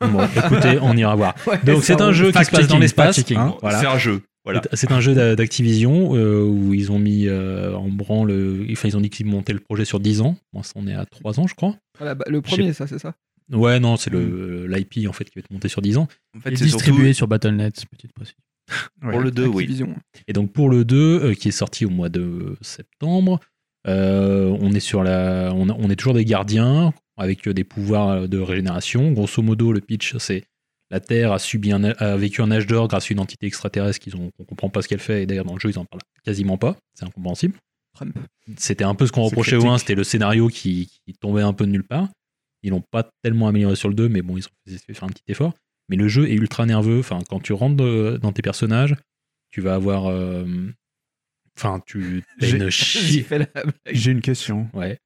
[SPEAKER 5] Bon, écoutez, on
[SPEAKER 2] (laughs)
[SPEAKER 5] ira voir.
[SPEAKER 2] Ouais,
[SPEAKER 5] Donc
[SPEAKER 2] ça
[SPEAKER 5] c'est un
[SPEAKER 2] roule.
[SPEAKER 5] jeu qui se passe dans
[SPEAKER 4] Fact-checking,
[SPEAKER 5] l'espace.
[SPEAKER 4] fact-checking.
[SPEAKER 5] hein, voilà.
[SPEAKER 3] C'est un jeu. Voilà.
[SPEAKER 5] C'est- C'est un jeu d'a- d'Activision euh, où ils ont mis euh, en branle. euh, Enfin, ils ont dit qu'ils montaient le projet sur 10 ans. Moi, ça, on est à 3 ans, je crois.
[SPEAKER 2] Voilà, bah, le premier, ça, c'est ça.
[SPEAKER 5] Ouais, non, c'est le l'IP en fait qui va être monté sur 10 ans.
[SPEAKER 3] En
[SPEAKER 4] Et
[SPEAKER 3] fait, c'est surtout
[SPEAKER 4] distribué sur Battle.net, petite précision.
[SPEAKER 3] pour le 2, oui.
[SPEAKER 2] Activision.
[SPEAKER 5] Et donc pour le 2, euh, qui est sorti au mois de septembre, euh, on est sur la, on, a- on est toujours des gardiens avec euh, des pouvoirs de régénération. Grosso modo, le pitch, c'est la Terre a subi un, a vécu un âge d'or grâce à une entité extraterrestre qu'ils ont, qu'on comprend pas ce qu'elle fait. Et d'ailleurs, dans le jeu, ils en parlent quasiment pas. C'est incompréhensible.
[SPEAKER 2] Trump.
[SPEAKER 5] C'était un peu ce qu'on
[SPEAKER 1] C'est
[SPEAKER 5] reprochait au
[SPEAKER 1] critique.
[SPEAKER 5] 1, c'était le scénario qui, qui tombait un peu de nulle part. Ils l'ont pas tellement amélioré sur le 2, mais bon, ils ont fait- fait faire un petit effort. Mais le jeu est ultra nerveux. Enfin, quand tu rentres de- dans tes personnages, tu vas avoir. euh, Enfin, tu. t'as
[SPEAKER 1] J'ai- (laughs)
[SPEAKER 2] J'ai
[SPEAKER 5] une chi-
[SPEAKER 2] fait la blague.
[SPEAKER 1] J'ai une
[SPEAKER 5] (laughs)
[SPEAKER 1] question.
[SPEAKER 5] Ouais.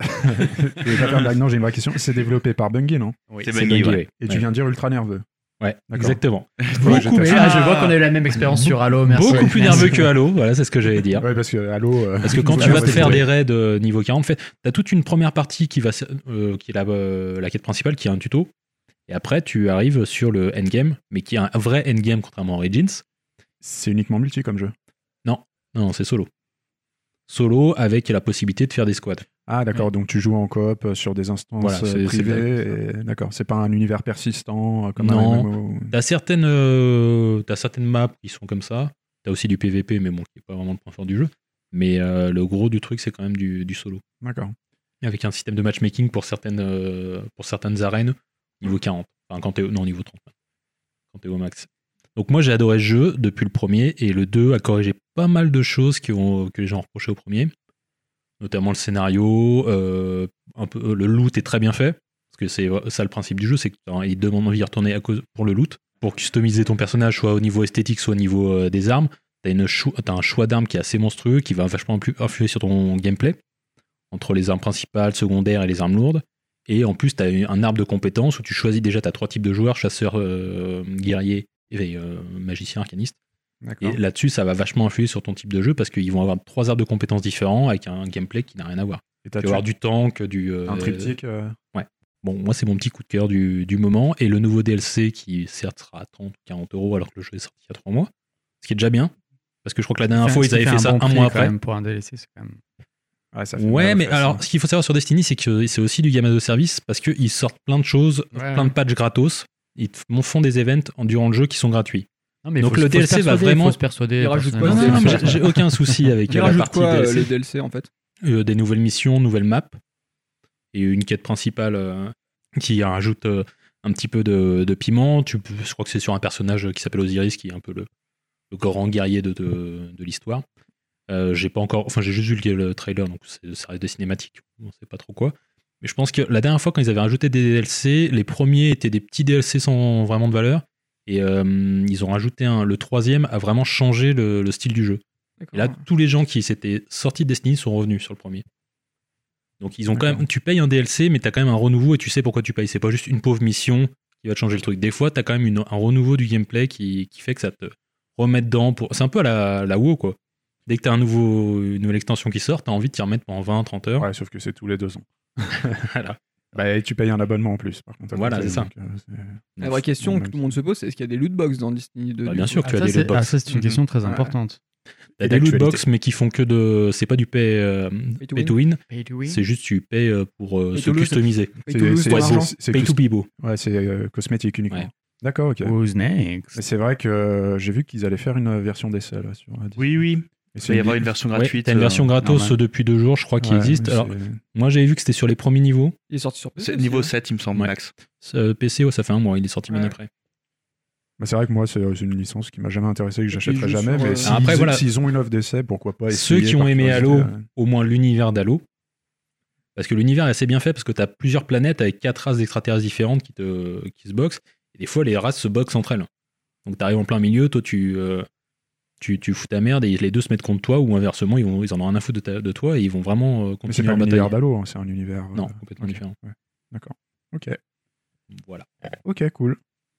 [SPEAKER 1] Je vais pas faire de blague, non, j'ai une vraie question. C'est développé par Bungie, non
[SPEAKER 3] C'est Bungie, ouais.
[SPEAKER 1] Et
[SPEAKER 5] Ouais.
[SPEAKER 1] tu viens de dire ultra
[SPEAKER 5] (laughs)
[SPEAKER 1] nerveux.
[SPEAKER 5] Ouais,
[SPEAKER 1] D'accord.
[SPEAKER 5] exactement.
[SPEAKER 1] Ouais, j'étais-
[SPEAKER 4] Ah, je vois qu'on a eu la même expérience sur Halo, merci.
[SPEAKER 5] Beaucoup plus
[SPEAKER 4] Merci.
[SPEAKER 5] nerveux que Halo, voilà, c'est ce que j'allais dire.
[SPEAKER 1] Ouais, parce que Halo. euh,
[SPEAKER 5] Parce que quand
[SPEAKER 1] ouais,
[SPEAKER 5] tu vas
[SPEAKER 1] ouais,
[SPEAKER 5] te
[SPEAKER 1] c'est
[SPEAKER 5] faire
[SPEAKER 1] vrai.
[SPEAKER 5] des raids euh, niveau 40, en fait, t'as toute une première partie qui va, se- euh, qui est la, euh, la quête principale, qui est un tuto. Et après, tu arrives sur le endgame, mais qui est un vrai endgame contrairement à Origins.
[SPEAKER 1] C'est uniquement multi comme jeu.
[SPEAKER 5] Non, non, c'est solo. Solo avec la possibilité de faire des squads.
[SPEAKER 1] Ah, d'accord, donc tu joues en coop euh, sur des instances
[SPEAKER 5] Voilà, c'est-
[SPEAKER 1] euh,
[SPEAKER 5] c'est le
[SPEAKER 1] privées. et- D'accord, c'est pas un univers persistant euh, comme
[SPEAKER 5] Non.
[SPEAKER 1] un MMO.
[SPEAKER 5] T'as certaines, euh, t'as certaines maps qui sont comme ça. T'as aussi du PVP, mais bon, qui est pas vraiment le point fort du jeu. Mais euh, le gros du truc, c'est quand même du, du solo.
[SPEAKER 1] D'accord.
[SPEAKER 5] Avec un système de matchmaking pour certaines, euh, pour certaines arènes, niveau 40. Enfin, quand t'es, au- non, niveau 30. Quand t'es au max. Donc moi, j'ai adoré ce jeu depuis le premier, et le 2 a corrigé pas mal de choses qui ont, euh, que les gens reprochaient au premier. Notamment le scénario, euh, un peu, euh, le loot est très bien fait. Parce que c'est euh, ça le principe du jeu, c'est qu'il te demande d'y retourner à cause, pour le loot. Pour customiser ton personnage, soit au niveau esthétique, soit au niveau euh, des armes, t'as, une chou- t'as un choix d'armes qui est assez monstrueux, qui va vachement plus influer sur ton gameplay, entre les armes principales, secondaires et les armes lourdes. Et en plus, t'as une- un arbre de compétences où tu choisis déjà, t'as trois types de joueurs, chasseur, euh, guerrier et euh, magicien, arcaniste.
[SPEAKER 1] D'accord.
[SPEAKER 5] Et là-dessus, ça va vachement influer sur ton type de jeu parce qu'ils vont avoir trois arbres de compétences différents avec un gameplay qui n'a rien à voir.
[SPEAKER 1] Et
[SPEAKER 5] Tu
[SPEAKER 1] t'as
[SPEAKER 5] vas avoir du tank, du... euh,
[SPEAKER 1] un triptyque. euh,
[SPEAKER 5] Bon, moi, c'est mon petit coup de cœur du, du moment. Et le nouveau DLC qui, certes, sera à 30 ou 40 euros alors que le jeu est sorti il y a 3 mois. Ce qui est déjà bien. Parce que je crois que la dernière fois, ils avaient fait, ça un mois après.
[SPEAKER 4] pour un DLC, c'est quand même.
[SPEAKER 1] Ouais, ça fait
[SPEAKER 5] Ouais,
[SPEAKER 1] mal,
[SPEAKER 5] mais
[SPEAKER 1] en fait,
[SPEAKER 5] alors, ce qu'il faut savoir sur Destiny, c'est que c'est aussi du game as a service parce qu'ils sortent plein de choses,
[SPEAKER 4] Ouais.
[SPEAKER 5] plein de patchs gratos. Ils te font- font des events en- durant le jeu qui sont gratuits.
[SPEAKER 4] Non, mais
[SPEAKER 5] Donc
[SPEAKER 4] faut-
[SPEAKER 5] le
[SPEAKER 4] faut se
[SPEAKER 5] DLC va
[SPEAKER 4] persuader,
[SPEAKER 5] vraiment-
[SPEAKER 4] Faut se persuader.
[SPEAKER 2] Il rajoute quoi,
[SPEAKER 5] Non,
[SPEAKER 4] personnellement.
[SPEAKER 2] c'est-
[SPEAKER 5] non, mais j'ai- j'ai aucun souci avec
[SPEAKER 2] Il
[SPEAKER 5] euh, la
[SPEAKER 2] rajoute
[SPEAKER 5] partie
[SPEAKER 2] quoi euh,
[SPEAKER 5] DLC.
[SPEAKER 2] le DLC en fait
[SPEAKER 5] Euh, des nouvelles missions, nouvelles maps et une quête principale euh, qui rajoute euh, un petit peu de, de piment. Tu, peux- je crois que c'est sur un personnage qui s'appelle Osiris qui est un peu le, le grand guerrier de, de, de l'histoire. Euh, j'ai pas encore, enfin j'ai juste vu le, le trailer donc c'est- ça reste des cinématiques, on sait pas trop quoi. Mais je pense que la dernière fois quand ils avaient rajouté des DLC, les premiers étaient des petits DLC sans vraiment de valeur et euh, ils ont rajouté un, le troisième a vraiment changé le- le style du jeu. Et
[SPEAKER 2] Ah.
[SPEAKER 5] là, tous les gens qui s'étaient sortis de Destiny sont revenus sur le premier. Donc ils ont quand
[SPEAKER 1] D'accord.
[SPEAKER 5] même, tu payes un DLC, mais t'as quand même un renouveau et tu sais pourquoi tu payes. C'est pas juste une pauvre mission qui va te changer le truc. Des fois, t'as quand même une- un renouveau du gameplay qui, qui fait que ça te remet dedans. Pour... C'est un peu à la, la WoW quoi. Dès que t'as un nouveau, une nouvelle extension qui sort, t'as envie de t'y remettre pendant 20-30 heures.
[SPEAKER 1] Ouais, sauf que c'est tous les deux ans.
[SPEAKER 5] (laughs) Voilà.
[SPEAKER 1] Bah, et tu payes un abonnement en plus, par contre. à
[SPEAKER 5] Voilà,
[SPEAKER 1] côté,
[SPEAKER 5] c'est ça.
[SPEAKER 1] donc, euh, c'est-
[SPEAKER 2] La vraie question que tout le monde se pose, c'est est-ce qu'il y a des loot box dans Destiny 2
[SPEAKER 5] Bah,
[SPEAKER 2] du
[SPEAKER 5] bien
[SPEAKER 2] coup
[SPEAKER 5] sûr que tu as
[SPEAKER 4] Ah, ça,
[SPEAKER 5] des
[SPEAKER 4] c'est- ah,
[SPEAKER 5] lootbox.
[SPEAKER 4] ça, c'est une question très
[SPEAKER 2] Ouais.
[SPEAKER 4] importante.
[SPEAKER 5] T'as
[SPEAKER 1] Et
[SPEAKER 5] des
[SPEAKER 1] d'actualité.
[SPEAKER 5] lootbox, mais qui font que de. C'est pas du pay, euh,
[SPEAKER 2] Pay to
[SPEAKER 5] pay
[SPEAKER 2] win.
[SPEAKER 5] to win.
[SPEAKER 4] Pay to win.
[SPEAKER 5] C'est juste tu payes euh, pour euh,
[SPEAKER 2] Pay
[SPEAKER 5] se
[SPEAKER 2] to lose.
[SPEAKER 5] customiser.
[SPEAKER 2] Pay to lose
[SPEAKER 1] c'est-
[SPEAKER 2] ton
[SPEAKER 1] c'est-
[SPEAKER 2] argent.
[SPEAKER 1] c'est
[SPEAKER 5] Pay to
[SPEAKER 1] cos-
[SPEAKER 5] Pibo.
[SPEAKER 1] Ouais, c'est euh, cosmétique uniquement.
[SPEAKER 5] Ouais.
[SPEAKER 1] D'accord, ok.
[SPEAKER 4] Who's
[SPEAKER 1] Mais
[SPEAKER 4] next
[SPEAKER 1] c'est vrai que euh, j'ai vu qu'ils allaient faire une euh, version d'essai là, sur euh, Disney.
[SPEAKER 3] Oui, oui.
[SPEAKER 1] Et
[SPEAKER 3] Il va
[SPEAKER 1] c'est
[SPEAKER 3] y avoir une version
[SPEAKER 5] Ouais,
[SPEAKER 3] gratuite.
[SPEAKER 5] t'as une
[SPEAKER 3] euh,
[SPEAKER 5] version gratos
[SPEAKER 4] normal.
[SPEAKER 5] depuis deux jours, je crois, qui
[SPEAKER 1] Ouais,
[SPEAKER 5] existe.
[SPEAKER 1] mais
[SPEAKER 5] Alors,
[SPEAKER 1] c'est-
[SPEAKER 5] moi, j'avais vu que c'était sur les premiers niveaux.
[SPEAKER 2] Il est sorti sur PC.
[SPEAKER 3] C'est
[SPEAKER 2] aussi,
[SPEAKER 3] niveau
[SPEAKER 2] hein.
[SPEAKER 3] 7, il me semble,
[SPEAKER 5] Ouais.
[SPEAKER 3] max.
[SPEAKER 5] Euh, PC, ouais, ça fait un mois, il est sorti bien
[SPEAKER 2] Ouais.
[SPEAKER 5] après.
[SPEAKER 1] bah, c'est vrai que moi, c'est c'est une licence qui m'a jamais intéressé, que j'achèterai
[SPEAKER 2] joue
[SPEAKER 1] jamais.
[SPEAKER 2] sur, euh,
[SPEAKER 1] Mais s'ils
[SPEAKER 5] Après, voilà.
[SPEAKER 1] s'ils ont une offre d'essai, pourquoi pas
[SPEAKER 5] Ceux
[SPEAKER 1] essayer
[SPEAKER 5] qui ont
[SPEAKER 1] par
[SPEAKER 5] aimé
[SPEAKER 1] curiosité,
[SPEAKER 5] Halo.
[SPEAKER 1] ouais.
[SPEAKER 5] Au moins, l'univers d'Halo. Parce que l'univers est assez bien fait, parce que t'as plusieurs planètes avec quatre races d'extraterrestres différentes qui, te, qui se boxent. Et des fois, les races se boxent entre elles. Donc, t'arrives en plein milieu, toi, tu, euh, tu, tu fous ta merde et les deux se mettent contre toi, ou inversement, ils, vont, ils en ont rien à foutre de, ta- de toi et ils vont vraiment euh,
[SPEAKER 1] Mais c'est pas
[SPEAKER 5] continuer leur
[SPEAKER 1] un
[SPEAKER 5] bataille.
[SPEAKER 1] univers d'Halo, hein, c'est un univers. euh,
[SPEAKER 5] Non, complètement
[SPEAKER 1] ok.
[SPEAKER 5] différent.
[SPEAKER 1] Ok,
[SPEAKER 5] Voilà.
[SPEAKER 1] ok, cool.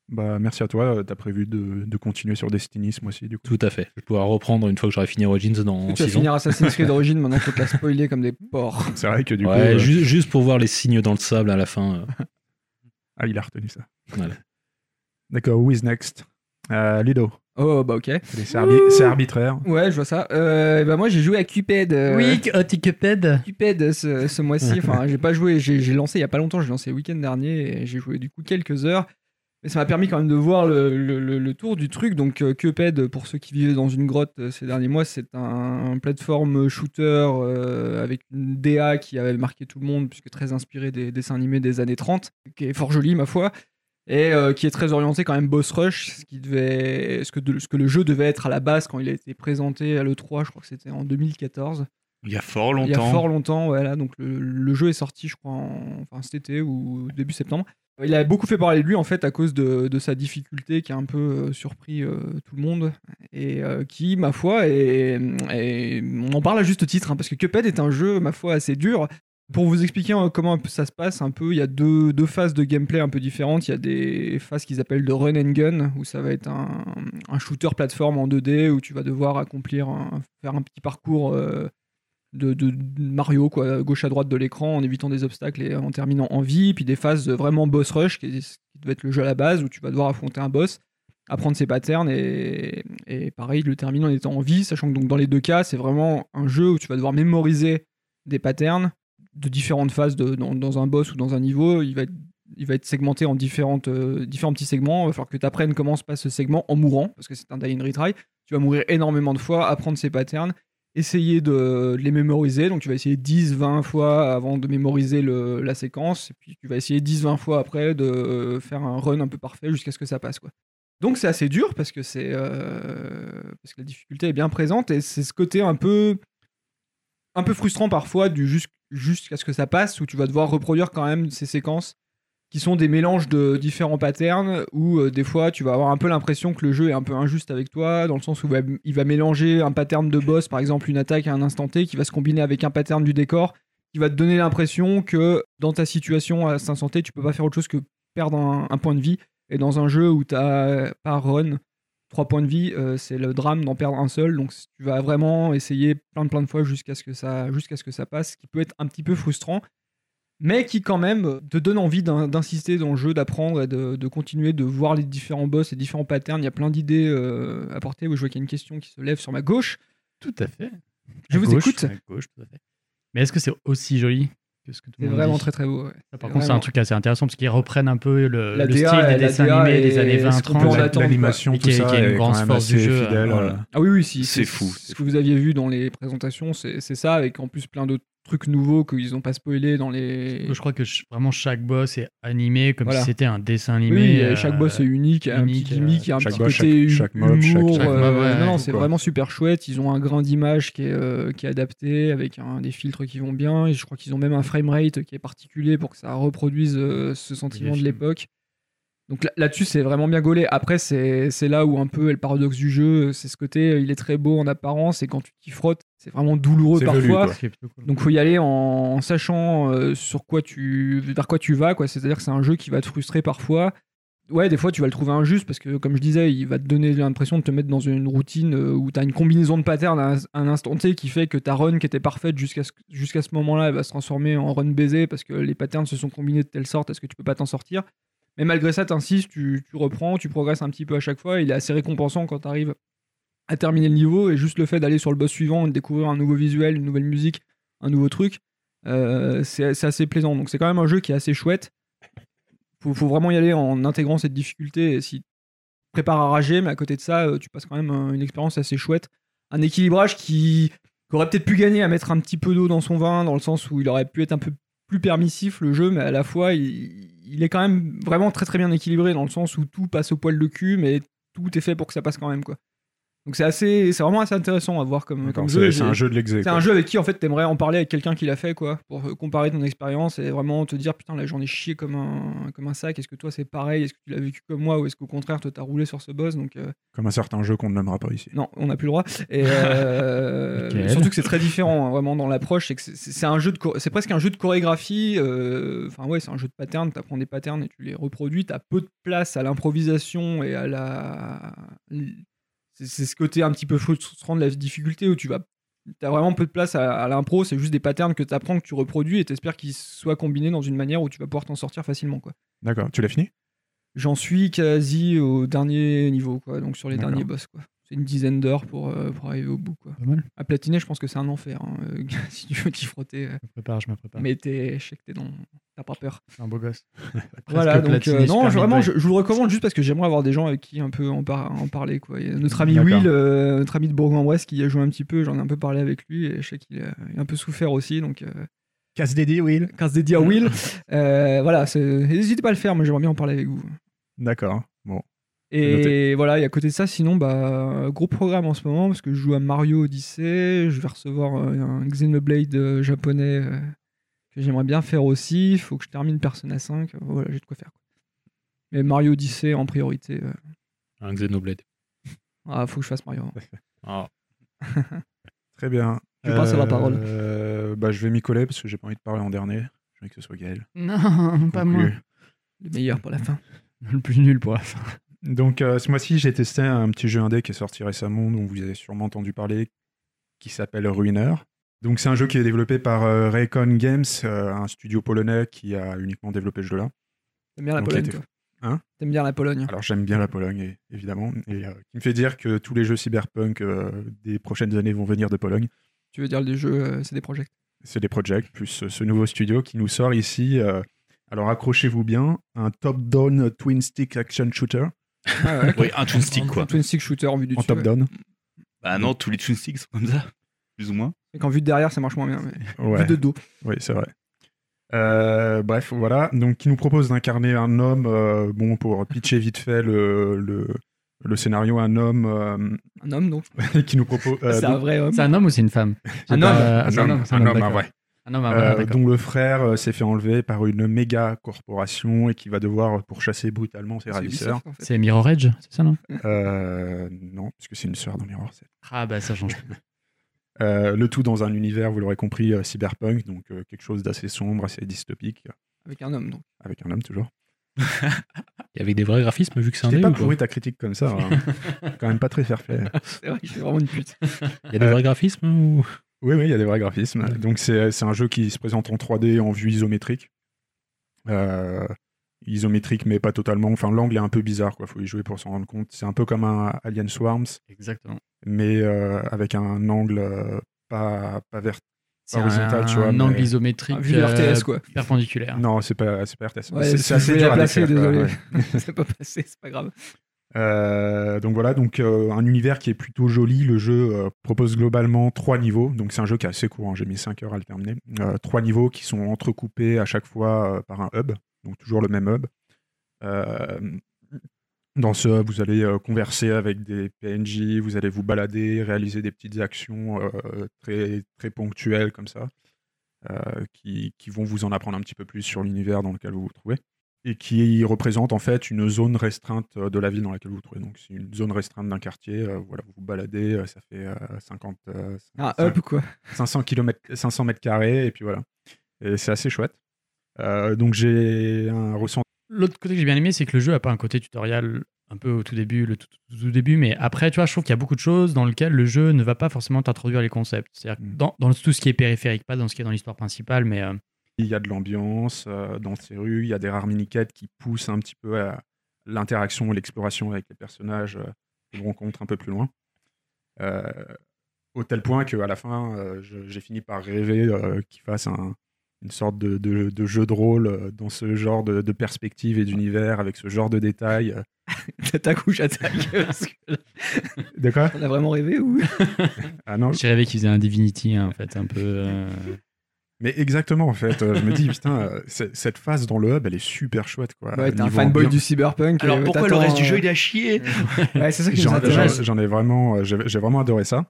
[SPEAKER 1] Bah, merci à toi. euh, T'as prévu de, de continuer sur Destiny ce mois-ci, du coup.
[SPEAKER 5] Tout à fait. Je pourrais reprendre une fois que j'aurai fini Origins dans
[SPEAKER 2] Tu vas
[SPEAKER 5] 6 ans.
[SPEAKER 2] finir Assassin's Creed d'origine, maintenant faut te la spoiler comme des porcs.
[SPEAKER 1] C'est vrai que du coup.
[SPEAKER 5] Ouais,
[SPEAKER 1] euh,
[SPEAKER 5] ju- juste pour voir les signes dans le sable à la fin. euh,
[SPEAKER 1] Ah, il a retenu ça.
[SPEAKER 5] Voilà.
[SPEAKER 1] (laughs) D'accord, who is next Euh, Ludo.
[SPEAKER 2] Oh bah ok.
[SPEAKER 1] Allez, C'est arbi- c'est arbitraire.
[SPEAKER 2] Ouais, je vois ça. Euh, bah moi j'ai joué à Cuphead. euh,
[SPEAKER 4] Oui, Oticuped.
[SPEAKER 2] Cuphead ce, ce mois-ci. Enfin, j'ai pas joué, j'ai j'ai lancé il y a pas longtemps, j'ai lancé le week-end dernier et j'ai joué du coup quelques heures. Mais ça m'a permis quand même de voir le, le- le- le tour du truc. Donc, euh, Cuphead, pour ceux qui vivaient dans une grotte euh, ces derniers mois, c'est un, un plateforme shooter euh, avec une DA qui avait marqué tout le monde, puisque très inspiré des dessins animés des années 30, qui est fort joli, ma foi, et euh, qui est très orienté quand même boss rush, ce, qui devait, ce, que de- ce que le jeu devait être à la base quand il a été présenté à l'E3, je crois que c'était en 2014.
[SPEAKER 3] Il y a fort
[SPEAKER 2] Il y a
[SPEAKER 3] longtemps.
[SPEAKER 2] fort longtemps, voilà. Donc le, le jeu est sorti, je crois, en, enfin, cet été ou début septembre. Il a beaucoup fait parler de lui, en fait, à cause de, de sa difficulté qui a un peu euh, surpris euh, tout le monde et euh, qui, ma foi, est, est- on en parle à juste titre, hein, parce que Cuphead est un jeu, ma foi, assez dur. Pour vous expliquer euh, comment ça se passe un peu, il y a deux, deux phases de gameplay un peu différentes. Il y a des phases qu'ils appellent de run and gun, où ça va être un, un shooter plateforme en 2D, où tu vas devoir accomplir, un- faire un petit parcours euh, de, de- de Mario, quoi, gauche à droite de l'écran, en évitant des obstacles et en terminant en vie. Puis des phases euh, vraiment boss rush, qui, est- qui devait être le jeu à la base, où tu vas devoir affronter un boss, apprendre ses patterns et, et pareil, le terminer en étant en vie, sachant que donc dans les deux cas, c'est vraiment un jeu où tu vas devoir mémoriser des patterns de différentes phases de- dans, dans un boss ou dans un niveau. Il va être il va être segmenté en différentes, euh, différents petits segments. Il va falloir que tu apprennes comment se passe ce segment en mourant, parce que c'est un die and retry. Tu vas mourir énormément de fois, apprendre ses patterns, essayer de, de les mémoriser. Donc tu vas essayer 10, 20 fois avant de mémoriser le- la séquence, et puis tu vas essayer 10, 20 fois après de euh, faire un run un peu parfait jusqu'à ce que ça passe. Quoi. Donc c'est assez dur parce que c'est euh, parce que la difficulté est bien présente et c'est ce côté un peu un peu frustrant parfois du jus- jusqu'à ce que ça passe où tu vas devoir reproduire quand même ces séquences qui sont des mélanges de différents patterns où euh, des fois tu vas avoir un peu l'impression que le jeu est un peu injuste avec toi dans le sens où il va, il va mélanger un pattern de boss par exemple une attaque à un instant T qui va se combiner avec un pattern du décor qui va te donner l'impression que dans ta situation à cet instant T tu peux pas faire autre chose que perdre un- un point de vie et dans un jeu où tu as par run 3 points de vie, euh, c'est le drame d'en perdre un seul. Donc c- tu vas vraiment essayer plein de plein de fois jusqu'à ce que ça jusqu'à ce que ça passe, ce qui peut être un petit peu frustrant, mais qui quand même te donne envie d'in- d'insister dans le jeu, d'apprendre et de, de continuer de voir les différents boss, les différents patterns. Il y a plein d'idées euh, apportées. Oui, je vois qu'il y a une question qui se lève sur ma gauche.
[SPEAKER 4] Tout à fait.
[SPEAKER 2] Je
[SPEAKER 4] À
[SPEAKER 2] vous
[SPEAKER 4] gauche,
[SPEAKER 2] écoute.
[SPEAKER 4] à gauche, tout à fait. Mais est-ce que c'est aussi joli que ce que tout le
[SPEAKER 2] C'est
[SPEAKER 4] monde
[SPEAKER 2] vraiment
[SPEAKER 4] dit
[SPEAKER 2] très très beau. ouais.
[SPEAKER 4] Ça, Par contre, c'est un
[SPEAKER 2] vraiment-
[SPEAKER 4] truc assez intéressant parce qu'ils reprennent un peu le,
[SPEAKER 2] La
[SPEAKER 4] le
[SPEAKER 2] DA,
[SPEAKER 4] style
[SPEAKER 2] la
[SPEAKER 4] des dessins
[SPEAKER 2] DA
[SPEAKER 4] animés
[SPEAKER 2] est-
[SPEAKER 4] des années
[SPEAKER 2] est-ce
[SPEAKER 4] 20,
[SPEAKER 2] qu'on peut en
[SPEAKER 4] 30.
[SPEAKER 2] attendre,
[SPEAKER 1] L'animation,
[SPEAKER 4] quoi.
[SPEAKER 1] tout
[SPEAKER 4] Et qui-
[SPEAKER 1] ça,
[SPEAKER 4] qui est une
[SPEAKER 1] est
[SPEAKER 4] grande
[SPEAKER 1] quand même
[SPEAKER 4] force du
[SPEAKER 1] assez
[SPEAKER 4] jeu, hein.
[SPEAKER 1] fidèle.
[SPEAKER 4] voilà.
[SPEAKER 1] euh,
[SPEAKER 2] Ah oui, oui, si.
[SPEAKER 3] C'est
[SPEAKER 2] si,
[SPEAKER 3] fou,
[SPEAKER 2] si,
[SPEAKER 3] c'est
[SPEAKER 2] Ce que vous aviez vu dans les présentations, c'est c'est ça, avec en plus plein d'autres trucs nouveaux qu'ils n'ont pas spoilé dans les.
[SPEAKER 4] Je crois que ch- vraiment chaque boss est animé comme
[SPEAKER 2] Voilà.
[SPEAKER 4] si c'était un dessin
[SPEAKER 2] Oui,
[SPEAKER 4] animé.
[SPEAKER 2] et
[SPEAKER 4] euh,
[SPEAKER 2] chaque boss est unique, a un petit
[SPEAKER 4] unique, euh,
[SPEAKER 2] gimmick, a un
[SPEAKER 1] chaque
[SPEAKER 2] petit
[SPEAKER 1] boss,
[SPEAKER 2] côté
[SPEAKER 1] chaque- chaque
[SPEAKER 2] humour.
[SPEAKER 1] mob, chaque-
[SPEAKER 2] euh,
[SPEAKER 4] chaque mob, ouais,
[SPEAKER 2] non, non,
[SPEAKER 4] ouais,
[SPEAKER 2] c'est
[SPEAKER 1] quoi.
[SPEAKER 2] vraiment super chouette. Ils ont un grain d'image qui est, euh, qui est adapté avec un- des filtres qui vont bien. Et je crois qu'ils ont même un framerate qui est particulier pour que ça reproduise euh, ce sentiment de
[SPEAKER 4] film.
[SPEAKER 2] l'époque. Donc là- là-dessus, c'est vraiment bien gaulé. Après, c'est c'est là où un peu est le paradoxe du jeu. C'est ce côté, euh, il est très beau en apparence et quand tu t'y frottes, c'est vraiment douloureux
[SPEAKER 1] C'est
[SPEAKER 2] parfois.
[SPEAKER 1] velu, quoi.
[SPEAKER 4] ce qui est plutôt cool.
[SPEAKER 2] Donc faut y aller en sachant euh, sur quoi tu vers quoi tu vas quoi, c'est-à-dire que c'est un jeu qui va te frustrer parfois. Ouais, des fois tu vas le trouver injuste parce que comme je disais, il va te donner l'impression de te mettre dans une routine euh, où tu as une combinaison de patterns à un- à un instant T qui fait que ta run qui était parfaite jusqu'à ce, jusqu'à ce moment-là, elle va se transformer en run baisée parce que les patterns se sont combinés de telle sorte est-ce que tu peux pas t'en sortir. Mais malgré ça, t'insistes, tu, tu reprends, tu progresses un petit peu à chaque fois, et il est assez récompensant quand tu arrives à terminer le niveau et juste le fait d'aller sur le boss suivant, de découvrir un nouveau visuel, une nouvelle musique un nouveau truc. Euh, c'est c'est assez plaisant. Donc c'est quand même un jeu qui est assez chouette. Faut, faut vraiment y aller en intégrant cette difficulté. Et si prépare à rager, mais à côté de ça, euh, tu passes quand même un- une expérience assez chouette. Un équilibrage qui, qui aurait peut-être pu gagner à mettre un petit peu d'eau dans son vin, dans le sens où il aurait pu être un peu plus permissif le jeu, mais à la fois il, il est quand même vraiment très très bien équilibré dans le sens où tout passe au poil de cul, mais tout est fait pour que ça passe quand même quoi. Donc c'est assez, c'est vraiment assez intéressant à voir comme, comme
[SPEAKER 1] D'accord,
[SPEAKER 2] jeu.
[SPEAKER 1] C'est c'est
[SPEAKER 2] J'ai-
[SPEAKER 1] un jeu de l'exé.
[SPEAKER 2] c'est
[SPEAKER 1] quoi.
[SPEAKER 2] un jeu avec qui en fait t'aimerais en parler avec quelqu'un qui l'a fait quoi, pour euh, comparer ton expérience et vraiment te dire putain là j'en ai chié comme un, comme un sac, est-ce que toi c'est pareil, est-ce que tu l'as vécu comme moi ou est-ce qu'au contraire toi t'as roulé sur ce boss donc euh,
[SPEAKER 1] Comme un certain jeu qu'on ne nommera pas ici.
[SPEAKER 2] non on n'a plus le droit. Et euh,
[SPEAKER 4] Nickel.
[SPEAKER 2] surtout que c'est très différent hein, vraiment dans l'approche, c'est que c'est- c'est c'est un jeu de chor- c'est presque un jeu de chorégraphie, euh, enfin ouais c'est un jeu de patterns, t'apprends des patterns et tu les reproduis, t'as peu de place à l'improvisation et à la... C'est c'est ce côté un petit peu frustrant de la difficulté où tu vas T'as vraiment peu de place à, à l'impro, c'est juste des patterns que t'apprends, que tu reproduis et t'espères qu'ils soient combinés dans une manière où tu vas pouvoir t'en sortir facilement. quoi.
[SPEAKER 1] D'accord, tu l'as fini
[SPEAKER 2] J'en suis quasi au dernier niveau, quoi, donc sur les
[SPEAKER 1] D'accord.
[SPEAKER 2] derniers boss. quoi. C'est une dizaine d'heures pour, euh, pour arriver au bout. Quoi.
[SPEAKER 4] Pas mal.
[SPEAKER 2] À platiner, je pense que c'est un enfer. hein, euh, (laughs) si tu veux t'y frotter, euh,
[SPEAKER 4] Je me prépare, je me prépare.
[SPEAKER 2] mais t'es, je sais que t'es dans. T'as pas peur.
[SPEAKER 4] C'est un beau gosse. (laughs)
[SPEAKER 2] Voilà,
[SPEAKER 4] Presque
[SPEAKER 2] donc
[SPEAKER 4] Platini,
[SPEAKER 2] euh, non,
[SPEAKER 4] Super
[SPEAKER 2] je- vraiment,
[SPEAKER 4] Meat
[SPEAKER 2] je,
[SPEAKER 4] Boy.
[SPEAKER 2] je vous le recommande juste parce que j'aimerais avoir des gens avec qui un peu en, par- en parler. Quoi. Il y a notre ami
[SPEAKER 1] D'accord.
[SPEAKER 2] Will, euh, notre ami de Bourg-en-Bresse qui y a joué un petit peu, j'en ai un peu parlé avec lui et je sais qu'il a, il a un peu souffert aussi. Donc, euh,
[SPEAKER 1] Casse dédié, Will.
[SPEAKER 2] Casse dédié à Will. Euh, voilà, c'est- n'hésitez pas à le faire, mais j'aimerais bien en parler avec vous.
[SPEAKER 1] D'accord. Bon,
[SPEAKER 2] Et
[SPEAKER 5] Noté.
[SPEAKER 2] voilà, et à côté de ça, sinon, bah, gros programme en ce moment, parce que je joue à Mario Odyssey, je vais recevoir euh, un Xenoblade euh, japonais euh, que j'aimerais bien faire aussi, il faut que je termine Persona 5, euh, voilà, j'ai de quoi faire. quoi. Mais Mario Odyssey en priorité, euh.
[SPEAKER 5] Un Xenoblade.
[SPEAKER 2] ah, faut que je fasse Mario. avant.
[SPEAKER 5] Ah,
[SPEAKER 1] Très bien.
[SPEAKER 2] Je passe à la parole.
[SPEAKER 1] Euh, bah, je vais m'y coller parce que j'ai pas envie de parler en dernier. Je veux que ce soit Gaël.
[SPEAKER 4] Non, pas moi.
[SPEAKER 1] Conclu.
[SPEAKER 2] Le meilleur pour la fin.
[SPEAKER 4] Le plus nul pour la fin.
[SPEAKER 1] Donc euh, ce mois-ci, j'ai testé un petit jeu indé qui est sorti récemment, dont vous avez sûrement entendu parler, qui s'appelle Ruiner. Donc c'est un jeu qui est développé par euh, Raycon Games, euh, un studio polonais qui a uniquement développé ce jeu-là.
[SPEAKER 2] T'aimes bien la
[SPEAKER 1] Donc,
[SPEAKER 2] Pologne,
[SPEAKER 1] t'es-
[SPEAKER 2] toi
[SPEAKER 1] Hein
[SPEAKER 2] T'aimes bien la Pologne
[SPEAKER 1] Alors j'aime bien la Pologne, é- évidemment, et euh, qui me fait dire que tous les jeux cyberpunk euh, des prochaines années vont venir de Pologne.
[SPEAKER 2] Tu veux dire les jeux, euh, c'est
[SPEAKER 1] (laughs)
[SPEAKER 2] des projets
[SPEAKER 1] C'est des projects, plus euh, ce nouveau studio qui nous sort ici, euh, alors accrochez-vous bien, un top-down twin-stick action shooter,
[SPEAKER 3] Oui, un twin stick, quoi.
[SPEAKER 2] Un twin stick shooter en vue du
[SPEAKER 1] en
[SPEAKER 2] dessus. ouais.
[SPEAKER 1] top-down.
[SPEAKER 3] Bah non, tous les twin sticks sont comme ça, plus ou moins.
[SPEAKER 2] Et qu'en vue de derrière, ça marche moins bien. Mais...
[SPEAKER 1] Ouais.
[SPEAKER 2] Vue de dos.
[SPEAKER 1] Oui, c'est vrai. Euh, bref, voilà. Donc, qui nous propose d'incarner un homme, euh, bon, pour pitcher vite fait le, le, le scénario, un homme
[SPEAKER 2] Un homme, donc.
[SPEAKER 1] euh, (laughs) qui nous propose. euh,
[SPEAKER 2] c'est un
[SPEAKER 1] donc-
[SPEAKER 2] vrai homme.
[SPEAKER 4] C'est un homme ou c'est une femme
[SPEAKER 2] Un
[SPEAKER 4] J'ai
[SPEAKER 2] homme.
[SPEAKER 4] pas-
[SPEAKER 1] un
[SPEAKER 4] c'est
[SPEAKER 1] homme,
[SPEAKER 4] c'est
[SPEAKER 1] un homme,
[SPEAKER 4] d'accord.
[SPEAKER 1] ah ouais.
[SPEAKER 4] Un homme, ah, voilà,
[SPEAKER 1] Euh,
[SPEAKER 4] d'accord.
[SPEAKER 1] dont le frère euh, s'est fait enlever par une méga corporation et qui va devoir pourchasser brutalement ses
[SPEAKER 2] C'est
[SPEAKER 1] ravisseurs.
[SPEAKER 2] Ubisoft, en fait.
[SPEAKER 4] C'est Mirror Edge, c'est ça, non
[SPEAKER 1] Euh, non, parce que c'est une sœur dans Mirror Set.
[SPEAKER 4] Ah bah ça change.
[SPEAKER 1] Euh, le tout dans un univers, vous l'aurez compris, euh, cyberpunk, donc euh, quelque chose d'assez sombre, assez dystopique, euh,
[SPEAKER 2] Avec un homme, donc.
[SPEAKER 1] avec un homme toujours.
[SPEAKER 5] et avec des vrais graphismes, vu que c'est un
[SPEAKER 1] T'es
[SPEAKER 5] dé
[SPEAKER 1] pas
[SPEAKER 5] ou quoi
[SPEAKER 1] pourri ta critique comme ça,
[SPEAKER 2] (laughs)
[SPEAKER 1] hein. quand même pas très fair play.
[SPEAKER 2] C'est vrai que je suis vraiment une pute.
[SPEAKER 5] Il y a des vrais graphismes ou...
[SPEAKER 1] Oui, oui, il y a des vrais graphismes. Donc, c'est c'est un jeu qui se présente en 3D en vue isométrique. Euh, isométrique, mais pas totalement. Enfin, l'angle est un peu bizarre, quoi. faut y jouer pour s'en rendre compte. C'est un peu comme un Alien Swarms,
[SPEAKER 4] Exactement.
[SPEAKER 1] mais euh, avec un angle euh, pas, pas vert.
[SPEAKER 4] C'est
[SPEAKER 1] horizontal,
[SPEAKER 4] un,
[SPEAKER 1] tu vois,
[SPEAKER 4] un
[SPEAKER 1] mais-
[SPEAKER 4] angle isométrique
[SPEAKER 2] Un vue de
[SPEAKER 4] euh,
[SPEAKER 2] RTS, quoi. (laughs)
[SPEAKER 4] perpendiculaire.
[SPEAKER 1] Non, c'est pas, c'est pas RTS.
[SPEAKER 2] Ah. Ouais,
[SPEAKER 1] C'est-
[SPEAKER 2] si
[SPEAKER 1] c'est assez
[SPEAKER 2] je voulais
[SPEAKER 1] dur
[SPEAKER 2] la
[SPEAKER 1] à
[SPEAKER 2] placer,
[SPEAKER 1] décrire, quoi,
[SPEAKER 2] désolé.
[SPEAKER 1] ouais.
[SPEAKER 2] c'est pas passé, c'est pas grave.
[SPEAKER 1] Euh, donc voilà, donc euh, un univers qui est plutôt joli. Le jeu euh, propose globalement trois niveaux. Donc c'est un jeu qui est assez court, hein, j'ai mis 5 heures à le terminer. Euh, trois niveaux qui sont entrecoupés à chaque fois euh, par un hub, donc toujours le même hub. Euh, dans ce hub, vous allez euh, converser avec des PNJ, vous allez vous balader, réaliser des petites actions euh, très, très ponctuelles comme ça, euh, qui, qui vont vous en apprendre un petit peu plus sur l'univers dans lequel vous vous trouvez et qui représente en fait une zone restreinte euh, de la ville dans laquelle vous vous trouvez. Donc c'est une zone restreinte d'un quartier, euh, voilà, vous vous baladez, euh, ça fait euh, 50, euh,
[SPEAKER 2] Un
[SPEAKER 1] cin-
[SPEAKER 2] Ah, up, quoi. (laughs)
[SPEAKER 1] 500 km, 500 mètres carrés, et puis voilà. Et c'est assez chouette. Euh, donc j'ai un ressenti.
[SPEAKER 4] L'autre côté que j'ai bien aimé, c'est que le jeu a pas un côté tutoriel un peu au tout début, le tout, tout- tout début, mais après, tu vois, je trouve qu'il y a beaucoup de choses dans lesquelles le jeu ne va pas forcément t'introduire les concepts. C'est-à-dire que
[SPEAKER 1] Mm.
[SPEAKER 4] dans, dans tout ce qui est périphérique, pas dans ce qui est dans l'histoire principale, mais euh,
[SPEAKER 1] Il y a de l'ambiance euh, dans ces rues, il y a des rares mini-quêtes qui poussent un petit peu à l'interaction et l'exploration avec les personnages euh, qu'on rencontre un peu plus loin. Euh, au tel point qu'à la fin, euh, je- j'ai fini par rêver euh, qu'il fasse un- une sorte de, de- de jeu de rôle euh, dans ce genre de, de perspective et d'univers avec ce genre de détails. euh.
[SPEAKER 2] J'attaque ou j'attaque (laughs) parce que là,
[SPEAKER 1] De quoi
[SPEAKER 2] On a vraiment rêvé ou
[SPEAKER 1] Ah non,
[SPEAKER 4] j'ai rêvé qu'ils faisaient un Divinity, hein, en fait, un peu. euh,
[SPEAKER 1] mais exactement en fait. Euh, je me dis, putain, euh, c'est- cette phase dans le hub, elle est super chouette quoi.
[SPEAKER 2] Ouais, t'es un
[SPEAKER 1] Niveau
[SPEAKER 2] fanboy
[SPEAKER 1] ambiance.
[SPEAKER 2] du cyberpunk.
[SPEAKER 3] Alors
[SPEAKER 2] euh,
[SPEAKER 3] pourquoi le
[SPEAKER 2] t'attends,
[SPEAKER 3] reste du
[SPEAKER 2] euh,
[SPEAKER 3] jeu il a chié
[SPEAKER 2] Ouais, c'est ça qui nous
[SPEAKER 1] J'en-
[SPEAKER 2] intéresse.
[SPEAKER 1] J'en j'en ai vraiment, euh, j'ai j'ai vraiment adoré ça.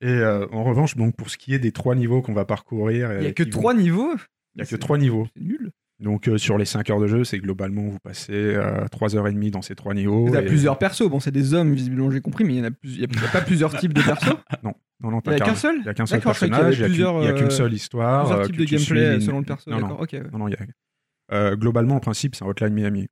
[SPEAKER 1] Et euh, en revanche, donc pour ce qui est des trois niveaux qu'on va parcourir,
[SPEAKER 2] Il y
[SPEAKER 1] euh,
[SPEAKER 2] a que
[SPEAKER 1] qui vont-
[SPEAKER 2] trois niveaux.
[SPEAKER 1] il y a que trois niveaux.
[SPEAKER 2] C'est nul.
[SPEAKER 1] Donc euh, sur les 5 heures de jeu, c'est globalement vous passez euh, trois heures et demie dans ces trois niveaux.
[SPEAKER 2] T'as
[SPEAKER 1] et-
[SPEAKER 2] plusieurs persos. Bon, c'est des hommes, visiblement, j'ai compris, mais il y en a plus- il y a il y a pas plusieurs types
[SPEAKER 1] (laughs)
[SPEAKER 2] de persos.
[SPEAKER 1] Non, non,
[SPEAKER 2] Il y
[SPEAKER 1] t'as
[SPEAKER 2] a qu'un
[SPEAKER 1] qu'un
[SPEAKER 2] seul
[SPEAKER 1] il y a qu'un seul
[SPEAKER 2] D'accord, je croyais qu'il y avait
[SPEAKER 1] personnage, il y a qu'une-
[SPEAKER 2] plusieurs,
[SPEAKER 1] il y a qu'une
[SPEAKER 2] euh,
[SPEAKER 1] seule histoire.
[SPEAKER 2] Plusieurs
[SPEAKER 1] euh,
[SPEAKER 2] types
[SPEAKER 1] que
[SPEAKER 2] de
[SPEAKER 1] tu suis,
[SPEAKER 2] gameplay
[SPEAKER 1] une-
[SPEAKER 2] selon le perso.
[SPEAKER 1] Non, non.
[SPEAKER 2] D'accord, ok. ouais.
[SPEAKER 1] euh, Non, non, il y a- Euh, globalement, en principe, c'est un Hotline Miami.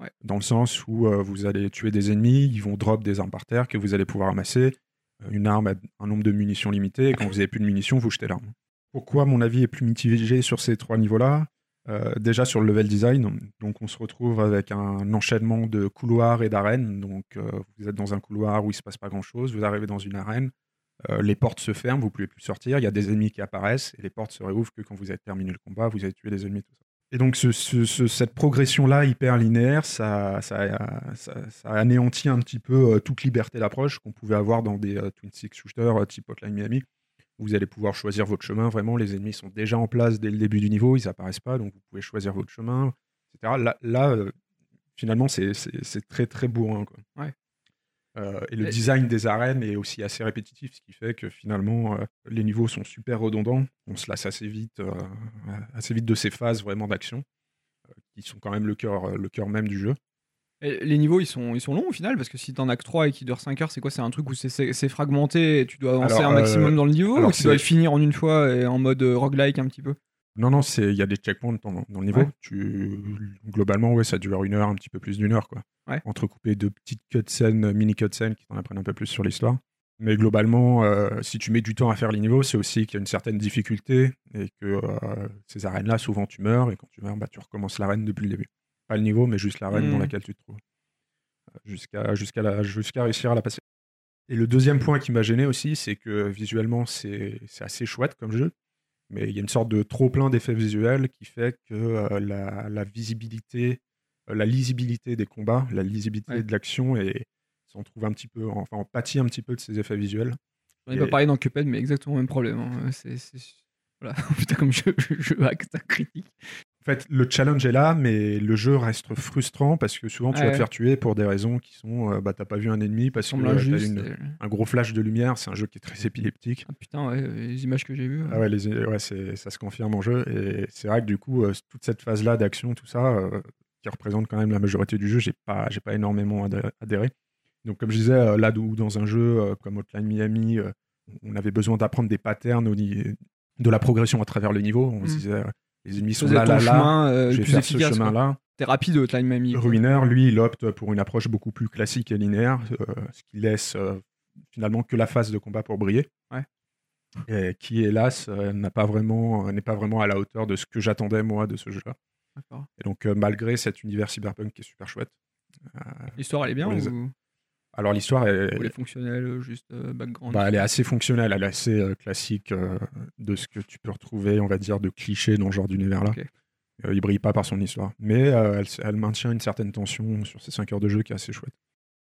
[SPEAKER 2] Ouais.
[SPEAKER 1] Dans le sens où euh, vous allez tuer des ennemis, ils vont drop des armes par terre que vous allez pouvoir amasser. Euh, Une arme a un nombre de munitions limité, et quand vous avez plus de munitions, vous jetez l'arme. Pourquoi mon avis est plus mitigé sur ces trois niveaux-là Euh, Déjà sur le level design, donc on se retrouve avec un enchaînement de couloirs et d'arènes. Donc euh, vous êtes dans un couloir où il se passe pas grand-chose, vous arrivez dans une arène, euh, les portes se ferment, vous pouvez plus sortir, il y a des ennemis qui apparaissent et les portes se réouvrent que quand vous avez terminé le combat, vous avez tué les ennemis. Tout ça. Et donc ce- ce- ce- cette progression-là hyper linéaire, ça, ça, ça- ça anéantit un petit peu euh, toute liberté d'approche qu'on pouvait avoir dans des euh, Twin Six Shooters euh, type Hotline Miami. où Vous allez pouvoir choisir votre chemin, vraiment, les ennemis sont déjà en place dès le début du niveau, ils apparaissent pas, donc vous pouvez choisir votre chemin, etc. Là, là, euh, finalement, c'est- c'est c'est très très bourrin. Quoi.
[SPEAKER 2] Ouais.
[SPEAKER 1] Euh, et le
[SPEAKER 2] Et-
[SPEAKER 1] design des arènes est aussi assez répétitif, ce qui fait que finalement, euh, les niveaux sont super redondants. On se lasse assez vite, euh, assez vite de ces phases vraiment d'action, euh, qui sont quand même le cœur, euh, le cœur même du jeu.
[SPEAKER 2] Et les niveaux, ils sont, ils sont longs au final, parce que si t'en as que 3 et qui durent 5 heures, c'est quoi C'est un truc où c'est- c'est c'est fragmenté et tu dois avancer
[SPEAKER 1] Alors,
[SPEAKER 2] un maximum
[SPEAKER 1] euh,
[SPEAKER 2] dans le niveau
[SPEAKER 1] alors
[SPEAKER 2] ou tu dois
[SPEAKER 1] c'est-
[SPEAKER 2] le finir en une fois et en mode euh, roguelike un petit peu
[SPEAKER 1] Non, non, c'est- il y a des checkpoints dans, dans le niveau.
[SPEAKER 2] Ouais.
[SPEAKER 1] Tu, globalement, ouais, ça dure une heure, un petit peu plus d'une heure. Quoi.
[SPEAKER 2] Ouais.
[SPEAKER 1] Entrecoupé de petites cutscenes, euh, mini cutscenes qui t'en apprennent un peu plus sur l'histoire. Mais globalement, euh, si tu mets du temps à faire les niveaux, c'est aussi qu'il y a une certaine difficulté et que euh, ces arènes-là, souvent tu meurs et quand tu meurs, bah, tu recommences l'arène depuis le début. Pas le niveau, mais juste l'arène dans
[SPEAKER 2] Mhm.
[SPEAKER 1] laquelle tu te trouves. Euh, Jusqu'à jusqu'à la- jusqu'à réussir à la passer. Et le deuxième point qui m'a gêné aussi, c'est que visuellement, c'est c'est assez chouette comme jeu, mais il y a une sorte de trop-plein d'effets visuels qui fait que euh, la, la visibilité, euh, la lisibilité des combats, la lisibilité
[SPEAKER 2] Ouais.
[SPEAKER 1] de l'action, et on trouve un petit peu, enfin, on pâtit un petit peu de ces effets visuels.
[SPEAKER 2] J'en ai pas
[SPEAKER 1] Et-
[SPEAKER 2] parlé dans Cuphead, mais exactement le même problème. hein. C'est. c'est- Voilà, (laughs) putain, comme je, je hack ta critique.
[SPEAKER 1] En fait, le challenge est là, mais le jeu reste frustrant parce que souvent, tu vas
[SPEAKER 2] Ouais.
[SPEAKER 1] te faire tuer pour des raisons qui sont, euh, bah, t'as pas vu un ennemi parce que
[SPEAKER 2] semble
[SPEAKER 1] euh, t'as
[SPEAKER 2] injuste.
[SPEAKER 1] une-
[SPEAKER 2] euh,
[SPEAKER 1] un gros flash de lumière. C'est un jeu qui est très épileptique.
[SPEAKER 2] Ah putain, ouais, euh, les images que j'ai vues.
[SPEAKER 1] Ah ouais, les, ouais, c'est- ça se confirme en jeu. Et c'est vrai que du coup, euh, toute cette phase-là d'action, tout ça, euh, qui représente quand même la majorité du jeu, j'ai pas, j'ai pas énormément adhé- adhéré. Donc, comme je disais, euh, là où dans un jeu euh, comme Hotline Miami, euh, on avait besoin d'apprendre des patterns au ni- de la progression à travers le niveau. On se
[SPEAKER 2] Mm.
[SPEAKER 1] disait, euh, les ennemis sont
[SPEAKER 2] Faisais
[SPEAKER 1] là,
[SPEAKER 2] ton
[SPEAKER 1] là, là.
[SPEAKER 2] chemin euh,
[SPEAKER 1] Je
[SPEAKER 2] le
[SPEAKER 1] vais
[SPEAKER 2] plus
[SPEAKER 1] faire ce
[SPEAKER 2] efficace. quoi.
[SPEAKER 1] chemin-là.
[SPEAKER 2] T'es rapide, Hotline Mamie. quoi.
[SPEAKER 1] Ruiner, lui, il opte pour une approche beaucoup plus classique et linéaire, euh, ce qui laisse euh, finalement que la phase de combat pour briller.
[SPEAKER 2] Ouais.
[SPEAKER 1] Et qui, hélas, euh, n'a pas vraiment- euh, n'est pas vraiment à la hauteur de ce que j'attendais, moi, de ce jeu-là.
[SPEAKER 2] D'accord.
[SPEAKER 1] Et donc, euh, malgré cet univers cyberpunk qui est super chouette, euh,
[SPEAKER 2] L'histoire, elle est bien
[SPEAKER 1] On les a-
[SPEAKER 2] ou,
[SPEAKER 1] alors l'histoire est,
[SPEAKER 2] ou les fonctionnels, euh, juste euh, background
[SPEAKER 1] bah, elle est assez fonctionnelle, elle est assez euh, classique euh, de ce que tu peux retrouver, on va dire, de clichés dans ce genre d'univers-là.
[SPEAKER 2] Ok.
[SPEAKER 1] Euh, il brille pas par son histoire. Mais euh, elle, elle maintient une certaine tension sur ces 5 heures de jeu qui est assez chouette.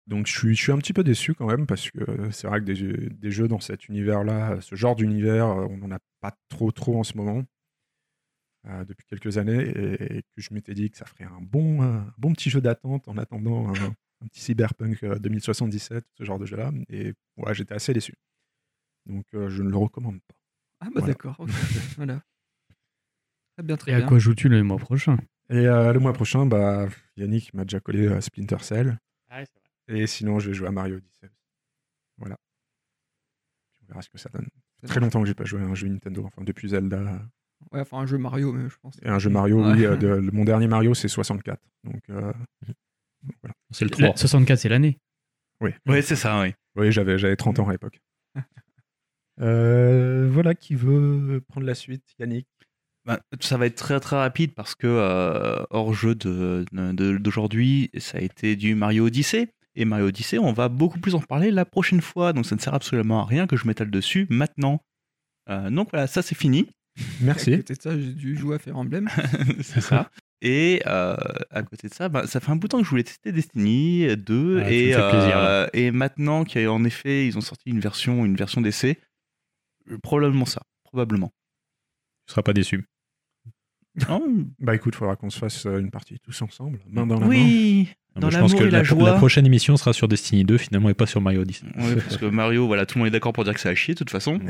[SPEAKER 1] Donc je suis, je suis un petit peu déçu quand même, parce que euh, c'est vrai que des, jeux- des jeux dans cet univers-là, euh, ce genre d'univers, euh, on n'en a pas trop trop en ce moment, euh, depuis quelques années, et, et que je m'étais dit que ça ferait un bon, euh, bon petit jeu d'attente en attendant un, un petit cyberpunk euh, 2077, ce genre de jeu-là. Et ouais, j'étais assez déçu. Donc euh, je ne le recommande pas.
[SPEAKER 2] Ah bah
[SPEAKER 1] voilà.
[SPEAKER 2] d'accord. ok, (laughs) voilà. Très bien, très
[SPEAKER 4] Et à
[SPEAKER 2] bien.
[SPEAKER 4] quoi joues-tu le mois prochain
[SPEAKER 1] Et euh, le mois prochain, bah, Yannick m'a déjà collé à Splinter Cell. Et sinon, je vais jouer à Mario Odyssey. Voilà. Puis on verra ce que ça donne. C'est très longtemps que j'ai pas joué à un jeu Nintendo, enfin depuis Zelda.
[SPEAKER 2] Ouais, enfin un jeu Mario, même, je pense.
[SPEAKER 1] Et un jeu Mario,
[SPEAKER 2] Ouais.
[SPEAKER 1] oui. euh, de- le- mon dernier Mario, c'est 64. Donc euh,
[SPEAKER 5] C'est le 3.
[SPEAKER 4] La- 64, c'est l'année.
[SPEAKER 3] Ouais, c'est ça, oui.
[SPEAKER 1] oui, j'avais j'avais 30 ans à l'époque. (laughs) Euh, voilà qui veut prendre la suite, Yannick.
[SPEAKER 3] Ben, ça va être très très rapide parce que euh, hors jeu de- de- d'aujourd'hui, ça a été du Mario Odyssey. Et Mario Odyssey, on va beaucoup plus en parler la prochaine fois. Donc ça ne sert absolument à rien que je m'étale dessus maintenant. Euh, donc voilà, ça c'est fini.
[SPEAKER 2] À
[SPEAKER 1] Merci.
[SPEAKER 2] côté de ça, j'ai dû jouer à Fire Emblem.
[SPEAKER 3] (laughs) c'est ça. Et euh, à côté de ça, ben, ça fait un bout de temps que je voulais tester Destiny 2.
[SPEAKER 5] Ah, tu
[SPEAKER 3] et, euh,
[SPEAKER 5] me fais plaisir, là.
[SPEAKER 3] et maintenant qu'en effet, ils ont sorti une version, une version d'essai, euh, probablement ça. Probablement.
[SPEAKER 5] Tu seras pas déçu.
[SPEAKER 3] Oh,
[SPEAKER 1] Bah écoute, faudra qu'on se fasse euh, une partie tous ensemble, main dans la main.
[SPEAKER 3] oui!
[SPEAKER 5] Non,
[SPEAKER 3] Dans
[SPEAKER 5] mais je pense
[SPEAKER 3] l'amour
[SPEAKER 5] que
[SPEAKER 3] et la
[SPEAKER 5] la,
[SPEAKER 3] joie.
[SPEAKER 5] la prochaine émission sera sur Destiny 2 finalement et pas sur Mario Odyssey.
[SPEAKER 3] Oui, parce que Mario, voilà, tout le monde est d'accord pour dire que c'est à chier de toute façon.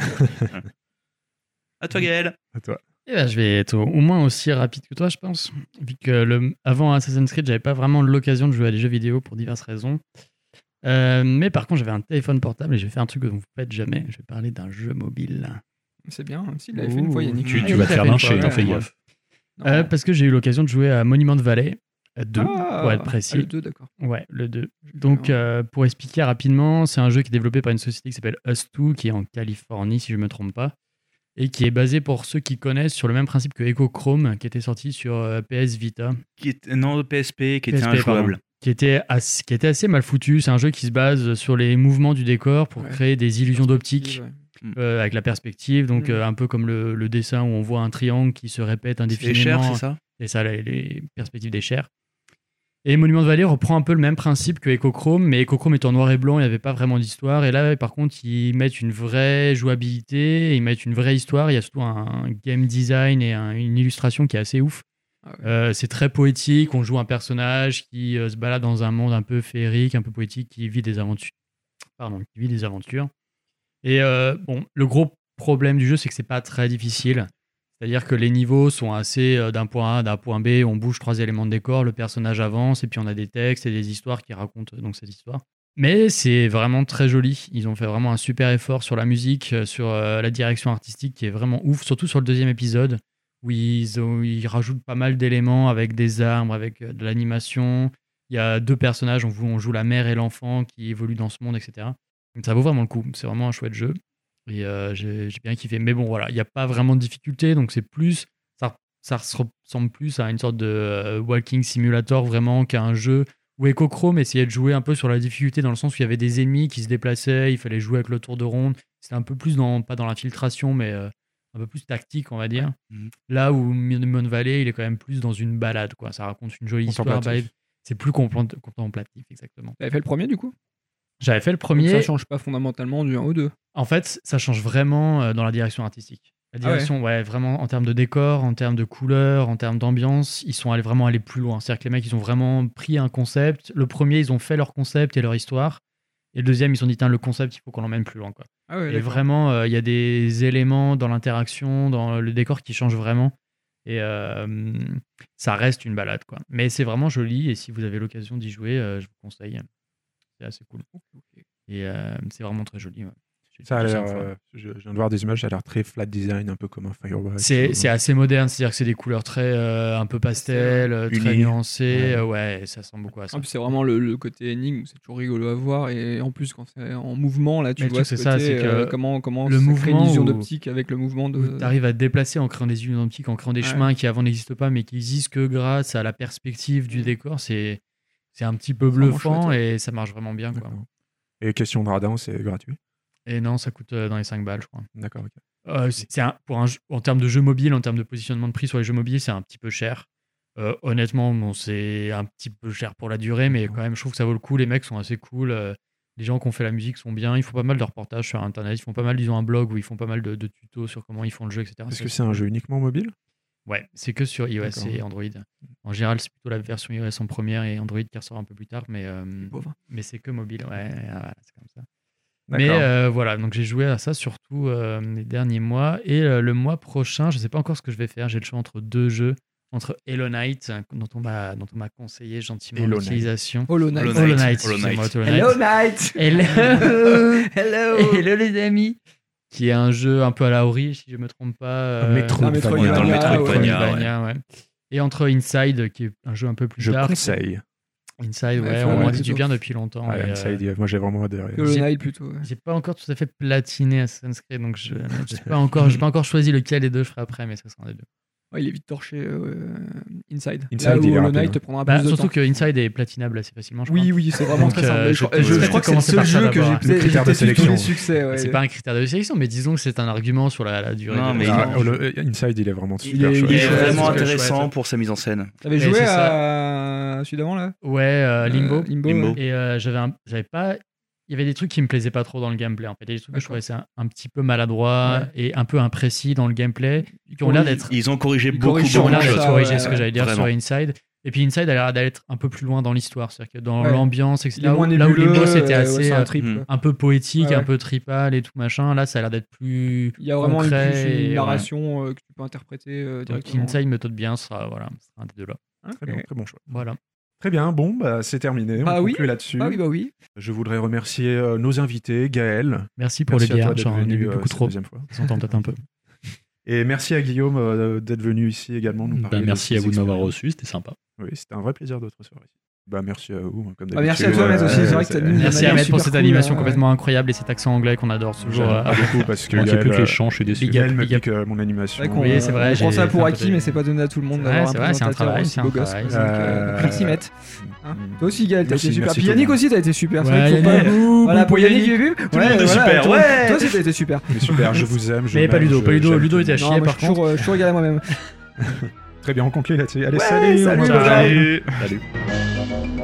[SPEAKER 3] à toi Gaël
[SPEAKER 1] À toi.
[SPEAKER 4] Eh ben, je vais être au, au moins aussi rapide que toi, je pense. Vu que le, avant Assassin's Creed, j'avais pas vraiment l'occasion de jouer à des jeux vidéo pour diverses raisons. Euh, mais par contre, j'avais un téléphone portable et j'ai fait un truc que vous ne faites jamais. Je vais parler d'un jeu mobile.
[SPEAKER 2] (laughs)
[SPEAKER 4] Euh,
[SPEAKER 2] C'est bien. Si, il l'avait fait une fois,
[SPEAKER 4] Ouh.
[SPEAKER 2] Yannick.
[SPEAKER 5] Tu,
[SPEAKER 4] Ah,
[SPEAKER 5] tu
[SPEAKER 4] il l'a
[SPEAKER 5] vas te
[SPEAKER 4] fait
[SPEAKER 5] faire
[SPEAKER 4] une
[SPEAKER 5] lyncher,
[SPEAKER 4] fois,
[SPEAKER 5] t'en
[SPEAKER 4] ouais,
[SPEAKER 5] fais
[SPEAKER 4] ouais.
[SPEAKER 5] gaffe.
[SPEAKER 2] Non.
[SPEAKER 4] Euh, parce que j'ai eu l'occasion de jouer à Monument Valley 2,
[SPEAKER 2] Ah,
[SPEAKER 4] pour être
[SPEAKER 2] ah, le
[SPEAKER 4] précis.
[SPEAKER 2] deux, d'accord.
[SPEAKER 4] ouais, le 2. Donc, euh, pour expliquer rapidement, c'est un jeu qui est développé par une société qui s'appelle Us2, qui est en Californie, si je ne me trompe pas, et qui est basé, pour ceux qui connaissent, sur le même principe que Echo Chrome, qui était sorti sur euh, PS Vita,
[SPEAKER 3] qui est... Non, PSP, qui était
[SPEAKER 4] PSP,
[SPEAKER 3] injouable.
[SPEAKER 4] qui était, assez, qui était assez mal foutu. C'est un jeu qui se base sur les mouvements du décor pour
[SPEAKER 2] Ouais.
[SPEAKER 4] créer des illusions d'optique.
[SPEAKER 2] Ouais.
[SPEAKER 4] euh, avec la perspective, donc
[SPEAKER 2] Mhm.
[SPEAKER 4] euh, un peu comme le, le dessin où on voit un triangle qui se répète
[SPEAKER 3] C'est
[SPEAKER 4] indéfiniment.
[SPEAKER 3] cher, c'est ça
[SPEAKER 4] et ça, les, les perspectives des chairs. Et Monument de Vallée reprend un peu le même principe que Echochrome, mais Echochrome est en noir et blanc, il n'y avait pas vraiment d'histoire. Et là, par contre, ils mettent une vraie jouabilité, ils mettent une vraie histoire, il y a surtout un game design et un- une illustration qui est assez ouf.
[SPEAKER 2] Ah ouais.
[SPEAKER 4] Euh, c'est très poétique. On joue un personnage qui euh, se balade dans un monde un peu féerique, un peu poétique, qui vit des aventures. Pardon, qui vit des aventures. Et euh, bon, le gros problème du jeu, c'est que c'est pas très difficile. C'est-à-dire que les niveaux sont assez euh, d'un point A, d'un point B. On bouge trois éléments de décor, le personnage avance, et puis on a des textes et des histoires qui racontent donc ces histoires. Mais c'est vraiment très joli. Ils ont fait vraiment un super effort sur la musique, euh, sur euh, la direction artistique qui est vraiment ouf, surtout sur le deuxième épisode où ils, ont- ils rajoutent pas mal d'éléments avec des arbres, avec euh, de l'animation. Il y a deux personnages, on joue, on joue la mère et l'enfant qui évoluent dans ce monde, etc. Donc ça vaut vraiment le coup. C'est vraiment un chouette jeu. Et euh, j'ai j'ai bien kiffé. Mais bon, voilà, il n'y a pas vraiment de difficulté, donc c'est plus. Ça, ça se ressemble plus à une sorte de euh, walking simulator vraiment qu'à un jeu où Echochrome essayait de jouer un peu sur la difficulté dans le sens où il y avait des ennemis qui se déplaçaient, il fallait jouer avec le tour de ronde. C'était un peu plus, dans, pas dans l'infiltration, mais euh, un peu plus tactique, on va dire.
[SPEAKER 3] Mhm.
[SPEAKER 4] Là où Moon Valley, il est quand même plus dans une balade, quoi. Ça raconte une jolie histoire.
[SPEAKER 6] Contemplatif.
[SPEAKER 4] balade. C'est plus complant- contemplatif, exactement.
[SPEAKER 2] T'avais fait le premier du coup
[SPEAKER 4] J'avais fait le
[SPEAKER 2] Donc
[SPEAKER 4] premier.
[SPEAKER 2] Ça change pas fondamentalement du 1 au 2.
[SPEAKER 4] En fait, ça change vraiment euh, dans la direction artistique. La
[SPEAKER 2] Ah ouais.
[SPEAKER 4] direction, ouais. vraiment en termes de décor, en termes de couleurs, en termes d'ambiance, ils sont allés vraiment allés plus loin. C'est-à-dire que les mecs, ils ont vraiment pris un concept. Le premier, ils ont fait leur concept et leur histoire. Et le deuxième, ils se sont dit, Tiens, le concept, il faut qu'on l'emmène plus loin. Quoi.
[SPEAKER 2] Ah ouais,
[SPEAKER 4] Et
[SPEAKER 2] d'accord.
[SPEAKER 4] vraiment, euh, il y a des éléments dans l'interaction, dans le décor qui changent vraiment. Et euh, ça reste une balade. quoi. Mais c'est vraiment joli. Et si vous avez l'occasion d'y jouer, euh, je vous conseille. C'est assez cool. Et euh, c'est vraiment très joli. ouais. J'ai
[SPEAKER 1] Ça a
[SPEAKER 4] dit
[SPEAKER 1] l'air.
[SPEAKER 4] cinq fois.
[SPEAKER 1] euh, je, je viens de voir des images, ça a l'air très flat design, un peu comme un Firewall.
[SPEAKER 4] C'est c'est assez moderne, c'est-à-dire que c'est des couleurs très euh, un peu pastel, euh, très
[SPEAKER 3] Uni.
[SPEAKER 4] nuancées. euh, Ouais. ça ressemble beaucoup à ça.
[SPEAKER 2] En plus, c'est vraiment le, le côté énigme, où c'est toujours rigolo à voir. Et en plus, quand c'est en mouvement, là, tu
[SPEAKER 4] Mais le
[SPEAKER 2] vois
[SPEAKER 4] truc,
[SPEAKER 2] ce
[SPEAKER 4] c'est ça,
[SPEAKER 2] côté,
[SPEAKER 4] c'est que
[SPEAKER 2] euh, comment, comment
[SPEAKER 4] le
[SPEAKER 2] ça crée une
[SPEAKER 4] mouvement
[SPEAKER 2] vision
[SPEAKER 4] où-
[SPEAKER 2] d'optique avec le mouvement de.
[SPEAKER 4] Tu arrives à te déplacer en créant des identiques, en créant des
[SPEAKER 2] Euh. Ouais.
[SPEAKER 4] chemins qui avant n'existent pas, mais qui existent que grâce à la perspective du
[SPEAKER 2] Mm.
[SPEAKER 4] décor. C'est c'est un petit peu
[SPEAKER 2] vraiment
[SPEAKER 4] bluffant
[SPEAKER 2] chouette,
[SPEAKER 4] et ça marche vraiment bien. Quoi.
[SPEAKER 1] D'accord. Et question de radin, c'est gratuit.
[SPEAKER 4] Et non, ça coûte euh, dans les 5 balles, je crois.
[SPEAKER 1] D'accord, ok.
[SPEAKER 4] Euh, c'est c'est un- pour un jeu- en termes de jeu mobile, en termes de positionnement de prix sur les jeux mobiles, c'est un petit peu cher. Euh, honnêtement, bon, c'est un petit peu cher pour la durée, mais quand même, je trouve que ça vaut le coup. Les mecs sont assez cool. euh, les gens qui ont fait la musique sont bien. Ils font pas mal de reportages sur Internet. Ils font pas mal, ils ont un blog où ils font pas mal de, de tutos sur comment ils font le jeu, etc.
[SPEAKER 1] Est-ce que c'est un jeu uniquement mobile
[SPEAKER 4] Ouais, c'est que sur iOS
[SPEAKER 1] D'accord.
[SPEAKER 4] et Android. En général, c'est plutôt la version iOS en première et Android qui ressort un peu plus tard, mais, euh,
[SPEAKER 2] pauvre.
[SPEAKER 4] mais c'est que mobile. Ouais, voilà, c'est comme ça. Mais
[SPEAKER 1] D'accord.
[SPEAKER 4] euh, voilà, donc j'ai joué à ça surtout euh, les derniers mois. Et euh, le mois prochain, je sais pas encore ce que je vais faire. J'ai le choix entre deux jeux. Entre Hello Knight, euh, dont on m'a, dont on m'a conseillé gentiment
[SPEAKER 1] Hello
[SPEAKER 4] l'utilisation.
[SPEAKER 2] Hollow Knight.
[SPEAKER 3] Hollow Knight. Hollow Knight.
[SPEAKER 4] excusez-moi, Hollow
[SPEAKER 2] Hello
[SPEAKER 4] Knight.
[SPEAKER 2] Knight
[SPEAKER 4] Hello, (laughs)
[SPEAKER 2] (laughs) Hello
[SPEAKER 4] Hello les amis. Qui est un jeu un peu à la Ori, si je me trompe pas. euh,
[SPEAKER 1] Un métro-
[SPEAKER 2] Ah, Metroidvania,
[SPEAKER 3] Dans le Metroidvania,
[SPEAKER 2] ouais.
[SPEAKER 3] ouais.
[SPEAKER 4] ouais. Et entre Inside, qui est un jeu un peu plus
[SPEAKER 1] Je
[SPEAKER 4] dark.
[SPEAKER 1] conseille.
[SPEAKER 4] Inside, ouais,
[SPEAKER 2] Ouais, faut
[SPEAKER 4] on
[SPEAKER 1] ouais,
[SPEAKER 4] m'en dit du
[SPEAKER 2] plutôt.
[SPEAKER 4] bien depuis longtemps.
[SPEAKER 1] Ah,
[SPEAKER 4] et, euh,
[SPEAKER 1] Inside, euh, moi j'ai vraiment adoré.
[SPEAKER 2] Hollow
[SPEAKER 4] J'ai-
[SPEAKER 2] Knight plutôt. ouais.
[SPEAKER 4] J'ai pas encore tout à fait platiné Assassin's Creed, donc je je sais pas encore, j'ai pas encore choisi lequel des deux je ferai après, mais ça sera un des deux.
[SPEAKER 2] Ouais, il est vite torché euh, Inside.
[SPEAKER 1] Inside,
[SPEAKER 2] Là où
[SPEAKER 1] il est
[SPEAKER 2] Hollow
[SPEAKER 1] rapide,
[SPEAKER 2] Knight
[SPEAKER 1] hein.
[SPEAKER 2] te prendra
[SPEAKER 4] Bah,
[SPEAKER 2] plus de
[SPEAKER 4] surtout
[SPEAKER 2] temps.
[SPEAKER 4] que Inside est platinable assez facilement, je crois.
[SPEAKER 2] Oui, oui, c'est vraiment
[SPEAKER 4] Donc,
[SPEAKER 2] très simple.
[SPEAKER 4] euh,
[SPEAKER 2] Mais
[SPEAKER 4] je
[SPEAKER 2] je,
[SPEAKER 4] vais-
[SPEAKER 2] je-
[SPEAKER 4] je vais
[SPEAKER 2] je crois que c'est le
[SPEAKER 4] commencer
[SPEAKER 2] seul
[SPEAKER 4] par ça
[SPEAKER 2] jeu que
[SPEAKER 4] d'abord, hein.
[SPEAKER 2] j'ai
[SPEAKER 1] Le critère de
[SPEAKER 2] testé tous
[SPEAKER 1] sélection.
[SPEAKER 2] les succès. ouais.
[SPEAKER 4] C'est pas un critère de sélection, mais disons que c'est un argument sur la, la durée.
[SPEAKER 3] Non,
[SPEAKER 4] de-
[SPEAKER 3] mais
[SPEAKER 1] Ah,
[SPEAKER 2] il-
[SPEAKER 1] oh, le- euh, Inside, il est vraiment
[SPEAKER 3] Il
[SPEAKER 1] super
[SPEAKER 2] est-
[SPEAKER 1] chouette.
[SPEAKER 3] Il est
[SPEAKER 2] Ouais,
[SPEAKER 3] vraiment
[SPEAKER 2] c'est
[SPEAKER 3] intéressant
[SPEAKER 4] chouette.
[SPEAKER 3] pour sa mise en scène.
[SPEAKER 2] T'avais
[SPEAKER 4] Mais
[SPEAKER 2] joué
[SPEAKER 4] c'est
[SPEAKER 2] à celui d'avant là
[SPEAKER 4] Ouais, euh, Limbo.
[SPEAKER 2] Euh, Limbo.
[SPEAKER 3] Limbo.
[SPEAKER 2] ouais.
[SPEAKER 4] Et euh, j'avais un- j'avais pas. Il y avait des trucs qui me plaisaient pas trop dans le gameplay, en fait. Il y a des trucs que je
[SPEAKER 2] D'accord.
[SPEAKER 4] trouvais c'est un, un petit peu maladroit et un peu imprécis dans le gameplay, qui ont l'air d'être
[SPEAKER 3] Ils ont corrigé
[SPEAKER 2] Ils
[SPEAKER 3] beaucoup,
[SPEAKER 2] corrigent
[SPEAKER 4] Bon,
[SPEAKER 3] beaucoup
[SPEAKER 4] là,
[SPEAKER 3] de
[SPEAKER 2] sûrement
[SPEAKER 4] je vais
[SPEAKER 3] choses.
[SPEAKER 2] ça,
[SPEAKER 4] corriger
[SPEAKER 2] ouais,
[SPEAKER 4] ce que
[SPEAKER 2] ouais.
[SPEAKER 4] j'allais dire
[SPEAKER 3] Vraiment.
[SPEAKER 4] sur Inside. Et puis Inside a l'air d'être un peu plus loin dans l'histoire, c'est-à-dire que dans
[SPEAKER 2] Ouais.
[SPEAKER 4] l'ambiance, etc.
[SPEAKER 2] Il est moins
[SPEAKER 4] là où
[SPEAKER 2] nébuleux,
[SPEAKER 4] Limbo c'était
[SPEAKER 2] euh, ouais,
[SPEAKER 4] assez
[SPEAKER 2] c'est un
[SPEAKER 4] euh,
[SPEAKER 2] trip.
[SPEAKER 3] hmm.
[SPEAKER 2] ouais.
[SPEAKER 4] un peu poétique,
[SPEAKER 2] Ouais,
[SPEAKER 4] un
[SPEAKER 2] ouais.
[SPEAKER 4] peu tripal et tout machin. Là, ça a l'air d'être plus.
[SPEAKER 2] Il y a vraiment une-
[SPEAKER 4] concret
[SPEAKER 2] plus une,
[SPEAKER 4] et, ouais.
[SPEAKER 2] narration euh, que tu peux interpréter euh,
[SPEAKER 4] Donc
[SPEAKER 2] directement. Ah,
[SPEAKER 4] Inside me tente bien, ce sera voilà, ce sera un des deux là.
[SPEAKER 1] Très bon, très bon choix.
[SPEAKER 4] Voilà.
[SPEAKER 1] Très bien, bon, bah, c'est terminé. On
[SPEAKER 2] Ah oui
[SPEAKER 1] conclut là-dessus.
[SPEAKER 2] Ah oui, bah oui.
[SPEAKER 1] Je voudrais remercier euh, nos invités, Gaël.
[SPEAKER 4] Merci pour
[SPEAKER 1] merci
[SPEAKER 4] les
[SPEAKER 1] à toi
[SPEAKER 4] bières,
[SPEAKER 1] d'être
[SPEAKER 4] j'en ai
[SPEAKER 1] venu,
[SPEAKER 4] bu
[SPEAKER 1] euh,
[SPEAKER 4] beaucoup
[SPEAKER 1] cette
[SPEAKER 4] trop.
[SPEAKER 1] deuxième fois.
[SPEAKER 4] Ça s'entend peut-être un
[SPEAKER 2] (laughs)
[SPEAKER 4] peu.
[SPEAKER 1] Et merci à Guillaume euh, d'être venu ici également. Nous
[SPEAKER 5] Ben,
[SPEAKER 1] parler de
[SPEAKER 5] merci
[SPEAKER 1] ses
[SPEAKER 5] à vous de m'avoir
[SPEAKER 1] expériences.
[SPEAKER 5] reçu, c'était sympa.
[SPEAKER 1] Oui, c'était un vrai plaisir de te recevoir ici. Bah, merci à vous, comme d'habitude. euh,
[SPEAKER 2] Bah, merci à toi, Matt, aussi. C'est vrai que t'as mis-
[SPEAKER 4] Merci
[SPEAKER 2] manière
[SPEAKER 4] Ahmed pour
[SPEAKER 2] super
[SPEAKER 4] cette
[SPEAKER 2] cool,
[SPEAKER 4] animation
[SPEAKER 2] hein, ouais.
[SPEAKER 4] complètement incroyable et cet accent anglais qu'on adore toujours.
[SPEAKER 1] J'aime
[SPEAKER 4] euh,
[SPEAKER 5] hein.
[SPEAKER 1] pas beaucoup parce que
[SPEAKER 5] Il manquait
[SPEAKER 1] Gaël,
[SPEAKER 5] plus que
[SPEAKER 1] euh,
[SPEAKER 5] les chants, je suis déçu.
[SPEAKER 4] Big up.
[SPEAKER 1] Gaël m'a dit que euh, mon animation.
[SPEAKER 2] C'est vrai qu'on euh,
[SPEAKER 4] Oui, c'est vrai,
[SPEAKER 2] on prend
[SPEAKER 4] j'ai
[SPEAKER 2] ça
[SPEAKER 4] fait un
[SPEAKER 2] pour
[SPEAKER 4] peu
[SPEAKER 2] acquis,
[SPEAKER 4] des-
[SPEAKER 2] mais c'est pas donné à tout le monde.
[SPEAKER 4] C'est
[SPEAKER 2] d'avoir
[SPEAKER 4] vrai, c'est vrai, c'est un
[SPEAKER 2] présentateur
[SPEAKER 4] travail,
[SPEAKER 2] aussi
[SPEAKER 4] c'est un
[SPEAKER 2] beau gosse,
[SPEAKER 4] travail.
[SPEAKER 2] quoi. Donc, euh,
[SPEAKER 1] Euh,
[SPEAKER 2] merci, Matt. Hein Toi aussi, Gaël, t'as
[SPEAKER 1] Merci,
[SPEAKER 2] été super.
[SPEAKER 1] merci
[SPEAKER 2] Puis
[SPEAKER 1] tout le
[SPEAKER 2] Yannick
[SPEAKER 1] monde.
[SPEAKER 2] aussi, t'as été super. C'est
[SPEAKER 4] Ouais,
[SPEAKER 2] vrai qu'il faut
[SPEAKER 4] Yannick.
[SPEAKER 2] pas- Voilà, pour Yannick,
[SPEAKER 4] Yannick.
[SPEAKER 2] Yannick. Tout
[SPEAKER 3] le monde est super, ouais.
[SPEAKER 2] Toi aussi, t'as été super.
[SPEAKER 1] Mais super, je vous aime. je
[SPEAKER 4] Mais pas
[SPEAKER 1] m'aime,
[SPEAKER 4] Ludo,
[SPEAKER 1] je-
[SPEAKER 4] pas Ludo,
[SPEAKER 1] j'aime
[SPEAKER 4] Ludo
[SPEAKER 1] tout
[SPEAKER 4] était
[SPEAKER 1] le
[SPEAKER 4] à
[SPEAKER 1] monde.
[SPEAKER 4] chier
[SPEAKER 2] Non, moi,
[SPEAKER 4] par
[SPEAKER 2] je suis
[SPEAKER 4] contre.
[SPEAKER 2] toujours, euh, je suis toujours égal à moi-même.
[SPEAKER 1] Très bien, on conclut là-dessus. Allez,
[SPEAKER 2] Ouais,
[SPEAKER 1] salut,
[SPEAKER 2] salut,
[SPEAKER 1] on
[SPEAKER 2] bye
[SPEAKER 1] va-
[SPEAKER 2] bye.
[SPEAKER 5] Salut.